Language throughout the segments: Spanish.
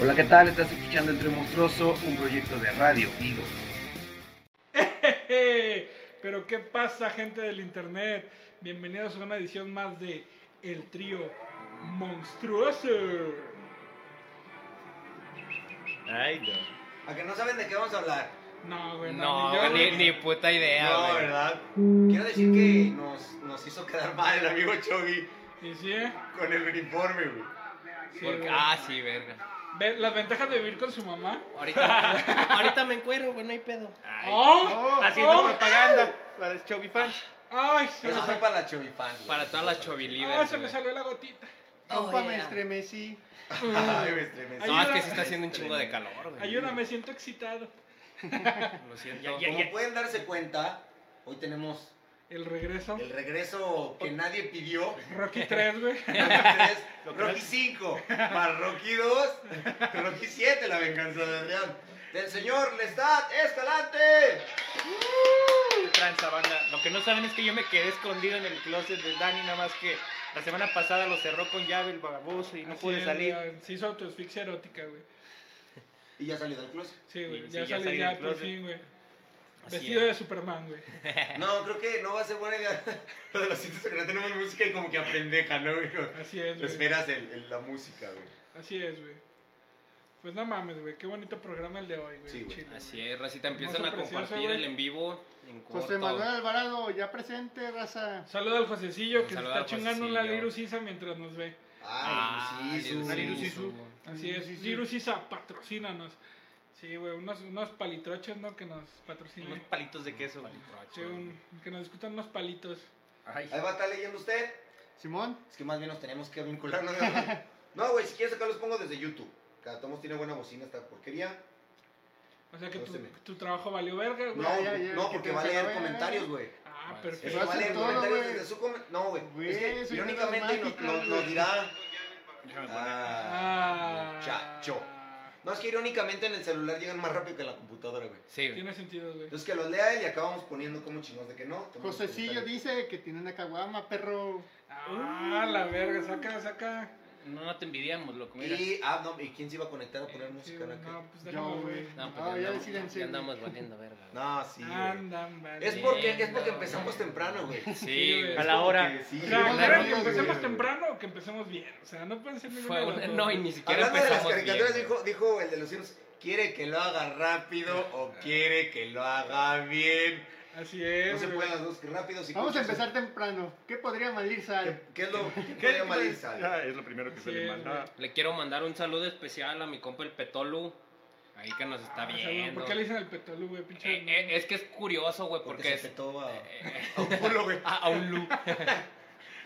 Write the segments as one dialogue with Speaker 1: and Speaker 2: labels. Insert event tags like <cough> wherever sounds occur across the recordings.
Speaker 1: Hola, ¿qué tal? Estás escuchando Entre Monstruoso, un proyecto de Radio Vigo.
Speaker 2: Pero ¿qué pasa, gente del internet? Bienvenidos a una edición más de El Trío Monstruoso.
Speaker 3: Ay, no.
Speaker 4: ¿A que no saben de qué vamos a hablar?
Speaker 2: No, güey,
Speaker 3: No,
Speaker 2: no. yo,
Speaker 3: ni,
Speaker 2: güey.
Speaker 3: ni puta idea,
Speaker 4: no,
Speaker 3: güey.
Speaker 4: ¿verdad? Quiero decir que nos, nos hizo quedar mal el amigo Chogi
Speaker 2: ¿Y sí, eh?
Speaker 4: con el uniforme, güey.
Speaker 2: Sí,
Speaker 3: Porque-
Speaker 2: güey.
Speaker 3: ah, sí, verga.
Speaker 2: Ve, Las ventajas de vivir con su mamá.
Speaker 3: Ahorita,
Speaker 2: <laughs>
Speaker 3: ahorita me encuero, güey, no hay pedo. Ay,
Speaker 2: ¡Oh!
Speaker 5: Haciendo
Speaker 2: ¡Oh!
Speaker 5: propaganda para el Chubby Fans.
Speaker 2: ¡Ay, se
Speaker 4: Eso
Speaker 2: me
Speaker 4: fue
Speaker 2: salió,
Speaker 4: para la Chogi fan. güey.
Speaker 3: Para todas las chovilivers.
Speaker 2: ah, se me
Speaker 3: güey.
Speaker 2: salió la gotita.
Speaker 5: Opa, me estremecí.
Speaker 4: Ay, me estremecí.
Speaker 3: No, es que
Speaker 2: Ayuda.
Speaker 3: sí está haciendo un chingo de calor, güey.
Speaker 2: Ayúdame, siento excitado.
Speaker 3: Lo siento.
Speaker 5: Ya,
Speaker 4: Como
Speaker 5: ya.
Speaker 4: pueden darse cuenta, hoy tenemos
Speaker 2: El regreso.
Speaker 4: el regreso que nadie
Speaker 3: <laughs>
Speaker 4: pidió.
Speaker 2: Rocky 3, güey.
Speaker 4: Rocky 3, Rocky 5, más Rocky 2, Rocky 7, la venganza de Adrián. Del señor Lestat Escalante.
Speaker 5: Tranza banda. Lo que no saben es que yo me quedé escondido en el closet de Dani, nada más que la semana pasada lo cerró con llave el vagabundo y no
Speaker 2: Así
Speaker 5: pude
Speaker 2: es,
Speaker 5: salir.
Speaker 2: güey, Se hizo autoasfixia erótica, güey.
Speaker 4: Y ya salió del closet.
Speaker 2: Sí, güey.
Speaker 5: Sí,
Speaker 2: ya
Speaker 5: ya
Speaker 2: salí
Speaker 5: salí
Speaker 2: ya,
Speaker 5: del
Speaker 2: por
Speaker 5: closet.
Speaker 2: fin, güey.
Speaker 3: Así
Speaker 2: Vestido
Speaker 3: es.
Speaker 2: de Superman, güey.
Speaker 4: No, creo que no va a ser buena idea. <laughs> Lo de los sitios que no tenemos música y como que apendeja, ¿no, güey?
Speaker 2: Así es,
Speaker 4: Lo
Speaker 2: güey.
Speaker 4: esperas el, el- la música, güey.
Speaker 2: Así es, güey. Pues no mames, güey. Qué bonito programa el de hoy, güey.
Speaker 4: Sí, güey.
Speaker 2: Chile,
Speaker 3: Así
Speaker 2: güey.
Speaker 3: es, Racita, empiezan a
Speaker 2: Hermoso, precioso,
Speaker 3: compartir
Speaker 2: güey.
Speaker 3: el en vivo. En
Speaker 5: José
Speaker 3: corto.
Speaker 5: Manuel Alvarado, ya presente, raza.
Speaker 2: Saludo al Josecillo
Speaker 3: Un
Speaker 2: que se
Speaker 3: saludo
Speaker 2: está
Speaker 3: al
Speaker 2: chingando una
Speaker 3: Josecillo.
Speaker 2: Lirusisa mientras nos ve.
Speaker 3: Ah,
Speaker 4: Ay, sí,
Speaker 3: Lil
Speaker 4: su-
Speaker 3: Uzi,
Speaker 4: su-
Speaker 3: su-
Speaker 2: Así es.
Speaker 5: Sí, sí, sí.
Speaker 2: Lirusisa, patrocínanos. Sí, güey. Unos, unos palitrochos, ¿no? Que nos
Speaker 5: Unos
Speaker 2: patrocinen.
Speaker 5: palitos de queso. güey.
Speaker 2: Sí, un- que nos discutan unos palitos.
Speaker 3: Ay,
Speaker 4: Ahí va a estar leyendo usted.
Speaker 5: Simón,
Speaker 4: Es que más bien nos tenemos que vincularnos. ¿no?
Speaker 5: <laughs>
Speaker 4: No, güey, si quieres acá los pongo desde YouTube. Cada tomos tiene buena bocina esta porquería.
Speaker 2: O sea que tu,
Speaker 4: Entonces,
Speaker 2: tu trabajo valió verga, güey.
Speaker 4: No,
Speaker 5: ya, ya,
Speaker 4: no,
Speaker 5: que
Speaker 4: porque
Speaker 5: te
Speaker 4: va a leer
Speaker 5: lo vean.
Speaker 4: comentarios, güey.
Speaker 2: Ah,
Speaker 3: Bueno,
Speaker 4: Es
Speaker 2: perfecto.
Speaker 4: que va a leer
Speaker 5: todo,
Speaker 4: comentarios
Speaker 5: güey.
Speaker 4: desde su comen- No, güey.
Speaker 5: Güey,
Speaker 4: es que
Speaker 5: soy una
Speaker 4: irónicamente nos,
Speaker 5: dramática,
Speaker 4: nos- nos
Speaker 5: güey.
Speaker 4: dirá.
Speaker 3: déjame poner.
Speaker 4: Ah,
Speaker 2: Ah,
Speaker 4: muchacho. No, es que irónicamente en el celular llegan más rápido que en la computadora, güey.
Speaker 3: Sí, güey.
Speaker 2: Tiene sentido, güey.
Speaker 4: Entonces que los lea él y acabamos poniendo como chingados de que no. Tenemos
Speaker 5: Josecillo
Speaker 4: comentarios.
Speaker 5: dice que tiene una caguama, perro.
Speaker 2: Ah, la verga, saca, saca.
Speaker 3: No, no te envidiamos, loco. Mira.
Speaker 4: Y, ah, no, ¿y quién se iba a conectar a poner
Speaker 2: Eh,
Speaker 4: música en
Speaker 2: sí,
Speaker 4: acá?
Speaker 2: No, pues
Speaker 5: Yo,
Speaker 2: déjame,
Speaker 5: güey.
Speaker 2: güey.
Speaker 3: No, pues
Speaker 5: Ah,
Speaker 3: ya,
Speaker 5: ya
Speaker 3: andamos,
Speaker 5: decídense,
Speaker 3: ya
Speaker 5: güey.
Speaker 3: andamos valiendo verga. güey.
Speaker 4: No, sí, güey.
Speaker 2: Andan, vale.
Speaker 4: Es porque, es porque
Speaker 3: no,
Speaker 4: empezamos
Speaker 3: no.
Speaker 4: temprano, güey.
Speaker 3: Sí,
Speaker 2: güey.
Speaker 3: güey.
Speaker 5: A la hora.
Speaker 4: Porque Sí,
Speaker 2: O sea,
Speaker 4: güey.
Speaker 2: ¿quieren que
Speaker 5: Claro,
Speaker 2: empecemos
Speaker 5: güey.
Speaker 2: temprano o que empecemos bien. O sea, no pueden ser ninguna
Speaker 3: Fue
Speaker 2: de las
Speaker 3: una-
Speaker 2: dos,
Speaker 3: no,
Speaker 2: güey.
Speaker 3: y ni siquiera
Speaker 4: Hablando de las
Speaker 3: empezamos
Speaker 4: caricaturas,
Speaker 3: bien,
Speaker 4: dijo, dijo el de los Simpsons, ¿quiere que lo haga rápido o quiere que lo haga bien?
Speaker 2: Así es.
Speaker 4: No se
Speaker 2: güey.
Speaker 4: pueden las dos que rápido. sí,
Speaker 5: Vamos a
Speaker 4: coches.
Speaker 5: empezar temprano. ¿Qué podría malir
Speaker 4: ¿Qué,
Speaker 5: sal?
Speaker 4: qué es lo que podría mal sale?
Speaker 5: Ah, es lo primero
Speaker 2: Así es, güey.
Speaker 3: Le quiero mandar un saludo especial a mi compa el Petolu. Ahí que nos está
Speaker 2: Ah, o sea, güey,
Speaker 3: viendo.
Speaker 2: ¿Por qué le dicen el petolú, güey? Pinche.
Speaker 3: Eh, eh, es que es curioso, güey, porque,
Speaker 4: Porque
Speaker 3: es-
Speaker 4: se petó a...
Speaker 3: eh,
Speaker 4: a un culo, güey.
Speaker 3: <laughs> a, a un Lu.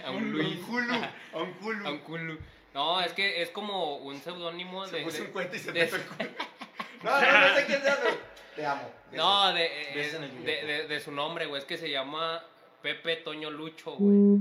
Speaker 3: a un Luis.
Speaker 4: culo, a un culo.
Speaker 3: A un culo. No, es que es como un seudónimo
Speaker 4: Se
Speaker 3: de.
Speaker 4: puso
Speaker 3: de-
Speaker 4: un cuento y se
Speaker 3: de-
Speaker 4: petó el culo.
Speaker 3: <laughs>
Speaker 4: No, no, no sé quién sea, pero te amo.
Speaker 3: no, de,
Speaker 4: Besos
Speaker 3: eh,
Speaker 4: en el
Speaker 3: de,
Speaker 4: yugo.
Speaker 3: de- de su nombre, güey. Es que se llama Pepe Toño Lucho, güey.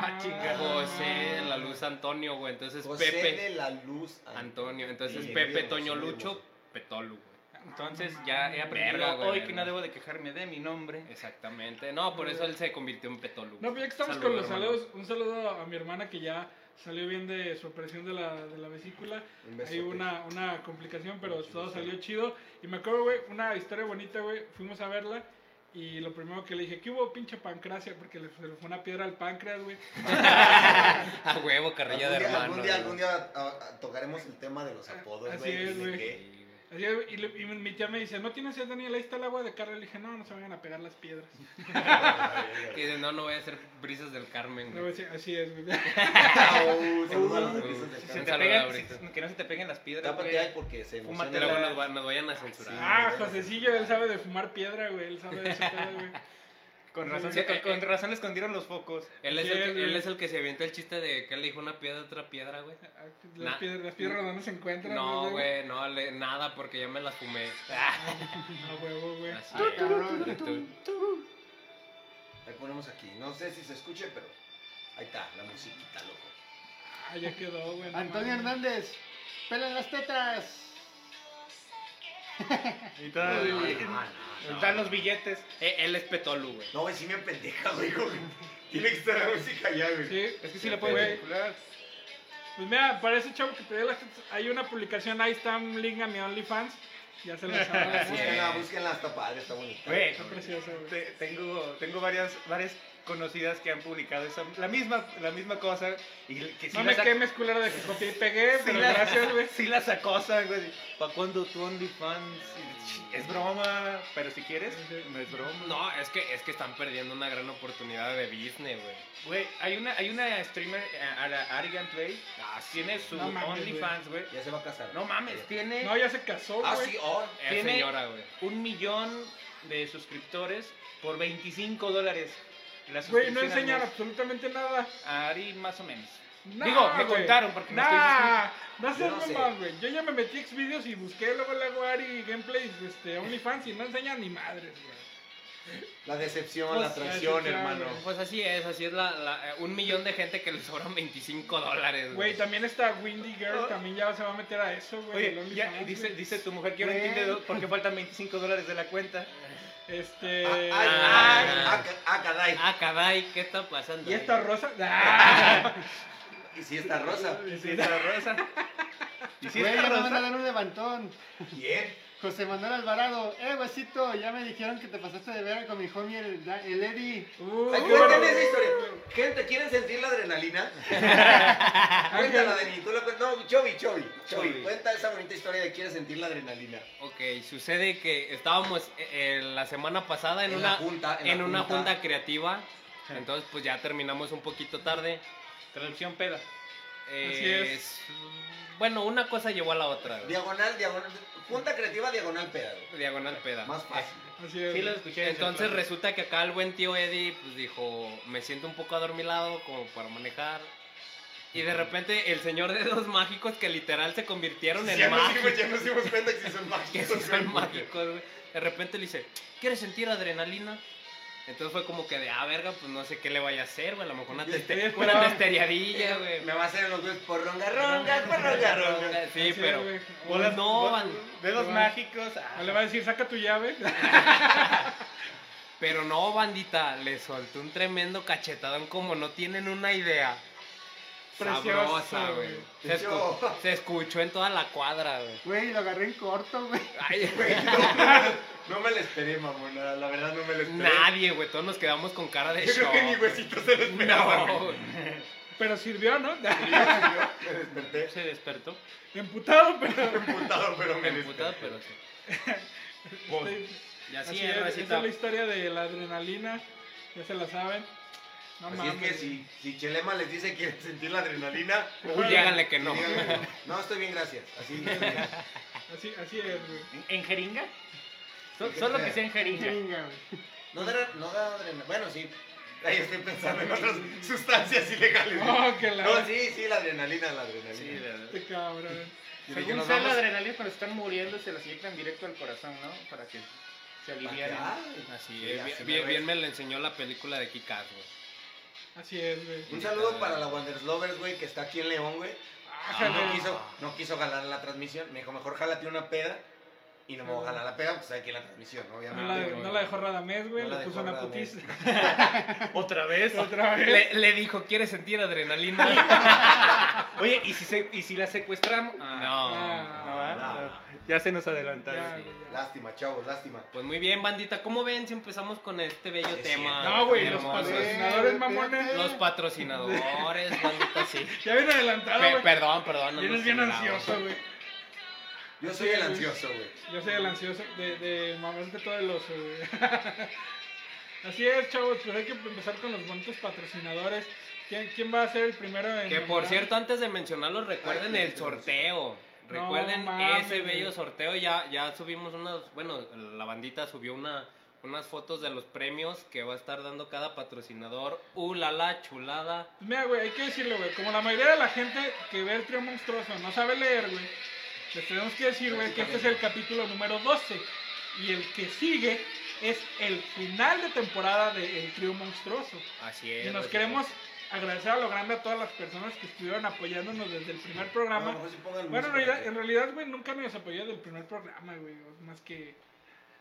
Speaker 2: Ah,
Speaker 5: chinga.
Speaker 3: José de la Luz Antonio, güey. Entonces
Speaker 4: José
Speaker 3: Pepe
Speaker 4: de la Luz
Speaker 3: Antonio. Entonces
Speaker 4: Sí,
Speaker 3: Pepe
Speaker 4: hermoso,
Speaker 3: Toño
Speaker 4: hermoso.
Speaker 3: Lucho, Petolu, güey.
Speaker 5: Entonces ya he aprendido
Speaker 3: Verga, güey,
Speaker 5: hoy
Speaker 3: verga.
Speaker 5: que no debo de quejarme de mi nombre.
Speaker 3: Exactamente. No, por eso él se convirtió en Petolu.
Speaker 2: No, pues ya que estamos
Speaker 3: Saludo,
Speaker 2: con los
Speaker 3: hermano.
Speaker 2: saludos, un saludo a mi hermana que ya salió bien de su operación de la, de la vesícula.
Speaker 4: Un besote.
Speaker 2: Hay una, una complicación, pero todo salió chido. Y me acuerdo, güey, una historia bonita, güey. Fuimos a verla y lo primero que le dije, ¿qué hubo, pinche pancracia? Porque le, se le fue una piedra al páncreas, güey.
Speaker 3: A huevo, carrilla de
Speaker 4: Algún día-
Speaker 3: hermano.
Speaker 4: Algún día,
Speaker 3: güey.
Speaker 4: algún día ah, ah, tocaremos el tema de los apodos,
Speaker 2: Así
Speaker 4: güey.
Speaker 2: es,
Speaker 4: y de
Speaker 2: güey.
Speaker 4: <laughs> qué.
Speaker 3: <laughs> Sí, güey.
Speaker 2: Así, y, le- y mi tía me dice, ¿no tienes sed, Daniel? Ahí está el agua de carro. Le dije, no, no se vayan a pegar las piedras.
Speaker 4: Ah, uh,
Speaker 3: Que dice, no, no voy a hacer brisas del Carmen,
Speaker 2: No,
Speaker 3: güey.
Speaker 2: así, así es, güey. <laughs>
Speaker 4: Au, saludos a los
Speaker 3: Uh,
Speaker 4: artistas del
Speaker 5: Se te
Speaker 4: Carmen.
Speaker 3: sí, Un saludo,
Speaker 5: pegan-
Speaker 3: Gabriel.
Speaker 5: se- que no se te peguen las piedras.
Speaker 4: Tápate
Speaker 5: güey.
Speaker 4: ahí porque se emociona.
Speaker 5: Fúmatela,
Speaker 3: Pero
Speaker 4: la-
Speaker 3: bueno, nos, va- nos vayan a censurar.
Speaker 2: Ah, Josecillo, él sabe de fumar piedra, güey. Él sabe de eso, güey.
Speaker 5: Con razón,
Speaker 3: Sí,
Speaker 5: se- con,
Speaker 3: eh,
Speaker 5: con razón le escondieron los focos.
Speaker 3: Él es,
Speaker 2: Sí,
Speaker 3: el que,
Speaker 2: güey.
Speaker 3: él es el que se avienta el chiste de que le dijo una piedra a otra piedra, güey.
Speaker 2: Las,
Speaker 3: Nah.
Speaker 2: piedras, las piedras ¿dónde se encuentran?
Speaker 3: No, güey, no, le- nada, porque ya me
Speaker 2: <laughs>
Speaker 3: las fumé. Ah,
Speaker 2: A huevo, güey.
Speaker 3: Así
Speaker 5: Ah,
Speaker 3: es.
Speaker 5: cabrón.
Speaker 4: Ahí ponemos aquí. No sé si se escuche, pero ahí está, la musiquita, loco.
Speaker 2: Ah, ya quedó, güey. no
Speaker 5: Antonio
Speaker 2: mames.
Speaker 5: Hernández, pelan las tetas. y
Speaker 4: No,
Speaker 5: tal,
Speaker 4: no,
Speaker 5: y-
Speaker 4: no, no, no.
Speaker 5: dan los billetes.
Speaker 3: Eh, él es Petolu, güey.
Speaker 4: No, güey, sí me pendeja, güey. como- Tiene que estar la música ya, güey.
Speaker 2: Sí,
Speaker 5: Es que
Speaker 2: sí
Speaker 5: sí
Speaker 2: la
Speaker 5: le
Speaker 2: puedo
Speaker 5: pueden
Speaker 2: ver.
Speaker 5: vincular.
Speaker 2: Pues mira, para ese chavo que te dio las tetas, hay una publicación, ahí está un link a mi OnlyFans. Ya se las saben.
Speaker 3: Así
Speaker 2: güey.
Speaker 4: Búsquenla,
Speaker 3: es.
Speaker 4: búsquenla, está padre, está bonita.
Speaker 5: Güey,
Speaker 2: Está preciosa, güey.
Speaker 5: <laughs> Te- tengo tengo varias, varias conocidas que han publicado esa, la, misma, la misma cosa. Y que sí
Speaker 2: No me
Speaker 5: las ac-
Speaker 2: quemes, culero, de que copié y pegué,
Speaker 5: Sí
Speaker 2: pero
Speaker 5: las-
Speaker 2: gracias,
Speaker 5: <laughs>
Speaker 2: güey.
Speaker 5: Sí las acosan, güey. ¿Pa' cuándo tu OnlyFans? Y, ch- Es broma, pero si quieres, no es broma.
Speaker 3: No, es que, es que están perdiendo una gran oportunidad de business, güey.
Speaker 5: Güey, hay una, hay una streamer, eh, a la Arigan Play,
Speaker 3: Ah, sí.
Speaker 5: tiene su
Speaker 2: No mames,
Speaker 5: OnlyFans, güey.
Speaker 4: Ya se va a casar.
Speaker 5: No mames, tiene
Speaker 2: No, ya se casó,
Speaker 4: Ah,
Speaker 2: güey.
Speaker 4: sí, oh.
Speaker 3: Es
Speaker 5: Tiene-
Speaker 3: señora, güey.
Speaker 5: un millón de suscriptores por 25 dólares. La
Speaker 2: Güey, no
Speaker 5: suscripción al
Speaker 2: enseñan
Speaker 5: mes.
Speaker 2: absolutamente nada.
Speaker 5: A Ari más o menos.
Speaker 2: Nah,
Speaker 5: Digo, me
Speaker 2: güey.
Speaker 5: contaron porque me
Speaker 2: nah, no
Speaker 4: Yo
Speaker 2: haces
Speaker 4: no sé.
Speaker 2: mamá, güey. Yo ya me metí a Xvideos y busqué luego luego Ari Gameplays, este, OnlyFans y no enseñan ni madres, güey.
Speaker 4: La decepción,
Speaker 2: Pues,
Speaker 4: la traición,
Speaker 2: ya, ya,
Speaker 4: hermano.
Speaker 2: güey.
Speaker 3: Pues así es, así es la, la- eh, un millón de gente que le sobran 25 dólares,
Speaker 2: Güey,
Speaker 3: güey.
Speaker 2: también esta Windy
Speaker 4: Ah.
Speaker 2: Girl también ya se va a meter a eso, güey.
Speaker 5: Oye,
Speaker 2: el
Speaker 5: ya,
Speaker 2: OnlyFans,
Speaker 5: dice,
Speaker 2: güey.
Speaker 5: dice tu mujer que ahora entiende do- por qué faltan 25 dólares de la cuenta.
Speaker 2: Este.
Speaker 4: Ah, Ay, ay,
Speaker 3: Ah.
Speaker 4: ah, ca- ah, caray.
Speaker 3: Ah, caray, ¿qué está pasando?
Speaker 2: y
Speaker 3: ahí?
Speaker 2: esta rosa. Ah.
Speaker 4: <laughs> Y si está rosa.
Speaker 5: Y si está rosa. Y si
Speaker 6: Güey,
Speaker 5: está
Speaker 6: ya me van a
Speaker 5: rosa.
Speaker 6: dar un levantón.
Speaker 4: ¿Quién?
Speaker 6: José Manuel Alvarado, eh, huesito, ya me dijeron que te pasaste de verga con mi homie el, Da- el Eddie.
Speaker 2: Uh,
Speaker 4: Ay, cuéntame esa historia. Gente, ¿quieren sentir la adrenalina? Cuéntala, Denis. Tú la cuentas. No, Chovy, Chovy. Chovy,
Speaker 3: Chovy.
Speaker 4: cuenta esa bonita historia de ¿Quieres sentir la adrenalina?
Speaker 3: Ok, sucede que estábamos eh, eh, la semana pasada en,
Speaker 4: En
Speaker 3: una
Speaker 4: la junta, en
Speaker 3: en,
Speaker 4: la
Speaker 3: una
Speaker 4: junta. <laughs>
Speaker 3: junta creativa. Entonces, pues ya terminamos un poquito tarde.
Speaker 5: Traducción peda.
Speaker 3: Eh,
Speaker 2: Así es.
Speaker 3: Bueno, una cosa llevó a la otra. güey.
Speaker 4: Diagonal, diagonal. Junta creativa, diagonal pedazo.
Speaker 3: Diagonal peda.
Speaker 4: Más fácil.
Speaker 2: Así es.
Speaker 5: Sí lo escuché.
Speaker 3: Entonces resulta que acá el buen tío Eddie pues dijo, me siento un poco adormilado como para manejar. Y de repente el señor de los mágicos que literal se convirtieron en mágicos.
Speaker 4: dimos- ya nos dimos cuenta que sí son
Speaker 3: <laughs> que
Speaker 4: mágicos.
Speaker 3: sí son
Speaker 4: güey.
Speaker 3: mágicos, güey. De repente le dice, ¿quieres sentir adrenalina? Entonces fue como que de, ah, verga, pues no sé qué le vaya a hacer, güey. A lo
Speaker 5: <laughs>
Speaker 3: mejor una,
Speaker 2: Sí,
Speaker 3: teste-
Speaker 2: sí,
Speaker 3: una
Speaker 2: pero-
Speaker 3: testereadilla, güey.
Speaker 4: Me va a hacer los güeyes porronga, ronga, porronga, ronga.
Speaker 3: Sí,
Speaker 2: Así es,
Speaker 3: pero...
Speaker 2: güey.
Speaker 5: Bolas-
Speaker 3: no,
Speaker 5: bo-
Speaker 3: van-
Speaker 5: Dedos
Speaker 2: van.
Speaker 5: mágicos. ah,
Speaker 2: Ah, Le va a decir, saca tu llave.
Speaker 3: Pero no, bandita, le soltó un tremendo cachetadón como no tienen una idea.
Speaker 2: Precioso,
Speaker 3: Sabrosa, güey.
Speaker 2: güey.
Speaker 3: Se, escu-
Speaker 4: Yo.
Speaker 3: se escuchó en toda la cuadra, güey.
Speaker 6: Güey, lo agarré en corto, güey.
Speaker 3: Ay, <laughs>
Speaker 4: Güey, no, <laughs> No me la esperé, mamona. La verdad no me la esperé.
Speaker 3: Nadie, güey. Todos nos quedamos con cara de
Speaker 4: Yo creo
Speaker 3: shock.
Speaker 4: que ni huesito se lo esperaba.
Speaker 3: No,
Speaker 4: güey.
Speaker 3: güey.
Speaker 2: Pero sirvió, ¿no? <laughs>
Speaker 4: Y <laughs> yo- yo Me desperté
Speaker 5: Se despertó.
Speaker 2: Emputado, pero.
Speaker 4: emputado, pero me
Speaker 3: Emputado,
Speaker 4: desperté.
Speaker 3: pero sí.
Speaker 4: Pues,
Speaker 2: Estoy-
Speaker 3: Y así,
Speaker 2: Así es,
Speaker 3: es,
Speaker 2: esa
Speaker 3: racita.
Speaker 2: es la historia de la adrenalina, ya se la saben. No
Speaker 4: Así es
Speaker 2: mames.
Speaker 4: que si, si Chelema les dice que quieren sentir la adrenalina,
Speaker 3: Uy, díganle que no.
Speaker 4: díganle, no, estoy bien, gracias. Así
Speaker 2: Así, así es, güey.
Speaker 5: ¿En jeringa? So- solo que sea en jeringa.
Speaker 6: Venga, güey.
Speaker 4: no da, no da adrenalina. Bueno, sí. Ahí estoy pensando en otras sustancias ilegales.
Speaker 2: <laughs> No, que la.
Speaker 4: No, sí, sí, la adrenalina, la adrenalina.
Speaker 5: Sí, la verdad.
Speaker 2: Este cabrón.
Speaker 4: Yo dije,
Speaker 5: Según
Speaker 4: nos
Speaker 5: sea la
Speaker 4: vamos-
Speaker 5: adrenalina cuando están muriendo se las inyectan directo al corazón, ¿no? Para que se alivianen.
Speaker 4: Ay,
Speaker 3: Así
Speaker 4: sí,
Speaker 3: es.
Speaker 4: así
Speaker 3: Bien,
Speaker 4: me
Speaker 3: bien, bien
Speaker 4: ves.
Speaker 3: me lo enseñó la película de Kikaz, güey.
Speaker 2: Así es, güey.
Speaker 4: Un saludo para la Wanderers Lovers, güey, que está aquí en León, güey.
Speaker 2: Ájale.
Speaker 4: No quiso, no quiso jalar la transmisión. Me dijo, mejor jálate una peda. Y no me voy a jalar la peda, pues aquí en la transmisión,
Speaker 2: No la,
Speaker 4: obviamente.
Speaker 2: no la dejó Radamés, güey,
Speaker 4: No la
Speaker 2: le puso
Speaker 4: dejó
Speaker 2: una
Speaker 4: Radamés.
Speaker 2: putiza.
Speaker 5: <laughs>
Speaker 4: <laughs>
Speaker 5: Otra vez.
Speaker 2: Otra vez.
Speaker 3: Le, le dijo, ¿quieres sentir adrenalina?
Speaker 5: Oye, ¿y si, se- y si la secuestramos?
Speaker 3: no.
Speaker 5: No,
Speaker 2: Ah,
Speaker 5: ¿verdad?
Speaker 4: No.
Speaker 5: Ya se nos
Speaker 2: ya,
Speaker 5: adelantaron.
Speaker 2: güey, ya.
Speaker 4: Lástima, chavos, lástima.
Speaker 3: Pues muy bien, bandita. ¿Cómo ven si empezamos con este bello
Speaker 4: Sí,
Speaker 3: tema?
Speaker 4: sí.
Speaker 2: No, güey, los
Speaker 3: hermoso?
Speaker 2: patrocinadores
Speaker 6: Güey,
Speaker 2: mamones.
Speaker 6: espérate.
Speaker 3: Los patrocinadores, bandita, sí.
Speaker 2: Ya viene adelantado,
Speaker 3: Pe-
Speaker 2: güey.
Speaker 3: perdón, perdón. no
Speaker 2: Vienes
Speaker 3: nos
Speaker 2: bien
Speaker 3: ignoramos.
Speaker 2: ansioso, güey.
Speaker 4: Yo soy el ansioso, güey.
Speaker 2: Yo soy el ansioso de, de mamás de todo el oso, güey. <laughs> Así es, chavos, pues hay que empezar con los bonitos patrocinadores. ¿Quién, quién va a ser el primero en
Speaker 3: Que por
Speaker 2: nombrar?
Speaker 3: cierto, antes de mencionarlo, recuerden
Speaker 4: Ay,
Speaker 3: el
Speaker 4: sí,
Speaker 3: sorteo.
Speaker 2: No
Speaker 3: Recuerden
Speaker 2: mames,
Speaker 3: ese bello
Speaker 2: güey.
Speaker 3: sorteo. Ya, ya subimos unas, bueno, la bandita subió una, unas fotos de los premios que va a estar dando cada patrocinador. Uh, la, la chulada.
Speaker 2: Pues Mira, güey, hay que decirlo, güey. Como la mayoría de la gente que ve el trío monstruoso no sabe leer, güey, les tenemos que decir, güey, que este es el capítulo número 12. Y el que sigue es el final de temporada de El Trío Monstruoso.
Speaker 3: Así es.
Speaker 2: Y nos
Speaker 3: así
Speaker 2: queremos
Speaker 3: es.
Speaker 2: agradecer a lo grande a todas las personas que estuvieron apoyándonos desde el primer
Speaker 4: A lo
Speaker 2: programa.
Speaker 4: mejor Ah, sí pongan
Speaker 2: Bueno, en
Speaker 4: música,
Speaker 2: realidad, en realidad, güey, nunca nos apoyó del primer programa, güey. Más que,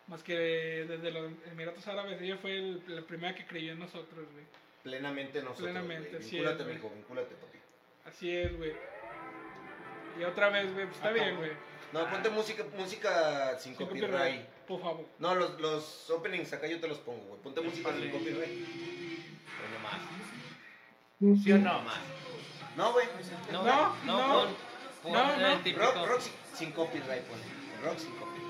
Speaker 2: más que desde los Emiratos Árabes. Ella fue el- la primera que creyó en nosotros, güey.
Speaker 4: Plenamente nosotros.
Speaker 2: Plenamente,
Speaker 4: Plenamente,
Speaker 2: sí,
Speaker 4: Vincúlate,
Speaker 2: güey.
Speaker 4: mijo, vincúlate, papi.
Speaker 2: Así es, güey. Y otra vez, güey, pues está bien, güey.
Speaker 4: No, ponte música, música sin
Speaker 2: Ah. Sin
Speaker 4: copyright.
Speaker 2: copyright, Por favor.
Speaker 4: No, los, los openings acá yo te los pongo, güey. Ponte música sin copyright. Bueno, más.
Speaker 5: ¿Sí o no?
Speaker 4: Más. No, güey.
Speaker 2: No,
Speaker 3: No, no,
Speaker 2: no.
Speaker 3: no, pon- pon
Speaker 2: No, no.
Speaker 3: el típico.
Speaker 4: Rock, rock sin, sin copyright, pone. Rock sin copyright.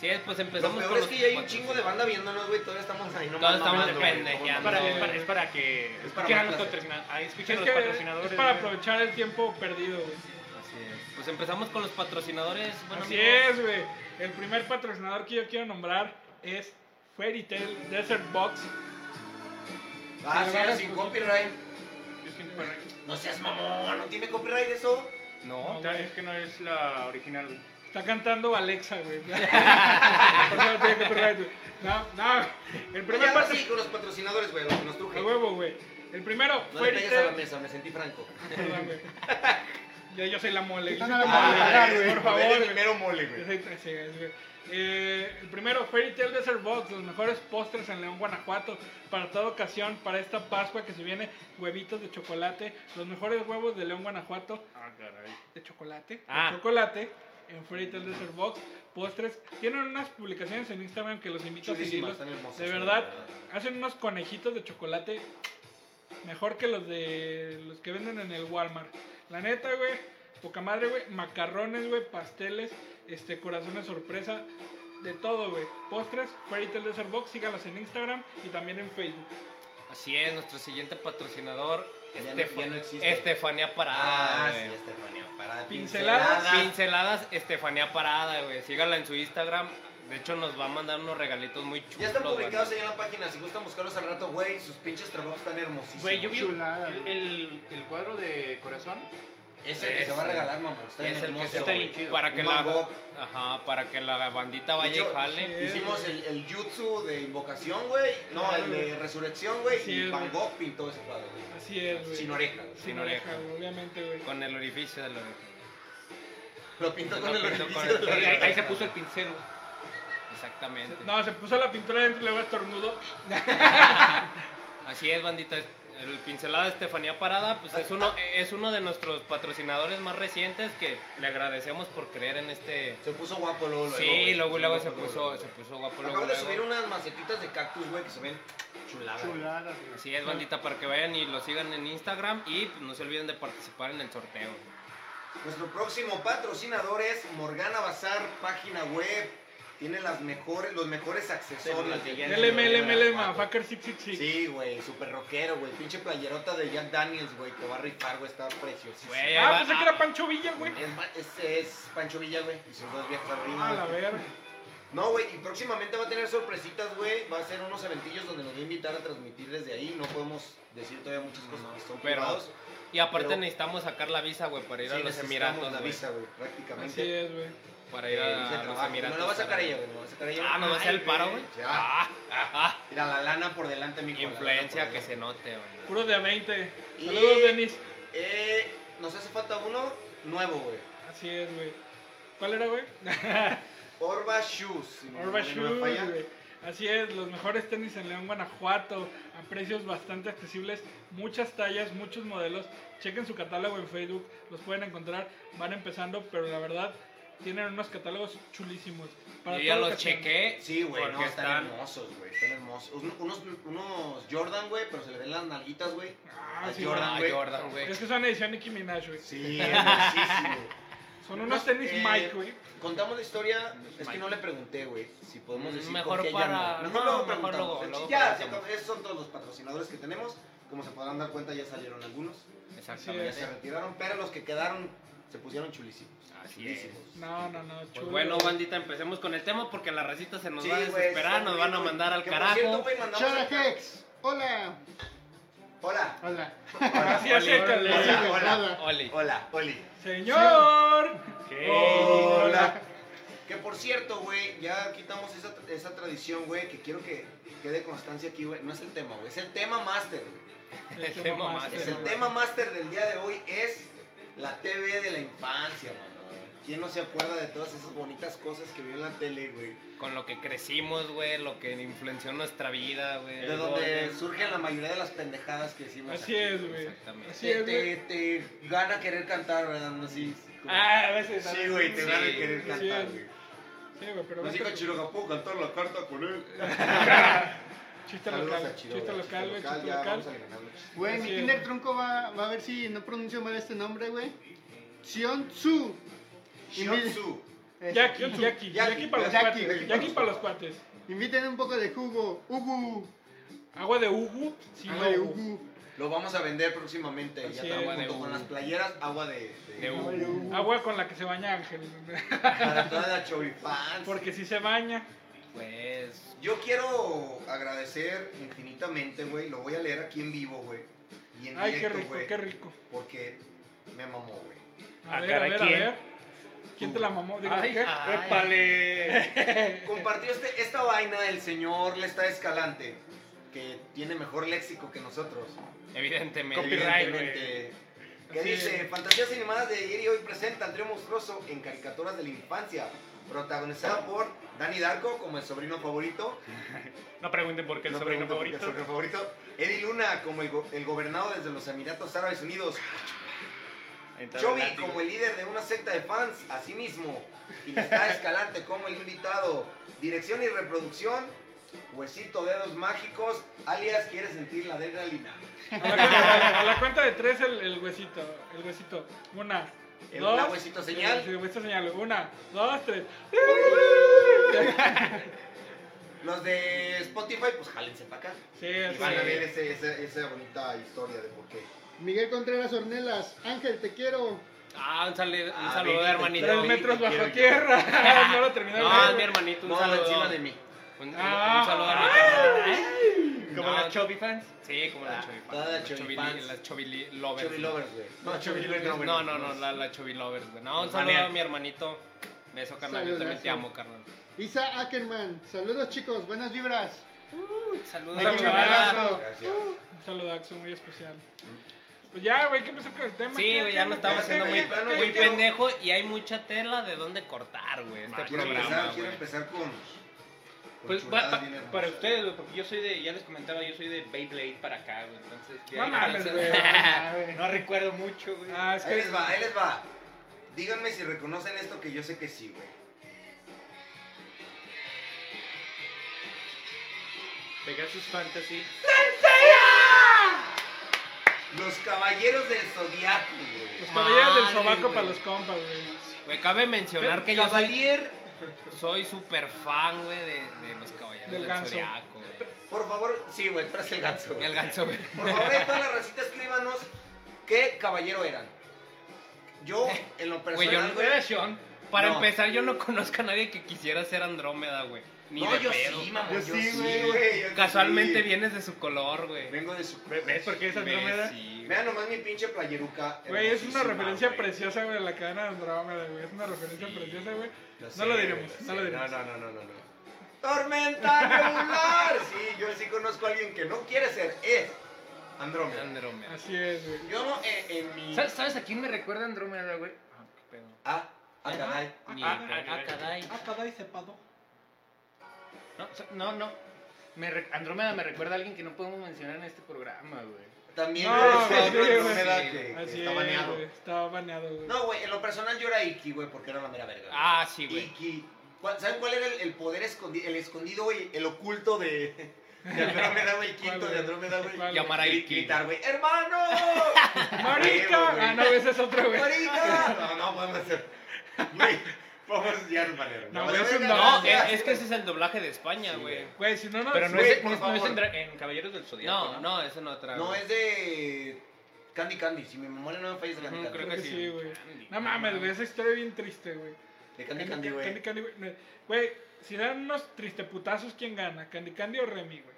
Speaker 3: Sí, pues
Speaker 4: Lo
Speaker 3: empezamos
Speaker 4: peor
Speaker 3: con
Speaker 4: es
Speaker 3: los
Speaker 4: que ya hay un
Speaker 3: cuatro.
Speaker 4: chingo de banda viéndonos, güey. Todavía estamos ahí, no
Speaker 3: Todos estamos
Speaker 4: mamando, güey.
Speaker 3: pendejeando.
Speaker 5: Es para,
Speaker 2: No.
Speaker 5: es para, es para que
Speaker 4: Es
Speaker 5: es
Speaker 4: para
Speaker 5: para
Speaker 4: más
Speaker 5: los
Speaker 4: clase.
Speaker 5: patrocinadores. Ahí escuchen
Speaker 2: Es
Speaker 5: los
Speaker 2: que
Speaker 5: patrocinadores.
Speaker 2: es para
Speaker 5: güey.
Speaker 2: aprovechar el tiempo perdido, güey.
Speaker 3: Así es. Pues empezamos con los patrocinadores. Bueno,
Speaker 2: Así
Speaker 3: amigos.
Speaker 2: es, güey. El primer patrocinador que yo quiero nombrar es Fairy Tail Desert Box.
Speaker 4: Ah, sí, era sin copyright.
Speaker 5: Yo siento para-
Speaker 4: No seas mamón, no tiene copyright eso.
Speaker 3: No,
Speaker 5: Ya, Es que no es la original. güey.
Speaker 2: Está cantando Alexa, güey. <laughs> Por eso no tiene copyright, güey. No, no. El
Speaker 4: Pero
Speaker 2: primer
Speaker 4: ya sí,
Speaker 2: patrocinador.
Speaker 4: con los patrocinadores, güey, los que nos truje.
Speaker 2: A huevo, güey. El primero,
Speaker 4: No le
Speaker 2: Fairy
Speaker 4: pegues a la
Speaker 2: Tail.
Speaker 4: mesa, me sentí franco.
Speaker 2: Perdón, güey. Ya yo soy la mole.
Speaker 6: Están a la
Speaker 2: Ah,
Speaker 6: mole, pagar,
Speaker 2: güey,
Speaker 6: güey.
Speaker 2: Por favor,
Speaker 4: Eres
Speaker 2: güey.
Speaker 4: el mero mole,
Speaker 2: Yo
Speaker 4: güey.
Speaker 2: soy- así es, güey. Eh, el primero, Fairy Tail Desert Box, los mejores postres en León, Guanajuato, para toda ocasión, para esta Pascua que se viene, huevitos de chocolate, los mejores huevos de León, Guanajuato,
Speaker 5: Ah, caray.
Speaker 2: de chocolate, de
Speaker 5: Ah.
Speaker 2: chocolate, en Fairy Tail Desert Box, postres, tienen unas publicaciones en Instagram que los invito a seguirlos,
Speaker 4: Chulísimas, están hermosas.
Speaker 2: de verdad, hacen unos conejitos de chocolate mejor que los de los que venden en el Walmart. La neta, güey, poca madre, güey, macarrones, güey, pasteles, este corazones sorpresa, de todo, güey. Postres, Fairy Tail Desert Box, sígalas en Instagram y también en Facebook.
Speaker 3: así es. Nuestro siguiente patrocinador,
Speaker 4: Ya no-
Speaker 3: Estefa-
Speaker 4: ya no existe.
Speaker 3: Estefanía Parada.
Speaker 4: Ah,
Speaker 3: este güey.
Speaker 4: sí, Estefanía, para
Speaker 2: Pinceladas.
Speaker 3: Pinceladas Estefanía Parada, güey. Síganla en su Instagram. De hecho, nos va a mandar unos regalitos muy chulos.
Speaker 4: Ya están
Speaker 3: güey.
Speaker 4: publicados ahí en la página, si gustan buscarlos al rato, güey, sus pinches trabajos están hermosísimos.
Speaker 5: Güey, yo vi el,
Speaker 6: Chulada, güey.
Speaker 5: el- el cuadro de corazón.
Speaker 4: Es el que se va a regalar, mamá, está
Speaker 3: Es el que
Speaker 4: hermoso,
Speaker 3: está
Speaker 4: güey.
Speaker 3: bien chido. Para que
Speaker 4: Un
Speaker 3: la,
Speaker 4: mango.
Speaker 3: ajá, para que la bandita
Speaker 4: De
Speaker 3: vaya
Speaker 4: hecho,
Speaker 3: y jale.
Speaker 2: sí,
Speaker 4: Hicimos el, el jutsu de invocación, güey. No, el de resurrección, güey.
Speaker 2: Sí,
Speaker 4: y
Speaker 2: es,
Speaker 4: Van
Speaker 2: güey.
Speaker 4: Gogh pintó ese cuadro, güey.
Speaker 2: Así es, güey.
Speaker 4: Sin oreja. güey.
Speaker 2: Sin oreja, güey, obviamente, güey.
Speaker 3: Con el orificio de la oreja.
Speaker 4: Lo pintó con
Speaker 3: Lo
Speaker 4: el
Speaker 3: pintó
Speaker 4: orificio. de
Speaker 3: con el-
Speaker 4: la
Speaker 5: Ahí,
Speaker 4: oreja.
Speaker 5: ahí se puso el pincel. güey.
Speaker 3: Exactamente.
Speaker 2: No, se puso la pintura dentro y luego estornudo.
Speaker 3: Así es, bandita. El pincelada Estefanía Parada, pues es uno, es uno de nuestros patrocinadores más recientes que le agradecemos por creer en este.
Speaker 4: Se puso guapo luego. luego,
Speaker 3: Sí,
Speaker 4: güey.
Speaker 3: luego luego se
Speaker 4: guapo,
Speaker 3: puso,
Speaker 4: luego,
Speaker 3: se
Speaker 4: güey.
Speaker 3: puso guapo luego,
Speaker 4: Acabo de
Speaker 3: luego.
Speaker 4: subir unas macetitas de cactus, güey, que se ven chuladas.
Speaker 6: Chulada, güey.
Speaker 3: Así es, bandita, para que vayan y lo sigan en Instagram y pues, no se olviden de participar en el sorteo.
Speaker 4: Nuestro próximo patrocinador es Morgana Bazar, página web. Tiene las mejores, los mejores accesorios.
Speaker 5: Sí, ya
Speaker 2: LML, LML, motherfucker 666.
Speaker 4: Sí, güey, super rockero, güey. Pinche playerota de Jack Daniels, güey, que va a rifar, güey, está preciosísimo.
Speaker 3: Güey,
Speaker 2: Ah,
Speaker 3: va-
Speaker 2: pensé que era Pancho Villa, güey.
Speaker 4: Es, pa- es, es Pancho Villa, güey, y sus dos viejas
Speaker 2: A
Speaker 3: Ah,
Speaker 2: la
Speaker 4: rimas.
Speaker 2: verga.
Speaker 4: No, güey, y próximamente va a tener sorpresitas, güey. Va a ser unos eventillos donde nos va a invitar a transmitir desde ahí. No podemos decir todavía muchas cosas que son
Speaker 3: pero-
Speaker 4: privados.
Speaker 3: Y aparte
Speaker 4: Pero-
Speaker 3: necesitamos sacar la visa, güey, para ir a
Speaker 4: Sí,
Speaker 3: los
Speaker 4: necesitamos
Speaker 3: Emiratos,
Speaker 4: la
Speaker 3: güey.
Speaker 4: visa, güey,
Speaker 2: Así
Speaker 4: prácticamente.
Speaker 2: es, güey.
Speaker 3: Para ir a
Speaker 4: Ese
Speaker 3: los
Speaker 4: trabajo.
Speaker 3: Emiratos.
Speaker 4: No lo va a sacar
Speaker 3: para-
Speaker 4: ella, güey, no lo va a sacar ella.
Speaker 3: Ah, no va a hacer el paro, güey.
Speaker 4: Ya.
Speaker 3: Ah, ah, ah.
Speaker 4: Mira, la lana por delante, mi
Speaker 3: Influencia que se note, güey.
Speaker 2: Puro de a 20.
Speaker 4: Y-
Speaker 2: Saludos, Denis.
Speaker 4: Eh, nos hace falta uno nuevo, güey.
Speaker 2: Así es, güey. ¿Cuál era, güey?
Speaker 4: Orba Shoes. si mi
Speaker 2: Orba
Speaker 4: memoria no me
Speaker 2: Shoes,
Speaker 4: falla.
Speaker 2: güey. Así es, los mejores tenis en León, Guanajuato, a precios bastante accesibles, muchas tallas, muchos modelos. Chequen su catálogo en Facebook, los pueden encontrar, van empezando, pero la verdad tienen unos catálogos chulísimos.
Speaker 3: Yo ya
Speaker 2: toda
Speaker 3: los
Speaker 2: ocasión.
Speaker 3: chequé.
Speaker 4: Sí, güey,
Speaker 3: porque
Speaker 4: no, están,
Speaker 3: están-
Speaker 4: hermosos, güey, están hermosos. Un- Unos, unos Jordan, güey, pero se le ven las nalguitas, güey.
Speaker 2: Ah,
Speaker 4: Las
Speaker 2: sí,
Speaker 4: Jordan,
Speaker 3: Ah,
Speaker 4: güey.
Speaker 3: Jordan, güey.
Speaker 2: Es que son edición Nicki Minaj, güey.
Speaker 4: Sí, hermosísimo.
Speaker 2: Son unos tenis
Speaker 4: Eh,
Speaker 2: Mike, güey.
Speaker 4: Contamos la historia, es que no le pregunté, güey, si podemos
Speaker 3: Mm,
Speaker 4: decir
Speaker 3: mejor
Speaker 4: por qué ya
Speaker 3: para-
Speaker 4: no. Mejor
Speaker 3: no,
Speaker 4: luego
Speaker 3: mejor
Speaker 4: preguntamos.
Speaker 3: luego,
Speaker 4: El-
Speaker 3: luego
Speaker 4: ya,
Speaker 3: preguntamos.
Speaker 4: se- esos son todos los patrocinadores que tenemos. Como se podrán dar cuenta, ya salieron algunos.
Speaker 3: Exactamente.
Speaker 4: Ya se retiraron, pero los que quedaron se pusieron chulísimos.
Speaker 3: Así es.
Speaker 2: No, no, no,
Speaker 3: Pues
Speaker 2: chulo.
Speaker 3: bueno, bandita, empecemos con el tema porque la racita se nos
Speaker 4: Sí,
Speaker 3: va a
Speaker 4: güey,
Speaker 3: desesperar,
Speaker 4: está
Speaker 3: nos
Speaker 4: muy
Speaker 3: van a
Speaker 4: bien,
Speaker 3: mandar al
Speaker 4: que por
Speaker 3: carajo.
Speaker 4: cierto, güey, mandamos-
Speaker 6: Chara Hex. Hola.
Speaker 4: Hola.
Speaker 6: Hola.
Speaker 2: Así acércale.
Speaker 4: Hola,
Speaker 3: <laughs>
Speaker 4: hola.
Speaker 6: Hola.
Speaker 3: Oli.
Speaker 4: Hola, Oli.
Speaker 2: Señor.
Speaker 4: Hola. Que por cierto, güey, ya quitamos esa, esa tradición, güey, que quiero que quede constancia aquí, güey. No es el tema, güey, es el tema máster, güey.
Speaker 3: El tema más.
Speaker 4: Es el tema máster del día de hoy es la TV de la infancia, mano. ¿Quién no se acuerda de todas esas bonitas cosas que vio en la tele, güey?
Speaker 3: Con lo que crecimos, güey, lo que influenció nuestra vida, güey.
Speaker 4: De donde surgen la mayoría de las pendejadas que decimos.
Speaker 2: eh. Así
Speaker 4: aquí.
Speaker 2: es, güey.
Speaker 3: Exactamente.
Speaker 2: Así
Speaker 4: Te,
Speaker 2: es, güey.
Speaker 4: te, te gana querer cantar, ¿verdad? No, sí. como-
Speaker 2: Ah, a veces. a
Speaker 4: sí,
Speaker 2: veces.
Speaker 4: güey, te
Speaker 3: sí,
Speaker 4: gana querer
Speaker 2: así
Speaker 4: cantar,
Speaker 2: es.
Speaker 4: güey.
Speaker 2: Sí, güey, pero.
Speaker 4: Así
Speaker 2: vete- <laughs>
Speaker 4: que Chiroga, puedo cantar la carta con él.
Speaker 2: Chiste
Speaker 4: Saludos
Speaker 2: local,
Speaker 4: a
Speaker 2: chiste
Speaker 4: Chiroga.
Speaker 2: local, güey, chiste
Speaker 4: ya vamos a
Speaker 2: local.
Speaker 4: ganarlo.
Speaker 6: Güey,
Speaker 2: Así
Speaker 6: mi
Speaker 2: es.
Speaker 6: Kinder Tronco va, va a ver si no pronuncio mal este nombre, güey. Xion Tzu. eh,
Speaker 4: Shotsu.
Speaker 2: Jackie, Jackie, Jackie para los
Speaker 6: Jackie,
Speaker 2: cuates.
Speaker 6: Jackie.
Speaker 2: Jackie para los cuates.
Speaker 6: Inviten un poco de jugo. Ugu.
Speaker 2: Agua de Ugu, sí,
Speaker 6: Agua de
Speaker 2: no.
Speaker 6: Ugu.
Speaker 4: Lo vamos a vender próximamente.
Speaker 2: Así
Speaker 4: Ya
Speaker 2: es.
Speaker 4: está,
Speaker 3: Agua de
Speaker 4: junto con
Speaker 3: uva.
Speaker 4: las playeras, agua de. de-
Speaker 3: De uva.
Speaker 6: Agua de Ugu.
Speaker 2: Agua con la que se baña Ángel. <laughs>
Speaker 4: Para toda la choripán.
Speaker 2: Porque si se baña.
Speaker 3: Pues.
Speaker 4: Yo quiero agradecer infinitamente, güey. Lo voy a leer aquí en vivo, güey. Y en
Speaker 2: Ay, qué
Speaker 4: directo,
Speaker 2: rico,
Speaker 4: güey.
Speaker 2: qué rico.
Speaker 4: Porque me mamó, güey.
Speaker 2: A
Speaker 5: Ah,
Speaker 2: ver, a
Speaker 5: caray,
Speaker 2: ver, a
Speaker 5: ¿quién?
Speaker 2: ver. ¿Quién te la mamó? Digo,
Speaker 5: Ay,
Speaker 2: ¿qué?
Speaker 3: ay.
Speaker 5: épale.
Speaker 4: Compartió este, esta vaina el señor Lesta Escalante, que tiene mejor léxico que nosotros.
Speaker 3: Evidentemente.
Speaker 5: Copyright, güey.
Speaker 4: Evidentemente. Que
Speaker 2: Así
Speaker 4: dice,
Speaker 2: es.
Speaker 4: Fantasías animadas de ayer y hoy presenta al trío monstruoso en caricaturas de la infancia, protagonizada por Danny Darko como el sobrino favorito,
Speaker 5: No pregunten por qué el
Speaker 4: No
Speaker 5: sobrino
Speaker 4: pregunto por qué
Speaker 5: favorito.
Speaker 4: el sobrino favorito, Eddie Luna como el, go- el gobernado desde los Emiratos Árabes Unidos,
Speaker 5: Ah,
Speaker 4: Chovy como el líder de una secta de fans, así mismo, y
Speaker 5: <laughs>
Speaker 4: está Escalante como el invitado, dirección y reproducción, Huesito Dedos Mágicos, alias Quiere Sentir la Adrenalina.
Speaker 2: A la, cuenta, a la cuenta de tres el, el huesito. El huesito. Una.
Speaker 4: El-
Speaker 2: dos,
Speaker 4: la huesito señal.
Speaker 2: Sí, huesito señal. Una, dos,
Speaker 4: <laughs>
Speaker 2: tres.
Speaker 4: Los de Spotify, pues jálense para acá.
Speaker 2: Sí,
Speaker 4: Y van a
Speaker 2: así.
Speaker 4: ver ese- ese- esa bonita historia de por qué.
Speaker 6: Miguel Contreras Ornelas. Ángel, te quiero.
Speaker 3: Ah, un, sale- un
Speaker 4: Ah,
Speaker 3: saludo,
Speaker 4: Benito,
Speaker 3: hermanito.
Speaker 2: Tres
Speaker 4: Benito.
Speaker 2: metros
Speaker 4: quiero
Speaker 2: bajo
Speaker 4: yo.
Speaker 2: <laughs> tierra. No lo terminé. de
Speaker 3: No,
Speaker 2: leer.
Speaker 3: mi hermanito, un
Speaker 4: No,
Speaker 3: saludo.
Speaker 4: encima de mí.
Speaker 3: Un, un-
Speaker 2: Ah.
Speaker 3: un saludo a mi hermanito.
Speaker 5: Como
Speaker 3: No.
Speaker 5: las Chubby fans.
Speaker 3: Sí, como la
Speaker 4: Ah,
Speaker 3: Chubby
Speaker 4: toda la
Speaker 3: Las
Speaker 4: Chubby
Speaker 3: Chubby
Speaker 4: fans.
Speaker 3: Las Chubby Lovers.
Speaker 4: Chubby Lovers, güey.
Speaker 3: No,
Speaker 4: Chubby
Speaker 3: No, no, no, la, la Chubby Lovers, güey. No, un saludo
Speaker 5: Manía.
Speaker 3: a mi hermanito. Beso, carnal. Yo también te
Speaker 6: Saludazo.
Speaker 3: amo, carnal.
Speaker 6: Isa Ackerman. Saludos, chicos. Buenas vibras.
Speaker 3: Saludos
Speaker 6: Hay
Speaker 3: a
Speaker 6: que
Speaker 3: mi
Speaker 2: Saludazo.
Speaker 3: hermana.
Speaker 6: ganarlo.
Speaker 4: Gracias.
Speaker 2: Un saludazo muy especial. Pues ya, güey, hay que empezar con el tema.
Speaker 3: Sí, güey, ya
Speaker 2: no
Speaker 3: nos estamos haciendo muy,
Speaker 4: Espérate, güey,
Speaker 3: muy
Speaker 4: quiero-
Speaker 3: pendejo y hay mucha tela de dónde cortar, güey. Este
Speaker 5: Ah,
Speaker 4: Quiero
Speaker 3: programa,
Speaker 4: empezar, quiero
Speaker 3: güey.
Speaker 4: empezar con. con
Speaker 5: Pues
Speaker 4: chuladas
Speaker 5: va- pa-
Speaker 4: bien hermosas.
Speaker 5: para ustedes, güey, porque yo soy de, ya les comentaba, yo soy de Beyblade para acá, güey, entonces... de
Speaker 2: No
Speaker 5: ahí
Speaker 2: mames,
Speaker 5: comienza-
Speaker 4: <laughs>
Speaker 2: güey.
Speaker 5: No <laughs> recuerdo mucho, güey.
Speaker 2: Ah, es
Speaker 4: Ahí
Speaker 2: que
Speaker 4: les va, ahí les va. Díganme si reconocen esto que yo sé que sí, güey.
Speaker 5: Pegasus Fantasy.
Speaker 4: Los caballeros del zodiaco, güey.
Speaker 2: los caballeros del
Speaker 4: Ah,
Speaker 3: Madre,
Speaker 2: sobaco
Speaker 3: güey.
Speaker 2: para los compas, güey.
Speaker 3: Güey, cabe mencionar que yo soy
Speaker 4: Cavalier,
Speaker 3: soy súper fan, güey, de, de los caballeros
Speaker 2: Del
Speaker 3: del,
Speaker 2: ganso.
Speaker 3: Zodiaco, güey.
Speaker 4: por favor, sí, güey, tras el ganso. güey.
Speaker 3: El ganso, güey.
Speaker 4: Por favor, de toda la racita, escríbanos qué caballero eran. Yo, en lo
Speaker 3: Güey, yo
Speaker 4: personal,
Speaker 3: no
Speaker 4: güey,
Speaker 3: era Sean. Para
Speaker 4: No.
Speaker 3: empezar, yo no conozco a nadie que quisiera ser Andrómeda, güey. Ni
Speaker 4: no,
Speaker 3: de
Speaker 4: yo
Speaker 3: pedo.
Speaker 4: sí, mamón,
Speaker 6: Yo
Speaker 4: yo
Speaker 6: sí,
Speaker 4: sí,
Speaker 6: güey.
Speaker 4: güey. yo sí.
Speaker 3: Casualmente vienes de su color, güey.
Speaker 4: Vengo de su...
Speaker 5: ¿Ves por qué es Andrómeda?
Speaker 3: Sí, güey.
Speaker 4: Vean nomás mi pinche playeruca.
Speaker 2: Güey, es una
Speaker 4: hermosísima,
Speaker 2: referencia
Speaker 4: güey.
Speaker 2: preciosa, güey, de la cadena de Andrómeda, güey. Es una referencia preciosa, güey.
Speaker 4: Lo sé,
Speaker 2: No lo diremos,
Speaker 4: güey,
Speaker 2: no lo
Speaker 4: sé.
Speaker 2: diremos.
Speaker 4: No, no, no, no, no. no. ¡Tormenta regular! Sí, yo sí conozco a alguien que no quiere ser. Es Andrómeda.
Speaker 3: Andrómeda.
Speaker 2: Así es, güey.
Speaker 4: Yo no, eh, en mi...
Speaker 5: ¿Sabes, sabes a quién me recuerda Andrómeda, güey? Ah, qué pedo.
Speaker 4: Ah, ah, caray.
Speaker 3: Ni
Speaker 5: Ah,
Speaker 3: de pedo.
Speaker 5: ah, caray.
Speaker 2: Ah, caray, cepado.
Speaker 5: No, sa- no, no. Me re- Andrómeda me recuerda a alguien que no podemos mencionar en este programa, güey.
Speaker 4: También
Speaker 2: No,
Speaker 4: eres
Speaker 2: güey,
Speaker 4: otro
Speaker 2: sí,
Speaker 4: Andrómeda
Speaker 3: güey.
Speaker 4: que, que
Speaker 2: Así
Speaker 4: está
Speaker 2: es,
Speaker 4: baneado.
Speaker 2: güey. Estaba baneado, güey.
Speaker 4: No, güey, en lo personal yo era Iki, güey, porque era la mera verga. güey.
Speaker 3: Ah, sí, güey.
Speaker 4: Iki. ¿Cuál- ¿Saben cuál era el, el poder escondido, el escondido, güey, el oculto de, de Andrómeda, güey,
Speaker 2: <laughs>
Speaker 4: quinto
Speaker 2: ¿Cuál,
Speaker 4: de
Speaker 2: güey?
Speaker 4: Andrómeda, güey?
Speaker 2: ¿Cuál?
Speaker 3: Llamar a
Speaker 4: Gri-
Speaker 3: Iki.
Speaker 4: Gritar, güey,
Speaker 2: <laughs>
Speaker 4: ¡hermano! Huevo,
Speaker 2: ¡Marica!
Speaker 4: güey.
Speaker 2: Ah, no,
Speaker 4: <laughs>
Speaker 2: ese es otro, güey.
Speaker 4: ¡Marica! No, no, podemos hacer. Güey, podemos ya no valero.
Speaker 2: No, güey, eso
Speaker 3: No,
Speaker 2: No,
Speaker 3: es, es que ese es el doblaje de España,
Speaker 4: Sí,
Speaker 3: güey.
Speaker 4: güey.
Speaker 2: Güey, si no, no.
Speaker 5: Pero no
Speaker 4: Güey,
Speaker 5: es,
Speaker 4: por
Speaker 5: no es- no es
Speaker 4: favor.
Speaker 5: en, Dra- en Caballeros del Zodiaco,
Speaker 3: pues, No, no, eso no trae.
Speaker 4: No, es de Candy Candy, si mi memoria no me falla es de Candy
Speaker 3: Ujú,
Speaker 4: Candy.
Speaker 3: creo
Speaker 2: Creo que
Speaker 3: sí.
Speaker 2: sí, güey. No mames, güey, esa historia es bien triste, güey.
Speaker 4: De Candy Candy, güey.
Speaker 2: Candy Candy, güey. No, Güey, si dan unos tristeputazos, ¿quién gana? ¿Candy Candy o Remy, güey?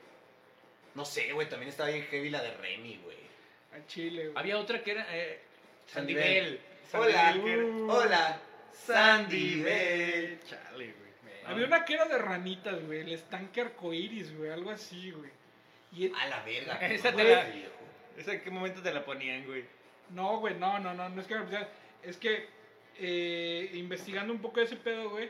Speaker 4: No sé, güey, también estaba bien heavy la de Remy, güey.
Speaker 2: A Chile, güey.
Speaker 5: Había otra que era eh,
Speaker 4: San
Speaker 5: San Miguel. San
Speaker 4: Hola,
Speaker 5: Miguel, que era-
Speaker 2: Uh.
Speaker 4: hola, Sandy Bell.
Speaker 5: Chale, güey.
Speaker 2: Había una que era de ranitas, güey. El estanque arcoiris, güey. Algo así, güey. Y
Speaker 4: A la verga.
Speaker 5: Esa
Speaker 4: qué
Speaker 5: te
Speaker 4: mamada,
Speaker 5: la-
Speaker 4: viejo.
Speaker 5: ¿Esa en qué momento te la ponían, güey?
Speaker 2: No, güey, no, no, no, no es que o sea, es que eh, investigando un poco ese pedo, güey,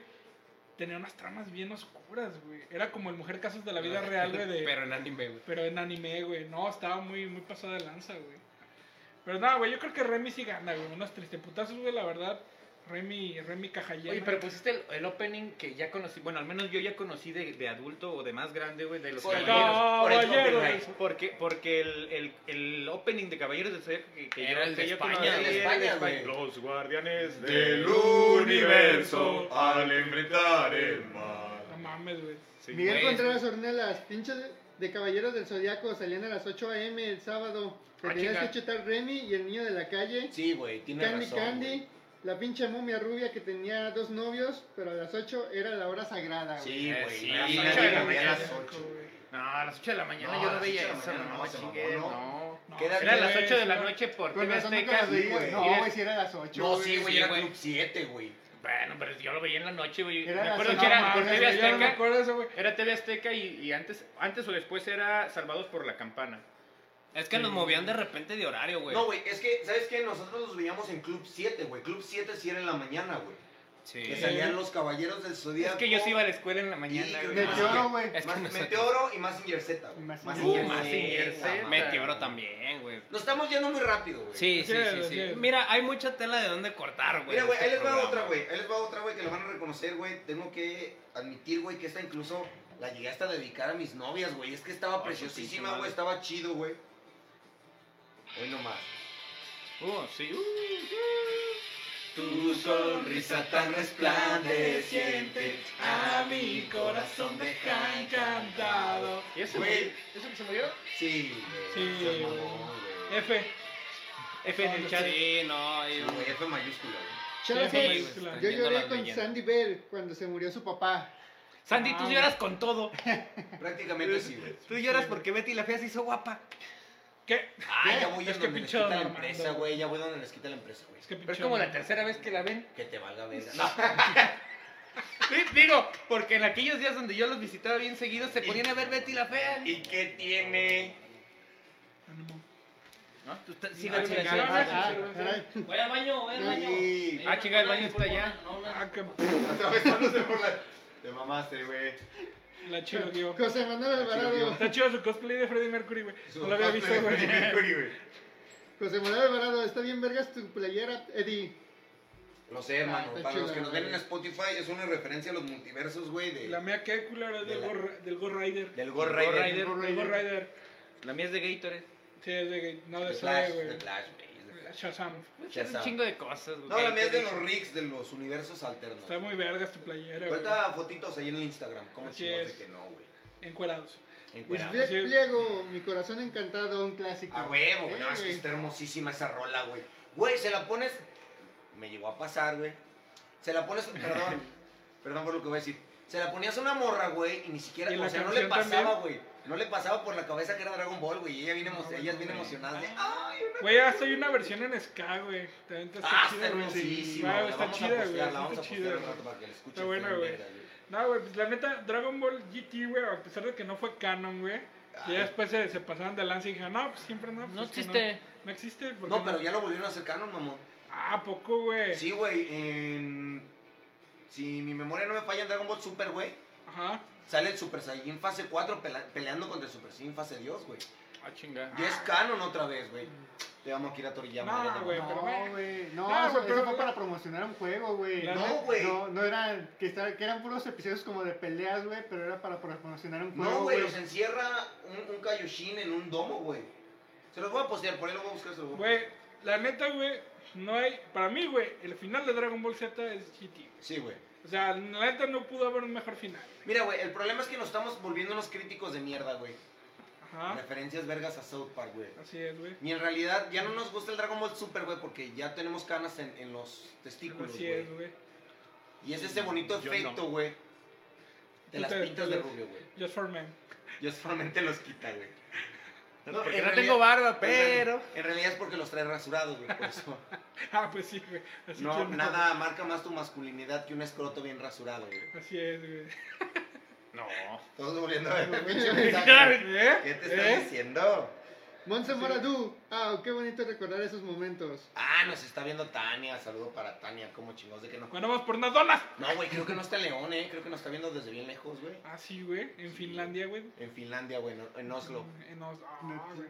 Speaker 2: tenía unas tramas bien oscuras, güey. Era como el Mujer Casos de la
Speaker 5: <laughs>
Speaker 2: Vida Real, güey, de,
Speaker 3: <laughs> Pero en anime, güey.
Speaker 2: pero en anime, güey. No, estaba muy, muy pasada de lanza, güey. Pero nada, güey, yo creo que Remy sí gana, güey. Unos tristeputazos, güey, la verdad. Remy, Remy Cajallera.
Speaker 5: Oye, pero pusiste el, el opening que ya conocí, bueno, al menos yo ya conocí de, de adulto o de más grande, güey, de los
Speaker 4: Por el
Speaker 5: caballeros.
Speaker 4: por el
Speaker 2: Caballero,
Speaker 4: copyright.
Speaker 2: güey.
Speaker 5: Porque, porque el, el, el opening de Caballeros del Zodiaco que, que
Speaker 3: Era
Speaker 5: yo,
Speaker 3: el
Speaker 5: que
Speaker 3: de
Speaker 5: yo
Speaker 3: España,
Speaker 5: conocí,
Speaker 3: el de
Speaker 5: era el
Speaker 4: España,
Speaker 5: España.
Speaker 4: güey.
Speaker 5: Los guardianes
Speaker 7: Del universo al enfrentar el mar.
Speaker 5: pues-
Speaker 2: No mames, güey.
Speaker 5: Sí,
Speaker 6: Miguel
Speaker 3: güey.
Speaker 6: Contreras Ornelas, pinches de Caballeros del Zodiaco, salían a las 8 a.m. el sábado. Te
Speaker 5: Ah,
Speaker 6: tenías
Speaker 5: chinga.
Speaker 6: que chutar Remy y el niño de la calle.
Speaker 4: Sí, güey, tiene
Speaker 6: Candy
Speaker 4: razón.
Speaker 6: Candy,
Speaker 4: güey.
Speaker 6: la pinche momia rubia que tenía dos novios, pero a las 8 era la hora sagrada, güey.
Speaker 4: Sí, güey.
Speaker 5: Sí,
Speaker 4: la
Speaker 5: sí,
Speaker 4: niña
Speaker 5: sí,
Speaker 4: llega
Speaker 5: güey,
Speaker 4: a
Speaker 5: a
Speaker 4: las ocho.
Speaker 5: No, a las 8 de la mañana yo
Speaker 4: No, a
Speaker 5: no
Speaker 4: las
Speaker 5: veía
Speaker 4: ocho de la
Speaker 5: eso,
Speaker 4: mañana,
Speaker 5: no,
Speaker 4: no, se
Speaker 5: chingue,
Speaker 4: mamó,
Speaker 5: no.
Speaker 2: No,
Speaker 4: Queda-
Speaker 5: Era a las
Speaker 2: güey,
Speaker 5: 8 de la
Speaker 2: no.
Speaker 5: noche por
Speaker 6: Con
Speaker 5: TV
Speaker 6: razón nunca
Speaker 5: Azteca.
Speaker 6: las veías.
Speaker 4: güey.
Speaker 6: No,
Speaker 5: Y era-
Speaker 6: güey, si era a las 8.
Speaker 4: No, sí, güey,
Speaker 3: Sí,
Speaker 4: era
Speaker 3: güey.
Speaker 4: Club 7, güey.
Speaker 5: Bueno, pero yo lo veía en la noche, güey. Me
Speaker 6: Era a las
Speaker 5: acuerdo
Speaker 6: ocho
Speaker 5: que
Speaker 6: de la
Speaker 5: era por
Speaker 6: mañana,
Speaker 5: TV
Speaker 6: yo
Speaker 2: ya no me
Speaker 5: Azteca.
Speaker 2: acuerdo de eso, güey.
Speaker 5: Era TV Azteca y, y antes, antes o después era Salvados por la Campana.
Speaker 3: Es que los movían de repente de horario, güey.
Speaker 4: No, güey, es que, ¿sabes qué? Nosotros los veíamos en Club 7, güey. Club 7 sí era en la mañana, güey.
Speaker 3: Sí.
Speaker 4: Que salían los caballeros del Zodíaco.
Speaker 5: Es que yo sí iba a la escuela en la mañana.
Speaker 4: creo
Speaker 5: güey.
Speaker 4: que
Speaker 5: Ah,
Speaker 4: sí.
Speaker 6: Meteoro, güey.
Speaker 3: Es que
Speaker 4: Más
Speaker 3: nosotros- Uh,
Speaker 4: Meteoro y más Z,
Speaker 6: Y
Speaker 4: güey.
Speaker 6: Mazinger
Speaker 4: Más
Speaker 6: Z.
Speaker 4: Mazinger
Speaker 5: Mazinger
Speaker 4: Z,
Speaker 5: Z.
Speaker 4: mamá.
Speaker 3: Meteoro también, güey.
Speaker 4: Nos estamos yendo muy rápido, güey.
Speaker 3: Sí, sí,
Speaker 2: Sí,
Speaker 3: sí,
Speaker 2: sí.
Speaker 3: sí. Mira, hay mucha tela de dónde cortar, güey.
Speaker 4: Mira,
Speaker 3: de
Speaker 4: güey, ahí
Speaker 3: este
Speaker 4: les va
Speaker 3: programa.
Speaker 4: otra, güey. Ahí les va otra, güey, que la van a reconocer, güey. Tengo que admitir, güey, que esta incluso la llegué hasta a dedicar a mis novias, güey. Es que estaba
Speaker 2: Ah,
Speaker 5: su
Speaker 2: pues
Speaker 5: pinche
Speaker 4: preciosísima,
Speaker 5: madre.
Speaker 4: güey. Estaba chido, güey. Hoy nomás.
Speaker 5: Uh, sí, uh.
Speaker 4: Tu sonrisa tan resplandeciente
Speaker 2: A mi corazón deja encantado.
Speaker 5: ¿Y ese
Speaker 4: Güey.
Speaker 5: güey? ¿Eso que se murió?
Speaker 4: Sí,
Speaker 2: Sí,
Speaker 4: güey. seas mamón,
Speaker 2: güey.
Speaker 4: güey.
Speaker 2: F.
Speaker 5: F en el chat.
Speaker 3: Sí, no, hay
Speaker 4: Sí,
Speaker 3: un-
Speaker 4: güey, F mayúscula, güey.
Speaker 6: Chavo,
Speaker 2: Sí,
Speaker 6: güey,
Speaker 2: güey, están
Speaker 6: yo
Speaker 3: yendo
Speaker 6: lloré
Speaker 3: las
Speaker 6: con
Speaker 3: leyendas.
Speaker 6: Sandy Bell cuando se murió su papá.
Speaker 5: Sandy,
Speaker 2: Ah,
Speaker 5: tú lloras con todo.
Speaker 4: Prácticamente sí, güey.
Speaker 5: Tú lloras porque Betty la fea se hizo guapa.
Speaker 2: ¿Qué?
Speaker 4: Ah, ya voy
Speaker 2: Es
Speaker 4: donde
Speaker 2: que
Speaker 4: les
Speaker 2: pinche
Speaker 4: quita la
Speaker 2: Armando,
Speaker 4: empresa, güey. Ya voy donde les quita la empresa, güey.
Speaker 2: Es que
Speaker 5: Pero es
Speaker 2: pinche
Speaker 5: como la
Speaker 2: hombre.
Speaker 5: tercera vez que la ven.
Speaker 4: Que te valga verga. No.
Speaker 5: Sí, digo, porque en aquellos días donde yo los visitaba bien seguido se ponían a ver Betty la fea.
Speaker 4: ¿Y qué tiene?
Speaker 2: Ánimo.
Speaker 5: ¿No? Tú estás-
Speaker 2: Ah,
Speaker 5: la chingada.
Speaker 2: chingada.
Speaker 6: Ah,
Speaker 2: sí, sí, sí.
Speaker 6: caray.
Speaker 3: Voy al baño, voy al baño.
Speaker 4: Sí.
Speaker 5: Ah, chinga, el baño está allá.
Speaker 3: No, no,
Speaker 2: Ah, que
Speaker 4: Atravesándose por la. Te mamaste, güey.
Speaker 2: la chido, tío.
Speaker 6: José Manuel Alvarado.
Speaker 2: Está chido su cosplay de Freddie Mercury, güey. No lo había visto, güey.
Speaker 6: José Manuel Alvarado, está bien vergas tu playera, Eddie.
Speaker 4: Lo sé, hermano.
Speaker 6: está
Speaker 4: Para
Speaker 6: chida,
Speaker 4: los que nos ven en
Speaker 6: güey.
Speaker 4: Spotify, es una referencia a los multiversos, güey, de-
Speaker 2: La mía que culera es del
Speaker 4: De la-
Speaker 2: Go- del Go Rider.
Speaker 4: del Ghost
Speaker 5: Ghost
Speaker 4: Rider.
Speaker 5: Rider.
Speaker 2: Del Go Rider.
Speaker 5: La mía es de Gatorade.
Speaker 2: Sí, es de no de
Speaker 4: De
Speaker 2: Sony,
Speaker 4: Flash,
Speaker 2: güey.
Speaker 4: de Flash, güey. es de Flash.
Speaker 2: Shazam.
Speaker 4: Ya
Speaker 5: Es un
Speaker 4: sabe.
Speaker 5: chingo de cosas, güey.
Speaker 4: No, la mía es de los Ricks, de los universos alternos.
Speaker 2: Está muy verga tu playera, güey.
Speaker 4: Cuenta fotitos ahí en el Instagram. ¿Cómo
Speaker 2: Así
Speaker 4: chingados
Speaker 2: es. Pues
Speaker 4: de que no, güey?
Speaker 2: Encuerados.
Speaker 4: Encuerado.
Speaker 6: Lisbeth
Speaker 2: sí.
Speaker 6: Pliego, mi corazón encantado, un clásico.
Speaker 4: A huevo, güey.
Speaker 6: Eh,
Speaker 4: No, es que
Speaker 6: güey.
Speaker 4: está hermosísima esa rola, güey. Güey, se la pones. Me llegó a pasar, güey. Se la pones.
Speaker 2: <laughs>
Speaker 4: Perdón. perdón por lo que voy a decir. Se la ponías a una morra, güey, y ni siquiera.
Speaker 2: ¿Y
Speaker 4: o
Speaker 2: la
Speaker 4: sea, no le
Speaker 2: canción también?
Speaker 4: pasaba, güey. No le pasaba por la cabeza que era Dragon Ball, güey. Y ella viene, emo-
Speaker 2: No,
Speaker 4: ellas
Speaker 2: no,
Speaker 4: bien
Speaker 2: güey.
Speaker 4: emocionadas de. ¡Ay, una
Speaker 2: Güey, hasta hay una versión en Ska, güey. También está
Speaker 4: Ah,
Speaker 2: chida,
Speaker 4: está
Speaker 2: güey.
Speaker 4: hermosísima.
Speaker 2: Güey,
Speaker 4: güey.
Speaker 2: está
Speaker 4: vamos a
Speaker 2: chida, güey.
Speaker 4: postear, la vamos
Speaker 2: Está
Speaker 4: a postear
Speaker 2: chida,
Speaker 4: al rato
Speaker 2: güey.
Speaker 4: para que la escuchen.
Speaker 2: Está buena,
Speaker 4: bien
Speaker 2: güey.
Speaker 4: verga, güey.
Speaker 2: No, güey, pues la neta, Dragon Ball GT, güey, a pesar de que no fue canon, güey. Y
Speaker 4: Ay.
Speaker 2: ya después se, se pasaban de lanza y dijeron, no, pues siempre no. pues
Speaker 5: No
Speaker 2: es que
Speaker 5: existe.
Speaker 2: No, No existe. ¿por qué
Speaker 4: No, pero ya lo volvieron a hacer canon, mamón.
Speaker 2: Ah, ¿a poco, güey.
Speaker 4: Sí, güey. En... Si mi memoria no me falla en Dragon Ball Super, güey.
Speaker 2: Ajá.
Speaker 4: Sale el Super Saiyajin fase 4 pela- peleando contra el Super Saiyajin fase Dios, güey.
Speaker 5: Ah, chinga.
Speaker 4: Ya es canon otra vez, güey. Te vamos a ir a Toriyama.
Speaker 2: No,
Speaker 4: ya te amo.
Speaker 2: güey, pero
Speaker 6: No,
Speaker 2: bueno.
Speaker 6: güey. No,
Speaker 2: No,
Speaker 6: eso,
Speaker 2: güey, pero-
Speaker 6: eso fue para promocionar un juego, güey.
Speaker 2: La-
Speaker 4: No, güey.
Speaker 6: No, no eran, que, estaban- que eran puros episodios como de peleas, güey, pero era para promocionar un juego,
Speaker 4: No, güey, los encierra un, un Kaioshin en un domo, güey. Se los voy a postear, por ahí lo voy a buscar, se los voy a
Speaker 2: Güey,
Speaker 4: postear.
Speaker 2: la neta, güey, no hay. Para mí, güey, el final de Dragon Ball Z es GT. güey.
Speaker 4: Sí, güey.
Speaker 2: O sea, la neta no pudo haber un mejor final.
Speaker 4: Mira, güey, el problema es que nos estamos volviendo unos críticos de mierda, güey.
Speaker 2: Ajá.
Speaker 4: Referencias vergas a South Park, güey.
Speaker 2: Así es, güey.
Speaker 4: Y en realidad ya no nos gusta el Dragon Ball Super, güey, porque ya tenemos canas en, en los testículos,
Speaker 2: Así
Speaker 4: güey.
Speaker 2: es, güey.
Speaker 4: Y es ese bonito
Speaker 5: Yo
Speaker 4: efecto,
Speaker 5: no.
Speaker 4: güey. Te
Speaker 2: Tú
Speaker 4: las
Speaker 2: te-
Speaker 4: pintas
Speaker 2: te
Speaker 4: de
Speaker 2: las-
Speaker 4: rubio, güey.
Speaker 2: Just for Men. <laughs>
Speaker 4: Yo solamente los quita, güey. No,
Speaker 5: porque
Speaker 4: en
Speaker 5: no
Speaker 4: realidad-
Speaker 5: tengo barba,
Speaker 4: Pero
Speaker 5: pero.
Speaker 4: en realidad es porque los trae rasurados, güey, por <laughs> eso.
Speaker 2: Ah, pues sí, güey. Así
Speaker 4: No,
Speaker 2: que
Speaker 4: nada marca más tu masculinidad que un escroto bien rasurado, güey.
Speaker 2: Así es, güey.
Speaker 5: No.
Speaker 4: Todos volviendo a ver.
Speaker 6: güey.
Speaker 4: <laughs>
Speaker 2: <laughs>
Speaker 4: pinche mensaje.
Speaker 2: ¿Eh?
Speaker 4: ¿Qué te estoy
Speaker 2: ¿Eh?
Speaker 4: diciendo?
Speaker 6: Monse Moradú. Ah, qué bonito recordar esos momentos.
Speaker 4: Ah, nos está viendo Tania. Saludo para Tania. ¿Cómo chingados de que no?
Speaker 2: Bueno, vamos por unas donas.
Speaker 4: No, güey, creo que no está en León, eh. Creo que nos está viendo desde bien lejos, güey.
Speaker 2: Ah, sí, güey. En Finlandia, güey.
Speaker 4: En Finlandia, güey, no- en Oslo.
Speaker 2: En Oslo. Ah, güey.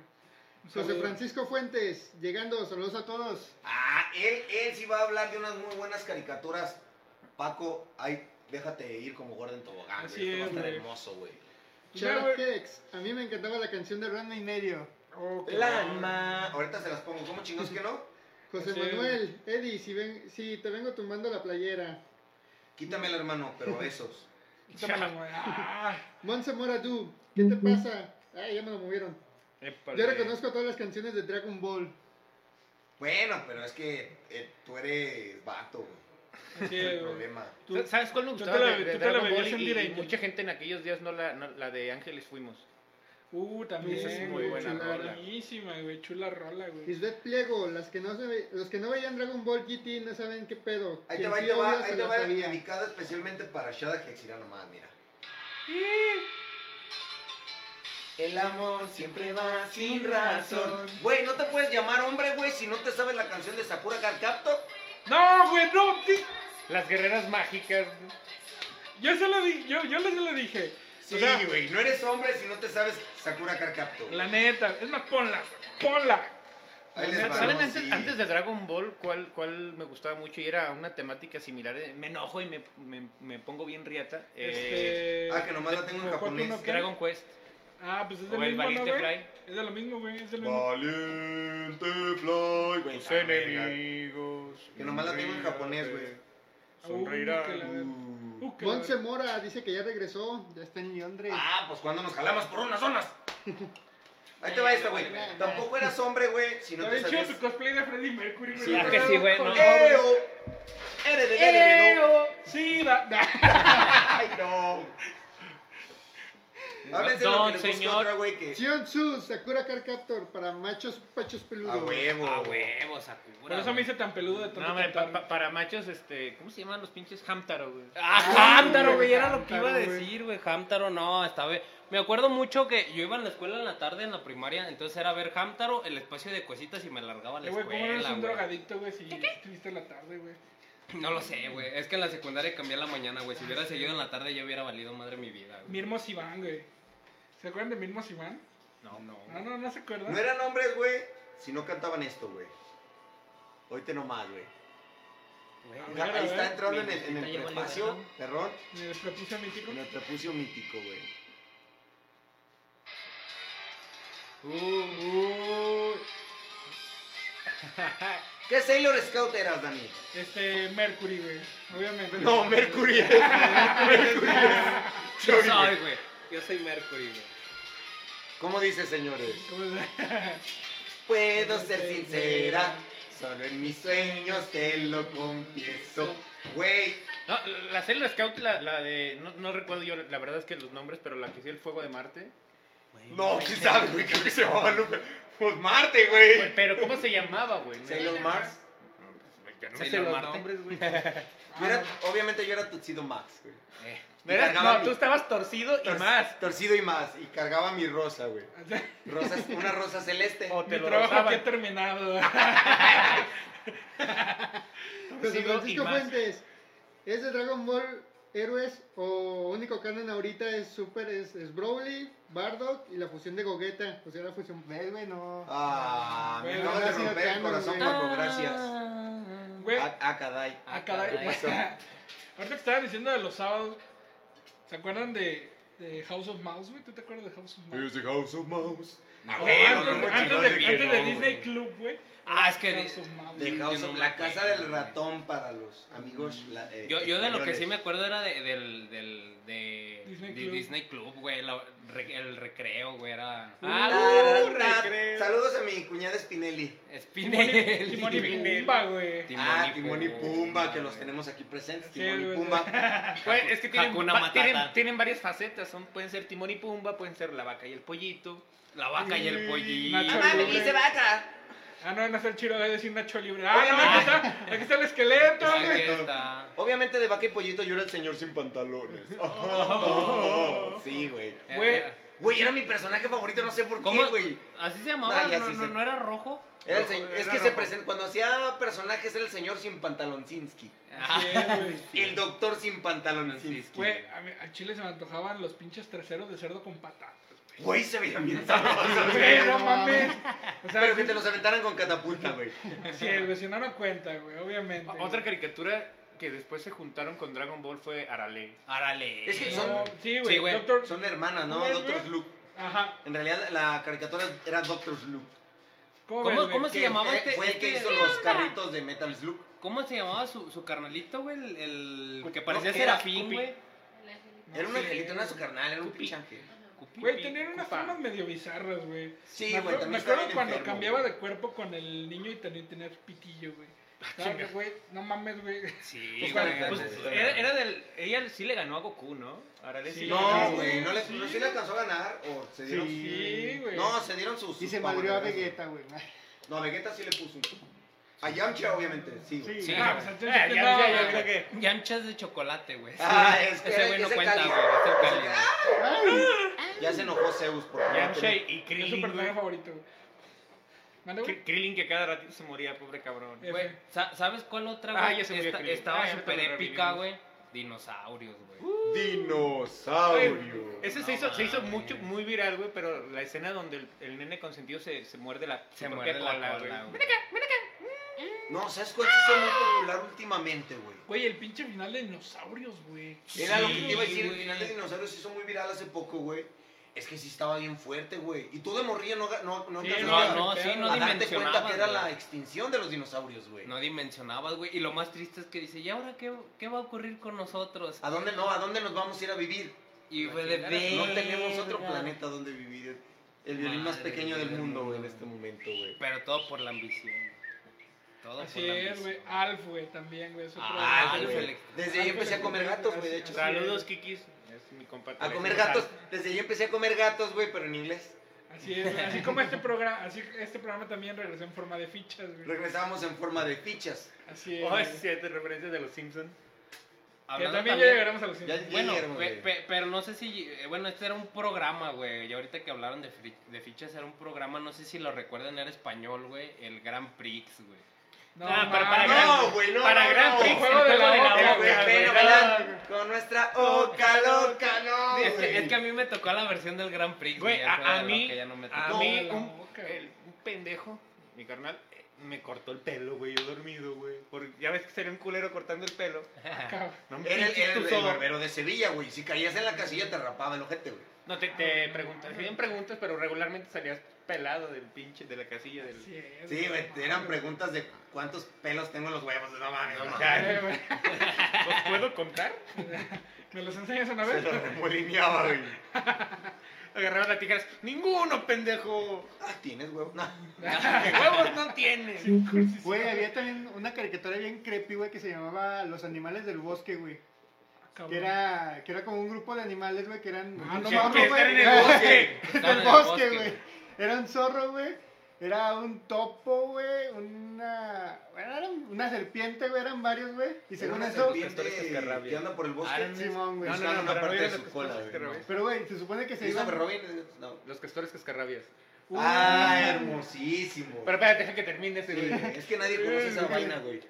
Speaker 6: José Francisco Fuentes, llegando, saludos a todos.
Speaker 4: Ah, él, él sí va a hablar de unas muy buenas caricaturas. Paco, ay, déjate ir como Gordon Tobogán,
Speaker 2: Así
Speaker 4: güey. Esto va a
Speaker 2: es,
Speaker 4: estar
Speaker 2: güey.
Speaker 4: hermoso, güey.
Speaker 2: Ya, güey.
Speaker 6: Chava Tex, a mí me encantaba la canción de Rana y Medio.
Speaker 2: Oh, qué mal.
Speaker 4: Lanma. Ahorita se las pongo. ¿Cómo chingados
Speaker 2: <laughs>
Speaker 4: que no?
Speaker 6: José
Speaker 2: Sí.
Speaker 6: Manuel, Eddie, si, ven, si te vengo tumbando la playera.
Speaker 4: Quítamela, hermano,
Speaker 2: <laughs>
Speaker 4: pero besos.
Speaker 2: Quítamela, güey. Ah,
Speaker 6: Monse Moradú, ¿qué te pasa? Ay, ya me lo movieron.
Speaker 5: Épale.
Speaker 6: Yo reconozco todas las canciones de Dragon Ball.
Speaker 4: Bueno, pero es que eh, tú eres vato, güey.
Speaker 2: así
Speaker 4: Es
Speaker 2: es,
Speaker 4: el <laughs>
Speaker 2: güey.
Speaker 4: problema.
Speaker 2: Tú-
Speaker 5: ¿Sabes cuál me
Speaker 2: tú te
Speaker 5: gustaba?
Speaker 2: la-
Speaker 5: de- de
Speaker 2: tú te la
Speaker 5: Dragon Ball
Speaker 2: bebías en
Speaker 5: y- y
Speaker 2: directo.
Speaker 5: mucha gente en aquellos días no la, no- la de Ángeles fuimos.
Speaker 2: Uh, también.
Speaker 6: Esa es muy
Speaker 2: güey,
Speaker 6: buena
Speaker 2: chula,
Speaker 5: rola.
Speaker 2: Buenísima, güey. Chula rola, güey.
Speaker 6: Lisbeth Pliego, las que no se ve- los que no veían Dragon Ball GT no saben qué pedo.
Speaker 4: Ahí te
Speaker 6: Quien
Speaker 4: va, ahí
Speaker 6: sí
Speaker 4: te va,
Speaker 6: obvio se
Speaker 4: ahí te
Speaker 6: la
Speaker 4: va el
Speaker 6: sabía.
Speaker 4: dedicado especialmente para Shada Hexira nomás, mira. El amor siempre va sin razón. Güey, no te puedes llamar hombre, güey, si no te sabes la canción de Sakura Card Captor.
Speaker 2: No, güey, no. di-
Speaker 5: Las guerreras mágicas.
Speaker 2: Yo se lo di, yo, yo les lo dije.
Speaker 4: Sí,
Speaker 2: o sea,
Speaker 4: güey, no eres hombre si no te sabes Sakura Card Captor.
Speaker 2: la neta. Es más, ponla. Ponla.
Speaker 4: Ahí les va.
Speaker 5: ¿Saben
Speaker 4: no,
Speaker 5: antes,
Speaker 4: sí.
Speaker 5: antes de Dragon Ball cuál, cuál me gustaba mucho y era una temática similar? eh, Me enojo y me, me- me pongo bien riata. eh,
Speaker 2: Este,
Speaker 4: Ah, que nomás la tengo en
Speaker 2: ¿cuál
Speaker 4: japonés.
Speaker 2: uno qué?
Speaker 5: Dragon Quest
Speaker 2: Ah, pues es
Speaker 5: o
Speaker 2: del
Speaker 5: el
Speaker 2: mismo, ¿no,
Speaker 5: Valiente
Speaker 2: güey?
Speaker 5: Fly.
Speaker 2: Es de lo mismo, güey. Es del mismo.
Speaker 7: Valiente Fly,
Speaker 4: Güey,
Speaker 7: tus
Speaker 4: la verga.
Speaker 7: enemigos.
Speaker 4: Pues, Que nomás la tengo en japonés, güey.
Speaker 7: Sonreirá.
Speaker 2: Uh, que la- uh, que la-
Speaker 6: Monse Mora dice que ya regresó, ya está en Londres.
Speaker 4: Ah, pues cuando nos jalamos por unas zonas.
Speaker 2: <laughs>
Speaker 4: Ahí te va esta, güey. Tampoco eras hombre, güey, si no
Speaker 2: Está bien
Speaker 4: te
Speaker 2: chido
Speaker 4: sabías. Eh,
Speaker 2: tu cosplay de Freddie Mercury, güey. Eh,
Speaker 4: Sí, ah,
Speaker 5: que sí, güey, no.
Speaker 4: ¡Eo! ¡Ere de de, de, no!
Speaker 2: Sí, da- da-
Speaker 4: ¡Ay,
Speaker 2: <laughs>
Speaker 4: no! Háblense lo
Speaker 5: Don,
Speaker 4: que les busca
Speaker 5: señor.
Speaker 4: otra, güey, que...
Speaker 6: Sion Su, Sakura Car Captor para machos pachos peludos.
Speaker 4: A huevo.
Speaker 3: A Ah, huevos, Sakura.
Speaker 2: Por eso me hice tan peludo de tanto
Speaker 5: No, hombre, pa-
Speaker 2: cantar.
Speaker 5: pa- para machos, este, ¿cómo se llaman los pinches Hamtaro, güey?
Speaker 3: Ah, Hamtaro, güey, era lo que iba a
Speaker 2: Hamtaro, güey.
Speaker 3: decir, güey. Hamtaro, no, estaba. Me acuerdo mucho que yo iba a la escuela en la tarde, en la primaria, entonces era ver Hamtaro, el espacio de cositas y me largaba a la
Speaker 2: Eh, güey, ¿cómo eres
Speaker 3: escuela,
Speaker 2: un
Speaker 3: güey.
Speaker 2: drogadicto, güey, si estuviste la tarde, güey?
Speaker 3: No lo sé, güey. Es que en la secundaria cambié a la mañana, güey. Si hubiera seguido en la tarde, yo hubiera valido madre mi vida, güey.
Speaker 2: Mirmo Iván, güey. ¿Se acuerdan de Mirmo Iván?
Speaker 3: No, no.
Speaker 5: Oh.
Speaker 2: No, no, no se acuerdan.
Speaker 4: No eran hombres, güey, si no cantaban esto, güey. Oíte nomás, güey.
Speaker 2: A ver, a
Speaker 4: Ahí está
Speaker 2: ver.
Speaker 4: entrando en el, en
Speaker 3: Ahí
Speaker 4: el
Speaker 3: llegó eh. el
Speaker 4: preespacio,
Speaker 3: verano.
Speaker 4: perrón,
Speaker 2: En el prepucio mítico.
Speaker 4: en el prepucio mítico, güey.
Speaker 3: Uh,
Speaker 4: ¿Qué Sailor Scout eras, Dani?
Speaker 2: Este, Mercury, güey. Obviamente.
Speaker 3: <laughs>
Speaker 4: Mercury.
Speaker 3: Yo soy, güey. Yo soy Mercury, güey.
Speaker 4: ¿Cómo dice, señores?
Speaker 2: ¿Cómo se-
Speaker 4: Puedo ser sincera, solo en mis sueños te lo confieso. Güey,
Speaker 5: No, la Sailor Scout, la, la de. No, no recuerdo yo, la verdad es que los nombres, pero la que hacía el fuego de Marte.
Speaker 4: no, quién sabe, güey, creo que se llamaba Lupe. Pues Marte, güey.
Speaker 5: Güey, Pero ¿cómo se llamaba, güey?
Speaker 4: Sailor Mars.
Speaker 5: Ya no me
Speaker 3: Sailor
Speaker 5: sé los
Speaker 3: Marte.
Speaker 5: nombres, güey.
Speaker 4: Yo era, obviamente yo era Tuxedo Max, güey.
Speaker 3: Eh.
Speaker 5: No, eras-
Speaker 4: Cargaba
Speaker 5: no,
Speaker 4: mi-
Speaker 5: tú estabas torcido y
Speaker 4: Tor-
Speaker 5: más.
Speaker 4: Torcido y más. Y cargaba mi rosa, güey.
Speaker 2: o sea,
Speaker 4: Rosa, una rosa celeste.
Speaker 5: O te
Speaker 2: Mi
Speaker 5: lo
Speaker 2: trabajo aquí ha
Speaker 5: rozaban.
Speaker 2: terminado.
Speaker 6: José
Speaker 5: Sigo y
Speaker 6: Francisco
Speaker 5: más.
Speaker 6: Fuentes, ¿es de Dragon Ball Héroes o único canon ahorita es Super, es, es Broly, Bardock y la fusión de Gogeta? O sea, la fusión... Ve, güey, no.
Speaker 4: Ah, me
Speaker 2: Bueno,
Speaker 4: acabas de
Speaker 6: gracias,
Speaker 4: romper el
Speaker 6: Canon,
Speaker 4: corazón,
Speaker 6: güey.
Speaker 4: Paco, gracias.
Speaker 2: Güey,
Speaker 4: Ah, ah, caday.
Speaker 2: Ah, caray.
Speaker 3: caray.
Speaker 2: Ahorita que estaban diciendo de los sábados, ¿se acuerdan de, de House of Mouse, güey? ¿Tú te acuerdas de House of Mouse?
Speaker 7: Here's <laughs> the house of mouse.
Speaker 4: Ah,
Speaker 2: O
Speaker 4: güey,
Speaker 2: antes,
Speaker 4: no, no,
Speaker 2: antes
Speaker 4: chingón,
Speaker 2: de,
Speaker 4: de que
Speaker 2: antes de
Speaker 4: no,
Speaker 2: Disney
Speaker 4: güey.
Speaker 2: Club, güey.
Speaker 3: Ah, es que
Speaker 2: House of Mouse.
Speaker 4: De
Speaker 3: Yo
Speaker 4: House
Speaker 3: no
Speaker 4: of-
Speaker 3: me
Speaker 4: la
Speaker 3: acuerdo,
Speaker 4: casa del
Speaker 3: güey.
Speaker 4: ratón para los amigos. la- eh,
Speaker 3: Yo, yo de lo que
Speaker 4: españoles.
Speaker 3: sí me acuerdo era de, del, del de,
Speaker 2: Disney
Speaker 3: de
Speaker 2: Club.
Speaker 3: Disney Club, güey, la- re- el recreo, güey, era...
Speaker 2: Uh,
Speaker 3: ah,
Speaker 4: Tarara,
Speaker 5: recreo.
Speaker 4: tar- Saludos a mi cuñada Spinelli.
Speaker 3: Spinelli.
Speaker 2: Timón y
Speaker 3: <laughs>
Speaker 2: Pumba, güey.
Speaker 4: ah, Timón y Pumba, que los tenemos aquí presentes.
Speaker 2: Sí,
Speaker 4: Timón y
Speaker 2: güey.
Speaker 4: Pumba.
Speaker 5: Güey, Pues, es que tienen,
Speaker 3: Hakuna
Speaker 5: va-
Speaker 3: Matata.
Speaker 5: tienen, tienen varias facetas. Son, pueden ser Timón y Pumba, pueden ser la vaca y el pollito.
Speaker 3: La vaca y el pollito. Ah,
Speaker 2: Nacho
Speaker 4: Mamá, me
Speaker 2: Libre.
Speaker 4: dice vaca.
Speaker 2: Ah, no, no es el chiro, es decir Nacho Libre. Ah, no,
Speaker 4: Obviamente.
Speaker 2: aquí está, aquí está el esqueleto,
Speaker 3: Ahí
Speaker 2: güey.
Speaker 3: está.
Speaker 4: Obviamente de vaca y pollito yo era el señor sin pantalones.
Speaker 2: <laughs> Oh.
Speaker 4: Sí, güey.
Speaker 2: Güey,
Speaker 4: Güey, era mi personaje favorito, no sé por
Speaker 3: ¿Cómo?
Speaker 4: qué, güey.
Speaker 3: ¿Así se llamaba?
Speaker 4: No, ya
Speaker 3: ¿No,
Speaker 4: sí
Speaker 3: no,
Speaker 4: sé.
Speaker 3: no era rojo?
Speaker 4: Era el
Speaker 7: Rojo,
Speaker 4: se-
Speaker 7: era
Speaker 4: es que se
Speaker 7: rojo.
Speaker 4: presenta, cuando hacía personajes era el señor sin pantalonzinski.
Speaker 3: Ah.
Speaker 2: Sí, güey.
Speaker 4: El doctor sin pantalonzinski.
Speaker 2: Güey, a mí- al chile se me antojaban los pinches traseros de cerdo con patatas.
Speaker 4: Güey, se veía bien sabroso,
Speaker 2: Güey,
Speaker 4: güey.
Speaker 2: no mames. <laughs> O sea,
Speaker 4: Pero que te los aventaran con catapulta, güey.
Speaker 2: sí, el vecino no cuenta, güey, obviamente.
Speaker 5: Otra caricatura que después se juntaron con Dragon Ball fue Arale.
Speaker 3: Árale.
Speaker 4: Es que
Speaker 2: No,
Speaker 4: son-
Speaker 2: Sí,
Speaker 3: Sí,
Speaker 2: güey.
Speaker 3: güey,
Speaker 2: Doctor-
Speaker 4: Son hermanas, ¿no?
Speaker 2: Güey,
Speaker 4: Doctor
Speaker 2: güey.
Speaker 4: Luke.
Speaker 2: Ajá.
Speaker 4: En realidad la caricatura era Doctor Slug.
Speaker 2: ¿Cómo,
Speaker 3: ¿Cómo-
Speaker 2: ves, güey?
Speaker 3: cómo se
Speaker 4: Que
Speaker 3: llamaba este-
Speaker 4: Fue el que hizo
Speaker 3: este-
Speaker 4: los carritos de Metal Slug.
Speaker 3: ¿Cómo se llamaba su, su carnalito, güey? El, el- que
Speaker 4: No,
Speaker 3: parecía
Speaker 4: era
Speaker 3: serafín,
Speaker 4: Cupi.
Speaker 3: güey.
Speaker 2: No
Speaker 4: Era un
Speaker 2: sé.
Speaker 4: angelito, no era su carnal, era un
Speaker 3: Cupi.
Speaker 4: pinche ángel.
Speaker 3: Cupi,
Speaker 2: Güey,
Speaker 3: pi,
Speaker 2: tenían unas
Speaker 3: cupa.
Speaker 2: formas medio bizarras, güey.
Speaker 4: Sí,
Speaker 2: me acuerdo, me
Speaker 4: güey, también
Speaker 2: acuerdo
Speaker 4: estaba bien
Speaker 2: cuando
Speaker 4: enfermo,
Speaker 2: cambiaba
Speaker 4: güey.
Speaker 2: de cuerpo con el niño y también tenía pitillo, güey.
Speaker 3: Ah,
Speaker 2: ¿Sabes, güey? No mames, güey.
Speaker 3: Sí,
Speaker 2: Pues,
Speaker 3: güey.
Speaker 4: ¿cuál?
Speaker 3: Pues,
Speaker 4: Pues,
Speaker 5: Era, era del. Ella sí le ganó a Goku, ¿no? Arale sí.
Speaker 2: Sí.
Speaker 5: le ganó a
Speaker 4: No, Eh,
Speaker 5: Goku.
Speaker 4: güey, no le,
Speaker 2: Sí.
Speaker 4: no, sí le alcanzó a ganar o se dieron.
Speaker 2: Sí, güey.
Speaker 4: No, se dieron sus.
Speaker 6: Y
Speaker 4: sus
Speaker 6: se madrió a
Speaker 4: pavos, güey. <laughs>
Speaker 6: Vegeta, güey.
Speaker 4: No, a Vegeta sí le puso. A Yamcha, obviamente, sí. güey.
Speaker 6: Sí.
Speaker 2: Ah,
Speaker 3: güey.
Speaker 2: pues, entonces,
Speaker 5: Eh, ya,
Speaker 2: ¿qué no,
Speaker 5: ya, ya,
Speaker 2: güey?
Speaker 5: creo que.
Speaker 3: Yamchas de chocolate, güey.
Speaker 4: Ah, es que
Speaker 3: Ese güey no
Speaker 4: ese
Speaker 3: cuenta,
Speaker 4: cáliz.
Speaker 3: güey. Es el cáliz.
Speaker 6: Ay,
Speaker 4: Ya se enojó Zeus por
Speaker 5: Yamcha y
Speaker 2: Es su
Speaker 5: Krillin.
Speaker 2: personaje
Speaker 5: güey.
Speaker 2: favorito, güey. ¿Mande, güey?
Speaker 5: Kr- Krillin que cada ratito se moría, pobre cabrón.
Speaker 2: Eh,
Speaker 3: Güey,
Speaker 2: F.
Speaker 3: sa- ¿sabes cuál otra,
Speaker 5: Ah,
Speaker 3: güey?
Speaker 5: ya se murió
Speaker 3: Esta-
Speaker 5: Krillin. Ah,
Speaker 3: estaba
Speaker 5: ya me
Speaker 3: súper
Speaker 5: acordé,
Speaker 3: épica,
Speaker 5: Krillin.
Speaker 3: güey. Dinosaurios, güey.
Speaker 7: Dinosaurio.
Speaker 5: Ese
Speaker 3: No
Speaker 5: se hizo, se hizo
Speaker 3: mames.
Speaker 5: mucho, muy viral, güey, pero la escena donde el, el nene consentido se, se muerde la
Speaker 3: Se
Speaker 5: su
Speaker 3: muerde
Speaker 5: propia
Speaker 3: la cola, güey.
Speaker 4: No, ¿sabes cuál se hizo muy popular últimamente, güey?
Speaker 2: Güey, el pinche final de dinosaurios, güey.
Speaker 4: Era lo que
Speaker 3: Sí,
Speaker 4: te iba a decir, el
Speaker 3: güey.
Speaker 4: final de Dinosaurios se hizo muy viral hace poco, güey. Es que sí estaba bien fuerte, güey. Y tú de morrillo no, ga- no, no
Speaker 2: Sí,
Speaker 4: alcanzaste
Speaker 3: No,
Speaker 4: a-
Speaker 3: no, sí, no
Speaker 4: a darte
Speaker 3: dimensionabas.
Speaker 4: cuenta que era
Speaker 3: güey.
Speaker 4: la extinción de los dinosaurios, güey.
Speaker 3: No dimensionabas, güey. Y lo más triste es que dice, ¿y ahora qué, qué va a ocurrir con nosotros?
Speaker 4: ¿A dónde no? ¿A dónde nos vamos a ir a vivir?
Speaker 3: Y fue de
Speaker 4: No tenemos
Speaker 3: "Verga".
Speaker 4: otro planeta donde vivir. El violín más
Speaker 3: Madre
Speaker 4: pequeño del
Speaker 3: del
Speaker 4: mundo, güey, en
Speaker 3: mundo.
Speaker 4: este momento, güey.
Speaker 3: Pero todo por la ambición. Todo por
Speaker 2: Así
Speaker 3: la
Speaker 2: es,
Speaker 3: ambición.
Speaker 2: güey. Ah, Alf, güey, también, güey. es otro-
Speaker 3: Ah,
Speaker 4: Ah,
Speaker 3: Alf,
Speaker 4: güey.
Speaker 3: el-
Speaker 4: Desde ahí
Speaker 2: Alf,
Speaker 4: empecé a
Speaker 2: el-
Speaker 4: comer gatos, güey, de hecho.
Speaker 2: Así
Speaker 5: Saludos,
Speaker 2: es,
Speaker 5: Kikis. Es mi compa.
Speaker 4: A
Speaker 5: Toledo.
Speaker 4: comer gatos. Desde ahí empecé a comer gatos, güey, pero en inglés.
Speaker 2: Así es, güey. así como este programa, así este programa también regresó en forma de fichas, güey.
Speaker 4: Regresábamos en forma de fichas.
Speaker 2: Así es.
Speaker 5: Oh,
Speaker 2: güey.
Speaker 5: es cierto, referencias de los Simpsons.
Speaker 2: que
Speaker 3: Hablando
Speaker 2: también ya
Speaker 3: también-
Speaker 2: llegaremos a los
Speaker 4: Ya,
Speaker 2: Simpsons.
Speaker 4: ya
Speaker 3: Bueno,
Speaker 4: llegaron,
Speaker 3: pe-
Speaker 4: güey.
Speaker 3: pe- pero no sé si. eh, Bueno, este era un programa, güey. Y ahorita que hablaron de, fri- de fichas, era un programa, no sé si lo recuerdan, era español, güey. El Gran Prix, güey.
Speaker 2: No,
Speaker 5: Ah, pero
Speaker 2: mames.
Speaker 5: para Gran-
Speaker 4: No, güey, no.
Speaker 5: para
Speaker 4: no,
Speaker 5: Gran
Speaker 4: no.
Speaker 5: Prix, el
Speaker 2: juego de la oca,
Speaker 4: Espera,
Speaker 2: güey,
Speaker 4: güey,
Speaker 5: oca,
Speaker 4: espera,
Speaker 5: güey.
Speaker 4: bailan Con nuestra oca loca, no.
Speaker 3: Es que,
Speaker 4: güey.
Speaker 3: es que a mí me tocó la versión del Gran Prix,
Speaker 5: Güey,
Speaker 3: güey. ya
Speaker 5: a-
Speaker 3: fue de
Speaker 5: a
Speaker 3: lo
Speaker 5: mí-
Speaker 3: que ya no me
Speaker 5: A
Speaker 3: tocó.
Speaker 5: mí,
Speaker 2: la
Speaker 5: un,
Speaker 2: boca,
Speaker 5: el- un pendejo, mi carnal, eh, me cortó el pelo, güey, yo dormido, güey. Porque ya ves que sería un culero cortando el pelo.
Speaker 2: Cabrón.
Speaker 5: No, me
Speaker 4: Era el,
Speaker 5: pinches
Speaker 4: el- el
Speaker 5: tuzo.
Speaker 4: barbero de Sevilla, güey. Si caías en la casilla te rapaba el ojete, güey.
Speaker 5: No, te, te preguntas, hacían preguntas, pero regularmente salías pelado del pinche, de la casilla del...
Speaker 2: Así es,
Speaker 4: Sí, güey,
Speaker 2: no
Speaker 4: eran
Speaker 2: mames.
Speaker 4: preguntas de cuántos pelos tengo en los huevos. No mames, no mames.
Speaker 5: Ya,
Speaker 2: Eh, güey,
Speaker 5: ¿Los puedo contar?
Speaker 2: ¿Me los enseñas una
Speaker 4: Se <laughs>
Speaker 2: vez? <laughs>
Speaker 4: lo remolineaba, güey.
Speaker 5: Agarrabas las tijeras, ¡ninguno, pendejo! <laughs>
Speaker 4: Ah, ¿tienes huevos? No.
Speaker 5: ¡Que huevos no tienes!
Speaker 6: Güey, había también una caricatura bien creepy, güey, que se llamaba Los Animales del Bosque, güey.
Speaker 2: Cabrón.
Speaker 6: Que era, que era como un grupo de animales, güey, que eran...
Speaker 2: Ah, no
Speaker 5: Que-
Speaker 2: mames,
Speaker 5: que
Speaker 2: güey.
Speaker 5: están en el <laughs> bosque.
Speaker 6: En
Speaker 3: Estaban
Speaker 6: el bosque, güey. <laughs> Era un zorro, güey. Era un topo, güey. Una. Bueno, era un- una serpiente, güey. Eran varios, güey. Y según
Speaker 4: Una
Speaker 6: eso.
Speaker 4: serpiente
Speaker 5: Pastores que rabia.
Speaker 4: que anda por el bosque.
Speaker 5: Ah,
Speaker 6: Simón, güey.
Speaker 5: No, no,
Speaker 4: Buscaron
Speaker 5: no,
Speaker 4: una
Speaker 5: pero no
Speaker 4: parte
Speaker 5: eran
Speaker 4: de
Speaker 5: los
Speaker 4: su
Speaker 5: castores
Speaker 4: cola, güey, ¿no?
Speaker 5: cascarrabias.
Speaker 6: Pero, güey, se supone que se
Speaker 4: Christopher
Speaker 6: iban.
Speaker 4: Robin. No.
Speaker 5: Los castores cascarrabias.
Speaker 4: Ah, hermosísimo.
Speaker 5: Pero espérate, deja que termine
Speaker 4: Sí,
Speaker 5: ese,
Speaker 4: güey,
Speaker 5: güey.
Speaker 4: es que nadie conoce esa
Speaker 6: Sí.
Speaker 4: vaina, güey.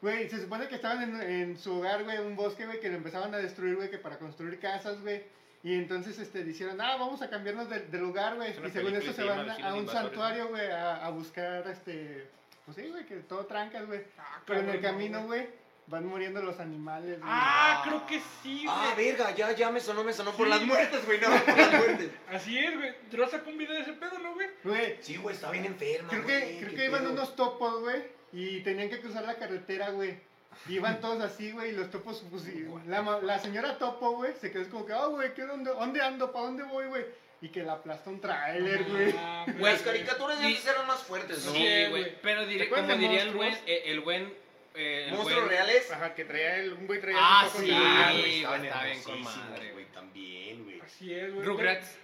Speaker 6: Güey, se supone que estaban en, en su hogar, güey, un bosque, güey, que lo empezaban a destruir, güey, que para construir casas, güey. Y entonces este, dijeron, ah, vamos a cambiarnos de, de lugar, güey.
Speaker 5: Es una
Speaker 6: Y según
Speaker 5: película
Speaker 6: eso
Speaker 5: y
Speaker 6: se
Speaker 5: se
Speaker 6: van
Speaker 5: llama
Speaker 6: a,
Speaker 5: Vecinos
Speaker 6: un
Speaker 5: Invasores,
Speaker 6: santuario, güey, a, a buscar, este. Pues sí, güey, que todo trancas, güey.
Speaker 2: Ah,
Speaker 6: Pero en
Speaker 2: cabrón,
Speaker 6: el camino, güey, van muriendo los animales, güey.
Speaker 2: Ah, creo que sí,
Speaker 4: Ah,
Speaker 2: güey.
Speaker 4: verga, ya, ya me sonó, me sonó por
Speaker 2: Sí.
Speaker 4: las muertes, güey. No, por las muertes.
Speaker 2: Así es, güey. Dross sacó un video de ese pedo, ¿no, güey?
Speaker 6: Güey,
Speaker 4: Sí, güey, está bien enferma.
Speaker 6: Creo
Speaker 4: güey,
Speaker 6: que,
Speaker 4: qué
Speaker 6: creo que iban
Speaker 4: pedo.
Speaker 6: unos topos, güey, y tenían que cruzar la carretera, güey. Y Iban todos así, güey, y los topos, pues, y la, ma- la señora topo, güey, se quedó así como que, ah, güey, ¿qué dónde, dónde ando? ¿Para dónde voy, güey? Y que la aplastó un tráiler, güey.
Speaker 2: Ah,
Speaker 3: Güey,
Speaker 4: Las caricaturas de
Speaker 3: Sí.
Speaker 4: antes eran más fuertes, ¿no?
Speaker 3: Sí,
Speaker 2: güey.
Speaker 3: güey. Pero
Speaker 5: ¿Te
Speaker 3: diré,
Speaker 5: acuerdas
Speaker 3: como
Speaker 5: de
Speaker 3: diría el buen.
Speaker 5: Monstruos?
Speaker 3: eh, El buen eh, el
Speaker 4: Monstruos
Speaker 3: buen-
Speaker 4: reales.
Speaker 5: Ajá, que traía el, un güey traía
Speaker 3: Ah,
Speaker 5: un saco
Speaker 3: sí,
Speaker 5: de-
Speaker 4: Ah,
Speaker 3: güey,
Speaker 4: estaban
Speaker 3: está bien con
Speaker 4: hermosísimos,
Speaker 3: madre.
Speaker 4: güey. También, güey.
Speaker 2: Así es, güey.
Speaker 3: Rugrats.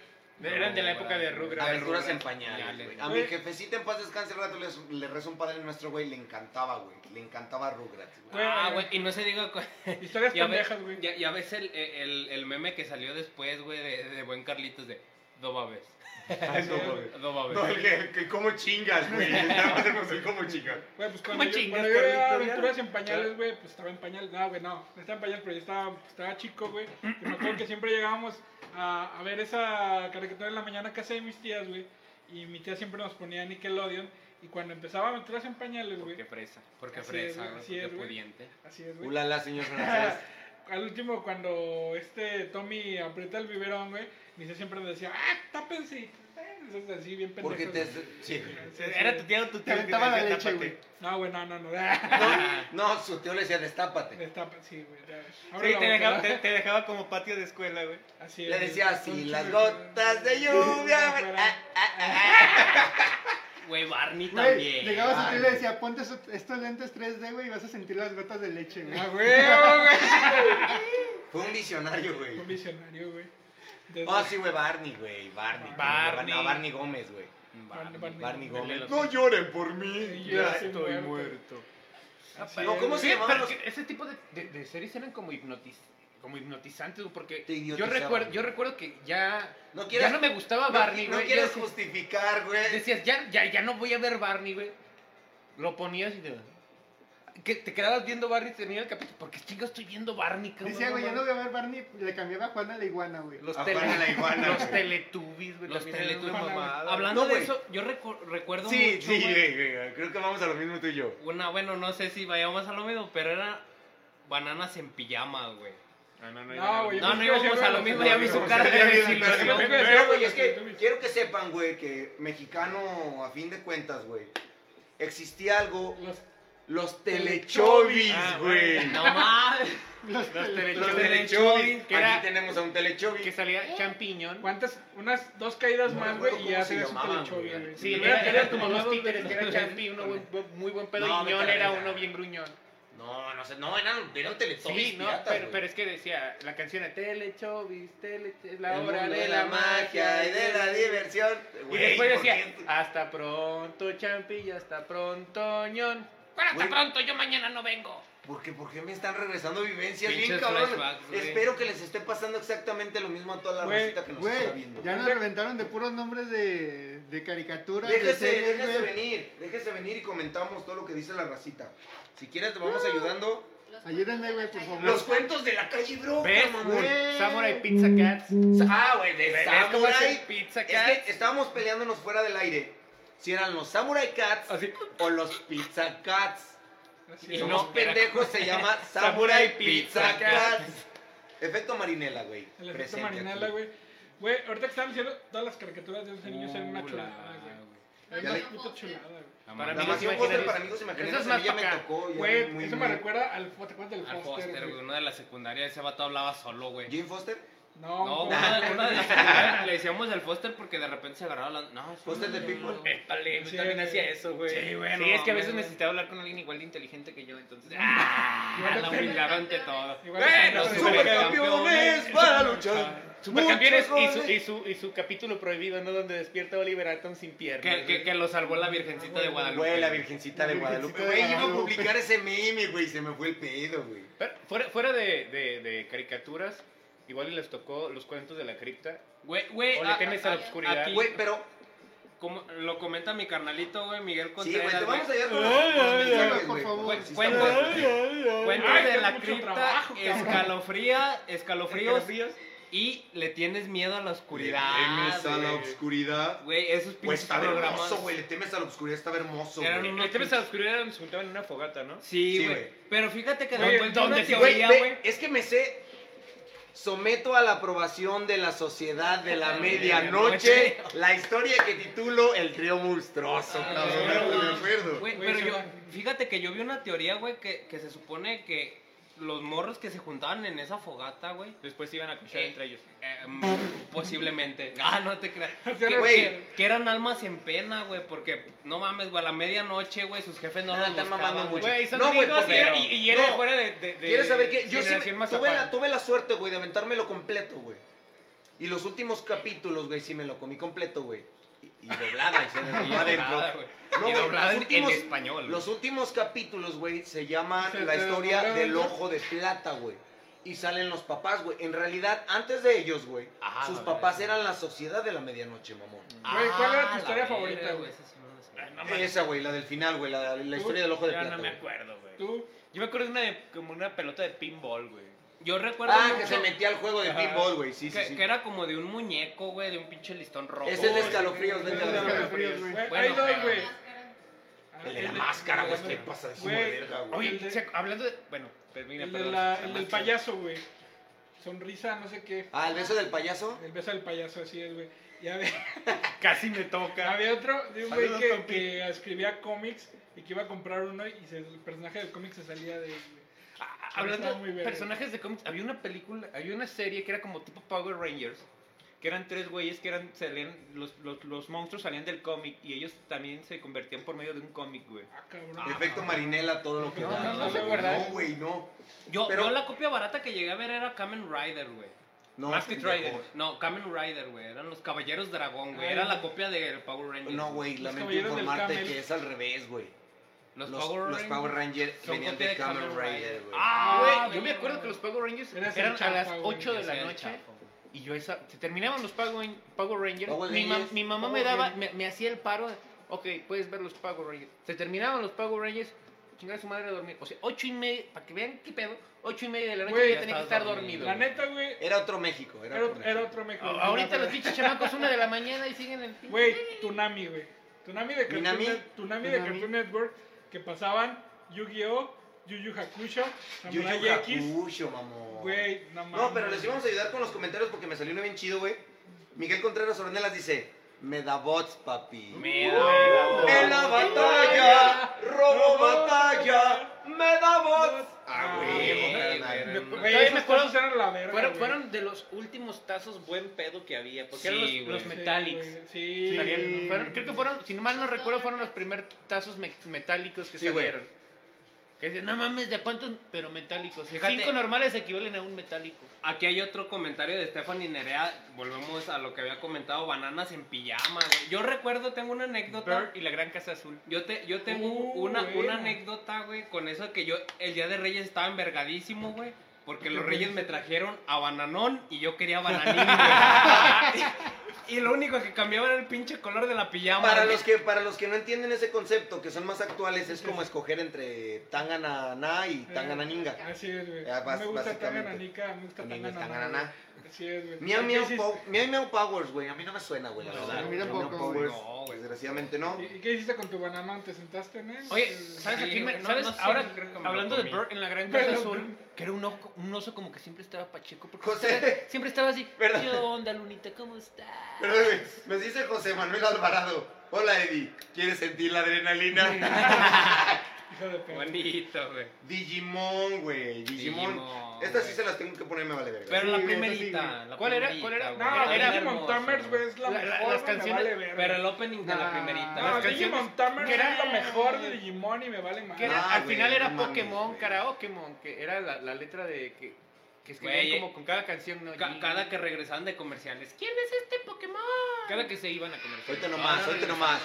Speaker 5: Eran de la época de Rugrats.
Speaker 4: Aventuras en
Speaker 3: Pañales,
Speaker 4: pañales, güey. A
Speaker 2: güey.
Speaker 4: mi jefecita en paz descanse el rato le, le rezó un padre nuestro, güey, le encantaba, güey. Le encantaba Rugrats, güey.
Speaker 3: Ah, güey, y no se diga. cu-
Speaker 2: Historias
Speaker 3: Ya ves, eh,
Speaker 2: pendejas, güey.
Speaker 3: ya, ya ves el, el, el meme que salió después, güey, de, de Buen Carlitos de Dobabes.
Speaker 4: Ah,
Speaker 7: Es no, güey.
Speaker 3: <laughs> Dobabes.
Speaker 7: No, el que, el que cómo chingas, güey. Nada más hacemos el cómo chingas.
Speaker 2: Güey, pues cuando yo,
Speaker 5: chingas,
Speaker 2: cuando yo veía
Speaker 5: Carlito, ya?
Speaker 2: aventuras en pañales, güey, pues estaba en pañales. No, güey, no. No estaba en pañales, pero yo estaba, pues, estaba chico, güey. Y me acuerdo que siempre llegábamos a, a ver esa caricatura en la mañana a casa de mis tías, güey. Y mi tía siempre nos ponía Nickelodeon. Y cuando empezaba aventuras en pañales, güey.
Speaker 3: Porque fresa. Porque
Speaker 2: Así es,
Speaker 3: fresa,
Speaker 2: güey,
Speaker 3: güey,
Speaker 2: así
Speaker 3: porque
Speaker 2: es, güey.
Speaker 3: pudiente.
Speaker 2: Así es, güey.
Speaker 4: Ulala, señor francés.
Speaker 2: Al último, cuando este Tommy aprieta el biberón, güey, mi tía siempre nos decía, ¡ah, tápense! Eh, Entonces, así, bien pendejo.
Speaker 4: Porque te. Sí.
Speaker 5: Era tu tía o tu tío.
Speaker 6: Te aventaba la leche, güey.
Speaker 2: No, güey, no, no, no.
Speaker 4: No, su tío le decía, destápate.
Speaker 2: Destapa, sí, güey. ya. Abre
Speaker 5: Sí,
Speaker 2: la
Speaker 5: te
Speaker 2: boca,
Speaker 5: dejaba,
Speaker 2: ¿no?
Speaker 5: te, te dejaba como patio de escuela, güey.
Speaker 2: Así
Speaker 4: Le
Speaker 2: es,
Speaker 4: decía
Speaker 2: güey.
Speaker 4: así,
Speaker 2: Son
Speaker 4: las
Speaker 2: chicos,
Speaker 4: gotas de
Speaker 2: güey.
Speaker 4: lluvia.
Speaker 2: <laughs>
Speaker 4: ah, ah, ah.
Speaker 3: Güey, Barney
Speaker 6: Güey,
Speaker 3: también.
Speaker 6: llegabas a ti y
Speaker 4: Ay.
Speaker 6: le decía, ponte eso- estos lentes 3D, güey, y vas a sentir las gotas de leche, güey.
Speaker 2: Ah, güey, güey.
Speaker 4: Fue un visionario, güey.
Speaker 2: Un visionario, güey. Desde-
Speaker 4: Ah, sí, güey, Barney, güey. Barney.
Speaker 5: Barney.
Speaker 4: No, Barney Gómez, güey.
Speaker 2: Barney,
Speaker 3: Barney.
Speaker 4: Barney Gómez.
Speaker 3: Dele los-
Speaker 7: No lloren por mí.
Speaker 2: Sí,
Speaker 7: Ya
Speaker 2: ya estoy
Speaker 7: estoy
Speaker 2: muerto.
Speaker 7: muerto.
Speaker 2: Así
Speaker 4: No,
Speaker 2: es,
Speaker 4: ¿cómo se
Speaker 2: güey.
Speaker 5: Sí,
Speaker 4: llamaban
Speaker 5: pero
Speaker 4: los-
Speaker 5: es que ese tipo de, de- de series eran como, hipnotiz, como hipnotizantes, güey, porque
Speaker 4: Te
Speaker 5: yo
Speaker 4: idiotizaban.
Speaker 5: recuerdo, yo recuerdo que ya,
Speaker 4: No
Speaker 5: ya
Speaker 4: quieras.
Speaker 5: no me gustaba
Speaker 4: no-
Speaker 5: Barney,
Speaker 4: No
Speaker 5: güey.
Speaker 4: quieres
Speaker 5: Yo decía-
Speaker 4: justificar, güey.
Speaker 5: decías, ya, ya, ya no voy a ver Barney, güey. Lo ponías y te, que te quedabas viendo Barney, tenía el capítulo, porque chingo estoy viendo Barney, cabrón.
Speaker 6: Decía, güey,
Speaker 5: no
Speaker 6: ya no voy a ver Barney, le cambiaba a Juana la iguana, güey.
Speaker 5: Los,
Speaker 4: A
Speaker 5: tele-
Speaker 4: Juana la iguana,
Speaker 5: los
Speaker 4: güey.
Speaker 5: teletubbies, güey.
Speaker 3: Los
Speaker 5: también eran
Speaker 3: Teletubbies.
Speaker 5: una mamada.
Speaker 3: Hablando
Speaker 4: No,
Speaker 3: de
Speaker 4: güey.
Speaker 3: eso, yo recu- recuerdo
Speaker 7: Sí,
Speaker 3: mucho,
Speaker 7: sí,
Speaker 3: güey,
Speaker 7: güey, güey, creo que vamos a lo mismo tú y yo.
Speaker 3: Una, bueno, no sé si vayamos a lo mismo, pero era bananas en pijama, güey.
Speaker 2: No, güey.
Speaker 3: No, no
Speaker 2: pensé que
Speaker 3: íbamos
Speaker 2: iba
Speaker 3: a lo mismo, ya vi su
Speaker 7: no,
Speaker 3: cara
Speaker 7: no,
Speaker 3: de
Speaker 7: no, no,
Speaker 3: desilusión.
Speaker 7: no, no,
Speaker 2: Yo pensé
Speaker 4: Pero, güey,
Speaker 2: que
Speaker 4: es
Speaker 2: iba a
Speaker 4: que
Speaker 2: los
Speaker 4: quiero que sepan, güey, que mexicano, a fin de cuentas, güey, existía algo.
Speaker 2: Los-
Speaker 4: Los telechovis.
Speaker 7: Telechovis,
Speaker 5: ah,
Speaker 7: güey.
Speaker 3: No <laughs> mames.
Speaker 6: Los tele-
Speaker 4: Los
Speaker 3: telechovis,
Speaker 4: telechovis.
Speaker 5: que era-
Speaker 4: Aquí tenemos a un
Speaker 5: Que
Speaker 4: telechovis.
Speaker 5: salía champiñón.
Speaker 2: ¿Cuántas? Unas dos caídas
Speaker 4: No
Speaker 2: más,
Speaker 4: recuerdo
Speaker 2: güey, y
Speaker 4: cómo
Speaker 2: ya
Speaker 4: se
Speaker 2: se su
Speaker 4: llamaban,
Speaker 2: telechobi,
Speaker 4: güey.
Speaker 2: güey.
Speaker 5: Sí,
Speaker 2: Primero
Speaker 5: era, era
Speaker 2: eran
Speaker 5: como los
Speaker 2: dos
Speaker 5: títeres, que era
Speaker 2: veces.
Speaker 5: Champi, uno buen- muy buen pedo,
Speaker 4: No,
Speaker 5: y Ñón
Speaker 4: vete a la
Speaker 5: era
Speaker 4: verga.
Speaker 5: uno bien gruñón.
Speaker 4: No, no sé, no, eran, eran telechovis.
Speaker 5: Sí, no,
Speaker 4: piratas,
Speaker 5: pero,
Speaker 4: güey.
Speaker 5: pero es que decía, la canción era Telechovis, tele, es la
Speaker 4: El
Speaker 5: hora
Speaker 4: mundo
Speaker 5: de la magia
Speaker 4: y de la diversión.
Speaker 5: Y
Speaker 4: Güey,
Speaker 5: después
Speaker 4: ¿por
Speaker 5: decía,
Speaker 4: qué?
Speaker 5: hasta pronto, Champi, y hasta pronto, Ñón. Para hasta
Speaker 4: Güey.
Speaker 5: pronto, yo mañana no vengo.
Speaker 4: ¿Por qué, por qué me están regresando vivencias bien
Speaker 3: Pinches
Speaker 4: cabrón?
Speaker 3: flashbacks, güey.
Speaker 4: Espero que les esté pasando exactamente lo mismo a toda la
Speaker 2: Güey,
Speaker 4: rosita que nos está viendo.
Speaker 6: Güey, ya nos reventaron de puros nombres de, de caricaturas, de
Speaker 4: Déjese,
Speaker 6: series,
Speaker 4: déjese
Speaker 6: güey.
Speaker 4: venir, déjese venir y comentamos todo lo que dice la racita. Si quieres te
Speaker 5: Ah.
Speaker 4: vamos ayudando.
Speaker 6: Ayúdenme, güey, por favor.
Speaker 4: Los cuentos de la calle bro.
Speaker 5: ¿Ves?
Speaker 6: Güey.
Speaker 5: Samurai Pizza Cats.
Speaker 4: Ah, güey, de
Speaker 5: ¿Ves cómo es el
Speaker 4: Samurai.
Speaker 5: Pizza
Speaker 4: Es
Speaker 5: Cats?
Speaker 4: que estábamos peleándonos fuera del aire. Si eran los Samurai Cats o los Pizza Cats.
Speaker 2: Así
Speaker 4: Y
Speaker 2: es.
Speaker 3: no,
Speaker 4: unos
Speaker 3: espera.
Speaker 4: pendejos se llama Samurai Pizza Cats. Efecto Marinela, güey.
Speaker 2: El efecto
Speaker 4: Presente
Speaker 2: Marinela,
Speaker 4: aquí.
Speaker 2: güey. Güey, ahorita que están diciendo todas las caricaturas de los niños eran una
Speaker 3: Uh,
Speaker 2: chulada,
Speaker 3: la-
Speaker 2: güey.
Speaker 4: Ya
Speaker 2: Era
Speaker 4: le-
Speaker 2: una puta chulada, güey.
Speaker 3: la
Speaker 5: Para mí
Speaker 4: La
Speaker 3: mamá-
Speaker 5: es
Speaker 4: mansión
Speaker 5: imaginario.
Speaker 4: Foster para
Speaker 5: Eso
Speaker 4: amigos
Speaker 5: es
Speaker 4: imaginarios a
Speaker 5: más
Speaker 4: mí ya
Speaker 5: pa'
Speaker 4: me
Speaker 5: acá.
Speaker 4: tocó. ya
Speaker 2: Güey,
Speaker 4: muy,
Speaker 2: eso
Speaker 4: muy-
Speaker 2: me recuerda al fo- ¿te acuerdas del
Speaker 3: Al
Speaker 2: Foster,
Speaker 3: Foster, güey,
Speaker 2: güey?
Speaker 3: uno de la secundaria, ese vato hablaba solo, güey.
Speaker 4: ¿Jim Foster?
Speaker 2: No,
Speaker 3: No,
Speaker 2: no,
Speaker 3: uno de, uno de la secundaria le decíamos el Foster porque de repente se agarraba la... No,
Speaker 4: Foster de People.
Speaker 3: people.
Speaker 5: Épale, yo
Speaker 2: Sí,
Speaker 5: también
Speaker 2: güey.
Speaker 5: hacía eso, güey.
Speaker 3: Sí, güey, no
Speaker 5: Sí, es que a veces
Speaker 3: mames, güey.
Speaker 5: necesitaba hablar con alguien igual de inteligente que
Speaker 2: <laughs>
Speaker 5: yo, entonces.
Speaker 3: Ah, la humildad ante todo.
Speaker 2: Igual que-
Speaker 5: Bueno,
Speaker 2: Sí,
Speaker 5: súper-
Speaker 4: Supercampeones para luchar.
Speaker 5: Supercampeones y
Speaker 4: Muchos
Speaker 5: su, y,
Speaker 4: goles.
Speaker 5: su, y su capítulo prohibido, ¿no? Donde despierta Oliver Atom sin piernas.
Speaker 3: Que, que, que lo salvó la Virgencita de Guadalupe.
Speaker 4: Güey, la virgencita de
Speaker 6: La
Speaker 4: Guadalupe.
Speaker 6: Virgencita de
Speaker 4: Güey, iba a
Speaker 6: Guadalupe.
Speaker 4: publicar ese meme, güey. Se me fue el pedo, güey.
Speaker 5: Pero fuera fuera de, de, de caricaturas, igual y les tocó los cuentos de la cripta.
Speaker 3: Güey, güey,
Speaker 5: o le
Speaker 3: a-
Speaker 5: temes a la
Speaker 3: a-
Speaker 5: oscuridad.
Speaker 3: aquí-
Speaker 4: Güey, pero.
Speaker 3: Como lo comenta mi carnalito, güey, Miguel
Speaker 4: Sí, güey, te
Speaker 3: Contreras, güey.
Speaker 4: vamos a llevar con
Speaker 5: Ay,
Speaker 4: los-
Speaker 5: ay,
Speaker 4: los mensajes,
Speaker 6: ay,
Speaker 4: güey.
Speaker 6: por favor.
Speaker 4: Güey,
Speaker 6: Cu-
Speaker 4: sí está
Speaker 3: cuentos-
Speaker 4: bueno.
Speaker 3: Cuentos
Speaker 2: Ay,
Speaker 3: de
Speaker 2: tengo
Speaker 3: la
Speaker 2: mucho
Speaker 3: cripta,
Speaker 2: trabajo, cabrón.
Speaker 3: escalofría, escalofríos y le tienes miedo a la
Speaker 4: Le
Speaker 3: oscuridad.
Speaker 4: temes a la
Speaker 3: güey.
Speaker 4: oscuridad.
Speaker 3: Güey, esos
Speaker 4: Pues
Speaker 3: pinches
Speaker 4: estaba
Speaker 3: programas.
Speaker 4: hermoso, güey. Le temes a la oscuridad, estaba hermoso.
Speaker 3: Eran
Speaker 4: güey.
Speaker 3: unos
Speaker 5: El tema de la oscuridad era donde se juntaban en una fogata, ¿no?
Speaker 3: Sí,
Speaker 4: Sí,
Speaker 3: güey.
Speaker 4: güey.
Speaker 3: Pero fíjate que
Speaker 2: Güey,
Speaker 3: de encuentro
Speaker 5: ¿dónde
Speaker 3: una
Speaker 5: te-
Speaker 4: Güey,
Speaker 3: teoría,
Speaker 4: ve,
Speaker 3: güey.
Speaker 4: es que me sé. Someto a la aprobación de la sociedad de <laughs> la medianoche la historia que titulo El trío monstruoso.
Speaker 3: Ah,
Speaker 4: cabrón,
Speaker 3: güey.
Speaker 4: me acuerdo.
Speaker 3: Güey,
Speaker 2: Güey,
Speaker 3: pero
Speaker 2: se
Speaker 3: yo,
Speaker 2: va.
Speaker 3: fíjate que yo vi una teoría, güey, que, que se supone que los morros que se juntaban en esa fogata, güey,
Speaker 5: Después se iban a cochar
Speaker 3: Eh.
Speaker 5: entre ellos.
Speaker 3: eh, posiblemente. <laughs> Ah, no
Speaker 2: <laughs>
Speaker 3: te creas.
Speaker 2: Güey.
Speaker 3: Que, que- que eran almas en pena, güey, porque no mames, güey, a la medianoche, güey, sus jefes no
Speaker 4: Ah,
Speaker 3: los
Speaker 4: están
Speaker 3: buscaban,
Speaker 4: mamando
Speaker 3: güey.
Speaker 4: mucho.
Speaker 5: Güey, son
Speaker 4: No, güey,
Speaker 5: amigos y
Speaker 4: porque-
Speaker 5: era, y, y era
Speaker 4: no.
Speaker 5: fuera de, de, de
Speaker 4: ¿Quieres saber qué? Yo sí me-
Speaker 5: generación Mazapán.
Speaker 4: tuve, la, tuve la suerte, güey, de aventármelo completo, güey. Y los últimos capítulos, güey, sí me lo comí completo, güey. Y, y doblada, y se me
Speaker 3: <laughs> Y
Speaker 4: dobló adentro.
Speaker 3: doblada, güey.
Speaker 4: No,
Speaker 3: Y
Speaker 4: güey,
Speaker 3: doblada
Speaker 4: los
Speaker 3: en- en
Speaker 4: últimos-
Speaker 3: español.
Speaker 4: Los últimos capítulos, güey, se llaman
Speaker 2: Se
Speaker 4: La
Speaker 2: te
Speaker 4: historia
Speaker 2: dobló,
Speaker 4: del
Speaker 2: ¿no?
Speaker 4: ojo de plata, güey. y salen los papás, güey. En realidad, antes de ellos, güey,
Speaker 3: Ah,
Speaker 4: sus
Speaker 3: la
Speaker 4: papás
Speaker 3: verga.
Speaker 4: eran la sociedad de la medianoche, mamón.
Speaker 2: Güey, ¿cuál era tu
Speaker 3: Ah, la
Speaker 2: historia
Speaker 3: verga,
Speaker 2: favorita, güey?
Speaker 3: esa es una de las-
Speaker 4: Esa, güey, la del final, güey, la, la historia del ojo de
Speaker 5: Ya
Speaker 4: plata.
Speaker 5: no me
Speaker 4: güey.
Speaker 5: acuerdo, güey.
Speaker 2: Tú,
Speaker 5: Yo me acuerdo de una de- como una pelota de pinball, güey.
Speaker 3: Yo recuerdo
Speaker 4: Ah, que
Speaker 3: mucho
Speaker 4: se metía al juego de
Speaker 5: Ajá.
Speaker 4: pinball, güey. Sí, sí,
Speaker 3: que,
Speaker 4: sí.
Speaker 3: que era como de un muñeco, güey, de un pinche listón rojo.
Speaker 4: Ese es de
Speaker 3: güey.
Speaker 4: escalofríos,
Speaker 6: Los
Speaker 4: neta, güey.
Speaker 6: escalofríos, güey.
Speaker 2: güey,
Speaker 3: Bueno,
Speaker 2: hay dos,
Speaker 3: pero-
Speaker 2: güey.
Speaker 4: El de la máscara, güey, te pasa de su
Speaker 2: Güey.
Speaker 4: verga, güey.
Speaker 5: Oye,
Speaker 2: El de-
Speaker 5: se- hablando de. Bueno, termina,
Speaker 2: El, de
Speaker 5: perdón.
Speaker 2: la- el del payaso, güey. Sonrisa, no sé qué.
Speaker 4: Ah, el beso del payaso.
Speaker 2: El beso del payaso, así es, güey. Y había, <laughs>
Speaker 5: Casi me toca.
Speaker 2: había otro de un güey
Speaker 5: Saludos,
Speaker 2: que,
Speaker 5: compi.
Speaker 2: que escribía cómics y que iba a comprar uno y se- el personaje del cómic se salía de él, güey.
Speaker 5: Ah, Hablando
Speaker 2: Está muy
Speaker 5: de
Speaker 2: verga.
Speaker 5: personajes de cómics, había una película, había una serie que era como tipo Power Rangers, que eran tres güeyes que eran, salían, los, los, los monstruos salían del cómic y ellos también se convertían por medio de un cómic, güey.
Speaker 2: Ah, cabrón.
Speaker 4: Efecto marinela, todo lo que
Speaker 2: No, no,
Speaker 4: da.
Speaker 2: no, ¿eh?
Speaker 4: güey.
Speaker 2: no, ¿verdad?
Speaker 4: No, güey, no.
Speaker 3: Yo,
Speaker 4: Pero-
Speaker 3: yo la copia barata que llegué a ver era Kamen Rider, güey.
Speaker 4: No,
Speaker 3: Más que
Speaker 4: pendejo.
Speaker 3: Rider. No, Kamen Rider, güey. Eran los Caballeros Dragón, güey.
Speaker 2: Ah,
Speaker 3: Era
Speaker 2: no.
Speaker 3: la copia de Power Rangers.
Speaker 4: No, güey, lamento
Speaker 2: caballeros del
Speaker 4: informarte
Speaker 2: Camel.
Speaker 4: que es al revés, güey.
Speaker 3: Los,
Speaker 4: Los,
Speaker 3: Power
Speaker 4: los
Speaker 3: Rangers.
Speaker 4: Power Rangers
Speaker 3: son
Speaker 4: venían
Speaker 3: copia
Speaker 4: de Kamen Rider, güey.
Speaker 5: Ah, güey,
Speaker 3: Ah,
Speaker 5: yo me
Speaker 3: güey,
Speaker 5: acuerdo
Speaker 3: güey,
Speaker 5: que los Power Rangers
Speaker 2: Era el
Speaker 5: eran a
Speaker 2: chapa,
Speaker 5: las
Speaker 2: güey,
Speaker 5: 8 de
Speaker 3: Yo
Speaker 5: la
Speaker 3: soy el
Speaker 5: noche
Speaker 3: chafo, güey.
Speaker 5: y yo esa, se terminaban los Power, Power Rangers.
Speaker 4: Power
Speaker 5: mi, ma-
Speaker 4: Rangers.
Speaker 5: mi mamá me
Speaker 2: Power
Speaker 5: daba, me,
Speaker 2: Rangers.
Speaker 5: me hacía el paro, de, ok, puedes ver los Power Rangers. Se terminaban los Power Rangers, chingar a su madre a dormir. O sea, 8 y media, para que vean qué pedo, 8 y media de la noche
Speaker 2: Güey,
Speaker 5: yo
Speaker 2: ya
Speaker 5: tenía que
Speaker 3: estabas
Speaker 5: estar dormido.
Speaker 3: dormido.
Speaker 2: La
Speaker 5: güey.
Speaker 2: neta, güey,
Speaker 4: Era otro México, era,
Speaker 2: era,
Speaker 4: otro
Speaker 2: era
Speaker 4: México.
Speaker 2: otro mejor.
Speaker 5: A- Ahorita los pinches chamacos, una de la mañana y siguen el pinche-
Speaker 2: Güey, Tsunami, güey. Tsunami de Cartoon,
Speaker 4: ¿Minami?
Speaker 2: Net- Tsunami de
Speaker 5: Tsunami.
Speaker 2: Cartoon Network que pasaban Yu-Gi-Oh, Yu Yu Hakusho,
Speaker 4: Yu Yu
Speaker 2: Samurai X.
Speaker 4: Hakusho, mamón.
Speaker 2: Güey, no mames.
Speaker 4: No, pero les íbamos a ayudar con los comentarios porque me salió uno bien chido, güey. Miguel Contreras Ornelas dice, Medabots, papi. En la batalla, robo batalla, Medabots. Ah,
Speaker 3: güey,
Speaker 4: güey,
Speaker 3: güey.
Speaker 4: carnal.
Speaker 2: Güey,
Speaker 5: Todavía
Speaker 2: esos
Speaker 5: me acuerdo-
Speaker 2: tazos eran la verga.
Speaker 5: Fueron,
Speaker 2: güey.
Speaker 5: fueron de los últimos tazos buen pedo que había, porque eran
Speaker 3: Sí,
Speaker 5: los, los
Speaker 3: güey.
Speaker 2: Sí,
Speaker 5: Metallics.
Speaker 2: güey, Sí.
Speaker 5: Salieron- fueron- creo que fueron, si mal no recuerdo, fueron los primeros tazos me- metálicos que
Speaker 4: Sí, güey.
Speaker 5: salieron. Que dicen, no mames, ¿de cuántos? Pero metálicos.
Speaker 3: Fíjate.
Speaker 5: Cinco normales equivalen a un metálico.
Speaker 3: Aquí hay otro comentario de Stephanie Nerea. Volvemos a lo que había comentado, bananas en pijama, güey. Yo recuerdo, tengo una anécdota.
Speaker 5: Bird y la Gran Casa Azul.
Speaker 3: Yo, te, yo tengo
Speaker 2: Uh,
Speaker 3: una,
Speaker 2: bueno.
Speaker 3: una anécdota, güey, con eso que yo el día de Reyes estaba envergadísimo, güey. Porque los Reyes me trajeron a Bananón y yo quería Bananín, <laughs> güey. <laughs> y, y lo único que cambiaba era el pinche color de la pijama.
Speaker 4: Para
Speaker 3: güey.
Speaker 4: los, que, para los que no entienden ese concepto, que son más actuales, es como escoger entre Tangana Na y Tangana Ninga.
Speaker 2: Así es, güey.
Speaker 4: Ya,
Speaker 2: No
Speaker 4: bas-
Speaker 2: me gusta tan
Speaker 4: básicamente.
Speaker 2: ananica, me gusta tan
Speaker 4: También es Tangana
Speaker 2: ananá. Así es, güey.
Speaker 4: Miau
Speaker 2: ¿Y
Speaker 4: Miau,
Speaker 2: qué hiciste-
Speaker 4: Pow- Miau Miau Powers, güey. A mí no me suena, güey, la
Speaker 3: No,
Speaker 4: verdad.
Speaker 3: a mí
Speaker 4: Miau Miau
Speaker 6: tampoco,
Speaker 4: Powers,
Speaker 3: No, güey.
Speaker 4: desgraciadamente no.
Speaker 2: ¿Y y qué hiciste con tu banamán? ¿Te sentaste en él?
Speaker 5: Oye,
Speaker 2: Sí.
Speaker 5: ¿sabes
Speaker 3: Sí,
Speaker 5: a quién me-
Speaker 3: güey, no-
Speaker 5: ¿Sabes?
Speaker 3: no sé,
Speaker 5: Ahora,
Speaker 3: creo que me lo
Speaker 5: hablando de
Speaker 3: comí.
Speaker 5: Bird en la Gran
Speaker 2: Me
Speaker 5: Casa
Speaker 2: lo
Speaker 5: Azul,
Speaker 2: comí.
Speaker 5: que era un, ojo- un oso como que siempre estaba pacheco. Porque
Speaker 4: José.
Speaker 5: siempre estaba-
Speaker 4: <laughs>
Speaker 5: siempre estaba así.
Speaker 4: Perdón.
Speaker 5: ¿Qué onda, Lunita? ¿Cómo estás?
Speaker 4: Pero, güey, me dice José Manuel Alvarado. Hola, Eddie. ¿Quieres sentir la adrenalina?
Speaker 3: <laughs>
Speaker 2: Hijo de perra.
Speaker 3: Bonito, güey.
Speaker 4: Digimon, güey. Digimon.
Speaker 3: Digimon,
Speaker 4: Estas sí
Speaker 3: güey.
Speaker 4: se las tengo que poner, me vale verga.
Speaker 3: Pero la
Speaker 6: Sí, eso sí,
Speaker 3: primerita.
Speaker 6: güey.
Speaker 3: la
Speaker 5: ¿Cuál era?
Speaker 3: primerita,
Speaker 5: ¿Cuál era?
Speaker 3: güey.
Speaker 2: No,
Speaker 5: Era- era
Speaker 2: Digimon
Speaker 3: hermoso,
Speaker 2: Tamers, güey, es la
Speaker 5: La- la-
Speaker 2: mejor. güey,
Speaker 5: las
Speaker 2: me
Speaker 5: canciones-
Speaker 2: vale verga.
Speaker 3: Pero el opening de la
Speaker 6: Nah.
Speaker 3: primerita.
Speaker 2: No,
Speaker 5: las
Speaker 3: güey.
Speaker 2: Digimon
Speaker 5: canciones-
Speaker 2: Tamers
Speaker 5: que
Speaker 2: es
Speaker 5: era-
Speaker 2: la mejor de Digimon y me vale más.
Speaker 5: Que era-
Speaker 4: Ah,
Speaker 5: al
Speaker 4: güey,
Speaker 5: final era
Speaker 4: no mames,
Speaker 5: Pokémon,
Speaker 4: güey.
Speaker 5: Karaokemon, que era la, la letra de que, que escribían
Speaker 3: Güey,
Speaker 5: como con cada canción. ¿no?
Speaker 3: Ca-
Speaker 5: Y-
Speaker 3: cada que regresaban de comerciales. ¿Quién es este Pokémon?
Speaker 5: cada que se iban a comer.
Speaker 4: Ahorita nomás, ahorita nomás.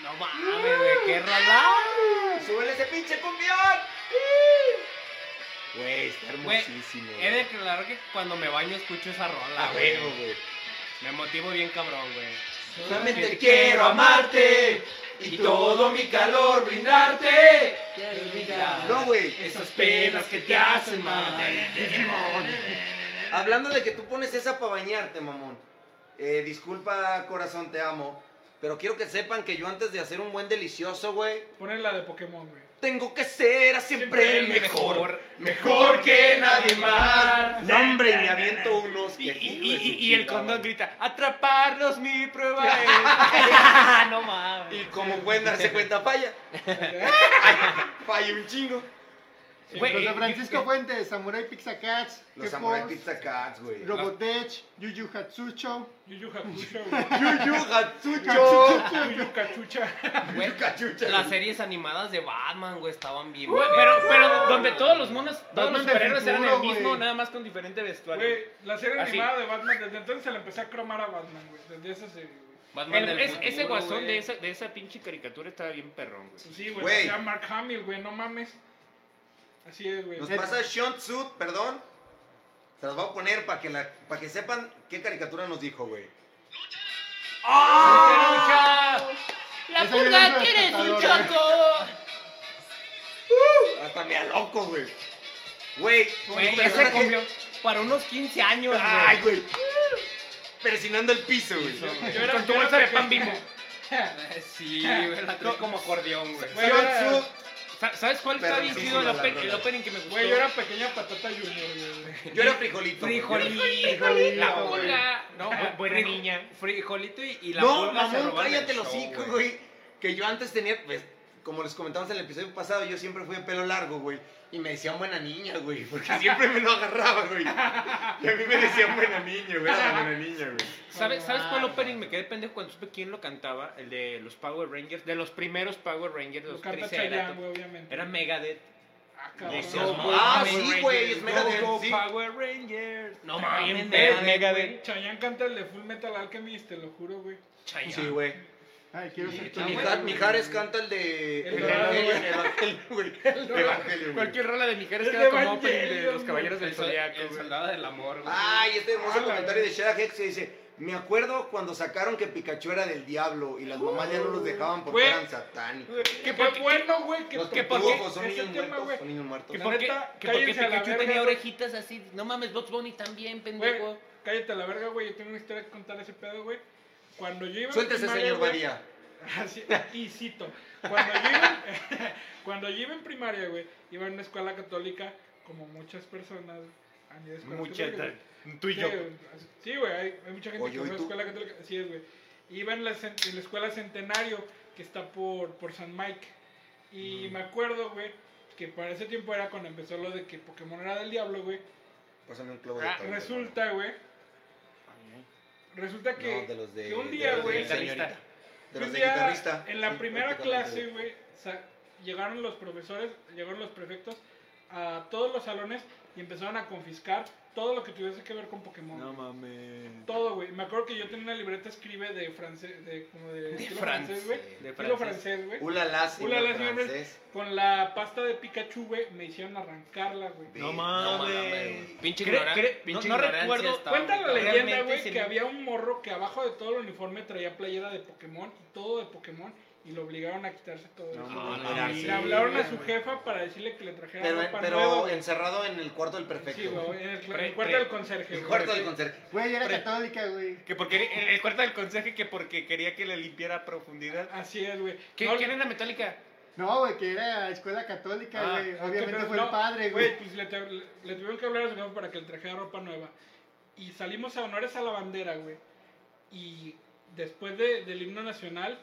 Speaker 3: No mames, güey, qué rolado.
Speaker 4: ¡Súbele ese pinche cumbión! Güey, está
Speaker 3: Güey,
Speaker 4: hermosísimo.
Speaker 3: He de aclarar que cuando me baño escucho esa rola,
Speaker 4: A
Speaker 3: güey.
Speaker 4: huevo, güey.
Speaker 3: Me motivo bien cabrón, güey.
Speaker 4: Solamente quiero amarte y todo mi calor brindarte. No, güey.
Speaker 3: Esas penas que te hacen <laughs> mal.
Speaker 4: Hablando de que tú pones esa para bañarte, mamón. Eh, disculpa, corazón, te amo. Pero quiero que sepan que yo antes de hacer un buen delicioso, güey,
Speaker 2: Poner la de Pokémon,
Speaker 5: <laughs>
Speaker 2: güey.
Speaker 4: tengo que ser a siempre el mejor.
Speaker 7: Mejor que nadie más.
Speaker 4: No, hombre, y me aviento unos.
Speaker 5: Y,
Speaker 4: que hijo
Speaker 5: y-
Speaker 4: de
Speaker 5: y-
Speaker 4: su
Speaker 5: y el
Speaker 4: chingada,
Speaker 5: condón
Speaker 4: güey.
Speaker 5: grita, atraparlos mi prueba es. no mames.
Speaker 4: Y como pueden darse cuenta, falla. Falla un chingo.
Speaker 5: Güey,
Speaker 6: Los de
Speaker 5: eh,
Speaker 6: Francisco
Speaker 5: eh,
Speaker 6: Fuentes, Samurai Pizza Cats,
Speaker 4: Los
Speaker 6: The
Speaker 4: Samurai
Speaker 6: Force,
Speaker 4: Pizza Cats, güey.
Speaker 6: Robotech, Yu Yu Hatsucho,
Speaker 5: <laughs>
Speaker 2: Yu Yu Hakusho, güey.
Speaker 4: Yuyu Hatsucho.
Speaker 2: Yu Yu Cachucha.
Speaker 3: Güey,
Speaker 4: Cachucha.
Speaker 3: Las series animadas de Batman, güey, estaban bien.
Speaker 5: güey, Uh. pero, pero donde todos los monos, todos
Speaker 6: Batman
Speaker 5: los
Speaker 6: del
Speaker 5: superhéroes eran el
Speaker 6: futuro,
Speaker 5: mismo,
Speaker 6: güey.
Speaker 5: nada más con diferente vestuario.
Speaker 2: Güey, la serie
Speaker 5: Así.
Speaker 2: animada de Batman, desde entonces se le empecé a cromar a Batman, güey. Desde esa serie, güey.
Speaker 3: Batman
Speaker 5: El-
Speaker 3: del
Speaker 5: es-
Speaker 3: futuro,
Speaker 5: ese guasón
Speaker 3: güey.
Speaker 5: de esa, de esa pinche caricatura estaba bien perrón, güey.
Speaker 2: Sí, güey,
Speaker 4: Güey.
Speaker 2: se llama Mark Hamill, güey, no mames. Así es, güey.
Speaker 4: Nos pasa Sean Sud, perdón. Se las voy a poner para que, la- para que sepan qué caricatura nos dijo, güey.
Speaker 8: La
Speaker 6: Esa yo
Speaker 8: purga
Speaker 6: no soy
Speaker 8: que eres un
Speaker 6: espectador, eh.
Speaker 8: choco.
Speaker 4: Hasta me aloco, güey. Güey,
Speaker 3: Güey,
Speaker 4: persona
Speaker 3: ese
Speaker 4: que-
Speaker 3: cumplió para unos 15 años, güey.
Speaker 4: Ay, güey. Persinando el piso, güey.
Speaker 2: Yo era-
Speaker 5: Con tu
Speaker 2: yo era
Speaker 5: bolsa de
Speaker 2: pequeño.
Speaker 5: pan <laughs> bimbo.
Speaker 3: Sí, güey, la trae como acordeón, güey.
Speaker 2: Güey, yo era-
Speaker 4: Sean Sud,
Speaker 5: Sa- ¿Sabes cuál está
Speaker 4: Pero
Speaker 5: bien
Speaker 4: sí,
Speaker 5: chido?
Speaker 4: sí,
Speaker 5: El
Speaker 4: la
Speaker 5: open-
Speaker 4: rola.
Speaker 5: el opening que me gustó.
Speaker 2: Güey, yo era pequeña patata junior, güey.
Speaker 4: Yo era frijolito. güey.
Speaker 3: Frijolito,
Speaker 6: Frijolito,
Speaker 3: la
Speaker 6: güey.
Speaker 3: pulga. No,
Speaker 5: Bu- Ah, buena
Speaker 3: frijo-
Speaker 5: niña.
Speaker 3: Frijolito y, y la
Speaker 4: No,
Speaker 3: pulga se
Speaker 4: mamón,
Speaker 3: robaron
Speaker 4: cállate
Speaker 3: el
Speaker 4: los
Speaker 3: show,
Speaker 4: hocico, güey. Que yo antes tenía, pues, como les comentamos en el episodio pasado, yo siempre fui de pelo largo, güey. Y me decían buena niña, güey. Porque siempre me lo agarraba, güey. Y a mí me decían buena niña, güey. Era buena niña, güey.
Speaker 5: ¿Sabes,
Speaker 2: No
Speaker 5: ¿Sabes
Speaker 3: Ah,
Speaker 5: cuál
Speaker 2: mames.
Speaker 5: opening me quedé pendejo cuando supe quién lo cantaba? El de los Power Rangers, de los primeros Power Rangers, de
Speaker 2: Lo
Speaker 5: los
Speaker 2: canta
Speaker 5: Triceratops.
Speaker 2: Chayanne, güey, obviamente.
Speaker 5: Era Megadeth.
Speaker 2: Ah,
Speaker 5: No,
Speaker 2: cabrón.
Speaker 5: sí,
Speaker 2: No,
Speaker 5: no,
Speaker 2: güey.
Speaker 4: Ah,
Speaker 5: Power
Speaker 4: sí,
Speaker 5: Rangers.
Speaker 4: güey, es Megadeth,
Speaker 5: Go, go,
Speaker 4: sí.
Speaker 5: Power Rangers. No mames,
Speaker 3: mames,
Speaker 5: Megadeth.
Speaker 3: Megadeth.
Speaker 5: güey.
Speaker 2: Chayanne canta el de Full Metal Alchemist, te lo juro, güey.
Speaker 5: Chayanne.
Speaker 4: Sí, güey.
Speaker 6: Ay, Ah, quiero ser tu
Speaker 4: Mi-
Speaker 6: amigo, güey.
Speaker 4: Mijares canta el de.
Speaker 2: El
Speaker 4: Evangelio,
Speaker 2: de-
Speaker 4: Evangelio, güey. <laughs> El de Evangelio, güey.
Speaker 5: Cualquier rola de Mijares
Speaker 2: El
Speaker 5: queda como
Speaker 2: Evangelion,
Speaker 5: opening de los
Speaker 2: güey.
Speaker 5: Caballeros del
Speaker 3: El, sol-
Speaker 5: Zodiaco.
Speaker 3: el
Speaker 5: güey.
Speaker 3: soldado del amor, güey.
Speaker 4: Ay, este hermoso
Speaker 2: Ah, la
Speaker 4: comentario de
Speaker 2: verdad.
Speaker 4: Shara Hex que dice: Me acuerdo cuando sacaron que Pikachu era del diablo y las mamás ya no los dejaban porque
Speaker 2: Güey.
Speaker 4: eran satánicos.
Speaker 2: Que fue bueno, güey, que
Speaker 4: Los
Speaker 2: que
Speaker 4: pitufos son
Speaker 2: ese
Speaker 4: niños
Speaker 2: tema,
Speaker 4: muertos.
Speaker 2: güey.
Speaker 4: Son niños muertos.
Speaker 5: Que
Speaker 2: La
Speaker 5: porque,
Speaker 2: neta,
Speaker 5: que porque
Speaker 2: cállense a la
Speaker 5: Pikachu
Speaker 2: verga,
Speaker 5: tenía
Speaker 2: güey.
Speaker 5: orejitas así. No mames, Box Bunny también,
Speaker 2: Güey,
Speaker 5: pendejo.
Speaker 2: cállate a la verga, güey. Yo tengo una historia que contar ese pedo, güey. Cuando yo iba en
Speaker 4: Suéltese,
Speaker 2: primaria,
Speaker 4: señor
Speaker 2: güey,
Speaker 4: Badía.
Speaker 2: <laughs> Así, y cito, cuando yo, iba, <laughs> cuando yo iba en primaria, güey, iba en una escuela católica, como muchas personas han ido a escuelas católicas.
Speaker 5: Tú y
Speaker 2: Sí,
Speaker 5: yo.
Speaker 2: güey, Sí, güey, hay, hay mucha gente
Speaker 4: O
Speaker 2: que
Speaker 4: yo
Speaker 2: va a
Speaker 4: y
Speaker 2: la
Speaker 4: tú.
Speaker 2: escuela católica. Así es, güey. Iba en la, cen- en la escuela Centenario, que está por, por San Mike.
Speaker 4: Mm.
Speaker 2: Y me acuerdo, güey, que para ese tiempo era cuando empezó lo de que Pokémon era del diablo, güey.
Speaker 4: Pásame un clavo de
Speaker 2: Ah,
Speaker 4: tabla.
Speaker 2: resulta, güey. Resulta que,
Speaker 4: No, de los de-
Speaker 2: que un
Speaker 4: de
Speaker 2: día,
Speaker 4: los de
Speaker 2: güey,
Speaker 4: guitarrista. De
Speaker 2: que
Speaker 4: los
Speaker 2: un
Speaker 4: de
Speaker 2: día,
Speaker 4: guitarrista.
Speaker 2: En la
Speaker 4: Sí,
Speaker 2: primera
Speaker 4: prácticamente.
Speaker 2: clase, güey, sa- llegaron los profesores, llegaron los prefectos a todos los salones y empezaron a confiscar todo lo que tuviese que ver con Pokémon.
Speaker 5: No
Speaker 2: güey.
Speaker 5: mames.
Speaker 2: Todo, güey. Me acuerdo que yo tenía una libreta escribe de francés, de como de, estilo francés, güey.
Speaker 5: De
Speaker 2: Estilo
Speaker 5: francés.
Speaker 2: francés, güey.
Speaker 4: Ulala, señor
Speaker 2: Ulala, señor
Speaker 4: francés.
Speaker 2: Con la pasta de Pikachu, güey, me hicieron arrancarla, güey.
Speaker 4: Ve,
Speaker 5: No mames.
Speaker 3: Pinche
Speaker 5: Cre-
Speaker 3: ignoran-
Speaker 5: cre-
Speaker 3: pinche
Speaker 5: no- no
Speaker 3: ignorancia
Speaker 5: recuerdo-
Speaker 3: estaba
Speaker 2: Cuenta la
Speaker 3: muy cabrón.
Speaker 2: leyenda,
Speaker 5: Realmente
Speaker 2: güey,
Speaker 5: se
Speaker 2: que
Speaker 5: me-
Speaker 2: había un morro que abajo de todo el uniforme traía playera de Pokémon y todo de Pokémon y lo obligaron a quitarse todo eso.
Speaker 5: mames.
Speaker 2: güey.
Speaker 4: Ah,
Speaker 2: Y
Speaker 4: sí,
Speaker 2: le hablaron a su
Speaker 4: güey.
Speaker 2: jefa para decirle que le trajera
Speaker 4: Pero,
Speaker 2: ropa
Speaker 4: pero
Speaker 2: nueva. güey.
Speaker 4: encerrado en el cuarto del
Speaker 2: Sí,
Speaker 4: perfecto.
Speaker 2: güey, en el, cl-
Speaker 5: Pre-
Speaker 2: el cuarto
Speaker 5: pre-
Speaker 2: del conserje.
Speaker 4: el
Speaker 2: güey.
Speaker 4: cuarto del conserje.
Speaker 6: Güey, era
Speaker 5: Pre-
Speaker 6: católica, güey.
Speaker 5: Que porque eh, el, el cuarto del conserje que porque quería que le limpiara a profundidad.
Speaker 2: Así es, güey.
Speaker 5: ¿Qué,
Speaker 2: No,
Speaker 5: ¿Quién era Metallica?
Speaker 6: No, güey, que era escuela católica,
Speaker 5: Ah,
Speaker 6: güey. Obviamente
Speaker 2: pero
Speaker 6: fue el
Speaker 2: no,
Speaker 6: padre, güey.
Speaker 2: Pues le, te- le- le tuvieron que hablar a su jefa para que le trajera ropa nueva. Y salimos a honores a la bandera, güey. Y después de- del himno nacional,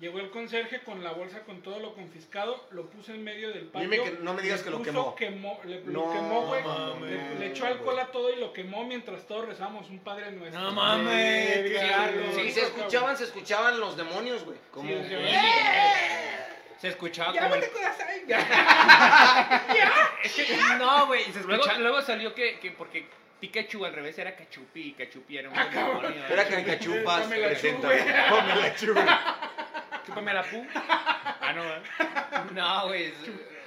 Speaker 2: llegó el conserje con la bolsa con todo lo confiscado, lo puso en medio del patio.
Speaker 4: Dime que- no me digas
Speaker 2: le
Speaker 4: que lo
Speaker 2: puso-
Speaker 4: quemó.
Speaker 2: le, lo
Speaker 4: No
Speaker 2: quemó, güey.
Speaker 4: mames,
Speaker 2: Le, le echó
Speaker 4: güey.
Speaker 2: alcohol a todo y lo quemó mientras todos rezábamos un padre nuestro.
Speaker 5: No mames,
Speaker 6: Verga,
Speaker 5: claro.
Speaker 6: güey.
Speaker 4: Sí, se escuchaban, se escuchaban los demonios, güey. Como
Speaker 2: Sí, sí, güey.
Speaker 3: Se escuchaba
Speaker 2: Ya
Speaker 3: como el-
Speaker 2: vete con las
Speaker 4: <laughs>
Speaker 2: aigas.
Speaker 5: Es que-
Speaker 3: <laughs> No, güey, se
Speaker 5: luego,
Speaker 3: escuchaba
Speaker 5: luego salió que, que porque Pikachu al revés era Cachupi y Cachupi era un
Speaker 2: Ah, cabrón.
Speaker 5: demonio. ¿eh?
Speaker 4: Era caricachupas.
Speaker 2: Dame la
Speaker 4: presenta.
Speaker 2: chu, güey.
Speaker 4: Dame la chu, güey.
Speaker 5: Chúpame la pu. Ah, no, ¿verdad?
Speaker 3: No, güey. es-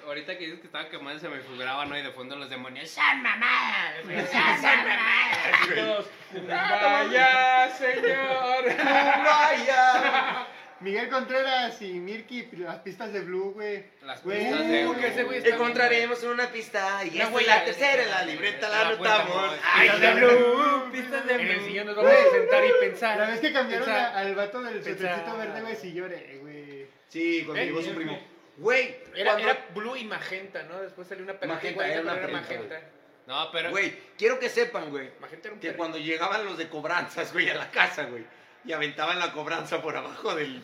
Speaker 3: Ahorita que dices que estaba quemando se me figuraba, ¿no? Y de fondo los demonios. ¡San mamá!
Speaker 5: <laughs>
Speaker 3: ¡San mamá!
Speaker 2: Todos,
Speaker 4: Ah,
Speaker 2: Vaya, señor.
Speaker 4: Vaya.
Speaker 6: Miguel Contreras y Mirky, las pistas de Blue, güey.
Speaker 3: Las
Speaker 6: Güey,
Speaker 5: Uh,
Speaker 3: pistas de
Speaker 6: que ese
Speaker 3: güey
Speaker 4: Encontraremos en una pista y
Speaker 3: La
Speaker 4: esta es
Speaker 3: huella
Speaker 4: la
Speaker 3: de-
Speaker 4: tercera en la libreta, la
Speaker 3: La puerta,
Speaker 4: anotamos.
Speaker 3: amor.
Speaker 4: Ay,
Speaker 5: Pistas
Speaker 4: ya
Speaker 5: de
Speaker 4: no.
Speaker 5: blue, pistas de blue. En el sillón nos vamos a sentar y pensar.
Speaker 6: La vez que cambiaron
Speaker 5: Pensar.
Speaker 6: a- al vato del
Speaker 5: Pensar.
Speaker 6: suetercito verde, güey, sí lloré, güey.
Speaker 4: Sí, cuando
Speaker 5: Eh,
Speaker 4: llegó su
Speaker 2: eh,
Speaker 4: primo.
Speaker 2: eh.
Speaker 4: Güey,
Speaker 5: Era,
Speaker 4: cuando-
Speaker 5: era blue y magenta, ¿no? Después salió una perrita
Speaker 4: Magenta,
Speaker 5: igual,
Speaker 4: era
Speaker 5: pero
Speaker 4: una
Speaker 5: era
Speaker 4: perrita,
Speaker 5: magenta.
Speaker 3: No, pero.
Speaker 4: Güey, quiero que sepan, güey,
Speaker 5: Magenta era un
Speaker 4: que
Speaker 5: perro.
Speaker 4: cuando llegaban los de cobranzas, güey, a la casa, güey, y aventaban la cobranza por abajo del...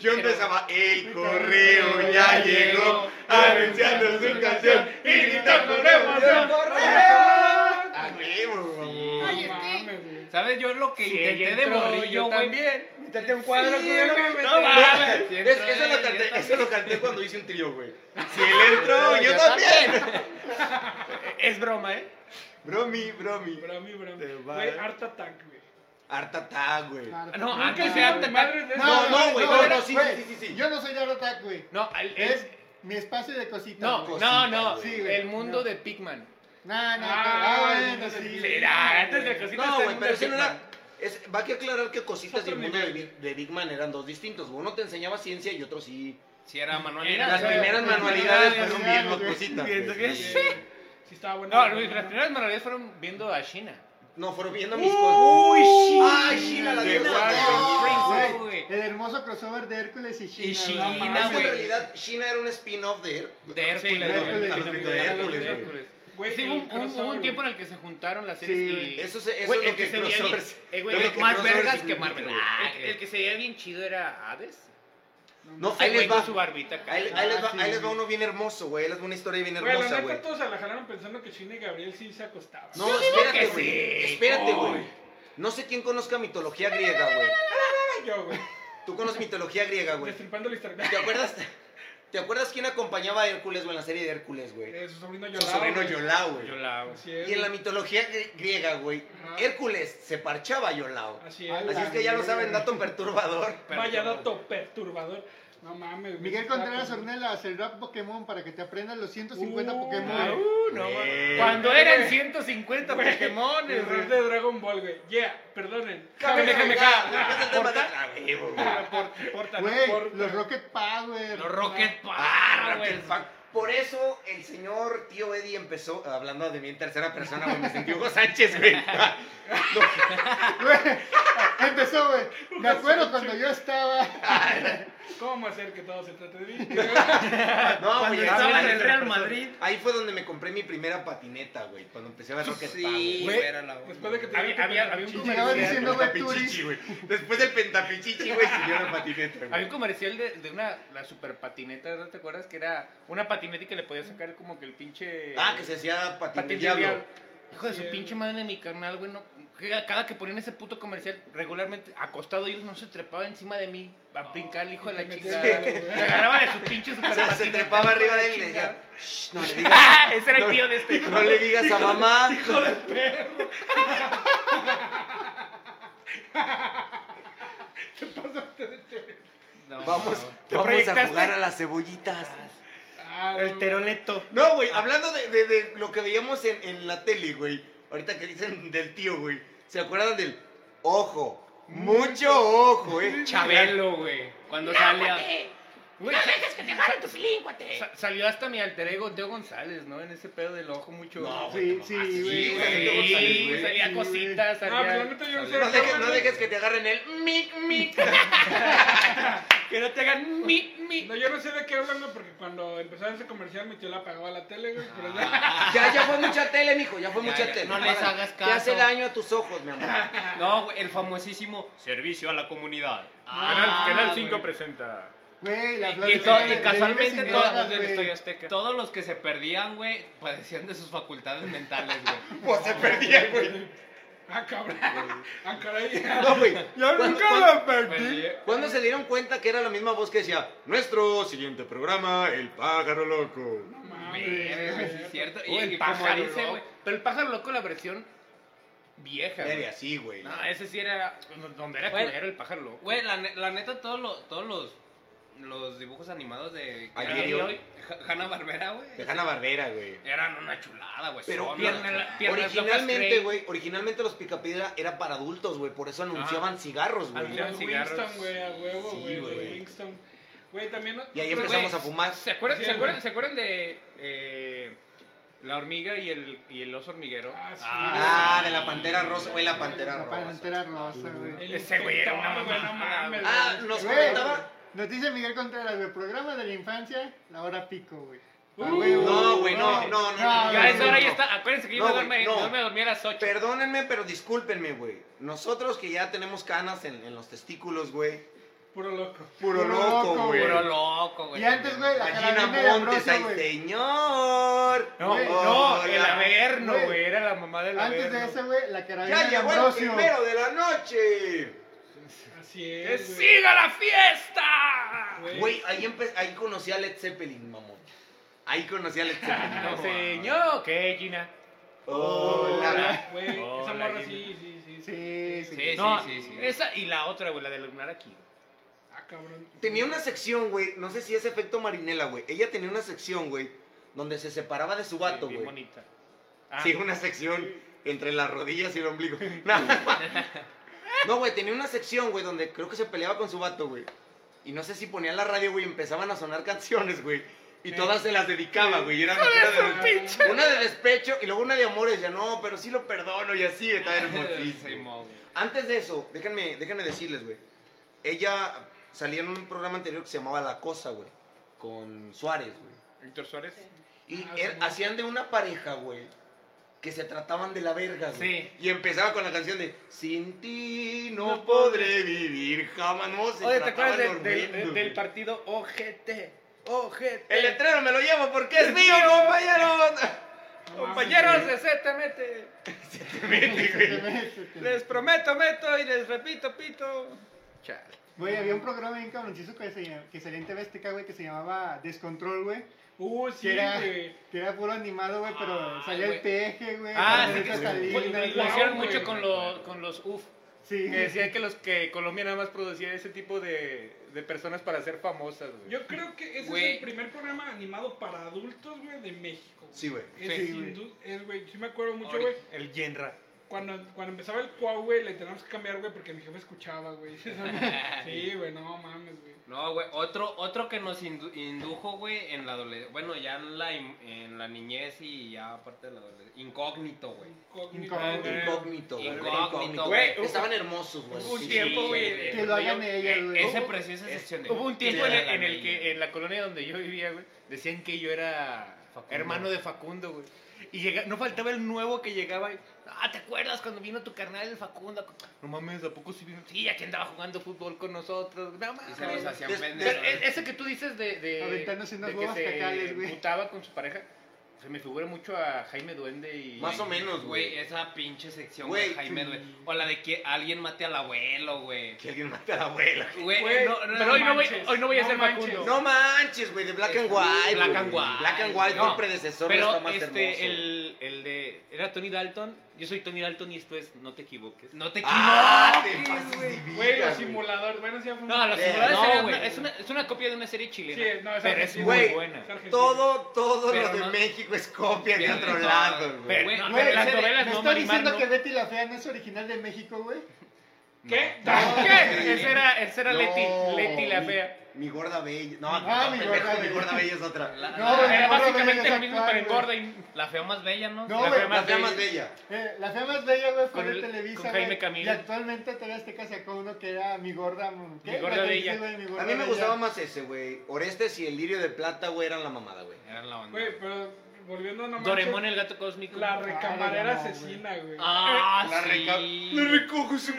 Speaker 4: Yo empezaba, el correo ya llegó, anunciando su canción y gritando ¡El correo! ¡A huevo, mamón.
Speaker 8: Ay,
Speaker 2: No
Speaker 8: este.
Speaker 2: mames, güey.
Speaker 3: ¿Sabes? Yo lo que
Speaker 5: Sí, ella
Speaker 3: intenté de
Speaker 5: entró,
Speaker 3: morrillo,
Speaker 5: yo
Speaker 3: <laughs> güey.
Speaker 5: también. Métete un cuadro,
Speaker 3: Sí,
Speaker 5: culero.
Speaker 3: güey,
Speaker 5: No
Speaker 3: me-
Speaker 5: mames.
Speaker 4: Es- Eso lo canté, eso lo canté cuando hice un trío, güey. Si él entró, yo también.
Speaker 5: Es broma, ¿eh?
Speaker 4: Bromi, bromi.
Speaker 2: Brami, Brami.
Speaker 4: Te va,
Speaker 2: Güey,
Speaker 4: eh.
Speaker 2: Art Attack, güey.
Speaker 4: Harta tag, güey.
Speaker 5: Ah, No,
Speaker 6: Nunca
Speaker 5: antes
Speaker 6: he
Speaker 5: de
Speaker 6: sido
Speaker 5: Art
Speaker 6: de
Speaker 5: Attack.
Speaker 2: Madre de
Speaker 4: No,
Speaker 2: esas-
Speaker 4: no, güey, no,
Speaker 6: güey,
Speaker 4: no, sí,
Speaker 6: güey,
Speaker 4: sí, sí, sí.
Speaker 6: Yo no soy de Art Attack, güey.
Speaker 5: No, al-
Speaker 6: Es-
Speaker 5: es,
Speaker 6: mi espacio de cositas. Pues,
Speaker 5: No,
Speaker 6: güey.
Speaker 5: no, no.
Speaker 6: Sí, güey.
Speaker 5: el mundo
Speaker 6: No.
Speaker 5: de Pigman.
Speaker 6: No, no,
Speaker 2: Ah,
Speaker 6: pero-
Speaker 2: güey,
Speaker 6: ah, bueno, sí.
Speaker 5: Será, antes de cositas.
Speaker 4: No,
Speaker 5: el
Speaker 4: güey,
Speaker 5: mundo
Speaker 4: pero
Speaker 5: de
Speaker 4: si no
Speaker 5: Pigman.
Speaker 4: era. es- va que aclarar que cositas
Speaker 2: Otro
Speaker 4: del mundo de,
Speaker 2: nivel.
Speaker 4: Big- de Big Man eran dos distintos. güey. Uno te enseñaba ciencia y otro sí.
Speaker 3: Si era
Speaker 5: Era,
Speaker 3: manualidad.
Speaker 4: Las
Speaker 5: sí,
Speaker 4: primeras
Speaker 5: sí,
Speaker 4: manualidades
Speaker 6: sí,
Speaker 4: fueron
Speaker 6: sí,
Speaker 4: viendo
Speaker 6: sí.
Speaker 4: cositas. güey.
Speaker 2: Sí, estaba bueno.
Speaker 5: No, Luis, las primeras manualidades fueron viendo a China.
Speaker 4: No, fueron viendo mis cosas.
Speaker 5: Uy, China.
Speaker 4: ¡Ay, Sheila, la
Speaker 5: De
Speaker 4: de
Speaker 5: Warner
Speaker 4: la
Speaker 5: Bros.
Speaker 6: Güey, El hermoso crossover de Hércules y China.
Speaker 3: Y
Speaker 6: no
Speaker 3: China,
Speaker 6: mames.
Speaker 4: Ah, Es que en
Speaker 3: güey.
Speaker 4: realidad China era un spin-off de él.
Speaker 3: De
Speaker 5: Sí,
Speaker 3: Hércules. güey.
Speaker 6: Hércules.
Speaker 4: de Hércules, güey.
Speaker 2: Güey,
Speaker 5: Sí,
Speaker 2: el
Speaker 5: hubo un- hubo
Speaker 2: crossover,
Speaker 5: un tiempo en el que se juntaron las
Speaker 6: Sí,
Speaker 5: series
Speaker 6: güey.
Speaker 5: y...
Speaker 4: Eso, se, eso
Speaker 5: Güey,
Speaker 4: es
Speaker 5: el
Speaker 4: lo que,
Speaker 5: se veía
Speaker 4: crossover-
Speaker 5: bien- eh, güey,
Speaker 4: es lo
Speaker 5: el
Speaker 4: que
Speaker 5: más
Speaker 4: crossover
Speaker 5: vergas que
Speaker 4: significa,
Speaker 5: Marvel.
Speaker 4: güey.
Speaker 5: Ah, el, el que se veía bien chido era Hades.
Speaker 4: No,
Speaker 5: Ese
Speaker 4: ahí
Speaker 5: güey
Speaker 4: les
Speaker 5: con
Speaker 4: va.
Speaker 5: su barbita acá.
Speaker 4: Ahí, ahí les va,
Speaker 6: Ah, sí,
Speaker 4: ahí les va
Speaker 6: güey.
Speaker 4: uno bien hermoso, güey. Ahí les va una historia bien
Speaker 2: güey. Güey,
Speaker 4: hermosa,
Speaker 2: la
Speaker 4: güey.
Speaker 2: neta todos se la jalaron pensando que China y Gabriel sí se acostaban.
Speaker 4: No, espérate,
Speaker 5: que
Speaker 4: güey.
Speaker 5: sí.
Speaker 4: Espérate,
Speaker 2: Ay.
Speaker 4: güey. No sé quién conozca mitología griega, güey.
Speaker 2: yo, güey.
Speaker 4: Tú conoces mitología griega, güey.
Speaker 2: Destripando la historia.
Speaker 4: ¿Te acuerdas? ¿Te acuerdas quién acompañaba a Hércules, güey, en la serie de Hércules, güey?
Speaker 2: Eh, su sobrino
Speaker 4: Su
Speaker 2: Yolao.
Speaker 4: sobrino
Speaker 2: güey.
Speaker 4: Yolao, güey.
Speaker 5: la...
Speaker 2: Así es.
Speaker 4: Y en la mitología grie- griega, güey,
Speaker 2: Ajá.
Speaker 4: Hércules se parchaba a Yolao.
Speaker 2: Así
Speaker 6: Ah,
Speaker 2: es.
Speaker 4: Así es que ya lo saben, dato perturbador.
Speaker 2: Vaya dato perturbador. No mames, güey.
Speaker 6: Miguel
Speaker 2: Está
Speaker 6: Contreras
Speaker 2: como-
Speaker 6: Ornelas, el rap Pokémon para que te aprendas los 150
Speaker 2: Uh,
Speaker 6: Pokémon.
Speaker 5: Uh, no,
Speaker 4: Güey.
Speaker 5: Cuando
Speaker 2: Güey.
Speaker 5: eran 150
Speaker 2: Güey.
Speaker 5: Pokémon.
Speaker 2: El rap de Dragon Ball, güey. Yeah, perdonen.
Speaker 5: Déjame, déjame,
Speaker 4: Ese es el tema de- Ah, güey, güey.
Speaker 6: Güey,
Speaker 2: Por-
Speaker 6: los Rocket Power.
Speaker 3: Los Rocket
Speaker 4: Ah,
Speaker 3: Power,
Speaker 4: Rocket
Speaker 3: güey.
Speaker 4: Pack. Por eso el señor tío Eddie empezó hablando de mí en tercera persona, güey. Me sentí Hugo Sánchez, güey.
Speaker 6: Güey, empezó, güey. Me acuerdo cuando yo estaba.
Speaker 2: ¿Cómo hacer que todo se trate de mí?
Speaker 4: No, güey.
Speaker 5: estaba
Speaker 4: ahí-
Speaker 5: en el Real Madrid.
Speaker 4: Ahí fue donde me compré mi primera patineta, güey. Cuando empecé a ver Rocket Pack, güey.
Speaker 5: güey.
Speaker 3: era la
Speaker 2: Después de que te
Speaker 5: Había- había- había un
Speaker 6: Y
Speaker 5: comercial.
Speaker 6: llegaba diciendo, güey,
Speaker 7: Pentapichichi,
Speaker 6: turis.
Speaker 7: güey. Después del pentapichichi, güey, siguió la patineta,
Speaker 5: Había
Speaker 7: güey.
Speaker 5: un comercial de, de una la super patineta, ¿no te acuerdas? Que era una patineta y que le podía sacar como que el pinche.
Speaker 4: Ah, que se hacía patín
Speaker 5: patín
Speaker 4: del
Speaker 5: de
Speaker 4: diablo.
Speaker 5: diablo. Hijo de su
Speaker 2: Sí.
Speaker 5: pinche madre de mi carnal, güey. No, que cada que ponían ese puto comercial, regularmente acostado, ellos no se trepaban encima de mí a brincar, el hijo de la
Speaker 2: me
Speaker 5: chica.
Speaker 2: metí en
Speaker 5: Se agarraba de su pinche super
Speaker 4: O sea, se
Speaker 5: patineta,
Speaker 4: trepaba
Speaker 5: hijo de
Speaker 4: arriba
Speaker 5: la
Speaker 4: de él y le
Speaker 5: chingada.
Speaker 4: decía, "Shh, no le
Speaker 5: <laughs>
Speaker 4: digas,
Speaker 5: ¡Ah! Ese era el
Speaker 4: No,
Speaker 5: tío de este.
Speaker 4: no le digas a mamá. Vamos, vamos a
Speaker 5: proyectaste?
Speaker 4: jugar a las cebollitas.
Speaker 2: Ah,
Speaker 5: El teroleto.
Speaker 4: No, güey, hablando de, de- de lo que veíamos en, en la tele, güey. Ahorita que dicen del tío, güey. ¿Se acuerdan del ojo? Mucho ojo, eh.
Speaker 5: Chabelo, güey. Cuando salía. Güey, sa- sa- Salió hasta mi alter ego Teo González, ¿no? En ese pedo del ojo mucho.
Speaker 4: No, güey.
Speaker 6: Sí, sí,
Speaker 4: Sí,
Speaker 6: güey.
Speaker 4: güey. Teo González,
Speaker 5: Sí,
Speaker 4: güey.
Speaker 5: salía
Speaker 6: Sí,
Speaker 5: cositas,
Speaker 2: No, pues la
Speaker 5: salía.
Speaker 2: neta yo no sé.
Speaker 4: No dejes, no
Speaker 2: güey.
Speaker 4: dejes que te agarren el mic, mic.
Speaker 5: Que no te hagan mi, mi.
Speaker 2: No, yo no sé de qué hablan, güey, porque cuando empezaron ese comercial mi tío la apagaba la tele, güey. Pero ya.
Speaker 3: Ah.
Speaker 4: Ya, ya fue mucha tele, mijo, ya fue
Speaker 3: Ya,
Speaker 4: mucha
Speaker 3: ya,
Speaker 4: tele.
Speaker 3: no les hagas
Speaker 4: Te hace
Speaker 3: caso.
Speaker 4: daño a tus ojos, mi amor.
Speaker 3: No, güey, el famosísimo servicio a la comunidad. Ah,
Speaker 5: cinco presenta.
Speaker 6: Güey, la
Speaker 5: Y, to-
Speaker 6: flor de-
Speaker 5: y
Speaker 6: de- de-
Speaker 5: casualmente
Speaker 6: de-
Speaker 5: todos los
Speaker 6: de-
Speaker 5: del
Speaker 6: de-
Speaker 5: Estadio Azteca.
Speaker 3: Todos los que se perdían, güey, padecían de sus facultades mentales, güey.
Speaker 4: Pues se perdía, güey.
Speaker 2: <laughs> Ah, cabrón. Ah, caray.
Speaker 4: No, güey. ¿Cuándo- cuándo-
Speaker 5: Perdí.
Speaker 4: ¿Cuándo se dieron cuenta que era la misma voz que decía nuestro siguiente programa, El Pájaro Loco?
Speaker 3: Verga, sí es cierto. Y, pues
Speaker 5: Uy, el
Speaker 3: y como
Speaker 5: pájaro
Speaker 3: dice,
Speaker 5: loco.
Speaker 3: güey.
Speaker 5: Pero el pájaro loco, la versión vieja. güey.
Speaker 4: Era así, güey.
Speaker 5: No, ese sí era. Donde era
Speaker 3: Güey.
Speaker 5: culero el pájaro loco.
Speaker 3: Güey, la, ne- la neta, todos los, todos los, los dibujos animados de
Speaker 4: Ayer y hoy.
Speaker 3: Hanna Barbera, güey.
Speaker 4: De Hanna Barbera, güey.
Speaker 3: Eran una chulada, güey.
Speaker 4: Pero
Speaker 3: Son
Speaker 4: pierna-
Speaker 3: una-
Speaker 5: piernas locas
Speaker 4: originalmente,
Speaker 5: Grey.
Speaker 4: güey, originalmente los Picapiedra era para adultos, güey, por eso
Speaker 6: Ah,
Speaker 4: anunciaban cigarros, güey.
Speaker 5: Anunciaban-
Speaker 2: Los Winston,
Speaker 5: cigarros.
Speaker 2: güey, a huevo,
Speaker 4: Sí,
Speaker 2: güey.
Speaker 4: güey.
Speaker 2: los Winston. Güey, también.
Speaker 4: Y ahí
Speaker 2: otro-
Speaker 4: empezamos
Speaker 2: güey,
Speaker 4: a fumar.
Speaker 5: ¿Se acuerdan,
Speaker 2: Sí,
Speaker 5: ¿se acuerdan,
Speaker 2: güey.
Speaker 5: ¿se acuerdan de eh, la hormiga y el, y el oso hormiguero?
Speaker 2: Ah, sí.
Speaker 4: Ah, de la Pantera Rosa, güey, la Pantera
Speaker 6: La
Speaker 4: Rosa.
Speaker 6: pantera rosa, güey.
Speaker 2: el
Speaker 5: Ese güey era una
Speaker 2: inspector, güey,
Speaker 5: mamada,
Speaker 2: mames,
Speaker 5: güey.
Speaker 4: Ah,
Speaker 2: güey.
Speaker 4: nos
Speaker 6: Güey.
Speaker 4: comentaba...
Speaker 6: Nos dice Miguel Contreras, güey, programa de la infancia, la hora pico, güey. A
Speaker 2: Uh,
Speaker 6: huevo.
Speaker 4: No, güey, no, no, no.
Speaker 6: Ya
Speaker 5: ya
Speaker 6: es
Speaker 5: eso
Speaker 6: hora,
Speaker 5: ahora
Speaker 4: no.
Speaker 5: ya está. Acuérdense que yo
Speaker 4: No,
Speaker 5: me,
Speaker 4: güey,
Speaker 5: dormí,
Speaker 4: no.
Speaker 5: yo me dormí a las 8.
Speaker 4: Perdónenme, pero discúlpenme, güey. Nosotros que ya tenemos canas en, en los testículos, güey.
Speaker 2: Puro loco.
Speaker 4: Puro
Speaker 6: Puro
Speaker 4: loco,
Speaker 6: loco,
Speaker 4: güey.
Speaker 3: Puro loco, güey.
Speaker 6: Y antes, güey, la
Speaker 4: Gallina
Speaker 6: carabina de
Speaker 4: Montes,
Speaker 6: Ambrosio,
Speaker 4: ay,
Speaker 6: güey.
Speaker 4: señor.
Speaker 5: No,
Speaker 6: Güey,
Speaker 5: no, el
Speaker 4: hola.
Speaker 5: averno,
Speaker 6: Güey.
Speaker 5: güey. Era la mamá del averno.
Speaker 6: Antes de ese, güey, la carabina
Speaker 4: Ya
Speaker 6: de
Speaker 4: llegó el
Speaker 6: Ambrosio.
Speaker 4: primero de la noche.
Speaker 2: Así
Speaker 5: ¡Que
Speaker 2: es. güey.
Speaker 5: siga la fiesta!
Speaker 4: Güey, ahí, empe- ahí conocí a Led Zeppelin, mamón. Ahí conocí a Led Zeppelin.
Speaker 5: No, <laughs> señor, ¿qué, Gina?
Speaker 4: Hola.
Speaker 2: Güey,
Speaker 5: Hola,
Speaker 2: esa morra
Speaker 5: Jimmy.
Speaker 2: sí, sí, sí.
Speaker 6: Sí, sí.
Speaker 3: Sí,
Speaker 5: no,
Speaker 3: sí, sí, sí.
Speaker 5: Esa y la otra, güey, la de lunar aquí.
Speaker 2: Ah, cabrón.
Speaker 4: Tenía una sección, güey, no sé si es efecto marinela, güey. Ella tenía una sección, güey, donde se separaba de su vato,
Speaker 5: Bien
Speaker 4: güey.
Speaker 5: bonita. Ah,
Speaker 4: Sí, una sección entre las rodillas y el ombligo. <laughs> No, No, güey, tenía una sección, güey, donde creo que se peleaba con su vato, güey. Y no sé si ponía la radio, güey, y empezaban a sonar canciones, güey. Y todas se las dedicaba, güey. y Era una de, una de despecho y luego una de amores. Ya no, pero sí lo perdono y así. Está hermosísimo.
Speaker 5: Simón, Ah, güey.
Speaker 4: Antes de eso, déjenme, déjenme decirles, güey. Ella salía en un programa anterior que se llamaba La Cosa, güey. Con Suárez, güey.
Speaker 5: Ah, Víctor Suárez.
Speaker 4: Y
Speaker 2: Ah,
Speaker 4: er-
Speaker 2: sí.
Speaker 4: hacían de una pareja, güey. Que se trataban de la verga, güey.
Speaker 5: Sí.
Speaker 4: Y empezaba con la canción de Sin ti no, podré vivir jamás. No, se
Speaker 5: Oye, ¿te
Speaker 4: trataban
Speaker 5: acuerdas de- de-
Speaker 4: horrendo,
Speaker 5: de-
Speaker 4: güey.
Speaker 5: del partido OGT? OGT.
Speaker 4: El letrero me lo llevo porque es mío, compañeros.
Speaker 2: No mames,
Speaker 5: Compañeros
Speaker 2: güey.
Speaker 5: de Z, mete.
Speaker 6: güey.
Speaker 5: Les prometo, meto y les repito, pito. Chale.
Speaker 6: Güey, había un programa bien cabroncizo que, se llam- que salía en TV Azteca, güey, que se llamaba Descontrol, güey.
Speaker 2: Uh, sí,
Speaker 6: Que era,
Speaker 2: güey.
Speaker 6: que era puro animado, güey, pero
Speaker 5: Ay,
Speaker 6: salía
Speaker 5: güey.
Speaker 6: el peje, güey.
Speaker 5: Ah,
Speaker 6: la
Speaker 5: sí,
Speaker 6: neta
Speaker 5: que
Speaker 6: Salinas,
Speaker 5: fue-
Speaker 6: güey.
Speaker 5: lo hicieron
Speaker 2: güey.
Speaker 5: mucho con, lo- con los UF.
Speaker 6: Sí,
Speaker 5: Que decían que los que Colombia nada más producía ese tipo de, de personas para ser famosas, güey.
Speaker 2: Yo creo que ese
Speaker 3: Güey.
Speaker 2: es el primer programa animado para adultos, güey, de México.
Speaker 4: Sí, güey.
Speaker 2: Es
Speaker 6: Sí,
Speaker 2: sin
Speaker 6: güey.
Speaker 2: duda- es, güey, sí me acuerdo mucho,
Speaker 3: Ahorita-
Speaker 2: güey.
Speaker 5: El Yenra.
Speaker 2: Cuando, cuando empezaba el cuau, güey, le teníamos que cambiar, güey, porque mi jefe escuchaba, güey. <laughs> Sí, güey, no mames, güey.
Speaker 3: No, güey, otro, otro que nos indu- indujo, güey, en la adolescencia, bueno, ya en la, in- en la niñez y ya aparte de la adolescencia, incógnito, güey.
Speaker 2: Incógnito.
Speaker 5: Ah,
Speaker 6: Incógnito.
Speaker 4: Incógnito, güey.
Speaker 3: Incógnito,
Speaker 4: Incógnito,
Speaker 5: güey.
Speaker 4: güey. Estaban hermosos, güey.
Speaker 5: Un
Speaker 4: Sí,
Speaker 5: tiempo, güey.
Speaker 6: Que lo hagan ellas,
Speaker 3: Eh,
Speaker 6: güey.
Speaker 3: Ese
Speaker 5: Hubo-
Speaker 3: precioso
Speaker 5: Eh,
Speaker 3: sección de-
Speaker 5: Hubo un tiempo en
Speaker 3: Te
Speaker 5: el,
Speaker 3: hagan
Speaker 5: en el que
Speaker 3: niña.
Speaker 5: en la colonia donde yo vivía, güey, decían que yo era
Speaker 3: Facundo.
Speaker 5: hermano de Facundo, güey. Y llega- no faltaba el nuevo que llegaba y, ah, ¿te acuerdas cuando vino tu carnal el Facundo? No mames, ¿a poco sí vino? Sí, aquí andaba jugando fútbol con nosotros. No
Speaker 3: Y
Speaker 5: mames.
Speaker 3: se los hacían
Speaker 4: Des-
Speaker 5: Pero
Speaker 3: pendejos.
Speaker 5: e- ese que tú dices de, de,
Speaker 6: Aventándose unas
Speaker 5: de que
Speaker 6: huevas
Speaker 5: se
Speaker 6: cacales, güey.
Speaker 5: putaba con su pareja, se me figura mucho a Jaime Duende y...
Speaker 4: Más o menos,
Speaker 3: Güey,
Speaker 4: güey.
Speaker 3: esa pinche sección
Speaker 4: Güey,
Speaker 3: de Jaime, güey. O la de que alguien mate al abuelo, güey.
Speaker 4: Que alguien mate a la abuela.
Speaker 3: Güey,
Speaker 2: Güey,
Speaker 3: no, no,
Speaker 5: Pero hoy no, voy,
Speaker 2: manches,
Speaker 5: hoy no Este, voy a
Speaker 2: no
Speaker 5: ser
Speaker 2: manches.
Speaker 5: Facundo.
Speaker 4: No manches, güey, de Black and White.
Speaker 3: Black
Speaker 4: güey.
Speaker 3: and White.
Speaker 4: Black and White fue
Speaker 5: No,
Speaker 4: el predecesor de
Speaker 5: Pero
Speaker 4: esto más
Speaker 5: este,
Speaker 4: hermoso.
Speaker 5: el, el de. Era Tony Dalton. Yo soy Tony Dalton y esto es No te equivoques.
Speaker 3: no te
Speaker 4: ¡Ah!
Speaker 3: equivoques.
Speaker 4: Te pasas de vida,
Speaker 2: Güey, los
Speaker 4: güey.
Speaker 2: simuladores. Bueno, sí, fue un-
Speaker 5: No, los
Speaker 4: Eh,
Speaker 5: simuladores
Speaker 3: no,
Speaker 5: eran
Speaker 3: güey.
Speaker 5: una- es, una, es una copia de una serie
Speaker 2: Sí,
Speaker 5: chilena.
Speaker 2: no, es
Speaker 5: pero es
Speaker 2: argentino,
Speaker 5: muy
Speaker 4: Güey,
Speaker 5: buena.
Speaker 2: Es argentino.
Speaker 4: Todo, todo
Speaker 3: Pero
Speaker 4: lo de
Speaker 3: no-
Speaker 4: México es copia de
Speaker 3: Pero
Speaker 4: otro
Speaker 3: no,
Speaker 4: lado,
Speaker 5: Pero-
Speaker 4: güey.
Speaker 3: Güey,
Speaker 5: no,
Speaker 6: Güey,
Speaker 5: las
Speaker 6: me-
Speaker 5: novelas
Speaker 6: me
Speaker 5: no,
Speaker 6: estás
Speaker 5: Marimar,
Speaker 6: diciendo
Speaker 5: no.
Speaker 6: que Betty la Fea no es original de México, güey.
Speaker 2: ¿Qué?
Speaker 5: No, ¿Qué? Esa era, esa era
Speaker 4: No,
Speaker 5: Leti, Leti la
Speaker 4: mi-
Speaker 5: fea.
Speaker 4: Mi gorda bella. No,
Speaker 6: Ah,
Speaker 4: no,
Speaker 6: mi
Speaker 4: pendejo,
Speaker 6: gorda
Speaker 4: mi
Speaker 6: bella.
Speaker 4: gorda bella es otra.
Speaker 3: La,
Speaker 4: No,
Speaker 3: la-
Speaker 6: güey,
Speaker 5: Era
Speaker 6: no, no,
Speaker 5: básicamente
Speaker 6: no,
Speaker 5: el mismo,
Speaker 6: no,
Speaker 5: pero
Speaker 6: no.
Speaker 5: engorda y
Speaker 3: la fea más bella, ¿no?
Speaker 6: No,
Speaker 5: La
Speaker 6: güey.
Speaker 5: fea
Speaker 4: la
Speaker 5: más
Speaker 4: fea
Speaker 5: bella.
Speaker 4: más bella.
Speaker 6: Eh, la fea más bella, güey, fue
Speaker 5: Con
Speaker 6: de
Speaker 5: el-
Speaker 6: Televisa.
Speaker 5: con Jaime
Speaker 6: güey,
Speaker 5: Camil.
Speaker 6: Y actualmente TV Azteca sacó uno que era mi gorda. mm, ¿qué?
Speaker 5: Mi gorda
Speaker 6: La que
Speaker 5: bella.
Speaker 6: dice, güey, mi gorda
Speaker 4: A mí me
Speaker 6: bella.
Speaker 4: gustaba más ese, güey. Orestes y el lirio de plata, güey, eran la mamada, güey.
Speaker 3: Eran la onda.
Speaker 2: Güey, pero volviendo a no
Speaker 5: Doraemon
Speaker 2: manches,
Speaker 5: el gato cósmico.
Speaker 2: La
Speaker 6: Ah,
Speaker 2: recamarera
Speaker 6: no, güey.
Speaker 2: asesina, güey.
Speaker 3: Ah,
Speaker 4: La reca-
Speaker 3: sí.
Speaker 4: recojo su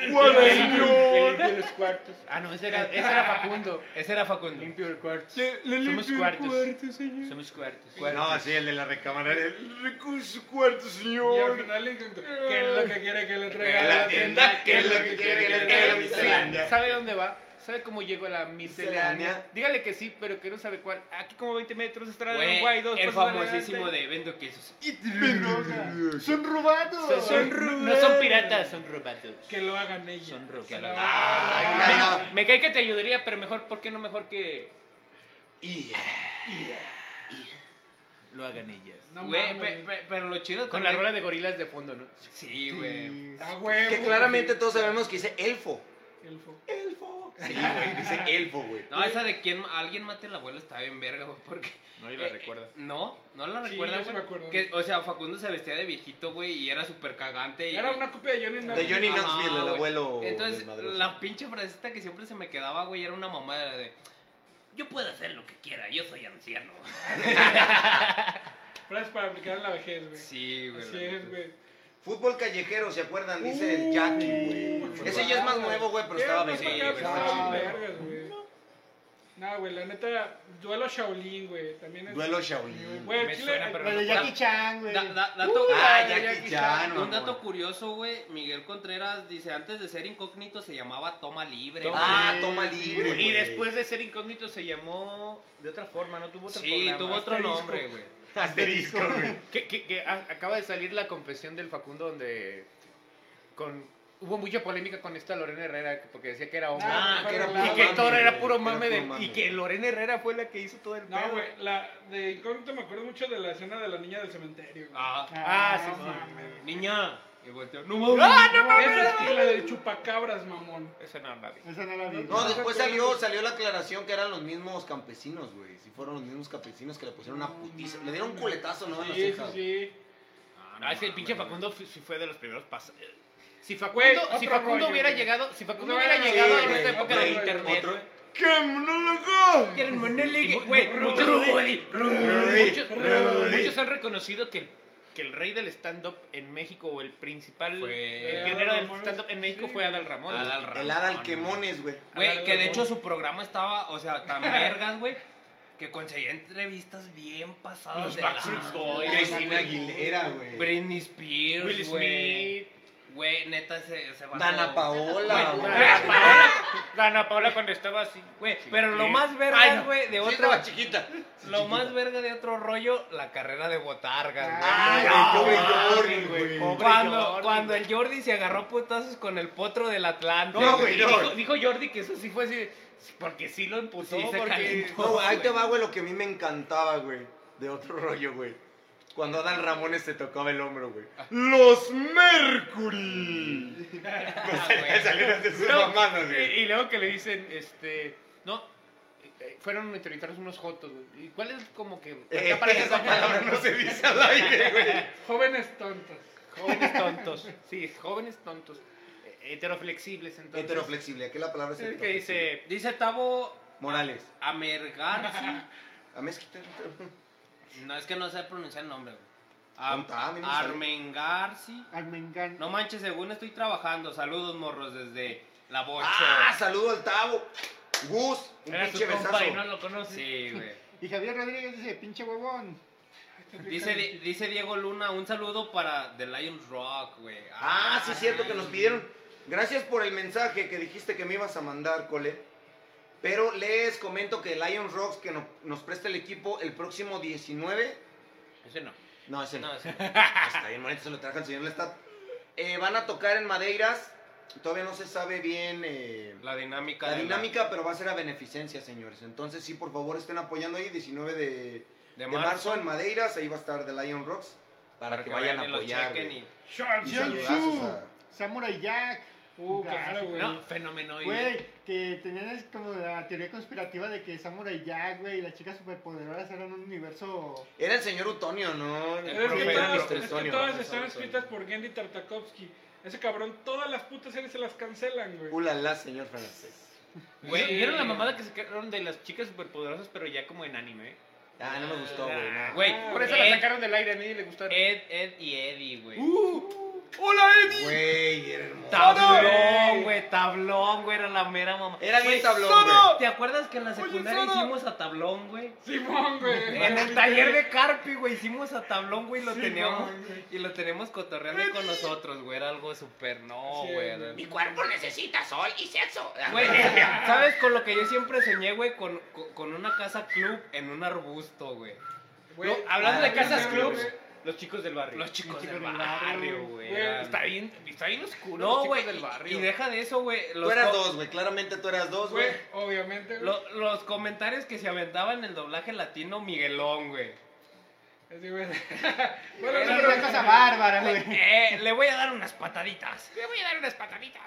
Speaker 5: El de los cuartos. Ah, no, ese era, ese era Facundo.
Speaker 3: Ese era Facundo.
Speaker 5: Limpio el cuarto.
Speaker 2: Le- le
Speaker 5: Somos
Speaker 2: limpio el
Speaker 5: cuartos.
Speaker 2: cuarto, señor.
Speaker 5: Somos cuartos.
Speaker 7: No, sí, el de la recámara. El recojo su cuarto,
Speaker 2: Y al
Speaker 7: señor.
Speaker 2: final le encantó, ¿Qué es lo que quiere que le traiga
Speaker 4: Que la
Speaker 2: a la
Speaker 4: tienda,
Speaker 2: tienda?
Speaker 4: que es lo que quiere que le traiga a la
Speaker 5: Él
Speaker 4: miscelánea?
Speaker 5: Eh, ¿Sabe dónde va? ¿Sabe cómo llegó a la miscelánea?
Speaker 4: Miscelánea.
Speaker 5: Dígale que sí, pero que no sabe cuál. Aquí como 20 metros estará Don
Speaker 3: Güey,
Speaker 5: Guaido.
Speaker 3: el
Speaker 5: pasos adelante.
Speaker 3: famosísimo de Vendo Quesos.
Speaker 4: <laughs>
Speaker 6: Pedrosa. Son robados.
Speaker 5: Son- son- no son piratas, son robados.
Speaker 2: Que lo hagan ellos.
Speaker 5: Son robados.
Speaker 2: Que lo hagan.
Speaker 4: Ah,
Speaker 5: Me, me cae que te ayudaría, pero mejor, ¿por qué no mejor que
Speaker 4: Y
Speaker 5: lo hagan ellas?
Speaker 2: No
Speaker 3: Güey,
Speaker 2: mames.
Speaker 3: pe- pe- pero lo chido
Speaker 5: Con la
Speaker 3: también-
Speaker 5: rola de gorilas de fondo, ¿no?
Speaker 3: Sí, güey.
Speaker 6: Ah,
Speaker 2: A huevo,
Speaker 4: que
Speaker 2: Ah, güey.
Speaker 4: claramente todos sabemos que dice elfo.
Speaker 2: Elfo.
Speaker 4: Elfo. Sí, güey, dice elfo, güey.
Speaker 3: No, esa de quien alguien mate al abuelo está bien verga, güey, porque...
Speaker 5: No,
Speaker 3: eh, eh, No, no la
Speaker 2: Sí,
Speaker 3: recuerda,
Speaker 2: yo sí
Speaker 3: güey.
Speaker 2: me acuerdo.
Speaker 3: Que, o sea, Facundo se vestía de viejito, güey, y era súper cagante. Y,
Speaker 2: Era una copia de Johnny
Speaker 4: De Johnny
Speaker 3: Ajá,
Speaker 4: Knoxville, el
Speaker 3: güey.
Speaker 4: abuelo.
Speaker 3: Entonces,
Speaker 4: desmadroso.
Speaker 3: la pinche frasecita que siempre se me quedaba, güey, era una mamada de... Yo puedo hacer lo que quiera, yo soy anciano.
Speaker 2: Frases para aplicar en la vejez, güey.
Speaker 3: Sí, güey.
Speaker 2: Así es, güey.
Speaker 4: Fútbol callejero, ¿se acuerdan? Dice el
Speaker 2: Uh,
Speaker 4: Jackie, güey.
Speaker 2: fútbol.
Speaker 4: Ese ya es más nuevo, güey, pero
Speaker 2: Ya
Speaker 4: estaba
Speaker 2: más
Speaker 4: bien.
Speaker 3: sí,
Speaker 2: acá, pero
Speaker 3: estaba
Speaker 2: estaba
Speaker 3: chido.
Speaker 2: vergas, güey. Nah, güey, la neta, duelo Shaolin, güey. También es.
Speaker 4: Duelo Shaolin.
Speaker 2: Güey,
Speaker 3: Me
Speaker 2: el
Speaker 3: suena,
Speaker 2: Chile.
Speaker 3: pero
Speaker 6: La de Jackie Chan, güey.
Speaker 3: Da- da- dato-
Speaker 4: Ah, Jackie Chan,
Speaker 3: Un dato
Speaker 4: mamón.
Speaker 3: curioso, güey, Miguel Contreras dice, antes de ser incógnito se llamaba Toma Libre. güey.
Speaker 4: Ah, toma libre.
Speaker 5: Y
Speaker 4: güey.
Speaker 5: después de ser incógnito se llamó de otra forma, ¿no? Tuvo otro
Speaker 3: sí,
Speaker 5: programa.
Speaker 3: tuvo otro
Speaker 5: Asterisco.
Speaker 3: nombre, güey.
Speaker 4: <laughs> Asterisco, güey.
Speaker 5: Que, que- que a- acaba de salir la confesión del Facundo donde con hubo mucha polémica con esta Lorena Herrera porque decía que era hombre.
Speaker 4: Ah, que era
Speaker 5: y
Speaker 4: puro
Speaker 5: que
Speaker 4: mame,
Speaker 5: todo era
Speaker 4: güey,
Speaker 5: puro
Speaker 4: que era
Speaker 5: mame,
Speaker 4: puro
Speaker 5: de-
Speaker 4: mame.
Speaker 5: y que Lorena Herrera fue la que hizo todo el
Speaker 2: No,
Speaker 5: pedo.
Speaker 2: güey, la de incógnito me acuerdo mucho de la escena de la niña del cementerio. güey.
Speaker 3: Ah,
Speaker 5: Ah, sí,
Speaker 2: no
Speaker 5: sí.
Speaker 2: mames.
Speaker 3: niña. Y volteó. No
Speaker 5: ¡Ah, no
Speaker 2: Esa es la del chupacabras, mamón.
Speaker 5: Esa no la vi.
Speaker 6: Esa no la vi.
Speaker 4: No, después salió, salió la aclaración que eran los mismos campesinos, güey. Si fueron los mismos campesinos que le pusieron una putiza. Le dieron un culetazo, ¿no? En las
Speaker 2: Sí, sí,
Speaker 4: cejas.
Speaker 2: sí.
Speaker 5: Ah, es que el pinche Facundo fu- sí fue de los primeros pas- eh, Si Facundo,
Speaker 2: Güey,
Speaker 5: si
Speaker 2: otro
Speaker 5: Facundo
Speaker 2: rollo,
Speaker 5: hubiera
Speaker 2: güey.
Speaker 5: llegado, si Facundo
Speaker 2: No,
Speaker 5: hubiera
Speaker 2: no,
Speaker 5: llegado
Speaker 2: sí,
Speaker 5: en esta
Speaker 2: güey,
Speaker 5: época
Speaker 2: otro
Speaker 5: de
Speaker 2: rollo,
Speaker 5: internet,
Speaker 2: otro-
Speaker 5: güey.
Speaker 7: ¡Qué monólogo!
Speaker 5: Quieren ponerle
Speaker 3: Y
Speaker 5: que-
Speaker 3: mu-
Speaker 5: güey,
Speaker 3: Rudy,
Speaker 5: muchos-
Speaker 3: Rudy,
Speaker 5: muchos-
Speaker 7: Rudy.
Speaker 5: Muchos han reconocido que el, que el rey del stand-up en México, o el principal
Speaker 3: Fue-
Speaker 5: el pionero del
Speaker 2: Adal
Speaker 5: stand-up en México
Speaker 2: Sí.
Speaker 5: fue Adal Ramón.
Speaker 4: El Adal Quemones, güey.
Speaker 3: Güey, que de hecho su programa estaba, o sea,
Speaker 5: <laughs>
Speaker 3: tan vergas, güey, que conseguía entrevistas bien pasadas.
Speaker 5: Los
Speaker 3: de la-
Speaker 5: Backstreet Boys.
Speaker 4: Cristina Aguilera, güey.
Speaker 3: Britney Spears,
Speaker 5: Will
Speaker 3: güey.
Speaker 5: Smith,
Speaker 3: Güey, neta, se, se va
Speaker 4: Dana Paola,
Speaker 5: Güey,
Speaker 4: güey.
Speaker 5: Dana Paola, Dana Paola cuando estaba así.
Speaker 3: Güey, pero lo
Speaker 5: Sí.
Speaker 3: más
Speaker 5: Ay,
Speaker 3: verga,
Speaker 5: no.
Speaker 3: güey, de
Speaker 4: Sí,
Speaker 3: otro...
Speaker 4: estaba chiquita.
Speaker 3: Lo más verga de otro rollo, la carrera de botargas, güey.
Speaker 4: Ay,
Speaker 5: no,
Speaker 4: pobre
Speaker 5: mames,
Speaker 4: Jordi,
Speaker 5: Ah, güey.
Speaker 4: güey.
Speaker 5: Pobre
Speaker 3: Cuando,
Speaker 5: Jordi,
Speaker 3: cuando
Speaker 5: güey.
Speaker 3: el Jordi se agarró a putazos con el potro del Atlante.
Speaker 7: No, güey, no.
Speaker 5: Dijo, dijo Jordi que eso sí fue así. Porque sí lo emputó.
Speaker 3: Sí, se
Speaker 5: porque-
Speaker 3: <laughs> calentó.
Speaker 4: No, ahí te va, güey, lo que a mí me encantaba, güey. De otro rollo, güey. Cuando Adal Ramones se tocaba el hombro, güey. ¡Los Mercury!
Speaker 3: Ah,
Speaker 5: <laughs>
Speaker 7: Salieron de sus
Speaker 5: No,
Speaker 7: mamadas,
Speaker 5: y,
Speaker 7: güey.
Speaker 5: y luego que le dicen, este. No. eh, Fueron a entrevistarnos unos jotos, güey. ¿Y cuál es como que.?
Speaker 4: Eh,
Speaker 5: acá para
Speaker 4: esa palabra no se dice al aire, güey.
Speaker 2: Jóvenes tontos.
Speaker 5: Jóvenes tontos. Sí, jóvenes tontos. Eh, Heteroflexibles, entonces.
Speaker 4: Heteroflexible, ¿qué es la palabra es
Speaker 5: Es que dice.
Speaker 3: Dice Tavo
Speaker 4: Morales.
Speaker 3: Amergarci.
Speaker 4: A mezquita.
Speaker 3: No, es que no sé pronunciar el nombre, güey.
Speaker 4: Am- Ah, mira, no sabía.
Speaker 3: Armengarci.
Speaker 6: Ah, Almengán.
Speaker 3: No manches, según estoy trabajando. Saludos, morros, desde La Bocho.
Speaker 4: ¡Ah! Saludo al Tavo. Gus, un
Speaker 5: Era
Speaker 4: pinche
Speaker 5: su compa y no
Speaker 4: besazo.
Speaker 5: lo conoce.
Speaker 3: Sí, güey.
Speaker 6: Y Javier Rodríguez dice, pinche huevón.
Speaker 3: Dice, Di- dice Diego Luna, un saludo para The Lions Rock, güey.
Speaker 4: Ah, sí, es cierto que nos pidieron. Gracias por el mensaje que dijiste que me ibas a mandar, Cole. Pero les comento que Lion Rocks, que no- nos presta el equipo el próximo 19.
Speaker 5: Ese no.
Speaker 4: No, ese no.
Speaker 3: No, sí.
Speaker 4: Está bien, bonito, se lo trajo el señor Lestat. Eh, van a tocar en Madeiras. Todavía no se sabe bien eh,
Speaker 3: <laughs> La dinámica.
Speaker 4: la
Speaker 3: de
Speaker 4: dinámica, pero va a ser a beneficencia, señores. Entonces, sí, por favor, estén apoyando ahí. 19 de,
Speaker 3: de
Speaker 4: de marzo en Madeiras, ahí va a estar The Lion Rocks para, que, vayan
Speaker 3: y
Speaker 4: a
Speaker 3: los
Speaker 4: apoyar.
Speaker 3: chequen
Speaker 4: güey.
Speaker 3: y-
Speaker 4: Y
Speaker 6: Jiu-Jitsu.
Speaker 4: saludazos a-
Speaker 6: Samurai Jack.
Speaker 2: Uh, claro, güey.
Speaker 5: No, fenomenoide.
Speaker 6: Güey, que tenían es como la teoría conspirativa de que Samurai Jack, güey, y las chicas superpoderosas eran un universo.
Speaker 4: Era el señor Utonio, ¿no?
Speaker 2: Es
Speaker 4: El
Speaker 2: que,
Speaker 4: profe,
Speaker 2: todas-
Speaker 4: era
Speaker 2: es
Speaker 4: Mr.
Speaker 2: que
Speaker 4: Utonio.
Speaker 2: todas están escritas por Gendy Tartakovsky. Ese cabrón, todas las putas series se las cancelan, güey.
Speaker 4: Ulala, señor francés.
Speaker 5: Güey,
Speaker 2: Sí.
Speaker 5: ¿Vieron la mamada que se quedaron de las chicas superpoderosas, pero ya como en anime?
Speaker 4: Ah, no me gustó, güey. no.
Speaker 3: Güey,
Speaker 5: Ah, Por eso la
Speaker 3: Ed,
Speaker 5: sacaron del aire, a nadie le gustaron.
Speaker 3: Ed, Ed y Eddie, güey.
Speaker 2: Uh,
Speaker 4: Güey, era hermoso.
Speaker 3: Tablón, güey, tablón, güey, era la mera mamá.
Speaker 4: Era bien
Speaker 3: Güey,
Speaker 4: tablón,
Speaker 3: Sono,
Speaker 4: güey.
Speaker 3: ¿Te acuerdas que en la secundaria
Speaker 2: Sono.
Speaker 3: hicimos a tablón, güey?
Speaker 2: Simón,
Speaker 3: <laughs>
Speaker 2: güey.
Speaker 3: En el taller de Carpi, güey, hicimos a tablón, güey, lo
Speaker 2: Sí,
Speaker 3: teníamos
Speaker 2: no, güey.
Speaker 3: y lo tenemos cotorreando ahí con nosotros, güey, era algo súper no,
Speaker 2: Sí,
Speaker 3: güey.
Speaker 2: güey.
Speaker 4: Mi cuerpo necesita sol y sexo.
Speaker 3: Güey, ¿sabes con lo que yo siempre soñé, güey? Con, con- con una casa club en un arbusto, güey.
Speaker 2: Güey,
Speaker 5: No, hablando de
Speaker 4: ah,
Speaker 5: casas
Speaker 4: sí,
Speaker 5: clubs,
Speaker 2: güey.
Speaker 5: los chicos del barrio.
Speaker 3: Los chicos del
Speaker 5: barrio,
Speaker 3: barrio, güey.
Speaker 2: güey.
Speaker 3: eran-
Speaker 5: Está bien, está bien oscuro. los
Speaker 3: No,
Speaker 5: chicos
Speaker 3: güey,
Speaker 5: del
Speaker 3: y,
Speaker 5: barrio.
Speaker 3: y deja de eso, güey.
Speaker 4: Tú
Speaker 3: los
Speaker 4: eras
Speaker 3: co-
Speaker 4: dos, güey. Claramente tú eras dos,
Speaker 2: Güey,
Speaker 4: güey.
Speaker 2: obviamente, güey.
Speaker 3: Lo- los comentarios que se aventaban en el doblaje latino Miguelón, güey.
Speaker 2: <laughs> Así, güey.
Speaker 6: Era
Speaker 2: Bueno, no,
Speaker 6: una cosa
Speaker 2: pero...
Speaker 6: bárbara, güey.
Speaker 3: Eh, le voy a dar unas pataditas.
Speaker 5: <laughs> Te voy a dar unas pataditas.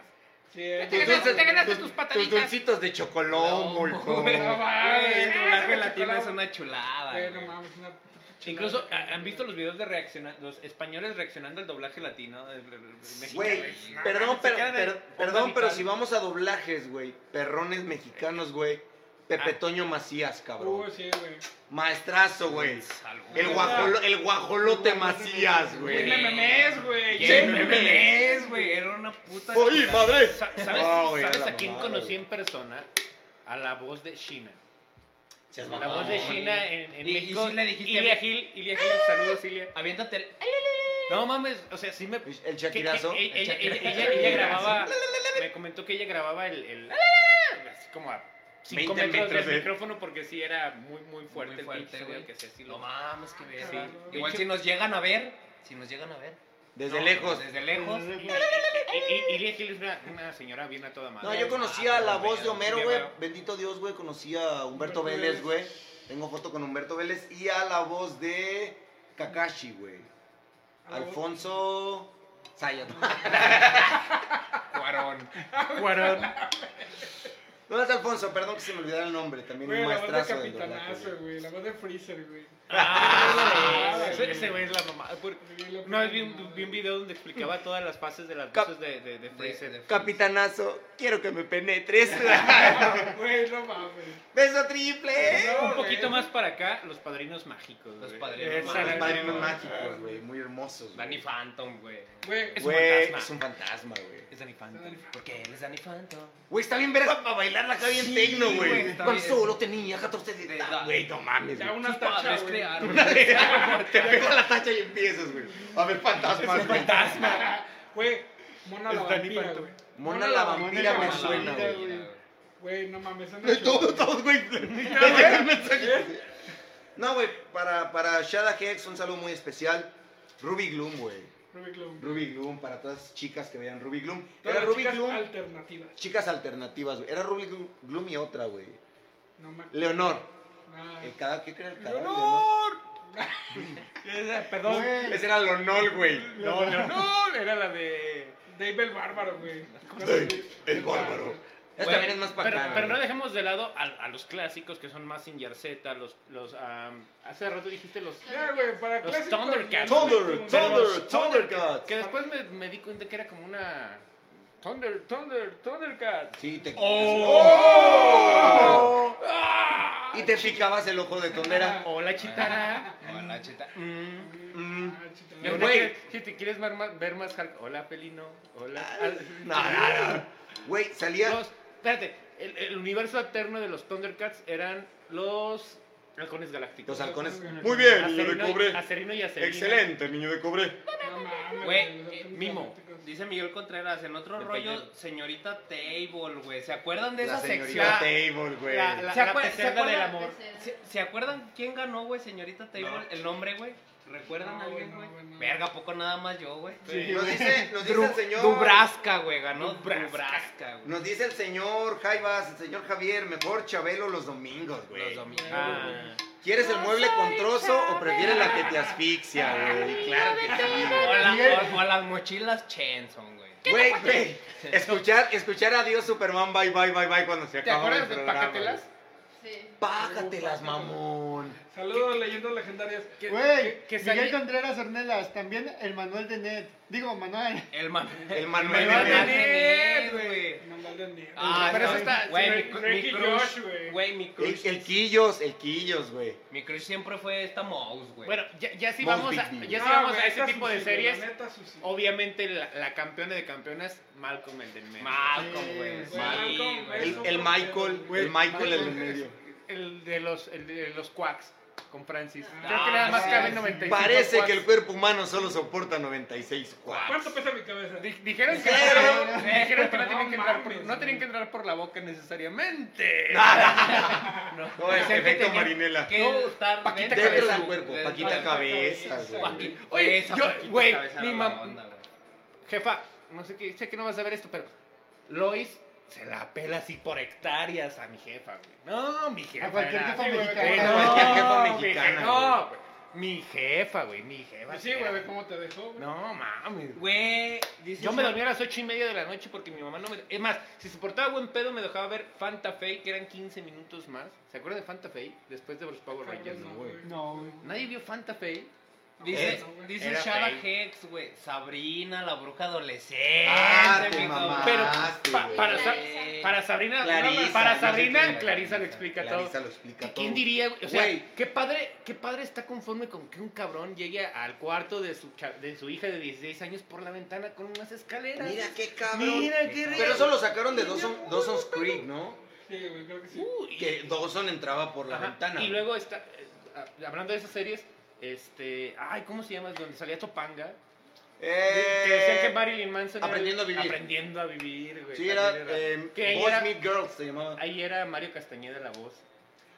Speaker 2: Sí, eh,
Speaker 4: Este
Speaker 5: Te ganaste- te ganaste tus pataditas.
Speaker 4: dulcitos de chocolomo, hijo.
Speaker 3: güey.
Speaker 2: No mames.
Speaker 3: Güey, el doblaje
Speaker 2: Ah,
Speaker 3: latino
Speaker 2: chocolate.
Speaker 3: es una chulada.
Speaker 2: güey, no
Speaker 3: güey.
Speaker 2: mames, una...
Speaker 5: Incluso, ¿ha- ¿han visto los videos de reacciona los españoles reaccionando al doblaje latino? del- del- del mexicano?
Speaker 4: Güey,
Speaker 5: No,
Speaker 4: perdón,
Speaker 5: se
Speaker 4: pero,
Speaker 5: quedan en
Speaker 4: pero-
Speaker 5: onda
Speaker 4: perdón, pero
Speaker 5: vital.
Speaker 4: si vamos a doblajes, güey. Perrones mexicanos, güey. Pepe
Speaker 5: Ah.
Speaker 4: Toño Macías,
Speaker 2: Uh,
Speaker 4: cabrón.
Speaker 2: sí, güey.
Speaker 4: Maestrazo, güey.
Speaker 5: Salud.
Speaker 4: El, guajolo- el guajolote Macías,
Speaker 2: Güey,
Speaker 4: güey.
Speaker 2: me memes, güey.
Speaker 5: Sí,
Speaker 3: Jen Memes, güey, era una puta.
Speaker 4: ¡Oye,
Speaker 3: chulada.
Speaker 4: madre!
Speaker 5: Sa- ¿Sabes,
Speaker 4: No, güey, era
Speaker 5: sabes
Speaker 4: la
Speaker 5: a quién
Speaker 4: mamada,
Speaker 5: conocí
Speaker 4: güey.
Speaker 5: en persona? A la voz de China.
Speaker 4: Seas
Speaker 5: La voz de
Speaker 4: mamón.
Speaker 5: China en, en
Speaker 3: Y- y
Speaker 5: México.
Speaker 3: sí le dijiste-
Speaker 5: Ilia Gil, Ilia Gil, saludos Ilia.
Speaker 3: Aviéntate. el-
Speaker 5: No mames, o sea, sí me... que-
Speaker 4: El
Speaker 5: que-
Speaker 4: Shakirazo.
Speaker 5: ella,
Speaker 4: el
Speaker 5: Eh, ella-
Speaker 4: Shakirazo.
Speaker 5: ella- ella grababa... Me comentó que ella grababa el... el- así como a 5
Speaker 4: 20
Speaker 5: metros del
Speaker 4: metros de-
Speaker 5: micrófono porque sí era muy, muy fuerte
Speaker 3: Muy
Speaker 5: el
Speaker 3: fuerte,
Speaker 5: pinche sonido
Speaker 3: güey.
Speaker 5: que hacía así.
Speaker 3: No
Speaker 5: lo-
Speaker 3: mames, que ver.
Speaker 2: Sí.
Speaker 3: Igual si nos llegan a ver. Si nos llegan a ver.
Speaker 4: Desde lejos.
Speaker 5: Desde lejos.
Speaker 6: Desde lejos.
Speaker 5: Y- Y y Lia Gil es una- una señora bien a toda madre.
Speaker 4: No, yo conocía la voz de Homero, güey.
Speaker 5: Lleva-
Speaker 4: Bendito Dios, güey. Conocí a Humberto
Speaker 2: Humberto Vélez.
Speaker 4: Vélez, güey. Tengo foto con Humberto Vélez y a la voz de Kakashi, güey. Alfonso
Speaker 2: <laughs>
Speaker 4: Sayat.
Speaker 5: <laughs> Cuarón.
Speaker 4: Ah, No es Alfonso, perdón que se me olvidara el nombre. También
Speaker 2: Güey,
Speaker 4: un
Speaker 2: la voz de
Speaker 4: maestrazo del doblaje,
Speaker 2: Capitanazo,
Speaker 4: güey.
Speaker 2: güey. La voz de Freezer, güey.
Speaker 5: Ah,
Speaker 2: Ah,
Speaker 5: ese
Speaker 2: güey.
Speaker 5: ese güey es la mamá. Por- Una vez vi un, vi un video donde explicaba todas las fases de las
Speaker 4: Cap-
Speaker 5: voces de, de, de Freezer.
Speaker 4: Capitanazo, quiero que
Speaker 2: <laughs>
Speaker 4: me penetres.
Speaker 2: Güey, no mames.
Speaker 4: Beso triple.
Speaker 2: No,
Speaker 5: un poquito
Speaker 2: güey.
Speaker 5: más para acá, los padrinos mágicos.
Speaker 3: Los
Speaker 5: güey.
Speaker 3: Padrinos
Speaker 5: Esa
Speaker 4: Los
Speaker 5: era-
Speaker 4: padrinos mágicos, güey. Muy hermosos. güey.
Speaker 3: Danny Phantom, güey.
Speaker 2: Güey,
Speaker 5: es un
Speaker 4: Güey,
Speaker 5: fantasma.
Speaker 4: es un fantasma, güey.
Speaker 5: Es Danny Phantom.
Speaker 3: Porque él es Danny Phantom.
Speaker 4: Güey, está bien verga para bailarla acá bien tecno,
Speaker 3: güey,
Speaker 4: güey.
Speaker 3: está
Speaker 4: Cuando
Speaker 3: bien.
Speaker 4: solo tenía 14 de edad,
Speaker 3: Da-
Speaker 4: güey, no mames.
Speaker 2: ya
Speaker 4: güey.
Speaker 2: una
Speaker 3: Sus padres
Speaker 2: tacha, güey.
Speaker 3: crearon.
Speaker 4: Te pega la tacha y empiezas, güey. A ver fantasmas, güey.
Speaker 2: Güey, Mona la
Speaker 5: Es Danny
Speaker 2: vampira,
Speaker 5: Phantom.
Speaker 2: güey.
Speaker 4: Mona la vampira
Speaker 6: Mona
Speaker 4: me
Speaker 6: la
Speaker 4: suena,
Speaker 6: vampira,
Speaker 4: güey.
Speaker 2: Güey, no mames. son
Speaker 4: <laughs> Todos,
Speaker 2: ocho,
Speaker 4: todos, güey.
Speaker 2: güey. ¿Eh?
Speaker 4: No, güey, para, para Shada Hex un saludo muy especial. Ruby Gloom, güey.
Speaker 2: Rubik Gloom.
Speaker 4: Ruby Gloom, para todas las chicas que vean Ruby Gloom.
Speaker 2: Todas las
Speaker 4: Era Ruby
Speaker 2: chicas
Speaker 4: Gloom,
Speaker 2: alternativas.
Speaker 4: chicas alternativas, güey. Era Ruby Gloom- Gloom y otra, güey.
Speaker 2: No mames.
Speaker 4: Leonor.
Speaker 2: Ah,
Speaker 4: El cadáver, ¿qué crees? El cadáver. de Leonor.
Speaker 5: ¡Leonor! Esa- Perdón.
Speaker 6: Güey.
Speaker 5: Ese era Lonol, güey. No, Leonor era la de.
Speaker 2: Dave el Bárbaro, güey.
Speaker 4: El bárbaro. Esta
Speaker 5: Güey,
Speaker 4: también es más para
Speaker 5: pero,
Speaker 4: acá,
Speaker 5: pero
Speaker 4: güey.
Speaker 5: no dejemos de lado a, a los clásicos que son más sin Yarceta, los, los am, hace rato dijiste los
Speaker 2: Ya, güey, para
Speaker 5: Los
Speaker 2: clásicos,
Speaker 5: Thundercats.
Speaker 2: güey.
Speaker 4: Thunder, Thunder, Thundercats.
Speaker 5: que después me, me di cuenta que era como una Thunder, Thunder, Thundercat.
Speaker 4: Sí, te
Speaker 5: ¡Oh!
Speaker 4: ¡Oh! Y te picabas el ojo de tondera.
Speaker 5: Hola Chitara.
Speaker 3: Hola, cheta.
Speaker 5: Mm.
Speaker 4: Mm.
Speaker 2: Ah, chita.
Speaker 5: De una
Speaker 4: Güey.
Speaker 5: que- si te quieres ver más, ver más hard- hola Pelino, hola.
Speaker 4: No, no, no. Güey, salía.
Speaker 5: Los- espérate, el, el universo alterno de los Thundercats eran los halcones galácticos.
Speaker 4: Los halcones.
Speaker 7: Muy bien, niño de
Speaker 5: Acerino, y-
Speaker 7: cobre.
Speaker 5: Acerino y Acerino.
Speaker 7: Excelente, niño de cobre.
Speaker 2: No mames,
Speaker 3: Güey,
Speaker 2: los
Speaker 3: eh,
Speaker 2: Thundercats.
Speaker 5: Mimo.
Speaker 3: Dice Miguel Contreras, en otro
Speaker 5: De
Speaker 3: rollo,
Speaker 5: pendejo.
Speaker 3: señorita Table, güey. ¿Se acuerdan de
Speaker 4: La
Speaker 3: esa
Speaker 4: señorita
Speaker 3: sección?
Speaker 7: Table, güey.
Speaker 5: La, la,
Speaker 3: ¿Se
Speaker 5: la
Speaker 3: acuer- se
Speaker 5: pecerda del
Speaker 3: acuerdan?
Speaker 2: eh,
Speaker 5: amor.
Speaker 3: ¿Se, se acuerdan quién ganó, güey, señorita Table? El nombre, güey. ¿Recuerdan
Speaker 2: No,
Speaker 3: a alguien,
Speaker 2: güey,
Speaker 3: güey?
Speaker 2: no, güey, no.
Speaker 3: Verga, ¿a poco nada más yo, güey.
Speaker 6: Sí.
Speaker 4: Nos dice, nos dice
Speaker 3: Dru-
Speaker 4: el señor.
Speaker 3: Dubraska, güey, ganó
Speaker 5: Dubraska.
Speaker 3: Dubraska, güey.
Speaker 4: Nos dice el señor Jaivas, el señor Javier, mejor Chabelo los domingos,
Speaker 3: Los
Speaker 4: güey.
Speaker 3: domingos.
Speaker 5: Ah.
Speaker 4: ¿Quieres el mueble con trozo o prefieres la que te asfixia, güey? Claro que sí.
Speaker 3: O, la-
Speaker 6: Miguel.
Speaker 3: o- o las mochilas Chenson, güey.
Speaker 4: Güey, güey. Escuchar, escuchar a Dios Superman, bye, bye, bye, bye, cuando se
Speaker 5: ¿Te
Speaker 4: acaba
Speaker 5: acuerdas
Speaker 4: el
Speaker 5: de
Speaker 4: programa.
Speaker 5: Pacatelas?
Speaker 8: Sí.
Speaker 4: Págatelas, mamón.
Speaker 2: Saludos, leyendas legendarias.
Speaker 6: Güey,
Speaker 5: que
Speaker 6: Miguel
Speaker 5: salí-
Speaker 6: Contreras Ornelas, también el Manuel de Ned. Digo, Manuel.
Speaker 3: El man.
Speaker 4: El
Speaker 5: Me
Speaker 4: Manuel
Speaker 5: van
Speaker 4: de
Speaker 5: a
Speaker 4: Ned.
Speaker 5: tener,
Speaker 3: güey.
Speaker 2: Manuel de Nieve.
Speaker 3: Ah,
Speaker 5: Pero
Speaker 3: no,
Speaker 5: eso está-
Speaker 3: güey,
Speaker 2: Rick-
Speaker 3: mi,
Speaker 2: Rick
Speaker 3: mi
Speaker 2: y
Speaker 3: crush,
Speaker 2: Josh, güey.
Speaker 3: güey, mi
Speaker 4: El,
Speaker 3: crush.
Speaker 4: el Quillos, el Quillos, güey.
Speaker 3: Mi crush siempre fue esta mouse, güey.
Speaker 5: Bueno, ya, ya sí
Speaker 4: Mouse
Speaker 5: vamos a,
Speaker 4: Big Big.
Speaker 5: ya sí
Speaker 2: No,
Speaker 5: vamos
Speaker 2: güey,
Speaker 5: a ese
Speaker 2: está
Speaker 5: tipo de
Speaker 2: sucio,
Speaker 5: series. Oh,
Speaker 2: La neta, sucio.
Speaker 5: Obviamente la, la campeona de campeonas, Malcolm el del medio.
Speaker 4: Ah,
Speaker 3: Malcolm, güey.
Speaker 6: Sí,
Speaker 3: sí,
Speaker 2: Malcolm,
Speaker 3: güey.
Speaker 4: El, el Michael, el Michael el del medio.
Speaker 5: el de los, el de los quacks con Francis.
Speaker 2: Ah,
Speaker 5: Creo que nada más
Speaker 2: sí,
Speaker 5: caben
Speaker 2: sí.
Speaker 5: 95
Speaker 4: Parece que
Speaker 5: quacks.
Speaker 4: el cuerpo humano solo soporta 96
Speaker 5: ah,
Speaker 4: cuadros.
Speaker 5: pues.
Speaker 2: ¿Cuánto pesa mi cabeza?
Speaker 5: Di- Dijeron que,
Speaker 4: Pero-
Speaker 5: dijeron que no,
Speaker 2: No
Speaker 5: tenían que entrar por,
Speaker 2: mames,
Speaker 5: no tenían
Speaker 2: güey.
Speaker 5: que entrar por la boca
Speaker 4: <laughs>
Speaker 5: necesariamente.
Speaker 4: No, es
Speaker 3: Decían que
Speaker 4: efecto
Speaker 3: tenían
Speaker 4: marinela.
Speaker 3: que
Speaker 5: No,
Speaker 3: estar
Speaker 5: Paquita
Speaker 3: dentro
Speaker 4: Dentro
Speaker 5: cabeza,
Speaker 4: del cuerpo,
Speaker 3: del-
Speaker 4: Paquita
Speaker 3: del-
Speaker 4: Cabeza,
Speaker 2: cabeza,
Speaker 4: güey.
Speaker 2: güey.
Speaker 5: Oye,
Speaker 3: Esa
Speaker 5: yo-
Speaker 3: Paquita
Speaker 5: güey,
Speaker 3: Cabeza
Speaker 5: mi
Speaker 3: era
Speaker 5: mam-
Speaker 3: la onda, güey.
Speaker 5: Jefa, no sé qué, sé que no vas a ver esto, pero Lois se la pela así por hectáreas a mi jefa, güey. No, mi jefa.
Speaker 6: A cualquier
Speaker 5: era-
Speaker 6: jefa
Speaker 5: Sí, güey,
Speaker 6: mexicana.
Speaker 5: güey,
Speaker 6: A
Speaker 4: cualquier jefa
Speaker 5: mi je-
Speaker 4: mexicana,
Speaker 5: No,
Speaker 4: güey.
Speaker 5: güey. mi jefa, güey, mi jefa.
Speaker 2: Pues Sí, güey, ve cómo te dejó, güey.
Speaker 5: No mames. güey.
Speaker 3: Güey, dice.
Speaker 5: Yo me dormía a las ocho y media de la noche porque mi mamá no me. Es más, si se portaba buen pedo, me dejaba ver Fanta Fe, que eran 15 minutos más. ¿Se acuerdan de Fanta Fe? Después de los Power
Speaker 2: Cabrón,
Speaker 5: Rangers,
Speaker 2: no,
Speaker 5: ¿no?
Speaker 2: güey.
Speaker 6: No, güey.
Speaker 5: Nadie vio Fanta Fe.
Speaker 3: Dice,
Speaker 2: Eh, no, güey.
Speaker 3: dice
Speaker 5: Era
Speaker 3: Shara
Speaker 5: fake.
Speaker 3: Hex, güey. Sabrina, la bruja adolescente.
Speaker 4: Ah, te
Speaker 3: mi
Speaker 4: mamaste,
Speaker 5: Pero pa-
Speaker 4: güey.
Speaker 5: para, sa-
Speaker 3: cabrón.
Speaker 5: para Sabrina,
Speaker 4: Clarisa,
Speaker 5: para
Speaker 4: no sé quién
Speaker 5: Sabrina,
Speaker 4: era.
Speaker 5: Clarisa lo explica todo.
Speaker 4: Clarisa lo explica
Speaker 5: ¿Qui-
Speaker 4: todo.
Speaker 5: ¿Quién diría, güey? O sea,
Speaker 4: Güey.
Speaker 5: ¿qué, padre, qué padre está conforme con que un cabrón llegue al cuarto de su, cha- de su hija de 16 años por la ventana con unas escaleras.
Speaker 4: Mira qué cabrón.
Speaker 5: Mira qué
Speaker 4: Pero eso lo sacaron de Dawson, Dawson's Creek, ¿no?
Speaker 2: Sí, güey, creo que sí.
Speaker 5: Uh, y-
Speaker 4: Que Dawson entraba por la
Speaker 5: ajá,
Speaker 4: ventana.
Speaker 5: Y luego está, eh, ah, hablando de esas series, este, ay, ¿cómo se llama? Donde salía Topanga.
Speaker 4: Eh,
Speaker 5: que decían que Marilyn Manson era-
Speaker 4: Aprendiendo a vivir.
Speaker 5: Aprendiendo a vivir, güey.
Speaker 4: Sí, era
Speaker 5: también era-
Speaker 4: eh,
Speaker 5: Que
Speaker 4: Boys
Speaker 5: era-
Speaker 4: Meet Girls, se llamaba.
Speaker 5: Ahí era Mario Castañeda la voz.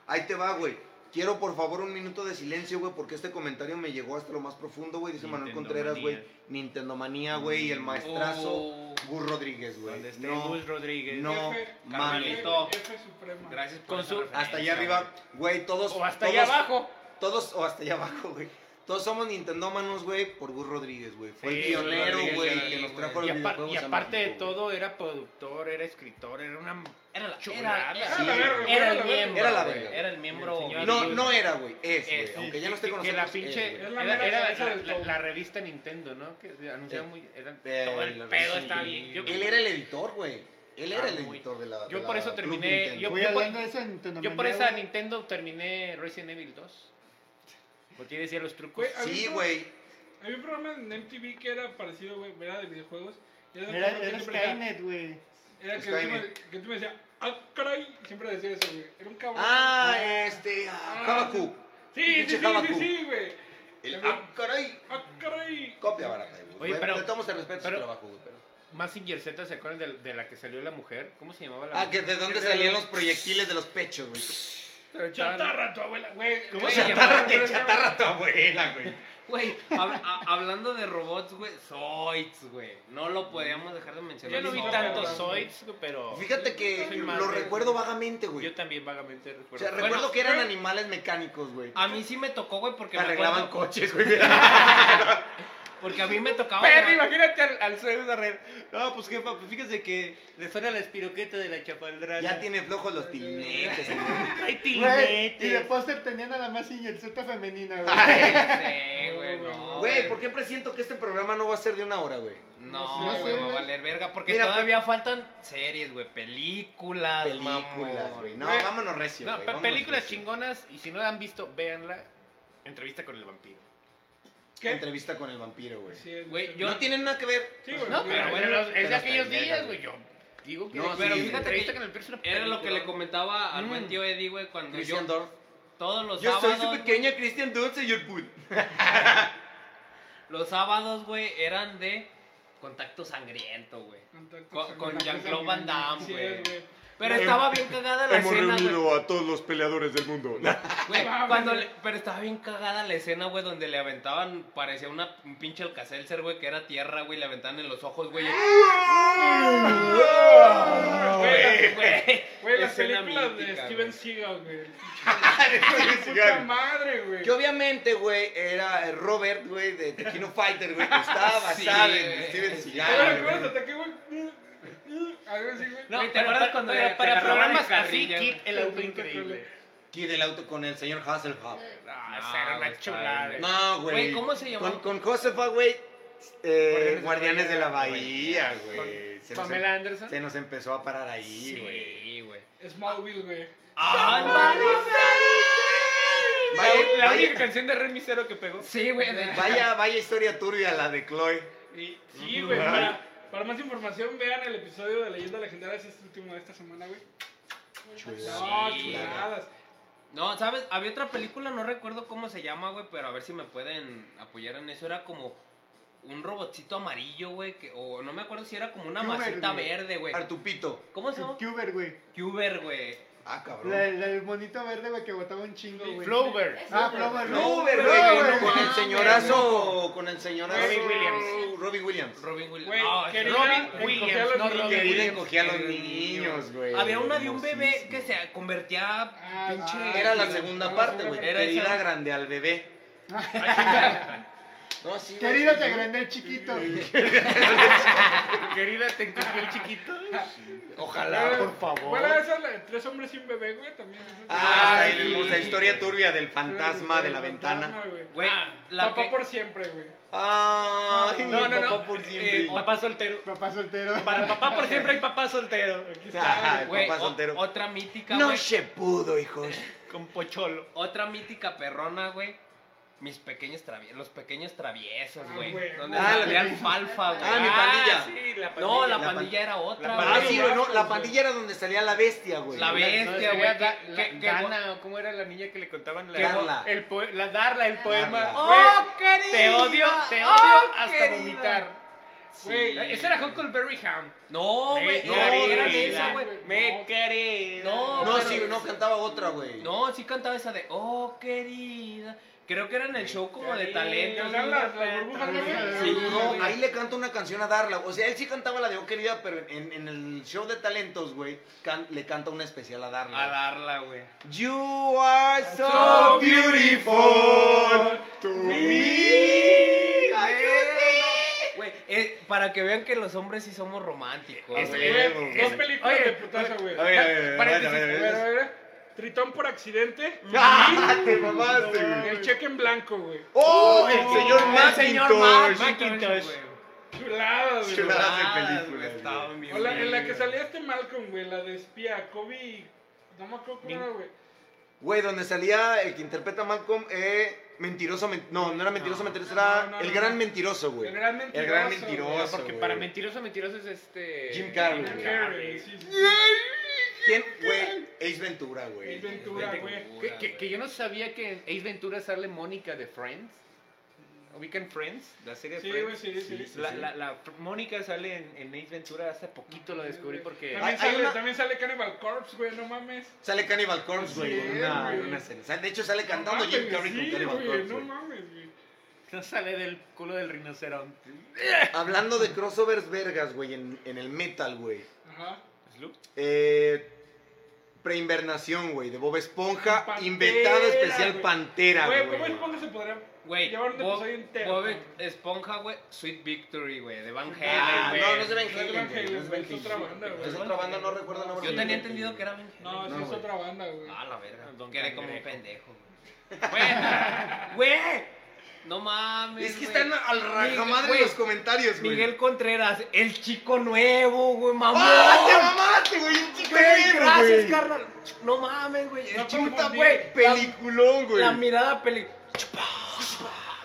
Speaker 4: Ahí te va, güey. Quiero por favor un minuto de silencio, güey, porque este comentario me llegó hasta lo más profundo, güey. Dice Manuel Contreras, güey. Nintendo Manía, güey, y el maestrazo
Speaker 3: Oh.
Speaker 4: Gus Rodríguez, güey.
Speaker 5: Donde esté
Speaker 4: No,
Speaker 5: Mm. Gus Rodríguez.
Speaker 4: no
Speaker 2: F,
Speaker 4: mames.
Speaker 3: Carmelito.
Speaker 2: F suprema.
Speaker 3: Gracias por
Speaker 5: Con
Speaker 3: esa
Speaker 5: su-
Speaker 3: referencia,
Speaker 4: Hasta allá arriba, güey, todos.
Speaker 5: O hasta
Speaker 4: todos-
Speaker 5: allá abajo.
Speaker 4: Todos, o hasta allá abajo, güey. Todos somos nintendómanos, güey, por Gus Rodríguez, güey. Fue el
Speaker 5: Sí, Gus
Speaker 4: pionero,
Speaker 5: Rodríguez,
Speaker 4: güey,
Speaker 5: sí,
Speaker 4: que nos
Speaker 3: güey.
Speaker 4: trajo
Speaker 5: Y,
Speaker 4: los
Speaker 5: apar-
Speaker 4: videojuegos
Speaker 5: y
Speaker 4: a
Speaker 5: aparte de
Speaker 4: México, güey.
Speaker 5: todo, era productor, era escritor, era una
Speaker 3: Era la,
Speaker 5: chulada.
Speaker 3: era-
Speaker 2: Era la
Speaker 4: Sí.
Speaker 2: verga,
Speaker 3: era
Speaker 2: era
Speaker 3: el
Speaker 2: la verga.
Speaker 3: miembro.
Speaker 4: Era la
Speaker 3: güey,
Speaker 4: verga.
Speaker 3: Era el miembro.
Speaker 5: El señor-
Speaker 4: No, no era, güey, es, güey.
Speaker 3: Es,
Speaker 4: aunque ya no esté
Speaker 5: que-
Speaker 4: con
Speaker 5: que
Speaker 4: nosotros.
Speaker 5: la
Speaker 4: es,
Speaker 5: pinche
Speaker 4: eh, güey.
Speaker 2: Es
Speaker 5: era,
Speaker 2: la mera
Speaker 5: era
Speaker 2: cabeza
Speaker 5: la,
Speaker 2: del
Speaker 5: la-
Speaker 2: todo.
Speaker 5: la revista Nintendo, ¿no? Que anunciaba
Speaker 4: Eh,
Speaker 5: muy era-
Speaker 4: eh,
Speaker 5: todo el
Speaker 4: la
Speaker 5: pedo
Speaker 4: revista
Speaker 5: estaba
Speaker 4: Nintendo.
Speaker 5: bien. Yo,
Speaker 4: Él era el editor, güey. Él era
Speaker 5: Ah,
Speaker 4: el
Speaker 5: muy-
Speaker 4: editor de la.
Speaker 5: yo
Speaker 4: de
Speaker 5: por
Speaker 4: la
Speaker 5: eso
Speaker 4: Club
Speaker 5: terminé-
Speaker 4: Nintendo.
Speaker 5: yo-
Speaker 6: Güey,
Speaker 5: por-
Speaker 6: hablando de eso, Nintendo
Speaker 5: yo por
Speaker 6: Manía,
Speaker 5: esa
Speaker 6: güey,
Speaker 5: Nintendo terminé Resident Evil 2. Porque yo decía los trucos.
Speaker 2: Güey, a mí
Speaker 4: Sí,
Speaker 2: no-
Speaker 4: güey. ah,
Speaker 2: Había un programa en MTV que era parecido, güey, era de videojuegos. Era, de
Speaker 6: Era,
Speaker 2: que
Speaker 6: era
Speaker 2: siempre decía-
Speaker 6: Skynet, güey.
Speaker 2: Era que,
Speaker 4: Skynet.
Speaker 2: Tú me, que tú me decías, ah, caray, siempre decía eso, güey. Era un cabrón.
Speaker 4: Ah,
Speaker 5: eh.
Speaker 4: este. ah, Habacuc.
Speaker 2: sí, sí,
Speaker 4: pinche
Speaker 2: sí, sí,
Speaker 4: Habacuc.
Speaker 2: sí, güey.
Speaker 4: El. Ah, caray.
Speaker 2: Ah, caray.
Speaker 4: Copia barata, güey.
Speaker 5: Oye, pero-
Speaker 4: Le tomamos el respeto a su
Speaker 5: pero-
Speaker 4: trabajo, güey. pero-
Speaker 5: Massinger Z, ¿se acuerdan de, de la que salió la mujer? ¿Cómo se llamaba la
Speaker 4: Ah, que de dónde salían los proyectiles de los pechos, güey.
Speaker 5: mujer?
Speaker 2: Chatarra tu abuela, güey.
Speaker 5: ¿Cómo
Speaker 2: Güey,
Speaker 5: se llama?
Speaker 2: chatarra,
Speaker 7: Te
Speaker 2: güey,
Speaker 7: chatarra tu abuela, güey.
Speaker 3: Güey, hab- a- hablando de robots, güey, Zoids, güey. No lo podíamos dejar de mencionar.
Speaker 5: Yo no vi
Speaker 2: No,
Speaker 5: tantos
Speaker 2: no, no.
Speaker 5: Zoids, pero
Speaker 4: Fíjate que
Speaker 5: Soy
Speaker 4: lo
Speaker 5: madre.
Speaker 4: recuerdo vagamente,
Speaker 5: yo
Speaker 4: güey.
Speaker 5: también vagamente
Speaker 4: O
Speaker 5: recuerdo.
Speaker 4: sea,
Speaker 5: Bueno, Ah,
Speaker 4: recuerdo que eran
Speaker 2: güey.
Speaker 4: animales mecánicos, güey.
Speaker 3: A mí sí me tocó, güey, porque
Speaker 4: Que
Speaker 3: me
Speaker 4: arreglaban
Speaker 3: acuerdo-
Speaker 5: <laughs>
Speaker 4: coches, güey.
Speaker 3: Porque a mí me tocaba.
Speaker 5: Perry, imagínate al, al Zeus Arrel. No, pues jefa, pues fíjese que le suena la espiroqueta de la chapaldrana.
Speaker 4: Ya tiene flojos los tilinetes,
Speaker 5: <laughs>
Speaker 4: güey.
Speaker 5: Ay,
Speaker 6: Güey, Y de
Speaker 5: tinetes.
Speaker 6: póster tenían a la más Z femenina, güey.
Speaker 3: <laughs>
Speaker 5: Ah,
Speaker 6: <laughs>
Speaker 3: Sí, güey, no.
Speaker 4: Güey, ¿por qué presiento que este programa no va a ser de una hora, güey?
Speaker 3: No,
Speaker 6: No sé,
Speaker 3: güey, me va
Speaker 6: güey.
Speaker 3: a valer verga. Porque
Speaker 4: Mira, pues-
Speaker 3: todavía faltan series, güey, películas,
Speaker 4: Películas,
Speaker 3: mamón.
Speaker 4: güey. No,
Speaker 5: Güey.
Speaker 4: vámonos recio,
Speaker 5: No,
Speaker 4: güey,
Speaker 5: pe-
Speaker 4: vámonos
Speaker 5: películas
Speaker 4: recio.
Speaker 5: chingonas y si no la han visto, véanla. Entrevista con el vampiro.
Speaker 2: ¿Qué?
Speaker 4: Entrevista con el vampiro, güey.
Speaker 2: Sí,
Speaker 3: Güey, yo-
Speaker 4: No tienen nada que ver.
Speaker 2: Sí, güey.
Speaker 5: No, pero
Speaker 2: Sí,
Speaker 5: bueno,
Speaker 2: güey.
Speaker 5: los- es de
Speaker 4: Pero
Speaker 5: aquellos
Speaker 4: pendejas,
Speaker 5: días,
Speaker 4: güey.
Speaker 5: güey. Yo digo que
Speaker 4: No,
Speaker 5: pero
Speaker 4: sí,
Speaker 5: fíjate
Speaker 3: güey.
Speaker 5: entrevista con el personaje.
Speaker 3: Era lo que le comentaba al
Speaker 5: Mm.
Speaker 3: buen tío Eddie, güey, cuando
Speaker 4: Christian
Speaker 3: yo
Speaker 4: Dorf.
Speaker 3: todos los
Speaker 4: Yo soy
Speaker 3: sábados.
Speaker 4: su
Speaker 3: güey,
Speaker 4: pequeña Christian Dorf, señor Put.
Speaker 3: Los sábados, güey, eran de contacto sangriento, güey.
Speaker 2: Contacto
Speaker 3: Con, con
Speaker 2: sangriento.
Speaker 3: Jean-Claude Van Damme,
Speaker 2: Sí,
Speaker 3: güey.
Speaker 2: güey.
Speaker 3: Pero estaba bien cagada la escena, güey.
Speaker 7: a todos los peleadores del mundo.
Speaker 4: <laughs>
Speaker 3: Güey,
Speaker 2: Mames.
Speaker 3: cuando le- Pero estaba bien cagada la escena, güey, donde le aventaban, parecía una, un pinche alcacelser, güey, que era tierra, güey, le aventaban en los ojos, güey. Güey, güey.
Speaker 2: Güey, las
Speaker 3: Escena
Speaker 2: películas de
Speaker 3: mítica,
Speaker 2: Steven
Speaker 3: güey.
Speaker 2: Seagal,
Speaker 4: <laughs>
Speaker 2: güey. Puta
Speaker 7: Seagal.
Speaker 2: madre, güey.
Speaker 4: Que obviamente, güey, era eh, Robert, güey, de Tequino Fighter, güey, que estaba
Speaker 3: Sí,
Speaker 4: basada en
Speaker 3: güey.
Speaker 4: Steven
Speaker 2: Ahora,
Speaker 4: Seagal, güey.
Speaker 2: acuérdate que, güey. uh, Algo así, güey.
Speaker 5: No,
Speaker 3: Güey, ¿te
Speaker 5: pero
Speaker 3: acuerdas
Speaker 5: para,
Speaker 3: cuando
Speaker 5: para-
Speaker 3: te
Speaker 5: para
Speaker 3: agarraban de
Speaker 5: programas así,
Speaker 3: carrilla,
Speaker 5: Kid,
Speaker 3: güey?
Speaker 5: el auto increíble.
Speaker 4: Kid el auto con el señor Hasselhoff.
Speaker 5: Ah,
Speaker 3: No,
Speaker 5: esa era
Speaker 3: güey,
Speaker 5: una
Speaker 3: está
Speaker 5: chulada.
Speaker 3: bien,
Speaker 4: No, güey.
Speaker 3: Güey, ¿cómo se llamaba?
Speaker 4: Con, con Josefa, güey. eh, Guardianes de la Bahía,
Speaker 3: Bahía,
Speaker 4: güey. Se, nos em-
Speaker 5: Pamela Anderson.
Speaker 4: se nos empezó a parar ahí, güey.
Speaker 3: Sí, güey. Ah,
Speaker 2: Smallville, güey.
Speaker 4: Vaya,
Speaker 5: La
Speaker 4: vaya-
Speaker 5: única canción de Remy Cero que pegó.
Speaker 3: Sí, güey. de-
Speaker 4: vaya- vaya historia turbia la de Chloe.
Speaker 2: Y- Sí, güey. Para, para más información, vean el episodio de Leyenda Legendaria. ese Es el último de esta semana, güey.
Speaker 4: Chulada.
Speaker 2: No, chuladas.
Speaker 3: No, ¿sabes? Había otra película, no recuerdo cómo se llama, güey, pero a ver si me pueden apoyar en eso. Era como un robotcito amarillo, güey, que- o no me acuerdo si era como una
Speaker 6: Cuber,
Speaker 3: masita
Speaker 6: güey.
Speaker 3: verde, güey.
Speaker 4: Artupito.
Speaker 3: ¿Cómo se llama?
Speaker 6: Cuber, güey.
Speaker 3: Cuber, güey.
Speaker 4: Ah, cabrón.
Speaker 6: La, la- el monito verde, güey, que botaba un chingo, güey.
Speaker 5: Flover.
Speaker 6: Ah, Flower,
Speaker 4: No, güey,
Speaker 6: Flower,
Speaker 4: güey,
Speaker 6: güey.
Speaker 4: con el señorazo, con el señorazo
Speaker 2: Robbie
Speaker 4: Williams. Robbie Williams.
Speaker 3: Robin Williams.
Speaker 2: Güey,
Speaker 3: No, es
Speaker 2: querida,
Speaker 5: Robin
Speaker 2: eh,
Speaker 5: Williams,
Speaker 2: cogí a los
Speaker 5: no
Speaker 2: niños.
Speaker 4: Que
Speaker 5: Robin
Speaker 4: Williams
Speaker 5: Williams.
Speaker 4: cogía a los niños, güey.
Speaker 3: Había una de un bebé que
Speaker 4: Hermosísimo.
Speaker 3: se convertía
Speaker 2: Ah,
Speaker 3: pinche.
Speaker 2: ah,
Speaker 4: Era la segunda parte, güey.
Speaker 3: Era
Speaker 4: Querida
Speaker 3: esa.
Speaker 4: grande al bebé. <laughs> No, sí, güey,
Speaker 6: Querido,
Speaker 4: sí,
Speaker 6: te
Speaker 4: sí.
Speaker 6: agrandé el chiquito.
Speaker 5: Querida, te encontré el chiquito.
Speaker 4: Ojalá, por favor.
Speaker 2: ¿Cuál era esa? la de Tres hombres y un bebé, güey. También. esa es-
Speaker 4: Ah,
Speaker 5: Ay,
Speaker 4: la hermosa historia turbia del fantasma de
Speaker 2: Fantasma,
Speaker 4: la ventana.
Speaker 2: güey.
Speaker 3: Güey, la
Speaker 2: Papá
Speaker 3: que-
Speaker 2: por siempre, güey.
Speaker 4: Ay,
Speaker 5: No, no,
Speaker 4: papá
Speaker 5: no.
Speaker 4: por
Speaker 5: Eh,
Speaker 4: siempre.
Speaker 5: papá soltero.
Speaker 6: Papá soltero.
Speaker 5: Para papá por siempre hay papá soltero.
Speaker 4: Ajá, el
Speaker 3: güey,
Speaker 4: papá
Speaker 3: o-
Speaker 4: soltero.
Speaker 3: otra mítica,
Speaker 4: No
Speaker 3: güey.
Speaker 4: se pudo, hijos.
Speaker 5: Con pocholo.
Speaker 3: Otra mítica perrona, güey. Mis pequeños traviesos, los pequeños traviesos,
Speaker 2: Ah,
Speaker 3: güey.
Speaker 2: güey.
Speaker 3: Donde
Speaker 4: Ah, la
Speaker 3: salía
Speaker 4: de-
Speaker 3: alfalfa, güey.
Speaker 4: Ah, mi pandilla.
Speaker 5: sí, la pandilla.
Speaker 3: no, la,
Speaker 4: la pan-
Speaker 3: pandilla era otra,
Speaker 5: la
Speaker 3: güey.
Speaker 4: Ah, sí, güey, no, la
Speaker 2: güey.
Speaker 4: pandilla era donde salía la bestia, güey.
Speaker 3: La
Speaker 5: No,
Speaker 3: bestia,
Speaker 5: sería
Speaker 3: güey,
Speaker 5: Da-
Speaker 3: que-
Speaker 5: la-
Speaker 3: que- que-
Speaker 5: Dana, o ¿cómo era la niña que le contaban la
Speaker 4: Que- Darla.
Speaker 5: El poe- la Darla, el poema.
Speaker 4: Darla.
Speaker 5: Güey,
Speaker 3: ¡Oh, querida!
Speaker 5: te odio, te odio
Speaker 3: ¡Oh,
Speaker 5: hasta
Speaker 3: querida!
Speaker 5: vomitar.
Speaker 2: Güey,
Speaker 5: Ese era Huckleberry Hound.
Speaker 3: No, güey.
Speaker 5: No,
Speaker 3: No, era
Speaker 5: güey,
Speaker 3: esa,
Speaker 5: la-
Speaker 3: güey.
Speaker 5: Me queré.
Speaker 3: No,
Speaker 4: No,
Speaker 3: pero-
Speaker 4: sí, no cantaba otra, güey.
Speaker 3: No, sí cantaba esa de Oh, querida. Creo que era en el show como de talento.
Speaker 2: Las- las- las burbujas
Speaker 6: Sí,
Speaker 2: Sí,
Speaker 4: No,
Speaker 2: güey.
Speaker 4: ahí le canta una canción a Darla. O sea, él sí cantaba la de Oh Querida, pero en, en el show de talentos, güey, can- le canta una especial a Darla.
Speaker 3: A darla, güey.
Speaker 4: You are so,
Speaker 2: So
Speaker 4: beautiful to
Speaker 2: me.
Speaker 4: me.
Speaker 3: Güey, eh, para que vean que los hombres sí somos románticos.
Speaker 7: Es
Speaker 3: güey.
Speaker 7: que-
Speaker 2: Güey,
Speaker 7: güey.
Speaker 2: Dos películas de putazo, güey.
Speaker 7: A ver, a ver, a ver, a ver, a
Speaker 2: A
Speaker 7: ver,
Speaker 2: ver, a
Speaker 7: a ver.
Speaker 2: ver. Tritón por accidente.
Speaker 7: ¡Ah! ¡Te mamaste,
Speaker 2: y
Speaker 7: güey!
Speaker 2: El cheque en blanco, güey.
Speaker 7: ¡Oh! El señor
Speaker 3: El señor Mac-
Speaker 7: Macintosh.
Speaker 3: Macintosh.
Speaker 2: Chulada,
Speaker 7: Chulada.
Speaker 2: güey.
Speaker 4: Ah,
Speaker 7: Chuladas de
Speaker 3: Chuladas,
Speaker 7: películas,
Speaker 3: güey,
Speaker 7: güey.
Speaker 3: estaban bien
Speaker 2: O la- en la que
Speaker 3: vergas.
Speaker 2: salía este Malcolm, güey, la de espía, Kobe. No me acuerdo cómo era, güey.
Speaker 4: Güey, donde salía el que interpreta a Malcolm, eh, mentiroso, men- no, no era mentiroso, mentiroso,
Speaker 2: No,
Speaker 4: era
Speaker 2: no, no,
Speaker 4: el
Speaker 2: no.
Speaker 4: gran mentiroso, güey.
Speaker 2: El gran mentiroso.
Speaker 7: El gran
Speaker 2: güey.
Speaker 7: mentiroso.
Speaker 5: Porque
Speaker 7: güey.
Speaker 5: para mentiroso, mentiroso es este.
Speaker 4: Jim Carrey,
Speaker 2: Jim
Speaker 4: güey.
Speaker 2: Carrey, sí, sí.
Speaker 4: ¿Quién? Güey, Ace Ventura, güey.
Speaker 2: Ace Ventura, güey.
Speaker 5: Que, que- que yo no sabía que en Ace Ventura sale Mónica de Friends. Weekend Friends, la serie de
Speaker 2: Sí,
Speaker 5: Friends.
Speaker 2: güey, sí, sí. sí.
Speaker 5: La, la, la Mónica sale en, en Ace Ventura hace poquito lo descubrí porque
Speaker 2: También,
Speaker 4: Hay- hay
Speaker 2: sale,
Speaker 4: una-
Speaker 2: también sale Cannibal Corpse, güey, no mames.
Speaker 4: Sale Cannibal Corpse, güey,
Speaker 2: Sí,
Speaker 4: en una,
Speaker 2: güey.
Speaker 4: en una serie. Sale- De hecho, sale cantando
Speaker 2: No
Speaker 4: Jim
Speaker 2: mames,
Speaker 4: Carrey con
Speaker 2: sí,
Speaker 4: Cannibal
Speaker 2: güey,
Speaker 4: Corpse,
Speaker 2: No
Speaker 4: güey.
Speaker 2: mames, güey.
Speaker 5: no sale del culo del rinoceronte.
Speaker 4: Hablando de crossovers vergas, güey, en, en el metal, güey.
Speaker 2: Ajá.
Speaker 4: Eh, preinvernación, güey, de Bob Esponja,
Speaker 2: Pantera,
Speaker 4: inventado especial
Speaker 2: güey.
Speaker 4: Pantera,
Speaker 2: Güey,
Speaker 4: güey.
Speaker 2: ¿cómo es cuando se podrá
Speaker 3: Güey,
Speaker 2: llevar un
Speaker 3: Bob-
Speaker 2: episodio entero?
Speaker 3: Bob
Speaker 2: güey?
Speaker 3: Esponja, güey. Sweet Victory, güey. De Van Halen,
Speaker 4: Ah,
Speaker 3: güey.
Speaker 4: no, no es de Van
Speaker 2: No es de
Speaker 4: Halen,
Speaker 2: Van
Speaker 4: güey,
Speaker 2: Halen,
Speaker 4: no es de
Speaker 2: güey,
Speaker 4: Van
Speaker 2: es otra
Speaker 4: Halen.
Speaker 2: banda, güey.
Speaker 4: Es otra banda, no recuerdo el nombre.
Speaker 3: Yo
Speaker 4: de
Speaker 3: tenía
Speaker 4: Van Halen.
Speaker 3: entendido que era Van Halen.
Speaker 2: No, sí
Speaker 4: No,
Speaker 2: es
Speaker 4: güey.
Speaker 2: otra banda, güey.
Speaker 3: Ah, la verga.
Speaker 5: Don
Speaker 3: Quedé como un
Speaker 5: Cangrejo.
Speaker 3: pendejo, güey. <laughs> Güey, güey. No mames.
Speaker 4: Es que
Speaker 3: güey.
Speaker 4: están al rajamadre
Speaker 3: Güey,
Speaker 4: en los comentarios, güey.
Speaker 3: Miguel Contreras, el chico nuevo, güey, mamón.
Speaker 4: ¡Ah, te mamaste, güey! ¡Un chico
Speaker 3: Güey,
Speaker 4: negro,
Speaker 3: gracias,
Speaker 4: güey!
Speaker 3: carnal. No mames, güey. El
Speaker 2: No
Speaker 3: chico
Speaker 2: confundí.
Speaker 3: güey. La,
Speaker 4: Peliculón, güey.
Speaker 3: la mirada peli.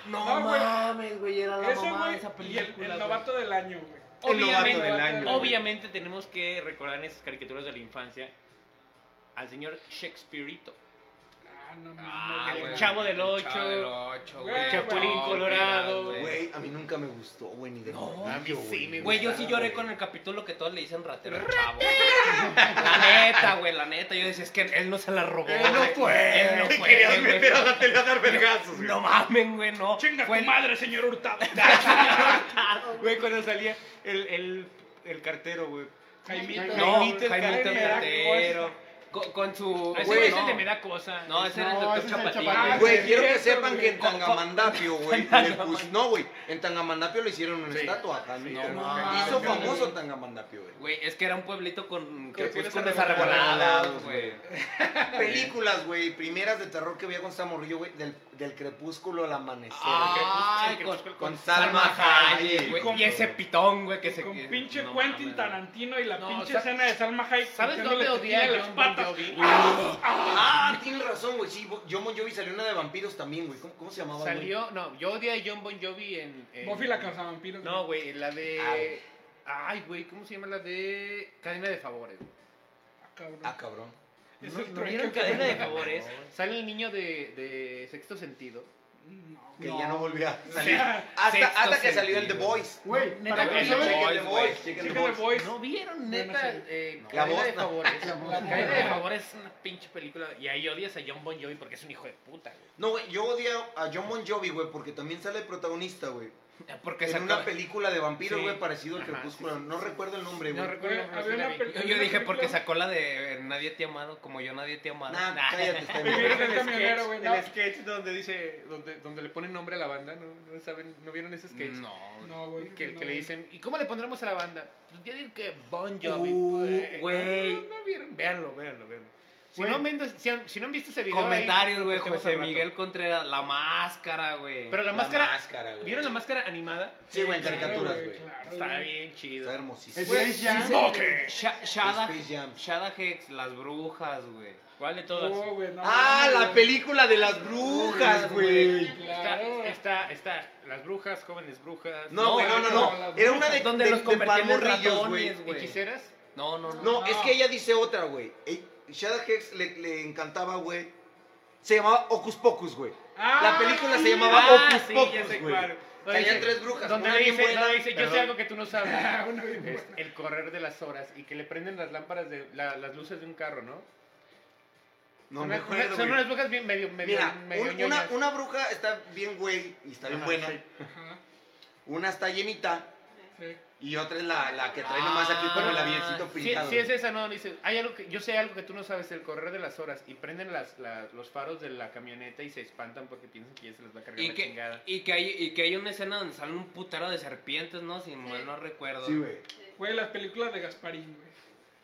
Speaker 3: No,
Speaker 2: No, güey.
Speaker 3: mames, güey. Era la
Speaker 2: Ese,
Speaker 3: mamá de
Speaker 2: güey,
Speaker 3: esa
Speaker 2: y el,
Speaker 3: película.
Speaker 2: el
Speaker 3: güey.
Speaker 2: novato del año, güey.
Speaker 5: Obviamente,
Speaker 7: del año, güey.
Speaker 5: obviamente tenemos que recordar en esas caricaturas de la infancia al señor Shakespeareito.
Speaker 2: Ah, no mames.
Speaker 3: Ah,
Speaker 2: güey.
Speaker 3: güey.
Speaker 5: El Chavo del Ocho.
Speaker 3: Chavo del Ocho, güey.
Speaker 2: El Chapulín
Speaker 3: No,
Speaker 5: Colorado.
Speaker 3: güey.
Speaker 4: Güey, a mí nunca me gustó, güey, ni de
Speaker 3: No,
Speaker 4: novio,
Speaker 5: sí, me
Speaker 3: Güey, yo sí lloré con el capítulo que todos le dicen ratero al chavo. La neta, güey, la neta. Yo decía, es que él no se la robó.
Speaker 4: Él no
Speaker 3: güey.
Speaker 4: fue. <laughs>
Speaker 3: Él no
Speaker 4: <laughs> Te
Speaker 3: fue,
Speaker 4: querías
Speaker 3: güey.
Speaker 4: meter a la tele a dar vergazos, güey.
Speaker 3: No mamen, güey, no.
Speaker 2: Chinga
Speaker 3: Fue
Speaker 2: tu
Speaker 3: el-
Speaker 2: madre, señor
Speaker 3: <laughs>
Speaker 2: Hurtado.
Speaker 5: Güey, cuando salía el, el, el cartero, güey.
Speaker 2: Jaimito.
Speaker 3: No,
Speaker 5: Jaimito el
Speaker 3: Jaimito el
Speaker 5: cartero.
Speaker 3: cartero. Con, con su.
Speaker 5: Ese
Speaker 4: Güey,
Speaker 5: güey es
Speaker 3: no.
Speaker 5: el de me da cosa.
Speaker 3: No, ese era el
Speaker 6: No,
Speaker 3: doctor
Speaker 6: ese es el
Speaker 3: Chapatín.
Speaker 6: Chapatín.
Speaker 3: güey.
Speaker 4: Güey,
Speaker 2: sí,
Speaker 4: quiero que
Speaker 2: cierto,
Speaker 4: sepan
Speaker 2: güey.
Speaker 4: que en <laughs> Tangamandapio, güey, le pus- no, güey, en Tangamandapio le hicieron una estatua acá, ¿no?
Speaker 7: no
Speaker 3: mames,
Speaker 4: Hizo
Speaker 2: güey.
Speaker 4: famoso Tangamandapio, güey.
Speaker 3: Güey, es que era un pueblito con
Speaker 2: Con
Speaker 3: crepúsculos
Speaker 2: crepúsculos
Speaker 3: arrebolados,
Speaker 4: arrebolados,
Speaker 3: güey.
Speaker 4: Películas, güey, primeras de terror que veía con Samorrillo, güey, del, del crepúsculo al amanecer.
Speaker 3: Ay,
Speaker 5: el
Speaker 3: con,
Speaker 5: crepúsculo
Speaker 4: con
Speaker 3: Salma
Speaker 4: Salma
Speaker 3: Hayek,
Speaker 4: Hayek,
Speaker 3: güey.
Speaker 2: con-
Speaker 3: Y ese pitón, güey, que se.
Speaker 2: Con pinche
Speaker 3: no
Speaker 2: Quentin
Speaker 3: mames.
Speaker 2: Tarantino y la
Speaker 5: No,
Speaker 2: pinche
Speaker 5: sa-
Speaker 2: escena de Salma Hayek.
Speaker 5: ¿Sabes dónde
Speaker 2: metiéndole
Speaker 5: odié a
Speaker 2: tequila en
Speaker 5: John Bon Jovi?
Speaker 4: Ah, tienes razón, güey, sí, John Bon Jovi salió una de vampiros también, güey, ¿cómo, cómo se llamaba, güey?
Speaker 5: Salió, no, yo odié a John Bon Jovi en... en-
Speaker 2: Buffy la cazavampiros.
Speaker 5: No, güey, la de... Ay, güey, ¿cómo se llama la de... Cadena de favores? güey.
Speaker 2: Ah, cabrón.
Speaker 4: Ah, cabrón.
Speaker 2: Es
Speaker 5: ¿No-
Speaker 2: el
Speaker 5: no
Speaker 2: trueque
Speaker 5: vieron
Speaker 2: que-
Speaker 5: Cadena de favores? Sale el niño de, de sexto sentido.
Speaker 2: No,
Speaker 4: Que
Speaker 2: güey.
Speaker 4: ya no volvió a salir.
Speaker 2: sea,
Speaker 4: Hasta,
Speaker 3: sexto
Speaker 4: hasta que salió el The
Speaker 3: sentido.
Speaker 4: Boys.
Speaker 6: Güey,
Speaker 5: Neta,
Speaker 6: para
Speaker 5: güey,
Speaker 6: que saben-
Speaker 3: Boys,
Speaker 4: Chequen The
Speaker 3: güey.
Speaker 4: Boys, chequen The
Speaker 2: Chicken
Speaker 4: Boys.
Speaker 2: the Boys.
Speaker 5: ¿No vieron,
Speaker 2: Bueno,
Speaker 5: neta?
Speaker 2: sí.
Speaker 5: eh,
Speaker 4: No. La
Speaker 5: Cadena
Speaker 4: voz,
Speaker 5: de
Speaker 4: no.
Speaker 5: favores.
Speaker 6: La voz,
Speaker 5: <laughs>
Speaker 6: no.
Speaker 5: Cadena de favores es una pinche película. Y ahí odias a John Bon Jovi porque es un hijo de puta, güey.
Speaker 4: No, güey, yo odio a John Bon Jovi, güey, porque también sale el protagonista, güey.
Speaker 3: Porque
Speaker 4: En
Speaker 3: sacó.
Speaker 4: una película de vampiros,
Speaker 5: Sí.
Speaker 4: güey, parecido al
Speaker 5: Ajá,
Speaker 4: Crepúsculo.
Speaker 5: sí, sí,
Speaker 4: no
Speaker 5: sí.
Speaker 4: recuerdo el nombre,
Speaker 5: No
Speaker 4: güey.
Speaker 5: recuerdo el
Speaker 2: Güey,
Speaker 5: nombre,
Speaker 2: había
Speaker 5: sí la
Speaker 2: una
Speaker 5: vi.
Speaker 2: peli-
Speaker 3: Yo, yo dije
Speaker 2: película-
Speaker 3: porque sacó la de Nadie te ha amado, como yo nadie te ha amado.
Speaker 4: Nah,
Speaker 3: Nah. <laughs>
Speaker 4: cállate, está bien.
Speaker 2: Vivir del
Speaker 5: El
Speaker 2: camionero, güey.
Speaker 5: sketch-
Speaker 2: no.
Speaker 5: El sketch donde dice, donde, donde le ponen nombre a la banda, ¿no, no saben, no vieron ese sketch?
Speaker 3: No,
Speaker 2: No, güey.
Speaker 5: Que,
Speaker 2: no,
Speaker 5: que le
Speaker 2: güey.
Speaker 5: dicen, ¿y cómo le pondremos a la banda? Pues yo digo que Bon Jovi.
Speaker 3: Uh,
Speaker 5: No,
Speaker 3: güey.
Speaker 5: no vieron, véanlo, véanlo, véanlo. Si,
Speaker 6: Güey.
Speaker 5: no, han visto- si, han, si no han visto ese video. ahí,
Speaker 3: Comentarios, güey.
Speaker 5: cortemos
Speaker 3: José
Speaker 5: al rato.
Speaker 3: Miguel Contreras, la máscara, güey.
Speaker 5: Pero la, máscara.
Speaker 4: güey.
Speaker 5: ¿Vieron la máscara animada?
Speaker 4: Sí, güey, en
Speaker 2: Claro,
Speaker 4: caricaturas, güey.
Speaker 2: claro,
Speaker 5: Está
Speaker 2: güey.
Speaker 5: bien
Speaker 4: Está
Speaker 5: chido.
Speaker 4: hermosísimo.
Speaker 6: Space Jam.
Speaker 3: Sha- Shada,
Speaker 4: Space Jam.
Speaker 3: Shada Hex, las brujas, güey.
Speaker 5: ¿Cuál de todas?
Speaker 2: No, güey, no,
Speaker 4: Ah,
Speaker 2: no,
Speaker 4: la
Speaker 2: güey.
Speaker 4: película de las brujas, güey.
Speaker 5: Está,
Speaker 2: Claro.
Speaker 5: está, está, las brujas, jóvenes brujas.
Speaker 4: No, güey, no, no, no. Era una de,
Speaker 3: Donde
Speaker 4: de,
Speaker 3: los
Speaker 4: de
Speaker 3: convertían en
Speaker 4: morrillos, güey.
Speaker 3: ratones,
Speaker 5: ¿Y
Speaker 3: güey.
Speaker 5: quiseras?
Speaker 3: No, no, no.
Speaker 4: No,
Speaker 2: No.
Speaker 4: es que ella dice otra, güey. Ey, Shada Hex le, le encantaba, güey. Se llamaba Ocus Pocus, güey.
Speaker 2: Ah,
Speaker 4: La película se
Speaker 2: sí.
Speaker 4: llamaba
Speaker 5: Ah,
Speaker 4: Ocus
Speaker 5: sí, ya
Speaker 4: Pocus,
Speaker 5: sé
Speaker 4: güey.
Speaker 5: cuál.
Speaker 4: Salían tres brujas.
Speaker 5: Donde
Speaker 4: una
Speaker 5: le
Speaker 4: bien
Speaker 5: dice,
Speaker 4: buena.
Speaker 5: no, dice, yo sé
Speaker 7: Perdón.
Speaker 5: algo que tú no sabes. Es el correr de las horas y que le prenden las lámparas de la- las luces de un carro, ¿no?
Speaker 4: No
Speaker 5: Son
Speaker 4: me
Speaker 5: una- una-
Speaker 4: acuerdo,
Speaker 5: Son
Speaker 4: güey.
Speaker 5: unas brujas bien medio medio
Speaker 4: Mira,
Speaker 5: medio
Speaker 4: un- una,
Speaker 5: ñoñas.
Speaker 4: una bruja está bien güey y está bien
Speaker 7: Ajá,
Speaker 4: buena.
Speaker 7: sí.
Speaker 2: Ajá,
Speaker 4: Una está llenita
Speaker 2: sí.
Speaker 4: y otra es la, la que trae nomás aquí como el avioncito
Speaker 5: Ah,
Speaker 4: pintado.
Speaker 5: Sí, sí es esa, no, dice, hay algo que, yo sé algo que tú no sabes, el correr de las horas, y prenden las, la- los faros de la camioneta y se espantan porque piensan que ya se les va a cargar
Speaker 3: Y
Speaker 5: la
Speaker 3: que,
Speaker 5: chingada.
Speaker 3: y, que hay, y que hay una escena donde sale un putero de serpientes, ¿no? Si mal no recuerdo.
Speaker 4: Sí, güey.
Speaker 2: Güey, las películas de Gasparín, güey.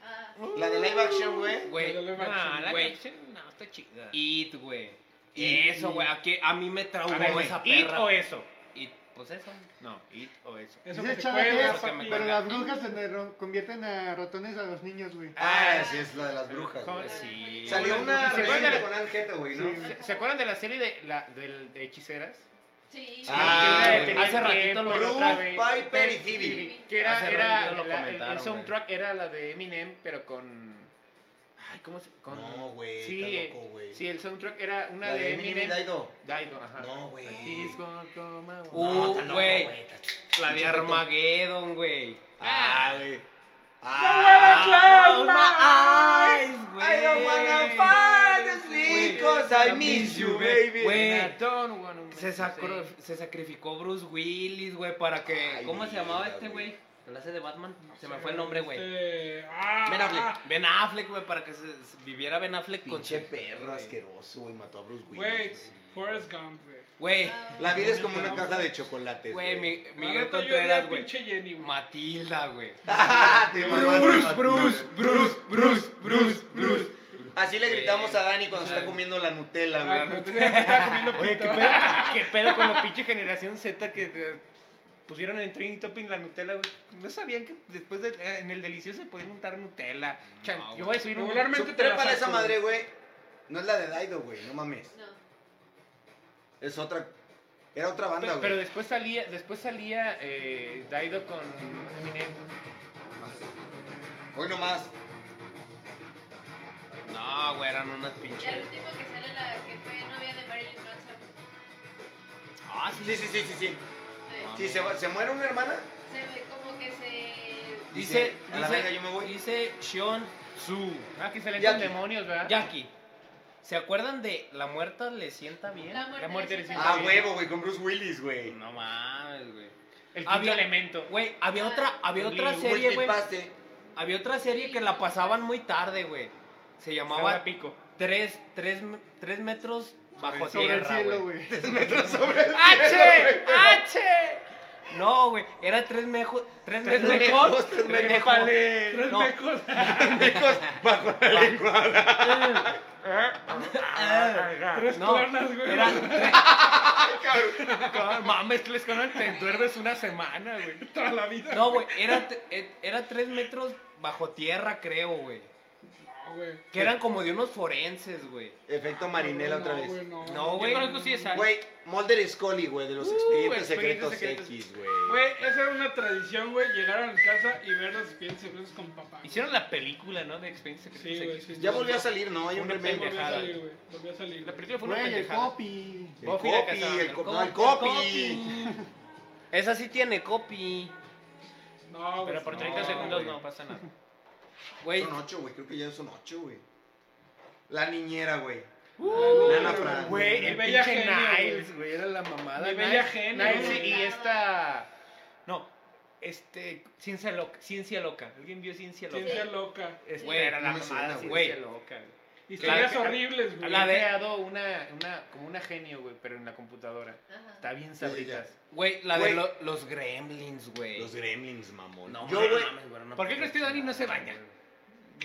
Speaker 8: Ah,
Speaker 4: La de live action, güey.
Speaker 3: Güey,
Speaker 2: Yo le voy a
Speaker 5: Ah,
Speaker 2: decir,
Speaker 5: la
Speaker 3: güey.
Speaker 5: canción, no, está chida.
Speaker 3: It, güey.
Speaker 4: It.
Speaker 3: Eso, güey. A, que- a mí me
Speaker 4: Ah,
Speaker 3: traumó
Speaker 5: A ver,
Speaker 3: esa
Speaker 5: ¿it
Speaker 3: perra.
Speaker 5: o eso?
Speaker 3: It, pues eso.
Speaker 5: No, it o eso.
Speaker 2: Eso
Speaker 6: Dice
Speaker 2: que te
Speaker 6: Chava que
Speaker 2: cuelgas,
Speaker 6: las-
Speaker 3: que me
Speaker 2: papi.
Speaker 6: pero las brujas se le ro- convierten a ratones a los niños, güey.
Speaker 4: Ah, sí, es la de las brujas.
Speaker 5: ¿Cómo?
Speaker 4: güey.
Speaker 5: Sí.
Speaker 4: Salió una
Speaker 5: ¿Se acuerdan,
Speaker 4: reciente
Speaker 5: de
Speaker 4: con Anjeta, güey, ¿no?
Speaker 5: la- se- se acuerdan de la serie de, la, del- de hechiceras?
Speaker 8: sí.
Speaker 4: Ah,
Speaker 5: Que
Speaker 4: güey.
Speaker 5: tenía
Speaker 3: Hace ratito
Speaker 5: tiempo,
Speaker 3: lo-
Speaker 5: la
Speaker 4: Blue,
Speaker 5: otra vez.
Speaker 4: Piper y Phoebe.
Speaker 8: Phoebe.
Speaker 5: Que era,
Speaker 3: Hace
Speaker 5: era
Speaker 3: ratito lo
Speaker 5: la- el- el,
Speaker 3: comentaron,
Speaker 5: soundtrack era la de Eminem, pero con... Ay, ¿cómo se...? Con,
Speaker 4: No, güey,
Speaker 5: sí,
Speaker 4: está
Speaker 5: eh,
Speaker 4: loco, güey.
Speaker 5: sí, el soundtrack era una
Speaker 4: La
Speaker 5: de,
Speaker 4: de Mini
Speaker 5: Eminem.
Speaker 4: Daido.
Speaker 5: Daigo, ajá.
Speaker 4: No, güey.
Speaker 5: He's gonna come out.
Speaker 3: Uh,
Speaker 4: está loco,
Speaker 3: güey.
Speaker 4: está-
Speaker 3: La de Armageddon, güey.
Speaker 4: Ah, güey.
Speaker 2: Ah,
Speaker 3: Oh,
Speaker 2: my
Speaker 3: my eyes, güey.
Speaker 4: I don't wanna fall asleep 'cause I miss you, baby.
Speaker 3: Güey.
Speaker 5: I don't wanna miss
Speaker 3: Pues Se,
Speaker 5: you,
Speaker 3: sacro-
Speaker 5: sí.
Speaker 3: se sacrificó Bruce Willis, güey, para que.
Speaker 4: Ay,
Speaker 3: ¿Cómo se llamaba
Speaker 4: mira,
Speaker 3: este,
Speaker 4: güey.
Speaker 3: güey? ¿El hace de Batman?
Speaker 2: No
Speaker 3: se
Speaker 2: sé,
Speaker 3: me fue el nombre, güey.
Speaker 2: este, ah,
Speaker 3: Ben Affleck. Ben Affleck, güey, para que se, se viviera Ben Affleck con
Speaker 4: Pinche
Speaker 3: su-
Speaker 4: perro
Speaker 3: güey.
Speaker 4: asqueroso, güey. Mató a Bruce
Speaker 2: Güey,
Speaker 4: Willis.
Speaker 2: Forrest Gump, güey.
Speaker 8: Ah,
Speaker 3: Güey,
Speaker 4: La vida es como una caja de chocolates, <laughs>
Speaker 3: güey, mi-
Speaker 2: La
Speaker 3: Miguel
Speaker 2: neta, yo era
Speaker 3: Contreras, güey.
Speaker 2: pinche Jenny, güey.
Speaker 3: Matilda, güey.
Speaker 4: Ah, Te mamaste,
Speaker 7: Bruce,
Speaker 4: Matilda.
Speaker 7: Bruce, Bruce, Bruce, Bruce, Bruce.
Speaker 4: Así le gritamos a Dani cuando
Speaker 3: Ajá.
Speaker 4: está comiendo la Nutella,
Speaker 2: Ah,
Speaker 4: güey.
Speaker 2: no, tenía que estar comiendo
Speaker 5: Oye, ¿qué
Speaker 2: pito.
Speaker 5: pedo, qué pedo con la pinche generación Z que eh, pusieron en Training Topping la Nutella, güey? No sabían que después de, eh, en el delicioso se podían untar Nutella. Chan-
Speaker 3: No,
Speaker 5: yo voy a subir un...
Speaker 2: Regularmente-
Speaker 4: Su
Speaker 2: Realmente te la
Speaker 4: trepa de esa
Speaker 2: saco,
Speaker 4: madre, güey. No es la de Daido, güey. No mames.
Speaker 8: No.
Speaker 4: Es otra. Era otra banda,
Speaker 5: Pero, pero
Speaker 4: güey.
Speaker 5: después salía, después salía eh, Daido con Eminem.
Speaker 4: Hoy nomás.
Speaker 3: No, güey, eran unas
Speaker 8: El
Speaker 3: pinches.
Speaker 8: último que sale la que fue novia de Marilyn Manson.
Speaker 3: Ah, sí,
Speaker 4: Sí, sí, sí, sí, sí.
Speaker 8: Sí.
Speaker 4: Sí, se, va- se muere una hermana.
Speaker 8: Se ve como que se.
Speaker 3: Dice,
Speaker 4: A la
Speaker 3: dice-
Speaker 4: verga, yo me voy.
Speaker 3: Dice Sean Su.
Speaker 5: Ah, que salían
Speaker 4: Ya
Speaker 5: con
Speaker 4: que-
Speaker 5: demonios, ¿verdad?
Speaker 3: Jackie, ¿se acuerdan de La Muerta le sienta bien?
Speaker 5: La muerte de
Speaker 4: Ah,
Speaker 5: Sí.
Speaker 4: huevo, güey, con Bruce Willis, güey.
Speaker 3: No mames, güey.
Speaker 5: El quinto
Speaker 3: Había-
Speaker 5: elemento.
Speaker 3: Güey,
Speaker 4: Ah,
Speaker 3: había otra, había otra
Speaker 5: Lee,
Speaker 3: serie, güey.
Speaker 4: Multipaste. <laughs>
Speaker 3: Había otra serie que la pasaban muy tarde, güey. Se
Speaker 5: Laura
Speaker 3: llamaba
Speaker 5: Pico.
Speaker 3: tres, tres, me- tres metros bajo
Speaker 6: Sobre el
Speaker 3: tierra,
Speaker 6: cielo,
Speaker 3: güey.
Speaker 6: güey.
Speaker 4: Ah.
Speaker 3: ¡H! ¡H! No, güey, era tres mejos, tres,
Speaker 4: Tres
Speaker 3: metros-
Speaker 4: mejos, tres
Speaker 3: tres
Speaker 4: mejos.
Speaker 3: mejos.
Speaker 2: Tres
Speaker 3: No.
Speaker 2: <laughs> mecos.
Speaker 7: Bajo la lengua.
Speaker 3: ah,
Speaker 2: Tres
Speaker 3: No,
Speaker 2: cuernas, güey.
Speaker 3: era
Speaker 5: Mames, les conan, te duermes una semana, güey.
Speaker 2: toda la vida.
Speaker 3: No, güey, era, t- eh, era tres metros bajo tierra, creo, güey.
Speaker 2: No, güey.
Speaker 3: Que eran como de unos forenses, güey.
Speaker 4: Efecto marinela
Speaker 2: No,
Speaker 4: otra
Speaker 2: güey,
Speaker 4: vez.
Speaker 2: no.
Speaker 3: No, güey.
Speaker 5: Yo conozco sí esa.
Speaker 4: Güey, Mulder y Scully, güey, de los
Speaker 5: Uh,
Speaker 4: expedientes
Speaker 5: Expedientes
Speaker 4: secretos
Speaker 5: Secretos.
Speaker 4: X, güey.
Speaker 2: Güey, esa era una tradición, güey, llegar a mi casa y ver los expedientes secretos con papá. güey.
Speaker 5: Hicieron la película, ¿no? De Experiencia Secreta.
Speaker 2: Sí, güey, sí.
Speaker 4: Ya volvió a salir, ¿no? Hay un
Speaker 5: Una
Speaker 2: Sí,
Speaker 4: remake.
Speaker 2: volvió a
Speaker 5: pendejada.
Speaker 2: salir, güey. Volvió a salir.
Speaker 5: La
Speaker 2: güey.
Speaker 5: película fue una
Speaker 6: Güey, el
Speaker 5: pendejada.
Speaker 6: copy.
Speaker 5: Buffy
Speaker 4: El copy,
Speaker 5: la cazadora.
Speaker 4: el, co- no, el copy.
Speaker 3: <laughs> Esa sí tiene copy.
Speaker 2: No, güey.
Speaker 5: Pero por
Speaker 2: no,
Speaker 5: 30
Speaker 2: no,
Speaker 5: segundos
Speaker 2: güey.
Speaker 5: no pasa nada.
Speaker 3: <laughs> Güey,
Speaker 4: Son ocho, güey, creo que ya son ocho, güey. La niñera, güey.
Speaker 5: Uh,
Speaker 4: Nana Fran.
Speaker 5: Güey, el
Speaker 2: Mi bella
Speaker 5: pinche
Speaker 2: genio,
Speaker 5: Niles, güey, era la mamada.
Speaker 2: Mi
Speaker 5: Niles-
Speaker 2: bella genio,
Speaker 5: Niles
Speaker 8: güey.
Speaker 5: y esta... No, este... Ciencia loca. Ciencia loca. ¿Alguien vio Ciencia loca?
Speaker 2: Ciencia loca.
Speaker 5: Esta
Speaker 3: Güey,
Speaker 5: era la
Speaker 4: no me suena,
Speaker 5: mamada
Speaker 4: güey.
Speaker 5: Ciencia loca. güey.
Speaker 2: Historias
Speaker 5: Claro que-
Speaker 2: horribles, güey.
Speaker 5: Había
Speaker 3: de-
Speaker 5: creado una, una, como una genio, güey, pero en la computadora.
Speaker 8: Ajá.
Speaker 5: Está bien
Speaker 4: Sí,
Speaker 5: sabritas.
Speaker 3: güey, la de
Speaker 4: Güey.
Speaker 3: lo- los gremlins, güey.
Speaker 4: Los gremlins, mamón.
Speaker 3: No,
Speaker 4: Yo,
Speaker 3: mames,
Speaker 4: güey.
Speaker 3: güey, no
Speaker 5: ¿Por qué crees que Dani no se baña?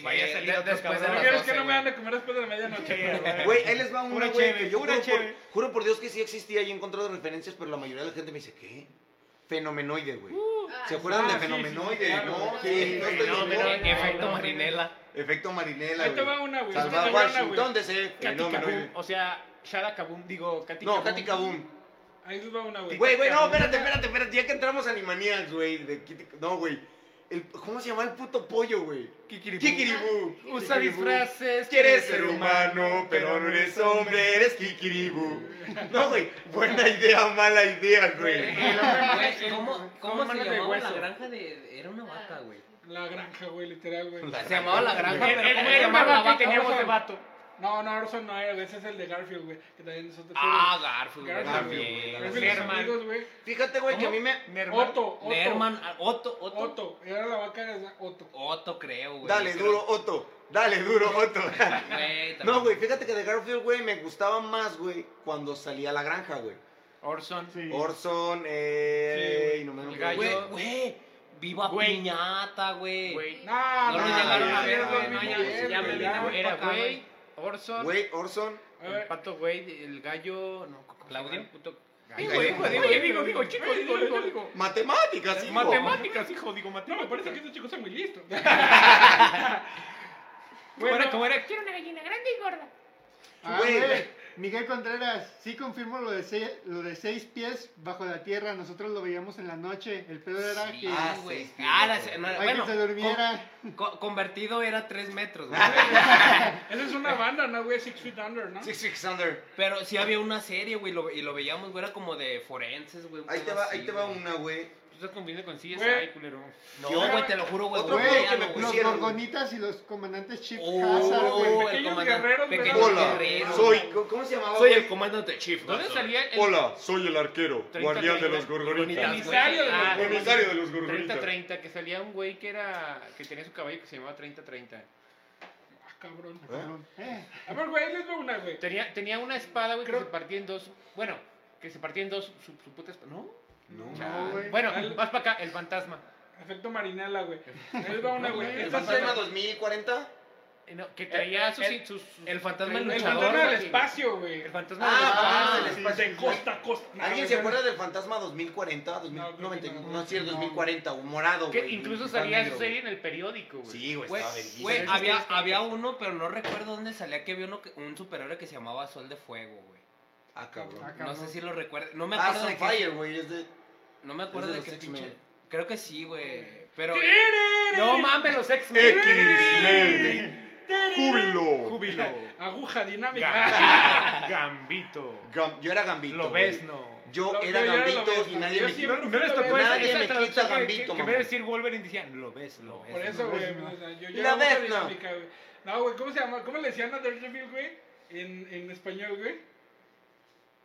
Speaker 5: Vaya a salir
Speaker 3: de-
Speaker 5: otro
Speaker 3: después
Speaker 5: cabrón.
Speaker 3: de
Speaker 2: ¿No
Speaker 3: las
Speaker 2: quieres
Speaker 3: doce,
Speaker 2: que no me
Speaker 3: güey.
Speaker 2: dan de comer después de la medianoche? güey?
Speaker 4: Güey, ahí les va una,
Speaker 5: Pura
Speaker 4: güey, que
Speaker 5: cheve,
Speaker 4: yo
Speaker 5: pura
Speaker 4: juro por,
Speaker 5: cheve.
Speaker 4: juro por Dios que sí existía y he encontrado referencias, pero la mayoría de la gente me dice, ¿qué? Fenomenoide, güey.
Speaker 5: Uh,
Speaker 8: Ah,
Speaker 4: ¿Se acuerdan
Speaker 2: ah,
Speaker 4: de
Speaker 2: sí,
Speaker 4: Fenomenoide?
Speaker 2: sí, claro,
Speaker 4: no,
Speaker 8: güey.
Speaker 4: sí, no estoy
Speaker 5: Fenómeno,
Speaker 4: loco.
Speaker 5: güey.
Speaker 3: Efecto
Speaker 5: No, no,
Speaker 3: Marinela.
Speaker 4: Efecto Marinela,
Speaker 2: Ahí te va
Speaker 4: güey.
Speaker 2: una, güey. Ahí
Speaker 4: Salvar
Speaker 2: te va una, güey.
Speaker 4: Washington DC,
Speaker 5: Katy Kaboom,
Speaker 4: Fenomenoide.
Speaker 5: o sea, Shada Kaboom, digo, Katy
Speaker 4: No,
Speaker 5: Kaboom.
Speaker 4: Katy Kaboom.
Speaker 2: Ahí les va una, güey.
Speaker 4: Güey, güey, no, espérate, espérate, espérate. Ya que entramos a Animaniacs, güey. de Kitty- No, güey. El, ¿Cómo se llama el puto pollo, güey?
Speaker 5: Kikiribú.
Speaker 4: Kikiribú.
Speaker 5: Usa disfraces.
Speaker 4: Quieres ser humano, pero no eres hombre, eres kikiribú. No, güey, buena idea, mala idea, güey.
Speaker 3: Güey, ¿Cómo, cómo se
Speaker 5: manos de
Speaker 3: llamaba la
Speaker 5: hueso.
Speaker 3: granja de.? Era una vaca, güey.
Speaker 2: La granja, güey, literal, güey.
Speaker 3: Pues Se llamaba la granja, pero ¿cómo se
Speaker 5: Era una
Speaker 3: llamaba la
Speaker 5: vaca y
Speaker 3: vaca?
Speaker 5: tenía voz de vato.
Speaker 2: No, no, Orson no era, ese es el de Garfield, güey. Que también es otro.
Speaker 3: Ah, Garfield, güey,
Speaker 2: Garfield,
Speaker 3: también.
Speaker 2: güey. Garfield y sus
Speaker 3: Nerman.
Speaker 2: amigos, güey.
Speaker 4: Fíjate, güey, que a mí me.
Speaker 2: Otto, Otto.
Speaker 3: Nerman. ah, Otto, Otto. Otto,
Speaker 2: Otto. Era la vaca de Otto.
Speaker 3: creo, güey.
Speaker 4: Dale
Speaker 3: Creo-
Speaker 4: duro, Otto. Dale duro, Otto.
Speaker 3: Güey,
Speaker 4: <laughs> No,
Speaker 3: también.
Speaker 4: güey, fíjate que de Garfield, güey, me gustaba más, güey, cuando salía a la granja, güey.
Speaker 5: Orson.
Speaker 6: Sí.
Speaker 7: Oh,
Speaker 4: Orson, eh.
Speaker 2: Sí,
Speaker 4: y no me
Speaker 5: El
Speaker 4: acuerdo.
Speaker 5: gallo.
Speaker 4: Güey,
Speaker 3: Güey, güey. Viva
Speaker 5: Güey.
Speaker 3: Piñata, güey.
Speaker 5: Güey.
Speaker 2: Nah,
Speaker 5: Ah,
Speaker 3: No
Speaker 4: lo
Speaker 2: nah,
Speaker 4: llegaron a
Speaker 2: sí,
Speaker 4: ver,
Speaker 2: es
Speaker 4: güey,
Speaker 2: el
Speaker 4: no,
Speaker 2: mismo
Speaker 4: ya-
Speaker 2: bien,
Speaker 4: ya me
Speaker 2: güey,
Speaker 4: vine,
Speaker 2: ya,
Speaker 5: Era
Speaker 2: güey.
Speaker 5: güey, Orson,
Speaker 4: Güey, Orson.
Speaker 2: A ver,
Speaker 5: el pato güey, el gallo, no, ¿cómo se llama?
Speaker 3: ¿Claudio?
Speaker 5: El puto-
Speaker 4: Gallo.
Speaker 5: Digo, digo, digo,
Speaker 2: Güey,
Speaker 5: digo, digo,
Speaker 2: güey,
Speaker 5: chico,
Speaker 2: güey,
Speaker 5: digo,
Speaker 2: güey,
Speaker 5: digo,
Speaker 2: güey.
Speaker 5: digo.
Speaker 4: Matemáticas, hijo.
Speaker 5: Matemáticas, hijo, digo,
Speaker 2: No, me
Speaker 5: matemáticas.
Speaker 2: parece que estos chicos son muy listos.
Speaker 5: ¿Cómo
Speaker 2: Bueno.
Speaker 5: era? ¿Cómo era?
Speaker 9: Quiero una gallina grande y gorda.
Speaker 6: Ah,
Speaker 4: Güey.
Speaker 6: güey, Miguel Contreras, sí confirmo lo de, seis, lo de seis pies bajo la tierra. Nosotros lo veíamos en la noche. El pedo era
Speaker 3: Sí,
Speaker 6: que,
Speaker 4: Ah,
Speaker 3: güey.
Speaker 4: sí, sí,
Speaker 3: Ah,
Speaker 4: sí.
Speaker 3: la- no,
Speaker 6: ay,
Speaker 3: bueno,
Speaker 6: que se durmiera.
Speaker 3: co- co- convertido era 3
Speaker 4: <laughs>
Speaker 3: metros, güey.
Speaker 2: Esa es una banda, ¿no, güey? Six Feet Under, ¿no?
Speaker 4: Six Six Under.
Speaker 3: Pero sí había una serie, güey, lo- y lo veíamos, güey, era como de forenses, güey. un
Speaker 4: Ahí te
Speaker 3: pedo
Speaker 4: va,
Speaker 3: así,
Speaker 4: ahí te va
Speaker 3: güey.
Speaker 4: una, güey.
Speaker 5: Tú estás confundiendo con CSI,
Speaker 2: Güey.
Speaker 5: culero.
Speaker 3: No,
Speaker 4: Yo-
Speaker 3: güey, te lo juro, güey.
Speaker 4: Otro
Speaker 3: güey,
Speaker 4: juego que
Speaker 3: ya
Speaker 4: me
Speaker 3: lo-
Speaker 6: Los
Speaker 4: pusieron.
Speaker 6: gorgonitas y los comandantes Chip
Speaker 3: Oh,
Speaker 6: Hazard, güey.
Speaker 3: el
Speaker 2: Pequeños
Speaker 3: comandante-
Speaker 2: guerreros,
Speaker 3: pequeños
Speaker 2: ¿verdad?
Speaker 4: Hola,
Speaker 3: guerreros.
Speaker 4: soy. ¿Cómo se llamaba?
Speaker 3: Soy
Speaker 4: güey?
Speaker 3: el comandante Chief.
Speaker 5: ¿Dónde
Speaker 3: Hazard.
Speaker 5: salía el
Speaker 7: Hola, soy el arquero,
Speaker 5: 30,
Speaker 7: guardián de
Speaker 5: 30,
Speaker 7: los gorgonitas.
Speaker 3: gorgonitas.
Speaker 2: Comisario de los
Speaker 5: Ah,
Speaker 2: Gorgonitas.
Speaker 7: Comisario de los gorgonitas.
Speaker 5: 30-30, que salía un güey que era que tenía su caballo que se llamaba 30-30.
Speaker 2: Ah, cabrón.
Speaker 6: Cabrón. Eh,
Speaker 2: A ver, güey, les doy una, güey.
Speaker 5: Tenía, tenía una espada, güey, que
Speaker 2: Creo-
Speaker 5: se partía en dos. Bueno, que se partía en dos su, su puta espada. ¿No?
Speaker 6: No, güey.
Speaker 5: Bueno,
Speaker 2: Al-
Speaker 5: vas para acá, el fantasma.
Speaker 2: Efecto Marinela,
Speaker 4: <laughs>
Speaker 2: güey. Ahí les va una, güey.
Speaker 4: ¿El
Speaker 2: Esta
Speaker 4: fantasma
Speaker 2: es
Speaker 4: 2040?
Speaker 5: Eh, no, que traía sus,
Speaker 3: el-
Speaker 5: sus- sus-
Speaker 3: el fantasma
Speaker 5: traía-
Speaker 2: el
Speaker 3: luchador,
Speaker 2: fantasma del
Speaker 5: güey.
Speaker 2: espacio, güey.
Speaker 5: El fantasma del
Speaker 4: Ah,
Speaker 5: espacio.
Speaker 4: ah, el espacio.
Speaker 2: De costa a costa.
Speaker 4: ¿Alguien se acuerda del fantasma
Speaker 2: No,
Speaker 4: 2040?
Speaker 2: creo que
Speaker 4: 2090,
Speaker 2: no.
Speaker 4: no, sí, el 2040, o morado,
Speaker 5: Que
Speaker 4: güey.
Speaker 5: incluso
Speaker 4: Pan
Speaker 5: salía
Speaker 4: negro,
Speaker 5: su serie en el periódico,
Speaker 4: güey.
Speaker 5: güey.
Speaker 4: Sí, güey,
Speaker 3: Güey,
Speaker 4: estaba bellísimo.
Speaker 3: güey,
Speaker 5: Pero esos
Speaker 3: había,
Speaker 5: tres-
Speaker 3: había uno, pero no recuerdo dónde salía, que había uno que- un superhéroe que se llamaba Sol de Fuego, güey.
Speaker 4: Ah, cabrón.
Speaker 6: Ah,
Speaker 3: No sé si lo recuerdo. No me
Speaker 4: Ah,
Speaker 3: acuerdo de
Speaker 4: Son
Speaker 3: qué.
Speaker 4: Fire, güey, es de...
Speaker 3: No me acuerdo
Speaker 4: Es de
Speaker 3: de
Speaker 4: los
Speaker 3: qué
Speaker 4: X-Men.
Speaker 3: pinche. Creo que sí, güey. Pero.
Speaker 5: No mames, los X-Men.
Speaker 7: X-Men. Júbilo.
Speaker 5: Júbilo.
Speaker 2: Aguja dinámica. <laughs>
Speaker 5: Gambito. Gambito.
Speaker 4: Gam- Yo era Gambito,
Speaker 5: Lo
Speaker 4: güey.
Speaker 5: ves, no.
Speaker 4: Yo
Speaker 2: Lo-
Speaker 4: era
Speaker 2: yo era
Speaker 4: Gambito
Speaker 2: lo ves,
Speaker 4: y nadie
Speaker 2: yo
Speaker 4: me...
Speaker 2: sí-
Speaker 5: No, no les tocó esa,
Speaker 4: Nadie
Speaker 5: esa
Speaker 4: me
Speaker 5: traducción
Speaker 4: quita
Speaker 5: que-
Speaker 4: Gambito,
Speaker 5: que, que en
Speaker 4: mamá.
Speaker 5: vez de decir Wolverine decían, lo ves, lo ves.
Speaker 2: Por
Speaker 5: lo
Speaker 2: eso,
Speaker 5: ves".
Speaker 2: güey. o sea, yo yo
Speaker 4: La
Speaker 2: era aguja
Speaker 4: vez, no.
Speaker 2: dinámica, güey. No, güey, ¿cómo se llama? ¿Cómo le decían a Daredevil, güey? En, en español, güey.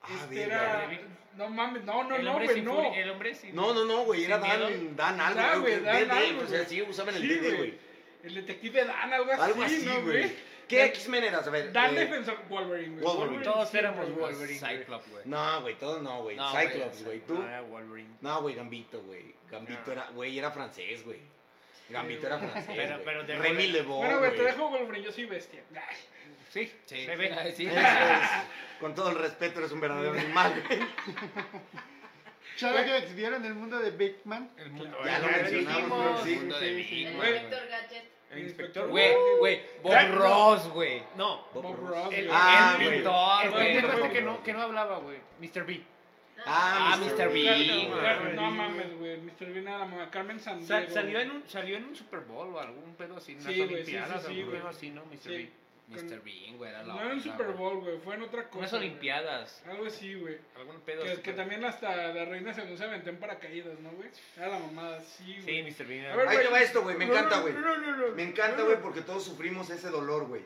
Speaker 4: Ah,
Speaker 2: Este
Speaker 4: verga.
Speaker 2: era... No mames, no, no,
Speaker 5: El
Speaker 2: no,
Speaker 5: hombre
Speaker 2: güey,
Speaker 5: sin
Speaker 2: no.
Speaker 5: furia- El hombre sin
Speaker 4: No, no, no, güey, era
Speaker 5: Sin miedo.
Speaker 4: Dan, Dan algo,
Speaker 2: Dan,
Speaker 4: creo que
Speaker 2: güey, Dan
Speaker 4: DD,
Speaker 2: algo,
Speaker 4: o sea,
Speaker 2: güey.
Speaker 4: sí usaban el
Speaker 2: Sí,
Speaker 4: DD,
Speaker 2: güey.
Speaker 4: güey.
Speaker 2: El detective Dan, algo así,
Speaker 4: Algo así,
Speaker 2: ¿no,
Speaker 4: güey.
Speaker 2: güey?
Speaker 4: ¿Qué X-Men eras? A ver,
Speaker 2: Dan
Speaker 4: eh,
Speaker 2: Defensor Wolverine, güey.
Speaker 4: Wolverine.
Speaker 5: Todos
Speaker 2: sí,
Speaker 5: éramos
Speaker 2: güey.
Speaker 5: Wolverine. güey.
Speaker 3: Cyclops, güey.
Speaker 4: No, güey, todos no, güey.
Speaker 3: No, güey,
Speaker 4: Cyclops, güey. ¿Tú?
Speaker 5: No, era Wolverine.
Speaker 4: No, güey, Gambito, güey. Gambito era, güey, era francés, güey. Gambito era francés.
Speaker 5: Pero-
Speaker 4: güey.
Speaker 5: pero de-
Speaker 4: Remy Lebo,
Speaker 2: Bueno, güey, te
Speaker 4: güey.
Speaker 2: dejo Wolverine, yo soy bestia. Ay,
Speaker 5: Sí,
Speaker 3: Sí.
Speaker 5: se ve.
Speaker 3: <laughs> Sí.
Speaker 4: Eso es. Con todo el respeto, eres
Speaker 2: <laughs>
Speaker 4: un verdadero animal, güey.
Speaker 6: Shadowhex, ¿vieron el mundo de Big Man?
Speaker 5: El mundo,
Speaker 4: Ya lo
Speaker 5: ya
Speaker 4: mencionamos,
Speaker 5: dijimos.
Speaker 4: ¿no? Sí.
Speaker 3: Mundo de
Speaker 6: sí, sí,
Speaker 3: Big,
Speaker 8: Ah, El
Speaker 3: güey.
Speaker 8: Inspector Gadget.
Speaker 5: El inspector,
Speaker 3: Güey, güey. Bob Ross, güey.
Speaker 5: No,
Speaker 2: Bob Ross,
Speaker 5: el,
Speaker 2: güey.
Speaker 4: Ah,
Speaker 5: el
Speaker 4: güey.
Speaker 5: pintor,
Speaker 3: pintor,
Speaker 5: el güey,
Speaker 3: güey.
Speaker 5: el
Speaker 2: güey.
Speaker 5: que no, que no hablaba, güey. Mr. B.
Speaker 4: Ah,
Speaker 3: Ah, Mr. Bean, güey.
Speaker 2: No mames, güey. Mr. Bean era la mamá. Carmen Sandiego.
Speaker 5: Sal- salió,
Speaker 2: güey.
Speaker 5: en un, salió en un Super Bowl o algún pedo así, en unas
Speaker 2: Sí, güey, sí,
Speaker 5: Olimpiadas,
Speaker 2: sí, sí,
Speaker 5: algún
Speaker 2: güey.
Speaker 5: pedo así, ¿no? Mr.
Speaker 2: Sí.
Speaker 5: B.
Speaker 3: Mr. Bean, güey, era la.
Speaker 2: No era un
Speaker 3: onda,
Speaker 2: Super
Speaker 3: güey.
Speaker 2: Bowl, güey. Fue en otra cosa.
Speaker 5: Unas
Speaker 2: güey.
Speaker 5: Olimpiadas,
Speaker 2: Algo así, güey.
Speaker 5: algún pedo
Speaker 2: Que,
Speaker 5: así,
Speaker 2: que
Speaker 5: güey.
Speaker 2: también hasta la reina según se aventó en paracaídas, ¿no, güey? Era la mamada, sí,
Speaker 5: Sí,
Speaker 2: güey.
Speaker 5: Mr. B.
Speaker 2: A ver,
Speaker 4: Ahí te va esto, güey, me
Speaker 2: No,
Speaker 4: encanta,
Speaker 2: no,
Speaker 4: güey.
Speaker 2: no, no, no.
Speaker 4: Me encanta, güey, porque todos sufrimos ese dolor, güey.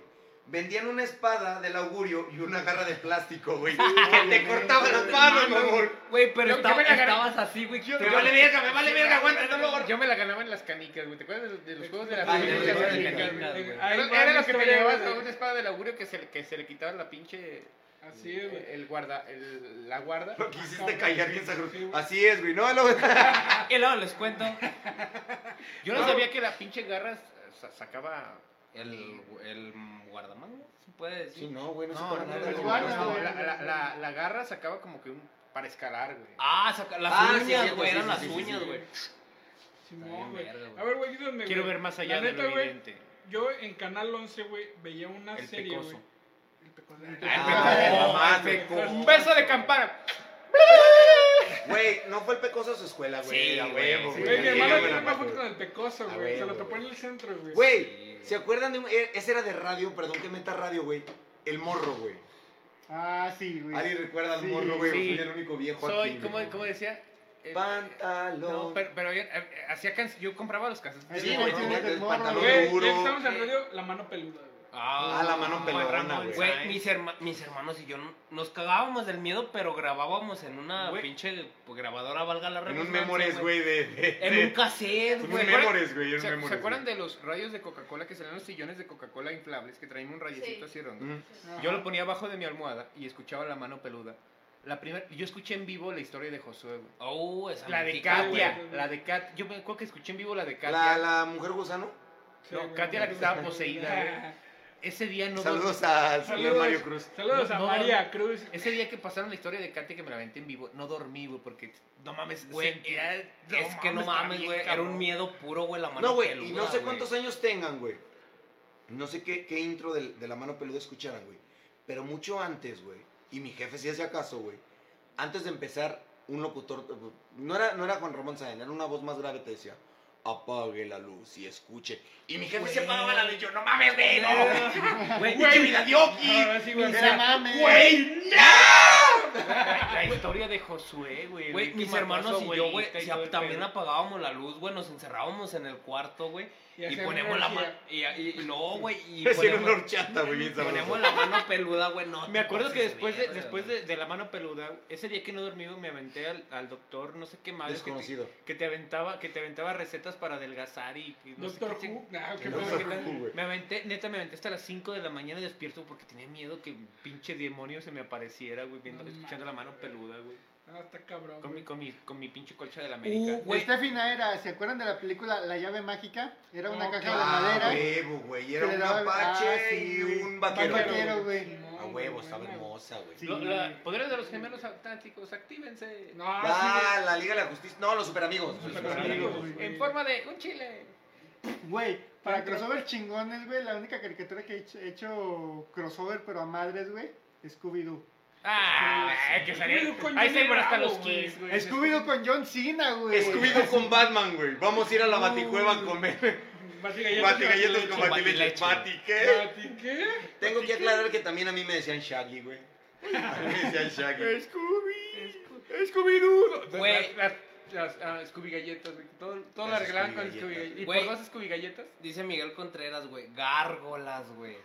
Speaker 4: Vendían una espada del augurio y una garra de plástico, güey. <laughs> que te cortaba las manos, mi amor.
Speaker 3: Güey, pero
Speaker 5: Yo- yo
Speaker 3: estaba-
Speaker 5: me la agarré.
Speaker 3: estabas así, güey.
Speaker 5: Yo-
Speaker 3: Te
Speaker 5: yo-
Speaker 3: vale verga, me vale verga, aguanta, no
Speaker 5: Yo
Speaker 3: lo
Speaker 5: me- Yo me la ganaba en las canicas, güey. ¿Te acuerdas de, de los juegos de las
Speaker 4: Ah, de
Speaker 5: canicas?
Speaker 4: los juegos
Speaker 5: güey?
Speaker 4: de canicas,
Speaker 5: Era-
Speaker 3: güey.
Speaker 2: Ahí va
Speaker 5: Era
Speaker 2: mi
Speaker 5: lo que te
Speaker 2: historia,
Speaker 5: llevabas a
Speaker 2: güey.
Speaker 5: una espada del augurio que se, le- que se le quitaba la pinche.
Speaker 2: Así, güey.
Speaker 5: El guarda. el- la guarda.
Speaker 4: Lo quisiste callar bien sagro.
Speaker 2: Sí, güey.
Speaker 4: Así es, güey. No, <laughs> lo...
Speaker 3: Y luego les cuento.
Speaker 5: Yo no sabía que la pinche garra sa- sacaba.
Speaker 3: El, el guardamano, se puede decir.
Speaker 4: Sí, no, güey, no,
Speaker 5: No,
Speaker 4: se para
Speaker 5: no,
Speaker 4: nada.
Speaker 5: no,
Speaker 4: güey.
Speaker 5: no,
Speaker 6: guarda,
Speaker 5: no,
Speaker 6: güey.
Speaker 5: la, la- la- la garra sacaba como que un. para escalar, güey.
Speaker 3: Ah, saca, las
Speaker 4: Ah, sí,
Speaker 3: uñas,
Speaker 4: cierto,
Speaker 3: güey,
Speaker 4: sí,
Speaker 3: eran
Speaker 4: sí,
Speaker 3: las
Speaker 4: sí, sí,
Speaker 3: uñas,
Speaker 4: sí.
Speaker 3: güey.
Speaker 2: Simón,
Speaker 3: bien
Speaker 2: güey.
Speaker 3: verga, güey.
Speaker 2: A ver, güey, díganme, güey.
Speaker 5: Quiero ver más allá
Speaker 2: La
Speaker 5: de
Speaker 2: neta,
Speaker 5: lo
Speaker 2: güey,
Speaker 5: evidente.
Speaker 2: Yo en Canal 11, güey, veía una
Speaker 5: El
Speaker 2: serie, güey.
Speaker 5: pecoso.
Speaker 2: El pecoso.
Speaker 5: Ah,
Speaker 4: Ah, el pecoso.
Speaker 5: Un beso de campana.
Speaker 4: Güey, no fue el pecoso a su escuela, güey.
Speaker 3: Sí,
Speaker 4: a
Speaker 3: güey,
Speaker 4: huevo,
Speaker 3: sí,
Speaker 2: Güey, mi
Speaker 3: Sí,
Speaker 2: hermano
Speaker 3: güey,
Speaker 2: tiene
Speaker 3: la
Speaker 2: una foto con el pecoso,
Speaker 4: Ah,
Speaker 2: güey. Se
Speaker 4: güey,
Speaker 2: lo topó
Speaker 4: güey.
Speaker 2: en el centro, güey.
Speaker 4: Güey, ¿se acuerdan de un... eh, Ese era de radio, perdón que meta radio, güey. El morro, güey.
Speaker 6: Ah, sí, güey.
Speaker 4: Ari recuerda al
Speaker 6: Sí,
Speaker 4: morro, güey.
Speaker 5: sí.
Speaker 4: Fui el único viejo
Speaker 5: Soy,
Speaker 4: aquí.
Speaker 5: ¿cómo,
Speaker 4: güey.
Speaker 5: cómo decía? Eh,
Speaker 4: Pantalón.
Speaker 5: no, pero, pero había- eh, hacía canciones. Yo compraba los cassettes.
Speaker 6: Ahí
Speaker 4: Sí,
Speaker 6: sí,
Speaker 4: güey,
Speaker 6: güey,
Speaker 4: güey,
Speaker 6: del
Speaker 4: el
Speaker 6: morro,
Speaker 4: pantalón
Speaker 2: Güey, ya
Speaker 4: duro.
Speaker 2: que estamos en radio, la mano peluda, güey.
Speaker 4: Ah, la mano pelona,
Speaker 5: Ramón,
Speaker 4: güey.
Speaker 3: Güey, mis, herma- mis hermanos y yo no- nos cagábamos del miedo, pero grabábamos en una
Speaker 5: Güey.
Speaker 3: pinche grabadora, valga la
Speaker 7: En un
Speaker 3: redundancia,
Speaker 7: Memories, güey, de. de-
Speaker 3: En un cassette,
Speaker 7: En un
Speaker 3: güey.
Speaker 7: Memories, güey. en un
Speaker 5: ¿Se,
Speaker 7: Memories,
Speaker 5: se acuerdan
Speaker 7: güey.
Speaker 5: de los rayos de Coca-Cola que salían los sillones de Coca-Cola inflables que traían un rayecito
Speaker 8: Sí.
Speaker 5: así redondo?
Speaker 4: Mm.
Speaker 6: Ajá.
Speaker 5: Yo lo ponía abajo de mi almohada y escuchaba la mano peluda. La primera, yo escuché en vivo la historia de Josué, güey.
Speaker 3: Oh, esa
Speaker 5: La de
Speaker 3: mítica, güey.
Speaker 5: Katia, la de Katia. Yo me acuerdo que escuché en vivo la de Katia.
Speaker 4: La, la mujer gusano.
Speaker 5: No,
Speaker 2: Sí, güey.
Speaker 5: Katia la que estaba poseída, güey. Ese día no.
Speaker 4: Saludos al señor
Speaker 2: Saludos.
Speaker 4: Mario Cruz.
Speaker 2: <laughs> Saludos a
Speaker 5: No.
Speaker 2: María Cruz.
Speaker 5: Ese día que pasaron la historia de Katia que me la aventé en vivo, no dormí, güey, porque no mames,
Speaker 3: Güey,
Speaker 5: sentía-
Speaker 3: Es que no
Speaker 5: estaba
Speaker 3: mames,
Speaker 5: bien
Speaker 3: güey. Era
Speaker 5: cabrón.
Speaker 3: un miedo puro, güey, la mano
Speaker 4: No, güey, y
Speaker 3: peluda,
Speaker 4: no sé
Speaker 3: güey.
Speaker 4: cuántos años tengan, güey. No sé qué, qué intro del- de, la mano peluda escucharan, güey. Pero mucho antes, güey. Y mi jefe, si es de acaso, güey. Antes de empezar, un locutor. eh, No era, no era Juan Ramón Sáenz, era una voz más grave, te decía. Apague la luz y escuche. Y mi jefe se apagaba la luz. Yo, no mames,
Speaker 5: <laughs>
Speaker 4: güey, no.
Speaker 3: Güey,
Speaker 4: Pinche vida de Oki.
Speaker 2: Ah, Ahora sí, güey.
Speaker 6: Era mame.
Speaker 4: Güey,
Speaker 5: La, la historia de Josué, güey. el
Speaker 3: Güey,
Speaker 5: güey que
Speaker 3: mis
Speaker 5: mató a
Speaker 3: hermanos
Speaker 5: su
Speaker 3: y yo, güey,
Speaker 5: abuelita y
Speaker 3: si
Speaker 5: todo el
Speaker 3: también
Speaker 5: pedo.
Speaker 3: apagábamos la luz, güey, nos encerrábamos en el cuarto, güey, y
Speaker 2: hacíamos
Speaker 3: ponemos la mano,
Speaker 2: energía.
Speaker 3: y, y- no, güey, y
Speaker 7: <laughs> Hicieron una
Speaker 3: ponemos,
Speaker 7: horchata, güey, bien sabrosa.
Speaker 3: ponemos la mano peluda, güey, no.
Speaker 5: Me
Speaker 3: te
Speaker 5: acuerdo que
Speaker 3: pases
Speaker 5: después de,
Speaker 3: verga,
Speaker 5: después
Speaker 3: güey.
Speaker 5: de, de la mano peluda, ese día que no dormí, güey, me aventé al, al doctor, no sé qué madre, que te,
Speaker 4: Desconocido.
Speaker 5: que te aventaba, que te aventaba recetas para adelgazar y, y no sé
Speaker 2: Doctor
Speaker 5: qué
Speaker 2: Who. Nah, qué
Speaker 5: ching-
Speaker 4: No,
Speaker 5: no
Speaker 2: pedo.
Speaker 5: sé qué
Speaker 4: Doctor
Speaker 5: tal.
Speaker 4: Who, güey.
Speaker 5: Me aventé, neta, me aventé hasta las 5 de la mañana despierto porque tenía miedo que un pinche demonio se me apareciera, güey, viendo,
Speaker 2: No
Speaker 5: escuchando la mano peluda, güey.
Speaker 2: No, Ah, está cabrón.
Speaker 5: Con mi,
Speaker 2: güey.
Speaker 5: con mi, con mi pinche colcha
Speaker 3: Uh,
Speaker 5: de la América.
Speaker 6: De Stefina era, ¿se acuerdan de la película La llave mágica? Era una
Speaker 2: No,
Speaker 6: caja
Speaker 4: Ah,
Speaker 6: de madera.
Speaker 4: huevo, güey. Era
Speaker 6: que le
Speaker 4: un
Speaker 6: daba-
Speaker 4: apache
Speaker 6: ah, sí,
Speaker 4: y
Speaker 6: güey.
Speaker 4: un
Speaker 6: Un
Speaker 4: vaquero.
Speaker 6: vaquero, güey.
Speaker 2: Simón,
Speaker 4: A
Speaker 2: güey,
Speaker 4: huevo, estaba
Speaker 2: no.
Speaker 4: hermosa, güey.
Speaker 5: Lo- la- este, poderes de los gemelos atlánticos, actívense.
Speaker 2: No,
Speaker 4: Ah, la Liga de la Justicia. No, los superamigos. Los
Speaker 2: Superamigos,
Speaker 4: superamigos.
Speaker 2: güey.
Speaker 5: En forma de un chile.
Speaker 6: Güey, para
Speaker 2: Dentro.
Speaker 6: crossover chingones, güey, la única caricatura que he hecho, he hecho crossover, pero a madres, güey, Scooby-Doo.
Speaker 5: Ah, que
Speaker 2: Scooby-Doo
Speaker 5: salió.
Speaker 2: con
Speaker 5: Ahí
Speaker 2: Johnny
Speaker 5: se fueron hasta
Speaker 2: Bravo,
Speaker 5: los
Speaker 2: güey.
Speaker 5: Kiss, güey.
Speaker 6: Scooby-Doo con John Cena, güey.
Speaker 7: Escubido con Batman, güey. Vamos a ir a la baticueva a comer
Speaker 2: Batigalletas
Speaker 7: batigalletas con batileche.
Speaker 3: batileche.
Speaker 7: Bati, ¿qué?
Speaker 2: ¿Bati qué?
Speaker 4: Tengo que aclarar que también a mí me decían Shaggy, güey.
Speaker 7: A mí me decían Shaggy.
Speaker 5: Scooby. Scooby-Doo.
Speaker 3: Güey.
Speaker 5: Las, las- ah, Scooby galletas, güey. Todo, todo lo
Speaker 4: Las
Speaker 5: arreglaban con
Speaker 4: Scooby
Speaker 5: Scooby
Speaker 4: galletas.
Speaker 5: galletas. ¿Y
Speaker 3: Güey.
Speaker 5: por dos Scooby galletas?
Speaker 3: Dice Miguel Contreras, güey, gárgolas, güey.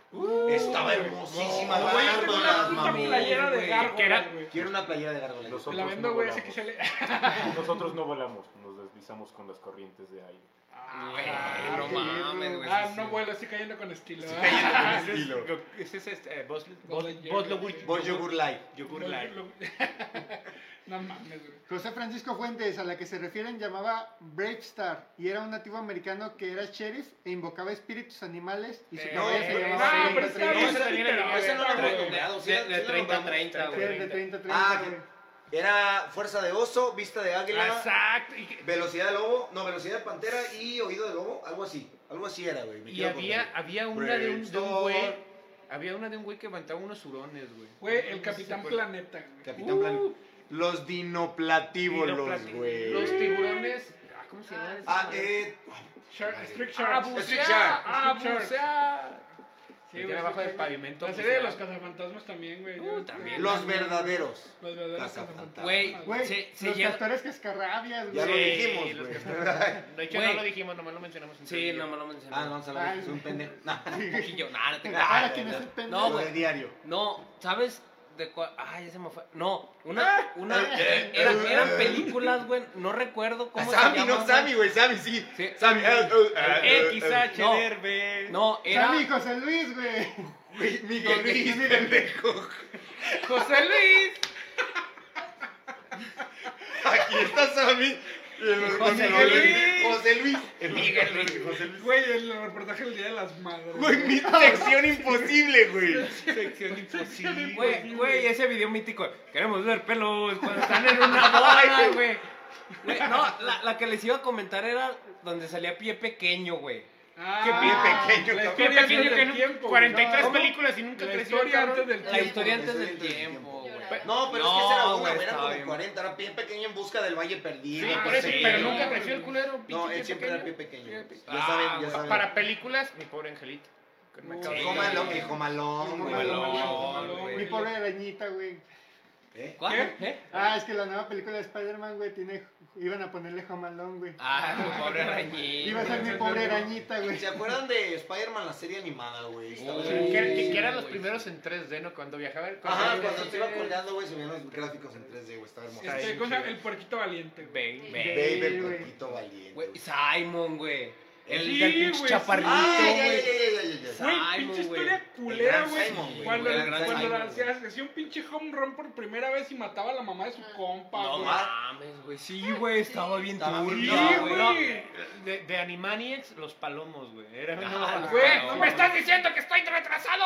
Speaker 4: Estaba hermosísima,
Speaker 2: Uh, No,
Speaker 4: güey.
Speaker 2: güey, yo tengo una puta
Speaker 4: mami.
Speaker 2: playera de
Speaker 3: güey,
Speaker 5: que era-
Speaker 2: gárgolas, güey.
Speaker 4: Quiero una playera de gárgola.
Speaker 9: Los
Speaker 2: Te La
Speaker 9: Nosotros
Speaker 2: vendo,
Speaker 9: no
Speaker 2: güey, así que
Speaker 9: volamos.
Speaker 2: sale.
Speaker 9: <laughs> Nosotros no volamos, nos deslizamos con las corrientes de aire.
Speaker 3: Güey,
Speaker 2: Ah,
Speaker 3: no
Speaker 2: sí,
Speaker 3: mames, güey.
Speaker 2: Ah,
Speaker 3: sí,
Speaker 2: no
Speaker 3: sí.
Speaker 2: vuelo, estoy cayendo con estilo. ¿eh?
Speaker 7: Cayendo con
Speaker 5: Ese Ah, es-
Speaker 7: estilo.
Speaker 5: lo- Ese es este, eh, Buzz-
Speaker 2: <laughs> Buzz
Speaker 5: Buzz-
Speaker 2: Lightyear.
Speaker 5: Buzz Lightyear.
Speaker 4: Voy yogur light.
Speaker 5: Yogur
Speaker 2: Lo-
Speaker 5: Light.
Speaker 2: lo- <laughs> No mames, güey.
Speaker 6: José Francisco Fuentes, a la que se refieren, llamaba Brave Star y era un nativo americano que era sheriff e invocaba espíritus animales y su
Speaker 5: Eh,
Speaker 6: cabeza se
Speaker 5: no,
Speaker 4: ah,
Speaker 6: llamaba
Speaker 2: pero
Speaker 6: Brave
Speaker 2: está-
Speaker 6: Star.
Speaker 2: esa también era
Speaker 4: Pero ese no lo hemos
Speaker 2: güey.
Speaker 4: nombrado. sí
Speaker 3: De-
Speaker 4: la-
Speaker 3: de
Speaker 4: sí la
Speaker 3: 30 a
Speaker 4: nombramos.
Speaker 3: 30,
Speaker 6: Sí,
Speaker 3: güey.
Speaker 6: era de 30, 30,
Speaker 4: Ah,
Speaker 6: güey.
Speaker 4: Era fuerza de oso, vista de
Speaker 3: Ah,
Speaker 4: águila,
Speaker 5: Exacto. y que-
Speaker 4: velocidad de lobo, no, velocidad de pantera y oído de lobo, algo así. Algo así era, güey. me
Speaker 5: Y
Speaker 4: quiero
Speaker 5: había,
Speaker 4: acordar.
Speaker 5: había una de un, de un
Speaker 4: Brainstorm.
Speaker 5: güey. Había una de un güey que levantaba unos hurones, güey.
Speaker 2: Güey, el
Speaker 5: No sé
Speaker 2: Capitán
Speaker 5: cuál-
Speaker 2: Planeta, güey.
Speaker 4: Capitán Plan. Los dinoplatívolos,
Speaker 5: Los
Speaker 4: güey.
Speaker 5: Los tiburones. ah, ¿Cómo se llaman?
Speaker 4: Ah, eh.
Speaker 2: Shark- Strict
Speaker 5: Ah,
Speaker 2: Sharks.
Speaker 4: Strict
Speaker 5: bucear,
Speaker 4: Shark.
Speaker 5: ah,
Speaker 2: Strict Shark.
Speaker 5: bucear.
Speaker 2: Sí,
Speaker 5: Que
Speaker 2: güey,
Speaker 5: abajo
Speaker 2: sí,
Speaker 5: del
Speaker 2: güey.
Speaker 5: pavimento. pues
Speaker 2: La serie de los
Speaker 5: bucear.
Speaker 2: cazafantasmas también, güey.
Speaker 5: Uh,
Speaker 2: Yo-
Speaker 5: también.
Speaker 4: Los verdaderos.
Speaker 2: Los verdaderos
Speaker 4: Cazafantasmas.
Speaker 3: Güey,
Speaker 2: cazafantasmas,
Speaker 6: Güey,
Speaker 3: Se- se
Speaker 6: los
Speaker 3: lleva-
Speaker 6: castores cascarrabias,
Speaker 4: Ya lo
Speaker 6: güey.
Speaker 4: dijimos,
Speaker 5: los
Speaker 4: güey.
Speaker 5: De hecho,
Speaker 3: Güey.
Speaker 5: no lo dijimos, nomás lo mencionamos. en
Speaker 3: Sí,
Speaker 5: teoría.
Speaker 3: no me lo
Speaker 4: Ah,
Speaker 3: mencioné.
Speaker 4: no, se lo es un pendejo. No,
Speaker 3: Yo,
Speaker 7: <laughs>
Speaker 3: nah, no te
Speaker 4: Ah,
Speaker 6: Ahora, ¿quién es el pendejo?
Speaker 3: No,
Speaker 4: lo
Speaker 3: güey.
Speaker 4: del diario.
Speaker 3: No, ¿sabes de cuál? Ay, ya se me fue. No,
Speaker 7: Ah.
Speaker 3: una. una
Speaker 7: <laughs>
Speaker 4: eh,
Speaker 3: eran,
Speaker 4: eh,
Speaker 3: eran
Speaker 4: eh.
Speaker 3: películas, güey. No recuerdo
Speaker 4: Ah,
Speaker 3: cómo se
Speaker 7: Sammy,
Speaker 3: llaman,
Speaker 7: no
Speaker 3: güey.
Speaker 7: Sammy, güey. Sammy, sí.
Speaker 3: Sí.
Speaker 7: Sammy. eh, eh, eh,
Speaker 4: ah,
Speaker 7: eh,
Speaker 5: XH
Speaker 3: No.
Speaker 5: Derbe.
Speaker 3: No, era.
Speaker 6: Era mi José Luis, güey.
Speaker 7: Güey, Miguel Luis, pendejo.
Speaker 5: José Luis.
Speaker 7: Aquí está Sammy. Y el otro
Speaker 3: José
Speaker 7: no,
Speaker 3: Luis.
Speaker 7: el- José Luis. El
Speaker 3: Miguel
Speaker 7: Luis. José Luis.
Speaker 2: Güey, el reportaje del Día de las Madres.
Speaker 7: Güey, mi sección imposible, güey.
Speaker 5: Sección imposible.
Speaker 3: Güey, güey, ese video mítico. Queremos ver pelos cuando están en una boda, güey. Güey, No, la, la que les iba a comentar era donde salía pie pequeño, güey.
Speaker 2: Ah,
Speaker 7: Qué pie pequeño,
Speaker 2: la
Speaker 7: cabrón.
Speaker 5: Qué
Speaker 2: historia
Speaker 5: pequeño
Speaker 2: antes
Speaker 5: que
Speaker 2: del
Speaker 5: no-
Speaker 2: tiempo, güey.
Speaker 5: 43
Speaker 2: No,
Speaker 5: películas y nunca
Speaker 2: La
Speaker 5: creció.
Speaker 2: historia
Speaker 5: cabrón.
Speaker 2: antes del
Speaker 3: La
Speaker 2: tiempo.
Speaker 3: historia
Speaker 4: La
Speaker 3: antes
Speaker 4: historia
Speaker 3: del
Speaker 4: antes del
Speaker 3: tiempo, güey.
Speaker 10: Pe-
Speaker 4: No, pero es
Speaker 3: No,
Speaker 4: que esa era una,
Speaker 3: güey,
Speaker 4: eran
Speaker 3: estaba
Speaker 4: como
Speaker 3: bien.
Speaker 4: 40, era pie pequeño en busca del valle perdido.
Speaker 10: Sí, por
Speaker 4: pues,
Speaker 10: eso,
Speaker 4: sí.
Speaker 10: pero nunca creció el culero.
Speaker 4: No,
Speaker 10: pinche
Speaker 4: él siempre era pie
Speaker 10: pequeño.
Speaker 4: pequeño.
Speaker 10: Pie
Speaker 4: Ya
Speaker 10: pequeño.
Speaker 4: saben, ya
Speaker 3: güey.
Speaker 4: saben.
Speaker 10: Para películas, mi pobre angelito. Que me acaba de-
Speaker 4: Cómalo, que comalón, güey.
Speaker 2: ¿Eh?
Speaker 6: Comalón,
Speaker 3: güey.
Speaker 6: Mi pobre arañita, güey.
Speaker 4: ¿Eh?
Speaker 3: ¿Cuál?
Speaker 2: ¿Qué?
Speaker 6: Ah, es que la nueva película de Spider-Man, güey, tiene... iban a ponerle Jomalón, güey.
Speaker 3: Ah, tu pobre arañín.
Speaker 6: Iba a ser mi pobre arañita, güey.
Speaker 4: ¿Se acuerdan de Spider-Man, la serie animada, güey? Estaba-
Speaker 10: Que, que- que eran los
Speaker 3: Güey.
Speaker 10: primeros en 3D, ¿no? Cuando viajaba.
Speaker 4: Ajá, cuando se iba colgando, güey, se veían los gráficos en 3D, güey. Estaba hermoso.
Speaker 2: Este, ¿cómo se llama? El puerquito valiente, güey.
Speaker 3: Ven, ven.
Speaker 4: Baby,
Speaker 6: Sí,
Speaker 4: el
Speaker 6: güey.
Speaker 4: cuerpito valiente.
Speaker 3: Güey, Simon, güey. El
Speaker 2: Sí,
Speaker 3: del pinche
Speaker 2: güey,
Speaker 3: chaparrito,
Speaker 4: Ah, ya, ya,
Speaker 3: güey.
Speaker 4: ya, ya, ya, ya.
Speaker 2: Güey,
Speaker 3: Simon,
Speaker 2: pinche
Speaker 3: güey.
Speaker 2: historia
Speaker 4: El
Speaker 2: culera,
Speaker 4: gran
Speaker 2: güey.
Speaker 4: Simon, güey.
Speaker 2: Cuando,
Speaker 4: El gran
Speaker 2: cuando
Speaker 4: Simon,
Speaker 2: la-
Speaker 4: güey.
Speaker 2: hacía hacía un pinche home run por primera vez y mataba a la mamá de su compa,
Speaker 3: No
Speaker 2: güey.
Speaker 3: mames, güey. Sí, güey, estaba bien
Speaker 4: Estaba bien
Speaker 3: turbio,
Speaker 2: Sí,
Speaker 4: No,
Speaker 2: güey.
Speaker 5: No, de, de Animaniacs, los palomos, güey. Era
Speaker 3: Ah,
Speaker 2: güey,
Speaker 10: ¡No me estás diciendo que estoy retrasado!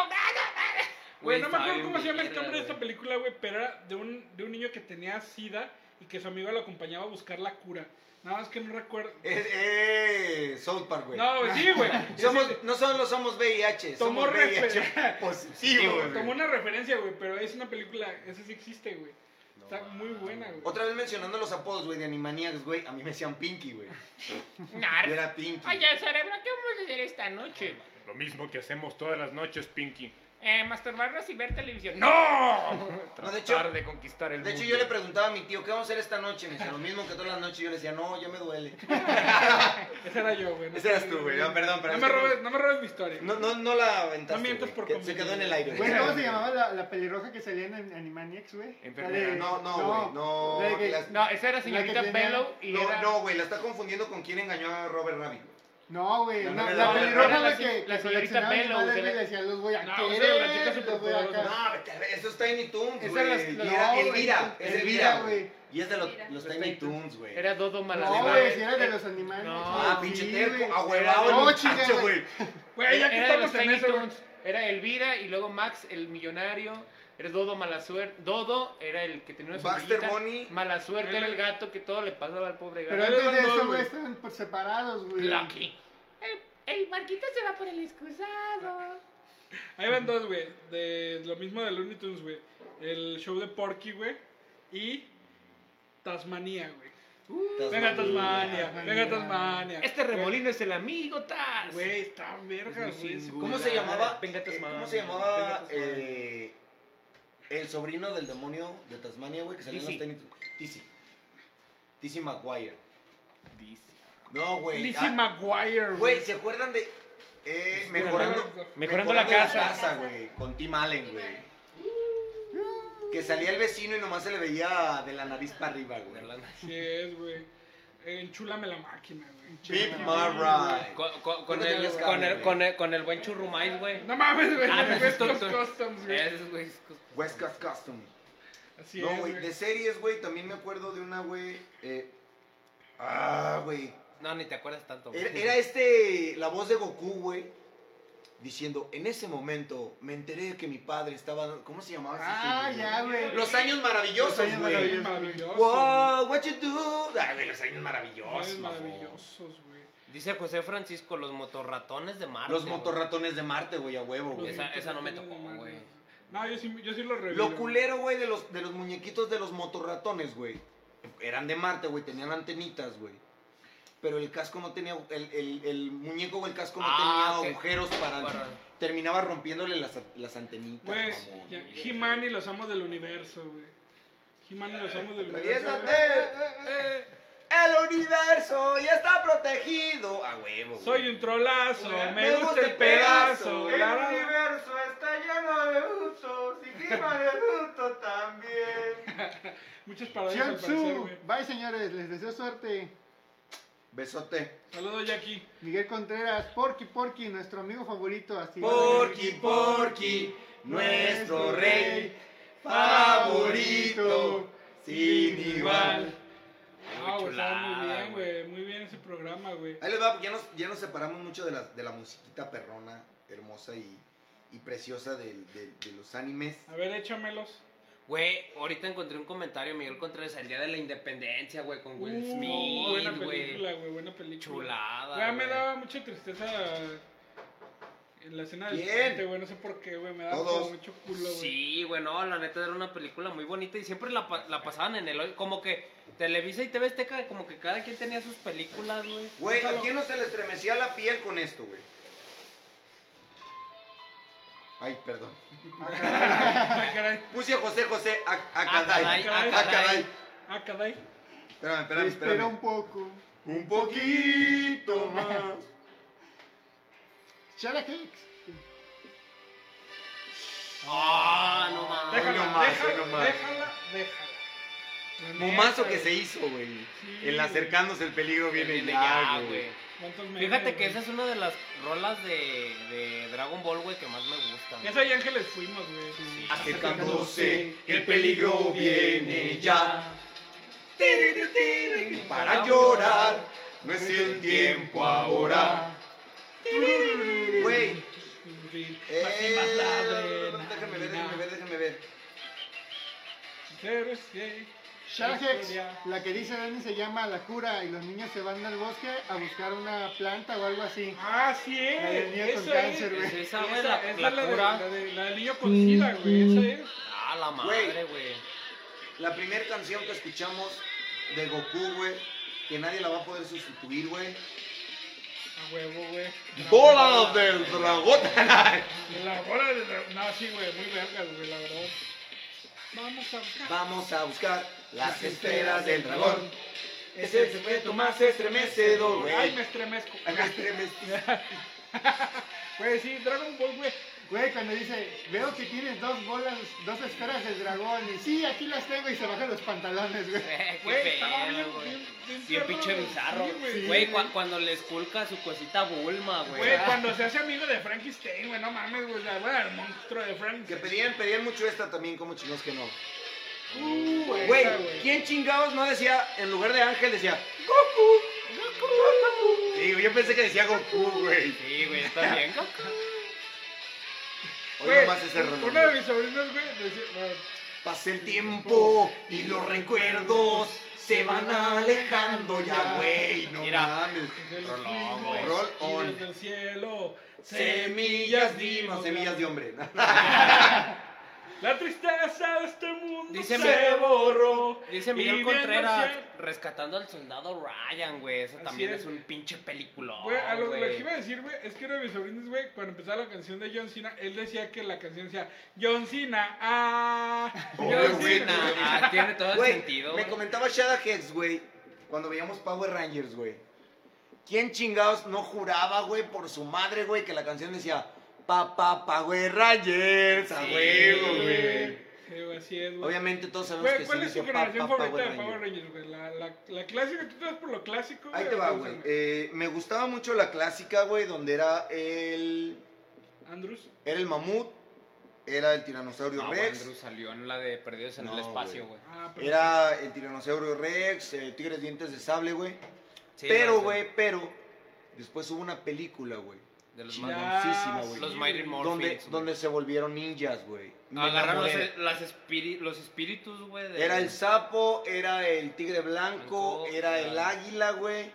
Speaker 2: Güey, no me
Speaker 3: estaba
Speaker 2: acuerdo
Speaker 3: bien
Speaker 2: cómo se llama el
Speaker 3: verga,
Speaker 2: nombre de esta
Speaker 3: güey.
Speaker 2: película, güey, pero era de un, de un niño que tenía sida y que su amigo lo acompañaba a buscar la cura. Nada más que no recuerdo.
Speaker 4: Es, eh, South Park, güey.
Speaker 2: No, güey, sí, güey.
Speaker 4: Somos,
Speaker 2: Sí, sí,
Speaker 4: no solo somos VIH,
Speaker 2: Tomó
Speaker 4: somos VIH
Speaker 2: refer-
Speaker 4: positivo, güey.
Speaker 2: Tomó una referencia, güey, pero es una película, esa sí existe, güey. Está muy buena, güey.
Speaker 4: Otra vez mencionando los apodos, güey, de Animaniacs, güey. A mí me decían Pinky, güey. Yo
Speaker 10: ¡Nar!
Speaker 4: era Pinky.
Speaker 10: Oye, cerebro, ¿qué vamos a hacer esta noche?
Speaker 9: Lo mismo que hacemos todas las noches, Pinky.
Speaker 10: Eh, masturbarnos y ver televisión. ¡No!
Speaker 4: No, de hecho-
Speaker 10: Tratar de conquistar el
Speaker 4: De hecho,
Speaker 10: mundo.
Speaker 4: yo le preguntaba a mi tío, ¿qué vamos a hacer esta noche? Me decía lo mismo que todas las noches. Yo le decía, no, ya me duele.
Speaker 2: Ese era yo, güey. no
Speaker 4: Ese
Speaker 2: sé,
Speaker 4: eras tú, güey. No, perdón,
Speaker 2: No
Speaker 4: pero es
Speaker 2: me
Speaker 4: que-
Speaker 2: robes, no me robes mi historia.
Speaker 4: No, no, no la aventaste.
Speaker 2: No mientas
Speaker 4: güey,
Speaker 2: por
Speaker 4: que Se
Speaker 2: conveniente.
Speaker 4: quedó en el aire.
Speaker 6: Güey, ¿cómo se llamaba la, la pelirroja que salía en An- Animaniacs, güey?
Speaker 10: Enfermera.
Speaker 6: La de-
Speaker 4: No, no, güey, no.
Speaker 6: la de que-
Speaker 4: Las-
Speaker 10: No, esa era
Speaker 6: La que
Speaker 10: señorita
Speaker 6: tenía-
Speaker 10: Bellow y
Speaker 4: No,
Speaker 10: era...
Speaker 4: no, güey, la está confundiendo con quién engañó a Robert Rabbit. güey.
Speaker 6: No, güey.
Speaker 4: La
Speaker 6: no, La,
Speaker 4: novela- la
Speaker 6: pelirroja,
Speaker 10: novela-
Speaker 6: güey, que
Speaker 10: la
Speaker 6: que
Speaker 10: señorita
Speaker 6: seleccionaba
Speaker 10: Bello, de
Speaker 6: animales,
Speaker 10: la-
Speaker 6: güey, le decía, los voy a
Speaker 10: No,
Speaker 6: querer,
Speaker 10: esa era la chica
Speaker 6: los voy a
Speaker 10: superpoderosa.
Speaker 6: acá.
Speaker 4: No, vete a ver, eso es Tiny Toons,
Speaker 6: Esas
Speaker 4: güey.
Speaker 6: las-
Speaker 4: Y
Speaker 6: no,
Speaker 4: era
Speaker 6: güey,
Speaker 4: Elvira, es Elvira,
Speaker 6: Elvira,
Speaker 4: güey.
Speaker 6: güey.
Speaker 4: Y es de los,
Speaker 8: Elvira.
Speaker 4: los
Speaker 10: Los
Speaker 4: Tiny
Speaker 10: Tiny
Speaker 4: Toons, güey.
Speaker 10: Era Dodo Maladena.
Speaker 6: No, güey, si era de los animales.
Speaker 10: No.
Speaker 4: Ah, pinche
Speaker 6: Sí,
Speaker 4: terco,
Speaker 6: güey.
Speaker 4: ahuevado el
Speaker 6: No,
Speaker 4: muchacho,
Speaker 6: chinga, güey.
Speaker 4: güey.
Speaker 2: Güey, ya que
Speaker 10: Eh, era de los
Speaker 2: estamos en
Speaker 10: Tiny
Speaker 2: eso, güey.
Speaker 10: Toons. Era Elvira y luego Max, el millonario. Era Dodo mala suerte. Dodo era el que tenía una
Speaker 4: Baxter
Speaker 10: sonrillita.
Speaker 4: Bunny.
Speaker 10: Mala suerte era el gato que todo le pasaba al pobre
Speaker 6: Pero
Speaker 10: gato.
Speaker 6: antes de
Speaker 2: Eran dos,
Speaker 6: eso,
Speaker 2: güey.
Speaker 6: güey, estaban por separados, güey.
Speaker 10: Lucky. El, el Marquito se va por el excusado.
Speaker 2: Ahí van dos, güey. De lo mismo de Looney Tunes, güey. El show de Porky, güey. Y Tasmania, güey. Venga Tasmania, venga Tasmania.
Speaker 10: Este remolino es el amigo Taz.
Speaker 2: Güey, está verga, güey. ese
Speaker 4: ¿Cómo se llamaba?
Speaker 5: Venga,
Speaker 4: eh,
Speaker 5: Tasmania.
Speaker 4: ¿Cómo se
Speaker 5: Venga,
Speaker 4: llamaba
Speaker 5: Tasmania.
Speaker 4: eh, el sobrino del demonio de Tasmania, güey, que salió en los
Speaker 10: Dizzy.
Speaker 4: Tiny Toons? Dizzy. Dizzy McGuire. No, güey.
Speaker 2: Lizzie
Speaker 4: ah,
Speaker 2: McGuire,
Speaker 4: Güey, ¿se acuerdan de eh, mejorando,
Speaker 10: Mejorando la
Speaker 8: casa.
Speaker 4: güey, con Tim Allen, güey.
Speaker 8: Allen.
Speaker 4: Que salía el vecino y nomás se le veía de la nariz para arriba, güey.
Speaker 2: Sí es, güey. Enchúlame la máquina, güey.
Speaker 4: Pip Murray.
Speaker 3: Con, con-
Speaker 4: Creo
Speaker 3: con
Speaker 4: que
Speaker 3: el,
Speaker 4: tenías
Speaker 3: con,
Speaker 4: cable,
Speaker 3: el,
Speaker 4: güey.
Speaker 3: con, el, con el buen churrumais, güey.
Speaker 2: No mames, güey.
Speaker 3: Ah,
Speaker 2: los
Speaker 3: no, es
Speaker 2: West Coast
Speaker 3: doctor.
Speaker 2: Customs, güey.
Speaker 3: Esos, güey, es cos-
Speaker 4: West Coast Custom.
Speaker 2: Así
Speaker 4: No,
Speaker 2: es,
Speaker 4: güey, de series, güey, también me acuerdo de una, güey. eh, ah, güey.
Speaker 3: No, ni te acuerdas tanto. güey.
Speaker 4: Era, era este, la voz de Goku, güey, diciendo, en ese momento me enteré que mi padre estaba, ¿cómo se llamaba? ese
Speaker 6: Ah,
Speaker 4: siglo,
Speaker 6: ya,
Speaker 4: güey?
Speaker 6: güey.
Speaker 4: Los años
Speaker 6: Los
Speaker 4: maravillosos,
Speaker 6: años
Speaker 4: güey.
Speaker 6: maravillosos.
Speaker 2: Maravilloso.
Speaker 4: Wow, what you do? Ah, güey, los años
Speaker 2: güey.
Speaker 4: maravillosos.
Speaker 2: Ay,
Speaker 4: mamón.
Speaker 2: Maravillosos, güey.
Speaker 3: Dice José Francisco, los motorratones de Marte.
Speaker 4: Los
Speaker 3: güey.
Speaker 4: motorratones de Marte, güey, a huevo,
Speaker 2: Los
Speaker 4: güey.
Speaker 3: Esa- esa no me
Speaker 2: West Coast
Speaker 3: tocó,
Speaker 2: Customs,
Speaker 3: güey.
Speaker 2: No, yo sí, yo sí lo revivo.
Speaker 4: Lo culero, güey, de los, de los muñequitos de los motorratones, güey. Eran de Marte, güey, tenían antenitas, güey. Pero el casco no tenía, el, el, el muñeco o el casco no
Speaker 3: Ah,
Speaker 4: tenía
Speaker 3: ok.
Speaker 4: agujeros para...
Speaker 3: Para-
Speaker 4: Terminaba rompiéndole las, las antenitas,
Speaker 2: Güey,
Speaker 4: mamón.
Speaker 2: ya, He-Man y los amos del universo, güey. He-Man y los amos del universo.
Speaker 4: Atraviésate,
Speaker 2: güey.
Speaker 4: eh, el universo ya está protegido. A huevo. güey.
Speaker 2: Soy un trolazo,
Speaker 4: Eh,
Speaker 2: me gusta el pedazo. la, la, la.
Speaker 7: está lleno de usos y clima de adulto también.
Speaker 2: Muchas parodias al parecer,
Speaker 6: Shion-Tzu,
Speaker 2: güey.
Speaker 6: bye señores, les deseo suerte.
Speaker 4: Besote.
Speaker 2: Saludos, Jackie.
Speaker 6: Miguel Contreras, Porky Porky, nuestro amigo favorito, así.
Speaker 4: Porky, Porky, nuestro rey favorito, sin igual.
Speaker 2: Ah, güey, estaba muy bien, güey. Muy bien ese programa, güey.
Speaker 4: Ahí les va, ya nos, ya nos separamos mucho de la, de la musiquita perrona, hermosa y, y preciosa del- del- de, los animes.
Speaker 2: A ver, échamelos.
Speaker 3: Güey, ahorita encontré un comentario, Miguel Contreras, el día de la independencia, güey, con Will
Speaker 2: Uh,
Speaker 3: Smith,
Speaker 2: buena
Speaker 3: güey.
Speaker 2: película, güey. Buena película.
Speaker 3: Chulada.
Speaker 2: Güey, me
Speaker 3: güey.
Speaker 2: daba mucha tristeza En la escena del
Speaker 4: ¿Quién?
Speaker 2: puente, güey, no sé por qué, güey, me da
Speaker 4: Todos.
Speaker 2: como mucho culo, güey. <laughs>
Speaker 3: Sí, güey, no, la neta era una película muy bonita y siempre la, pa- la pasaban en el... Como que Televisa y TV Azteca, como que cada quien tenía sus películas, güey.
Speaker 4: Güey, ¿a quién no se le estremecía la piel con esto, güey? Ay, perdón.
Speaker 2: Ah, caray.
Speaker 4: Puse a José José a, a
Speaker 3: Ah,
Speaker 4: Caday.
Speaker 3: caray, ah,
Speaker 4: Ah, caray.
Speaker 3: caray.
Speaker 2: Ah, caray.
Speaker 4: Espérame, espérame,
Speaker 6: Espera
Speaker 4: espérame.
Speaker 6: un poco.
Speaker 4: Un poquito más.
Speaker 6: Shala Hicks.
Speaker 3: Ah, no mames.
Speaker 2: Déjala,
Speaker 4: Hoy nomás, hoy
Speaker 2: déjala,
Speaker 4: nomás.
Speaker 2: déjala, déjala. La neta,
Speaker 4: Mumazo que
Speaker 2: güey.
Speaker 4: se hizo, güey.
Speaker 2: Sí,
Speaker 4: El acercándose el peligro viene
Speaker 3: Viene
Speaker 4: ya,
Speaker 3: ya, güey.
Speaker 4: güey.
Speaker 2: ¿Cuántos memes,
Speaker 3: Fíjate que
Speaker 2: güey?
Speaker 3: esa es una de las rolas de, de Dragon Ball, güey, que más me gusta. güey.
Speaker 2: Esa y Ángeles fuimos, güey.
Speaker 4: Ah. Acercándose, el peligro viene ya. Tiriru, tiriru, Para llorar, no es el tiempo ahora. Tiriru, Güey, eh, déjame ver, déjame ver, déjame ver.
Speaker 6: Shala Hicks, la que dice Dani se llama La Cura y los niños se van al bosque a buscar una planta o algo así.
Speaker 2: Ah, sí es.
Speaker 6: La del niño con
Speaker 2: esa
Speaker 6: cáncer,
Speaker 2: es.
Speaker 6: güey.
Speaker 3: Es esa, güey,
Speaker 2: Esa-
Speaker 3: la,
Speaker 2: esa es
Speaker 3: la
Speaker 2: la de-
Speaker 3: cura.
Speaker 2: la de- la del niño con sida, güey. Esa es.
Speaker 3: Ah, la madre, güey. <laughs>
Speaker 4: La primera canción que escuchamos de Goku, güey, que nadie la va a poder sustituir, güey.
Speaker 2: A huevo, güey. La
Speaker 4: Bola del dragón.
Speaker 2: La bola de la- No, sí, güey, muy vergas, güey, la verdad. Vamos a buscar.
Speaker 4: Vamos a buscar las esferas del <laughs> dragón. Es el secreto más estremecedor, güey.
Speaker 2: Ay, me estremezco.
Speaker 4: Acá estremece.
Speaker 2: Güey, sí, Dragon Ball, güey.
Speaker 6: Güey, cuando dice, veo que tienes dos bolas, dos esferas del dragón. Y sí, aquí las tengo y se bajan los pantalones, güey.
Speaker 3: Eh, qué
Speaker 2: Güey, estaba bien,
Speaker 3: pedo, güey.
Speaker 2: bien, bien,
Speaker 3: Bien
Speaker 2: perro,
Speaker 3: pinche
Speaker 2: güey.
Speaker 3: bizarro.
Speaker 2: Sí,
Speaker 3: Güey, cua- cuando le esculca su cosita Bulma, güey.
Speaker 2: Güey, cuando se hace amigo de Frankenstein, güey, no mames, güey, la güey, el monstruo de
Speaker 4: Que
Speaker 2: Frankenstein.
Speaker 4: pedían, pedían mucho esta también, como chinos que no.
Speaker 2: Uh, güey,
Speaker 4: Güey,
Speaker 2: esa, güey.
Speaker 4: ¿quién chingados no decía, en lugar de Ángel, decía Goku? Goku, Goku. Sí, yo pensé que decía Goku, güey.
Speaker 3: Sí, güey, está bien.
Speaker 4: Hoy
Speaker 2: Güey,
Speaker 4: nomás ese rollo.
Speaker 2: Uno de mis sobrinos, güey, decía, bueno,
Speaker 4: Pasa el tiempo y los recuerdos se van alejando ya, güey. No
Speaker 3: Mira.
Speaker 4: mames.
Speaker 2: del
Speaker 3: Rolón,
Speaker 2: fin,
Speaker 3: güey.
Speaker 2: güey,
Speaker 4: Roll
Speaker 2: y
Speaker 4: on.
Speaker 2: desde el cielo,
Speaker 4: Semillas
Speaker 2: dimos,
Speaker 4: dimos, semillas de
Speaker 2: la-
Speaker 4: hombre.
Speaker 2: La tristeza de este mundo se
Speaker 3: Dice Miguel-
Speaker 2: borró.
Speaker 3: Dice
Speaker 2: Y
Speaker 3: Miguel
Speaker 2: bien
Speaker 3: Contreras,
Speaker 2: recién-
Speaker 3: rescatando al soldado Ryan, güey. Eso
Speaker 2: Así
Speaker 3: también
Speaker 2: es.
Speaker 3: es. un pinche película.
Speaker 2: Güey, a lo, lo que iba a decir, güey, es que uno de mis sobrinos, güey, cuando empezaba la canción de John Cena, él decía que la canción decía John Cena, ah,
Speaker 4: Pobre
Speaker 2: John
Speaker 4: güey,
Speaker 2: Cena.
Speaker 3: Ah, tiene todo el
Speaker 4: Güey,
Speaker 3: sentido.
Speaker 4: me
Speaker 3: güey.
Speaker 4: comentaba Shada Hex, güey, cuando veíamos Power Rangers, güey. ¿Quién chingados no juraba, güey, por su madre, güey, que la canción decía Pa, pa, Power Rangers, a
Speaker 3: Sí,
Speaker 4: huevo, güey?
Speaker 2: Sí, güey, así es, güey.
Speaker 4: Obviamente todos sabemos
Speaker 2: Güey,
Speaker 4: que
Speaker 2: ¿cuál
Speaker 4: sí
Speaker 2: es tu
Speaker 4: dice pa,
Speaker 2: generación
Speaker 4: pa,
Speaker 2: favorita de
Speaker 4: Power
Speaker 2: Power
Speaker 4: Rangers.
Speaker 2: Rangers, güey? La, la, la clásica, ¿tú te vas por lo clásico?
Speaker 4: Ahí te
Speaker 2: o
Speaker 4: va,
Speaker 2: cómo se
Speaker 4: güey.
Speaker 2: llama?
Speaker 4: Eh, me gustaba mucho la clásica, güey, donde era el...
Speaker 2: Andrews.
Speaker 4: Era el mamut, era el tiranosaurio
Speaker 3: Ah,
Speaker 4: Rex,
Speaker 3: Andrew salió en la de Perdidos en
Speaker 4: No,
Speaker 3: el Espacio, güey.
Speaker 2: Ah, pero-
Speaker 4: era el tiranosaurio Rex, eh, tigres dientes de sable, güey.
Speaker 3: Sí, la
Speaker 4: pero,
Speaker 3: de-
Speaker 4: güey, pero... Después hubo una película, güey.
Speaker 3: De los
Speaker 4: Chida.
Speaker 3: más
Speaker 4: mamoncísima,
Speaker 2: Ah,
Speaker 4: güey.
Speaker 3: Los Mighty Morphin.
Speaker 4: donde, donde se volvieron ninjas, güey. Me
Speaker 3: Agarraron los,
Speaker 4: enamoré.
Speaker 3: las espíri- los espíritus, güey. de-
Speaker 4: Era el sapo, era el tigre blanco,
Speaker 3: Blanco,
Speaker 4: era el
Speaker 3: claro.
Speaker 4: águila, güey.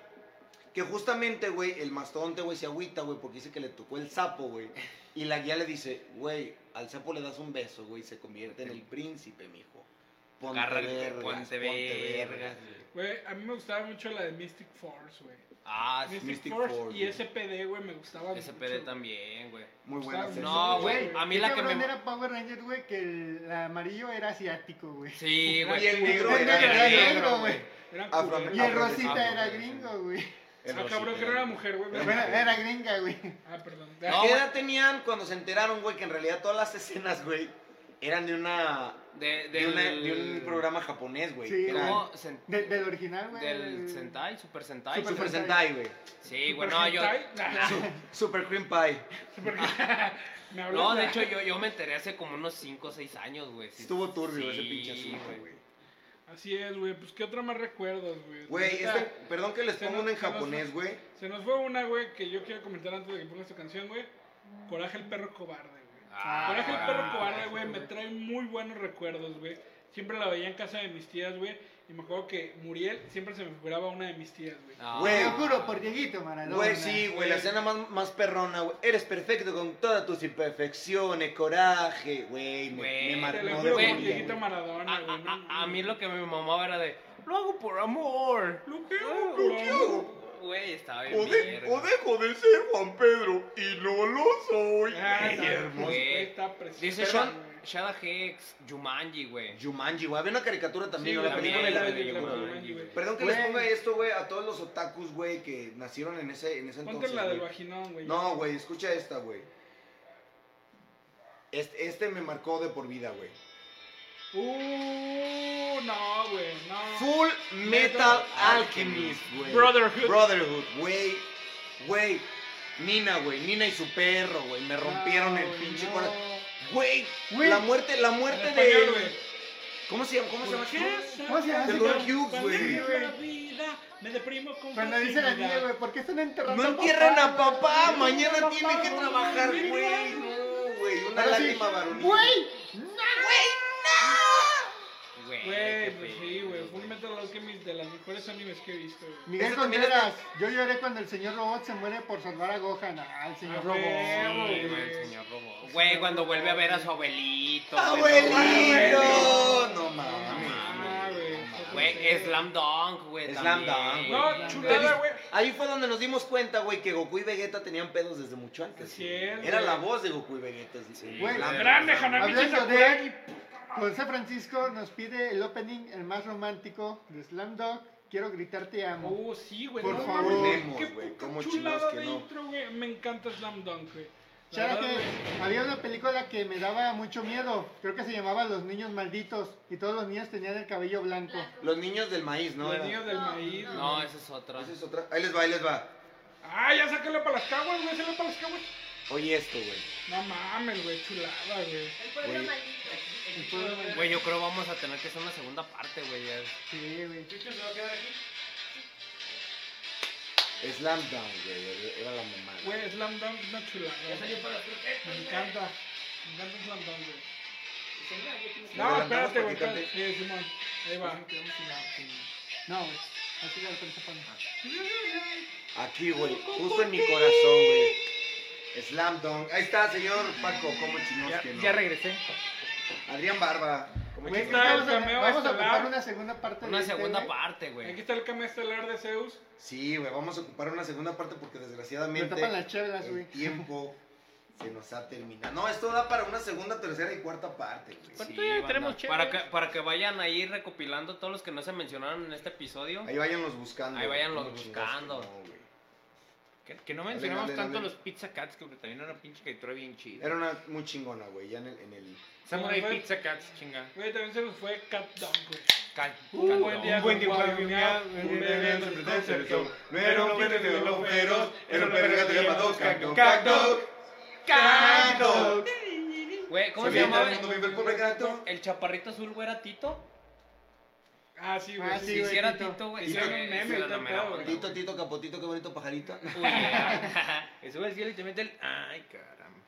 Speaker 4: Que justamente, güey, el mastodonte, güey, se agüita, güey, porque dice que le tocó el sapo, güey. Y la guía le dice, güey, al sapo le das un beso, güey, y se convierte en
Speaker 3: <laughs>
Speaker 4: el príncipe, mijo. Ponte
Speaker 3: Agarra el-
Speaker 4: vergas,
Speaker 3: ponte vergas.
Speaker 2: Güey, a mí me gustaba mucho la de Mystic Force, güey.
Speaker 3: Ah, sí,
Speaker 2: Mystic,
Speaker 4: Mystic
Speaker 2: Force,
Speaker 4: Force,
Speaker 2: y
Speaker 4: güey.
Speaker 2: SPD, güey, me gustaba
Speaker 3: ese
Speaker 2: mucho.
Speaker 3: PD también, güey.
Speaker 4: Muy buena
Speaker 2: Pues Está-
Speaker 4: esa
Speaker 3: No,
Speaker 4: escena,
Speaker 3: güey. A mí
Speaker 6: Qué
Speaker 3: la que
Speaker 6: cabrón
Speaker 3: me.
Speaker 6: era Power Ranger, güey, que el, amarillo era asiático, güey.
Speaker 3: Sí, güey.
Speaker 4: Y el negro
Speaker 6: El negro
Speaker 4: era
Speaker 6: era
Speaker 4: negro,
Speaker 6: negro, güey.
Speaker 2: Eran
Speaker 4: Afro-
Speaker 2: culeros.
Speaker 6: Y el
Speaker 4: Afro-
Speaker 6: rosita
Speaker 3: Afro-
Speaker 6: era
Speaker 3: Afro-
Speaker 6: gringo, güey.
Speaker 4: El
Speaker 2: Ah, cabrón,
Speaker 4: rosita,
Speaker 2: que no era mujer, güey.
Speaker 4: Era
Speaker 6: Bueno,
Speaker 4: mujer.
Speaker 6: era gringa, güey.
Speaker 2: Ah, perdón.
Speaker 3: No,
Speaker 4: ¿Qué
Speaker 3: güey.
Speaker 4: edad tenían cuando se enteraron, güey, que en realidad todas las escenas, güey, eran de una
Speaker 3: De,
Speaker 4: de,
Speaker 3: del,
Speaker 4: una- de un programa japonés, güey.
Speaker 6: Sí,
Speaker 4: que era
Speaker 3: ¿Cómo? Sen-
Speaker 6: De- del original, güey.
Speaker 3: Del Sentai, Super Sentai.
Speaker 6: Super
Speaker 4: Super Sentai, güey.
Speaker 3: Sí, güey, no, yo.
Speaker 2: <laughs>
Speaker 3: <laughs>
Speaker 4: Super Cream Pie.
Speaker 2: Me hablas
Speaker 3: No, de hecho, yo, yo me enteré hace como unos 5 o 6 años, güey. Sí.
Speaker 4: Estuvo turbio
Speaker 3: Sí,
Speaker 4: ese pinche asunto, güey.
Speaker 2: Así es, güey. Pues, ¿qué otra más recuerdos, güey?
Speaker 4: Güey,
Speaker 2: Ahorita
Speaker 4: este, perdón que les
Speaker 2: se
Speaker 4: pongo
Speaker 2: nos-
Speaker 4: uno en
Speaker 2: se nos-
Speaker 4: japonés, güey.
Speaker 2: Se nos fue una, güey, que yo quiero comentar antes de que pongas tu canción, güey. Coraje el perro cobarde, güey.
Speaker 3: Ah,
Speaker 2: Coraje el
Speaker 3: güey.
Speaker 2: perro cobarde, güey, me trae muy buenos recuerdos, güey. Siempre la veía en casa de mis tías, güey. Y me acuerdo que Muriel siempre se me figuraba una de mis tías,
Speaker 3: Ah,
Speaker 2: güey.
Speaker 6: Te lo juro por Dieguito Maradona.
Speaker 4: Güey, sí, güey, la escena más, más perrona, güey. Eres perfecto con todas tus imperfecciones, coraje, güey. Me,
Speaker 3: Güey,
Speaker 4: me
Speaker 2: Te lo
Speaker 4: marcó de
Speaker 2: juro
Speaker 4: por
Speaker 2: por
Speaker 3: güey.
Speaker 4: vida,
Speaker 2: Dieguito
Speaker 4: güey.
Speaker 2: Maradona,
Speaker 3: A,
Speaker 2: güey. no,
Speaker 3: a- a
Speaker 2: no.
Speaker 3: mí lo que me mamaba era de, lo hago por amor.
Speaker 2: Lo que hago, lo que hago.
Speaker 3: Güey, estaba bien.
Speaker 4: O, de-
Speaker 3: verga.
Speaker 4: o dejo de ser Juan Pedro y no lo soy.
Speaker 2: Ah, está hermoso,
Speaker 3: güey.
Speaker 2: güey, Está precioso.
Speaker 3: Dice
Speaker 2: Perdón,
Speaker 3: Sean, Shada Hex, Jumanji, güey.
Speaker 4: Jumanji, güey. Había una caricatura también,
Speaker 2: Sí,
Speaker 4: ¿no? la
Speaker 2: güey,
Speaker 4: película de la
Speaker 2: también,
Speaker 4: de
Speaker 2: la
Speaker 4: Yoguro,
Speaker 2: de
Speaker 4: güey.
Speaker 2: Jumanji, güey.
Speaker 4: Perdón que les
Speaker 6: Güey.
Speaker 4: ponga esto, güey, a todos los otakus, güey, que nacieron en ese, en ese
Speaker 2: Ponte
Speaker 4: entonces.
Speaker 2: la del
Speaker 4: güey.
Speaker 2: vaginón, güey.
Speaker 4: No, güey, escucha esta, güey. Este, este me marcó de por vida, güey.
Speaker 2: Uh, no, güey, no.
Speaker 4: Full Metal Alchemist, güey. Brotherhood. Brotherhood, güey. Güey. Nina, güey. Nina y su perro, güey. Me rompieron el pinche corazón. Güey.
Speaker 6: Güey.
Speaker 4: La muerte, la muerte
Speaker 2: En
Speaker 4: de.
Speaker 2: español, güey.
Speaker 4: ¿Cómo se llama? ¿Cómo se llama?
Speaker 6: ¿Cómo se llama?
Speaker 4: De
Speaker 6: ese
Speaker 4: Laura
Speaker 6: cabrón?
Speaker 4: Hughes,
Speaker 2: Cuando
Speaker 4: güey.
Speaker 2: vivo la vida, me deprimo con
Speaker 6: Cuando dice la niña,
Speaker 2: facilidad.
Speaker 6: güey, ¿por qué están enterrando
Speaker 4: No entierran a papá.
Speaker 6: güey?
Speaker 4: Mañana
Speaker 6: Papá,
Speaker 4: tiene que
Speaker 6: güey.
Speaker 4: trabajar, güey. No, güey. Una
Speaker 6: Pero sí,
Speaker 4: lágrima varonil.
Speaker 6: Güey,
Speaker 3: Güey, qué
Speaker 2: Güey, pues
Speaker 3: feo.
Speaker 2: sí, güey. Full Metal Alchemist de las mejores animes que he visto, güey.
Speaker 6: Miguel
Speaker 4: Ese también
Speaker 6: Contreras, yo lloré cuando el señor Robot se muere por salvar a Gohan. Ah, el
Speaker 2: Ah,
Speaker 6: señor
Speaker 2: güey.
Speaker 6: Robot.
Speaker 3: Sí, güey, el señor Robot. Güey, cuando vuelve a ver a su abuelito. güey, no mames.
Speaker 4: ¡Abuelito! Ah, No
Speaker 2: Ah,
Speaker 4: mames.
Speaker 2: güey.
Speaker 3: Güey, Slam Dunk, güey.
Speaker 4: Slam
Speaker 3: también.
Speaker 4: Dunk,
Speaker 2: No, chulada, güey.
Speaker 4: Ahí fue donde nos dimos cuenta, güey, que Goku y Vegeta tenían pedos desde mucho antes.
Speaker 2: Así
Speaker 4: güey.
Speaker 2: es,
Speaker 4: Era
Speaker 2: güey.
Speaker 4: la voz de Goku y Vegeta.
Speaker 6: Güey,
Speaker 2: Grande Hanamichi
Speaker 6: Hablando
Speaker 2: Sakuragi.
Speaker 6: de José Francisco nos pide el opening el más romántico de Slam Dog. Quiero gritarte te amo.
Speaker 2: Oh, sí, güey.
Speaker 6: Por
Speaker 2: no
Speaker 6: favor.
Speaker 2: mames,
Speaker 4: Volvemos,
Speaker 2: Qué
Speaker 4: güey,
Speaker 2: puta
Speaker 4: cómo
Speaker 2: chulada
Speaker 4: chingados que
Speaker 2: de
Speaker 4: no.
Speaker 2: intro, güey. Me encanta Slam Dunk, güey. La
Speaker 6: Chara,
Speaker 2: verdad,
Speaker 6: que
Speaker 2: güey.
Speaker 6: había una película que me daba mucho miedo. Creo que se llamaba Los Niños Malditos y todos los niños tenían el cabello blanco.
Speaker 4: Los niños del maíz, ¿no?
Speaker 2: Los
Speaker 4: Era-
Speaker 2: niños del maíz.
Speaker 8: No,
Speaker 3: No, esa es otra.
Speaker 4: Esa es otra. Ahí les va, ahí les va.
Speaker 2: Ah, ya sáquenlo para las caguas, güey. Sáquenlo para las caguas.
Speaker 4: Oye esto, güey.
Speaker 2: No mames, güey. Chulada, güey.
Speaker 8: El pueblo
Speaker 4: Güey.
Speaker 8: maldito.
Speaker 6: El pueblo maldito.
Speaker 3: Güey, yo creo vamos a tener que hacer una segunda parte, güey. ya.
Speaker 6: Sí, güey.
Speaker 4: Slam Dunk, güey. Era la mamá.
Speaker 2: Güey, Slam Dunk es una chulada. güey. Me encanta. Me encanta Slam Dunk, güey. No,
Speaker 4: adelantamos
Speaker 2: espérate, güey.
Speaker 4: platicante?
Speaker 2: espérate. Sí, Simón. Ahí va.
Speaker 6: No, güey. Así la alcanza para mí.
Speaker 4: Aquí, güey. Justo en mi corazón, güey. Slam Dunk. Ahí está, señor Paco. ¿Cómo chinos
Speaker 10: Ya,
Speaker 4: que no?
Speaker 10: ya regresé.
Speaker 4: Adrián Barba. ¿Cómo
Speaker 6: Güey,
Speaker 4: chinos?
Speaker 2: está
Speaker 6: vamos
Speaker 2: el
Speaker 6: a-
Speaker 2: cameo
Speaker 6: Vamos a
Speaker 2: estelar.
Speaker 6: ocupar una segunda parte
Speaker 3: Una
Speaker 6: de este,
Speaker 3: segunda
Speaker 6: güey.
Speaker 3: parte, güey.
Speaker 2: Aquí está el camión estelar de Zeus.
Speaker 4: Sí, güey. Vamos a ocupar una segunda parte porque
Speaker 6: Me tapan
Speaker 4: desgraciadamente
Speaker 6: las chelas, güey.
Speaker 4: el tiempo se nos ha terminado. No, esto da para una segunda, tercera y cuarta parte, güey.
Speaker 3: Sí,
Speaker 10: todavía
Speaker 3: banda.
Speaker 10: tenemos
Speaker 3: para
Speaker 10: chévere.
Speaker 3: que, para que vayan ahí recopilando todos los que no se mencionaron en este episodio.
Speaker 4: Ahí váyanlos buscando.
Speaker 3: Ahí
Speaker 4: güey.
Speaker 3: váyanlos
Speaker 4: ¿Cómo chingados que
Speaker 3: buscando.
Speaker 4: no, güey?
Speaker 10: Que, que no
Speaker 4: Dale,
Speaker 10: mencionamos
Speaker 4: dale,
Speaker 10: tanto
Speaker 4: dale.
Speaker 10: los Pizza Cats, que también era una pinche caricatura bien chida.
Speaker 4: Era una muy chingona, güey. Ya en el- en el...
Speaker 10: Samurai
Speaker 2: Ajá.
Speaker 10: Pizza Cats, chinga.
Speaker 2: Güey, también se nos fue Cat Dunk, güey.
Speaker 10: Cal-
Speaker 2: Un
Speaker 10: calón.
Speaker 2: buen día,
Speaker 10: Un buen día,
Speaker 2: compadre,
Speaker 10: güey,
Speaker 2: un
Speaker 10: mira,
Speaker 2: día,
Speaker 10: mira,
Speaker 2: un
Speaker 10: mira,
Speaker 2: bebé
Speaker 10: mira,
Speaker 2: en el
Speaker 10: mira,
Speaker 2: pretexto
Speaker 10: mira, mira,
Speaker 4: No
Speaker 10: mira,
Speaker 4: era un
Speaker 10: mira, mira,
Speaker 4: perro de los
Speaker 10: mira, mira,
Speaker 4: feroz, era un
Speaker 10: mira,
Speaker 4: perro gato
Speaker 10: mira,
Speaker 4: llamado
Speaker 10: mira,
Speaker 4: Cacto.
Speaker 10: Cacto.
Speaker 4: Cacto.
Speaker 3: Güey, ¿cómo
Speaker 4: Se
Speaker 3: se,
Speaker 4: viene
Speaker 3: llamaba?
Speaker 4: el mundo, vive el pobre gato.
Speaker 3: El chaparrito azul, güey, era Tito.
Speaker 2: Ah, sí, güey.
Speaker 6: Ah,
Speaker 2: sí.
Speaker 6: sí,
Speaker 3: Si
Speaker 6: güey,
Speaker 3: hiciera
Speaker 6: Tito.
Speaker 3: Tito, güey.
Speaker 2: Hicieron
Speaker 3: güey,
Speaker 2: un meme
Speaker 3: esa era
Speaker 2: y
Speaker 3: la
Speaker 2: todo,
Speaker 3: mera
Speaker 2: güey.
Speaker 3: onda,
Speaker 4: Tito, Tito, capotito, qué bonito pajarito.
Speaker 3: <laughs> Uy, ya. Eso güey, sí, literalmente el... Ay, caramba.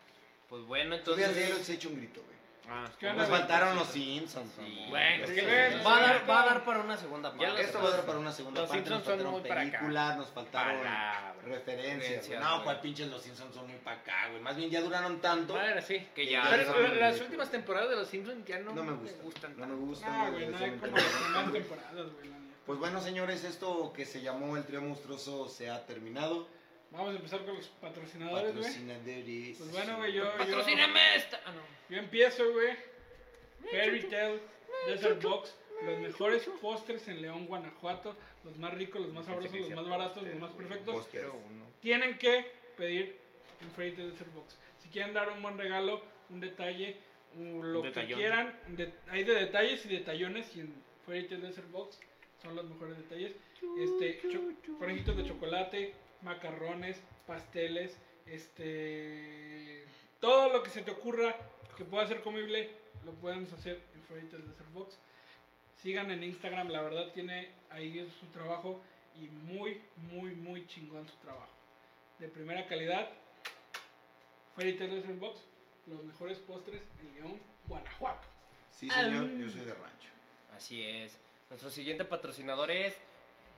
Speaker 3: Pues bueno,
Speaker 4: Entonces, ya
Speaker 3: entonces...
Speaker 4: les he hecho un grito, güey.
Speaker 10: Ah,
Speaker 2: ¿Qué onda,
Speaker 4: Nos
Speaker 2: güey?
Speaker 4: faltaron los Simpsons, mamón.
Speaker 3: Bueno,
Speaker 4: Los
Speaker 2: que-
Speaker 4: Simpsons.
Speaker 3: Va a dar, va a dar para una segunda
Speaker 10: Ya
Speaker 3: parte.
Speaker 4: Esto va a dar para una segunda
Speaker 10: Los
Speaker 4: parte.
Speaker 10: Simpsons
Speaker 4: nos
Speaker 10: son
Speaker 4: faltaron
Speaker 10: muy para acá.
Speaker 4: películas, nos faltaron
Speaker 10: Palabras.
Speaker 4: referencias. güey.
Speaker 3: Referencias,
Speaker 4: No,
Speaker 3: güey.
Speaker 4: cual pinches los Simpsons son muy para acá, güey. Más bien ya duraron tanto.
Speaker 10: Bueno, sí.
Speaker 3: Que
Speaker 4: Ya
Speaker 3: ya...
Speaker 10: Pero,
Speaker 4: son
Speaker 10: pero
Speaker 4: muy
Speaker 10: las
Speaker 4: bien.
Speaker 10: últimas temporadas de los Simpsons ya no,
Speaker 4: No me
Speaker 10: me
Speaker 4: gustan.
Speaker 10: gustan.
Speaker 4: No me gustan.
Speaker 2: No,
Speaker 4: güey,
Speaker 2: güey, no
Speaker 4: les
Speaker 2: hay
Speaker 4: he
Speaker 2: como las
Speaker 4: metido.
Speaker 2: primeras temporadas, güey. la neta.
Speaker 4: Pues bueno, señores, esto que se llamó El Trío Monstruoso se ha terminado.
Speaker 2: Vamos a empezar con los patrocinadores, güey.
Speaker 4: Patrocinadores.
Speaker 2: Pues bueno, güey, yo, yo,
Speaker 10: ¡Patrocíname esta! Ah, no.
Speaker 2: yo empiezo, güey. Fairy Tale, Desert Box, los mejores postres en León, Guanajuato. Los más ricos, los más sabrosos, los más baratos, los más perfectos.
Speaker 4: Póster.
Speaker 2: Tienen que pedir en Fairy Tale Desert Box. Si quieren dar un buen regalo, un detalle, un- lo
Speaker 10: Un
Speaker 2: que
Speaker 10: detallón.
Speaker 2: quieran. de- hay de detalles y detallones y en Fairy Tale Desert Box son los mejores detalles. Este, cho- conejitos de chocolate, macarrones, pasteles, este, todo lo que se te ocurra que pueda ser comible, lo podemos hacer en Fairy Tale Desert Box. Sigan en Instagram, la verdad tiene ahí su trabajo y muy, muy, muy chingón su trabajo. De primera calidad, Fairy Tale Desert Box, los mejores postres en León, Guanajuato.
Speaker 4: Sí, señor, yo soy de rancho.
Speaker 3: Así es. Nuestro siguiente patrocinador es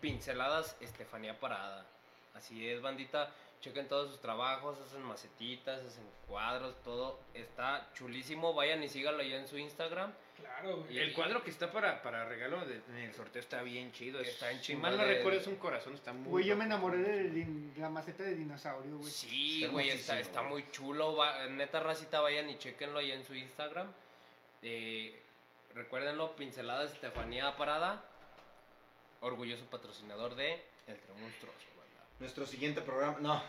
Speaker 3: Pinceladas Estefanía Parada. Así es, bandita. Chequen todos sus trabajos, hacen macetitas, hacen cuadros, todo está chulísimo. Vayan y síganlo ya en su Instagram.
Speaker 2: Claro, güey.
Speaker 3: Y-
Speaker 5: El cuadro que está para, para regalo de- en el sorteo está bien chido. es-
Speaker 3: Está en
Speaker 5: Si mal no
Speaker 3: chingón,
Speaker 5: recuerdo,
Speaker 3: el-
Speaker 5: es un corazón, está muy.
Speaker 6: Güey, yo me enamoré de din- la maceta de dinosaurio, güey.
Speaker 3: Sí,
Speaker 4: Está
Speaker 3: güey, está,
Speaker 4: hermosísimo,
Speaker 3: está
Speaker 4: güey.
Speaker 3: muy chulo. va- neta racita, vayan y chequenlo ahí en su Instagram. Eh, recuérdenlo, Pincelada Estefanía Parada, orgulloso patrocinador de El Tremonstruoso, banda.
Speaker 4: Nuestro siguiente programa, no.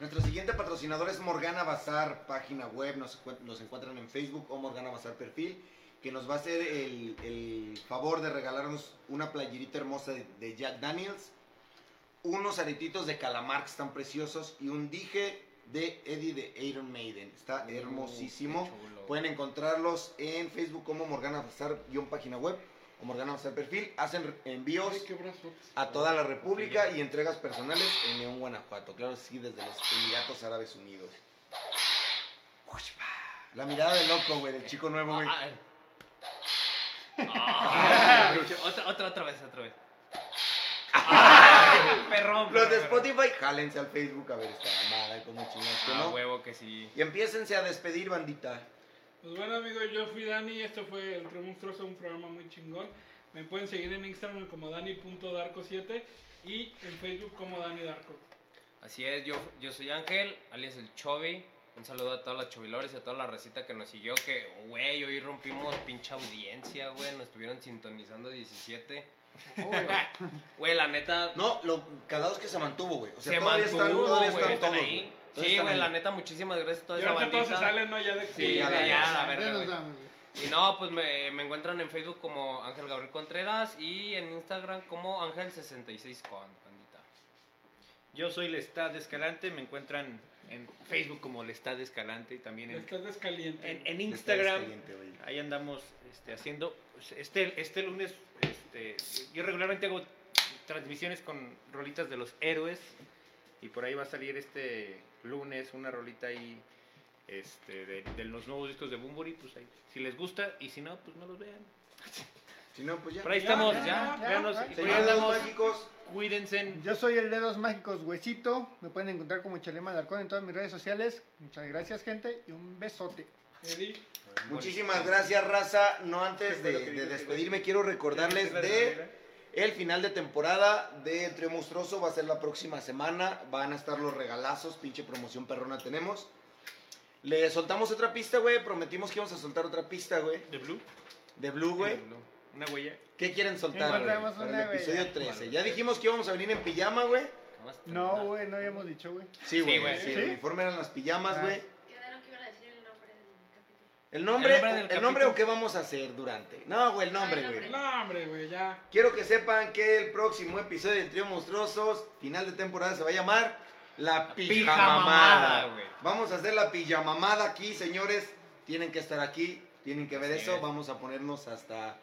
Speaker 4: Nuestro siguiente patrocinador es Morgana Bazar, página web, nos, encuent- nos encuentran en Facebook o Morgana Bazar Perfil, que nos va a hacer el, el favor de regalarnos una playerita hermosa de, de Jack Daniels, unos aretitos de calamar que están preciosos y un dije de Eddie de Iron Maiden. Está hermosísimo.
Speaker 3: Qué chulo. Ah,
Speaker 4: Pueden encontrarlos en Facebook como Morgana Bazar, guión página web o Morgana Bazar Perfil. Hacen re- envíos a toda la República y entregas personales en León, Guanajuato. Claro, que sí, desde los Emiratos Árabes Unidos. La mirada de loco, güey, del chico nuevo, güey.
Speaker 3: Ah, ah. Ah, otra, otra, otra vez, otra vez. <laughs> Ah, perrón,
Speaker 4: Los
Speaker 3: perrón,
Speaker 4: de
Speaker 3: perrón.
Speaker 4: Spotify, jálense al Facebook a ver esta mamada, como chingados que
Speaker 3: Ah,
Speaker 4: no.
Speaker 3: huevo que sí.
Speaker 4: Y empiécense a despedir, bandita.
Speaker 2: Pues bueno, amigos, yo fui Dani y esto fue El Trio Monstruoso, un programa muy chingón. Me pueden seguir en Instagram como Dani.darko7 y en Facebook como Dani Darko.
Speaker 3: Así es, yo, yo soy Ángel, alias el Chovy. Un saludo a todos los chovilores y a toda la recita que nos siguió, que, güey, hoy rompimos pinche audiencia, güey. Nos estuvieron sintonizando 17.
Speaker 6: oh,
Speaker 3: Güey, la neta,
Speaker 4: No, lo cagados que se mantuvo, güey. O sea,
Speaker 3: se
Speaker 4: todavía
Speaker 3: mantuvo,
Speaker 4: están, todavía
Speaker 3: güey.
Speaker 4: están todos,
Speaker 3: ahí.
Speaker 4: güey. Todavía
Speaker 3: Sí,
Speaker 4: están
Speaker 3: güey,
Speaker 4: ahí.
Speaker 3: la neta, muchísimas gracias a toda
Speaker 2: Y
Speaker 3: esa
Speaker 2: ahorita todos se
Speaker 3: bandita.
Speaker 2: salen, ¿no? Ya de
Speaker 3: Sí,
Speaker 4: ya
Speaker 3: ya,
Speaker 4: la-
Speaker 3: ya,
Speaker 4: ya
Speaker 3: la
Speaker 6: Ya
Speaker 3: verga,
Speaker 6: nos
Speaker 3: güey.
Speaker 6: vamos, güey.
Speaker 3: Y no, pues me, me encuentran en Facebook como Ángel Gabriel Contreras y en Instagram como Ángel66con, bandita.
Speaker 5: Yo soy Lestad Escalante, me encuentran en Facebook como Lestad Escalante y también en,
Speaker 2: Estás descaliente.
Speaker 5: en- en
Speaker 4: Está
Speaker 5: Instagram.
Speaker 4: caliente, güey.
Speaker 5: Ahí andamos este, haciendo. pues, Este, este lunes, este, yo regularmente hago transmisiones con rolitas de los héroes. Y por ahí va a salir este lunes una rolita ahí este, de, de los nuevos discos de Bumburi. Pues ahí, si les gusta, y si no, pues no los vean.
Speaker 4: Si no, pues ya.
Speaker 5: Por ahí
Speaker 2: Ya,
Speaker 5: estamos,
Speaker 2: ya,
Speaker 5: ya.
Speaker 6: ya,
Speaker 5: véanos,
Speaker 6: ya.
Speaker 5: y por ahí
Speaker 4: Señores
Speaker 5: andamos,
Speaker 4: mágicos,
Speaker 5: cuídense.
Speaker 6: Yo soy el Dedos Mágicos Huesito. Me pueden encontrar como Chalema Alarcón en todas mis redes sociales. Muchas gracias, gente, y un besote.
Speaker 2: Eddie,
Speaker 4: muchísimas gracias, raza. No antes de, de despedirme, quiero recordarles de... El final de temporada de Trio Monstruoso va a ser la próxima semana. Van a estar los regalazos, pinche promoción perrona tenemos. Le soltamos otra pista, güey. Prometimos que íbamos a soltar otra pista, güey.
Speaker 5: De Blue,
Speaker 4: De Blue, güey.
Speaker 5: una huella.
Speaker 4: ¿Qué quieren soltar, güey?
Speaker 6: Encontramos
Speaker 4: Para
Speaker 6: una,
Speaker 4: el
Speaker 6: güey.
Speaker 4: episodio 13. Ya dijimos que íbamos a venir en pijama, güey.
Speaker 3: Vamos a
Speaker 6: No,
Speaker 3: terminar.
Speaker 6: güey, no habíamos dicho, güey.
Speaker 4: Sí, güey.
Speaker 3: güey.
Speaker 4: sí,
Speaker 6: ¿Sí?
Speaker 4: El uniforme eran las pijamas,
Speaker 6: Ah.
Speaker 4: güey.
Speaker 8: Quedaron que iban a decir el nombre del capítulo.
Speaker 4: ¿El nombre?
Speaker 3: El nombre del
Speaker 4: ¿El nombre
Speaker 3: capítulo.
Speaker 4: o qué vamos a hacer durante? No, güey, el nombre,
Speaker 8: Ah, el
Speaker 4: güey.
Speaker 8: nombre.
Speaker 2: no, hombre, güey, ya.
Speaker 4: Quiero que sepan que el próximo episodio de Trío Monstruosos, final de temporada, se va a llamar La Pijamamada.
Speaker 3: güey.
Speaker 4: Vamos a hacer la pijamamada aquí, señores. Tienen que estar aquí, tienen que ver
Speaker 3: Así
Speaker 4: eso.
Speaker 3: es.
Speaker 4: Vamos a ponernos hasta.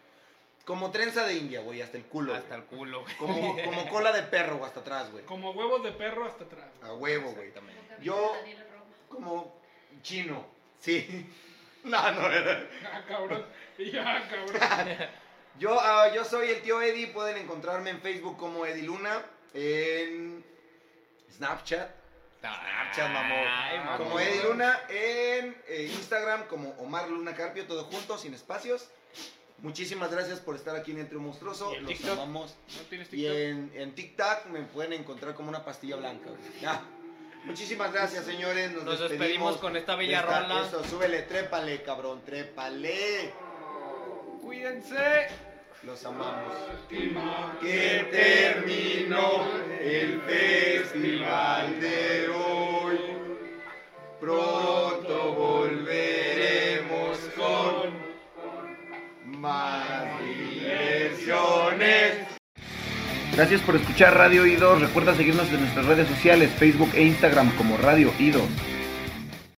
Speaker 4: Como trenza de India, güey, hasta el culo.
Speaker 3: Hasta
Speaker 4: güey.
Speaker 3: el culo, güey.
Speaker 4: <laughs> Como, como cola de perro, güey, hasta atrás, güey.
Speaker 2: Como huevos de perro hasta atrás. güey.
Speaker 3: Ah.
Speaker 4: A huevo, güey.
Speaker 8: Como
Speaker 3: Exactamente.
Speaker 8: capítulo
Speaker 4: Yo-
Speaker 8: de Daniel Roma.
Speaker 4: Como chino. Sí. <laughs> No, no, era.
Speaker 2: <laughs> Ah, cabrón. Y ya, cabrón.
Speaker 3: <laughs>
Speaker 4: Yo, ah, yo soy el tío Eddie, pueden encontrarme en Facebook como Eddie Luna, en Snapchat, Snapchat, mamón.
Speaker 3: Ay, mamón.
Speaker 4: como Eddie Luna, en eh, Instagram como Omar Luna Carpio, todo junto, sin espacios. Muchísimas gracias por estar aquí en Entre un Monstruoso,
Speaker 5: ¿Y en
Speaker 4: los
Speaker 5: TikTok?
Speaker 4: amamos.
Speaker 5: ¿No tienes
Speaker 4: Y
Speaker 5: TikTok?
Speaker 4: en, en TikTok me pueden encontrar como una pastilla blanca. güey. Ya. Muchísimas gracias, señores. Nos,
Speaker 3: Nos despedimos con esta bella
Speaker 4: de esta-
Speaker 3: rola.
Speaker 4: Eso, súbele, trépale, cabrón, trépale.
Speaker 5: Cuídense.
Speaker 4: Los amamos. Que terminó el festival de hoy. Pronto volveremos con más diversiones.
Speaker 1: <laughs> Gracias por escuchar Radio Ido. Recuerda seguirnos en nuestras redes sociales, Facebook e Instagram como Radio Ido.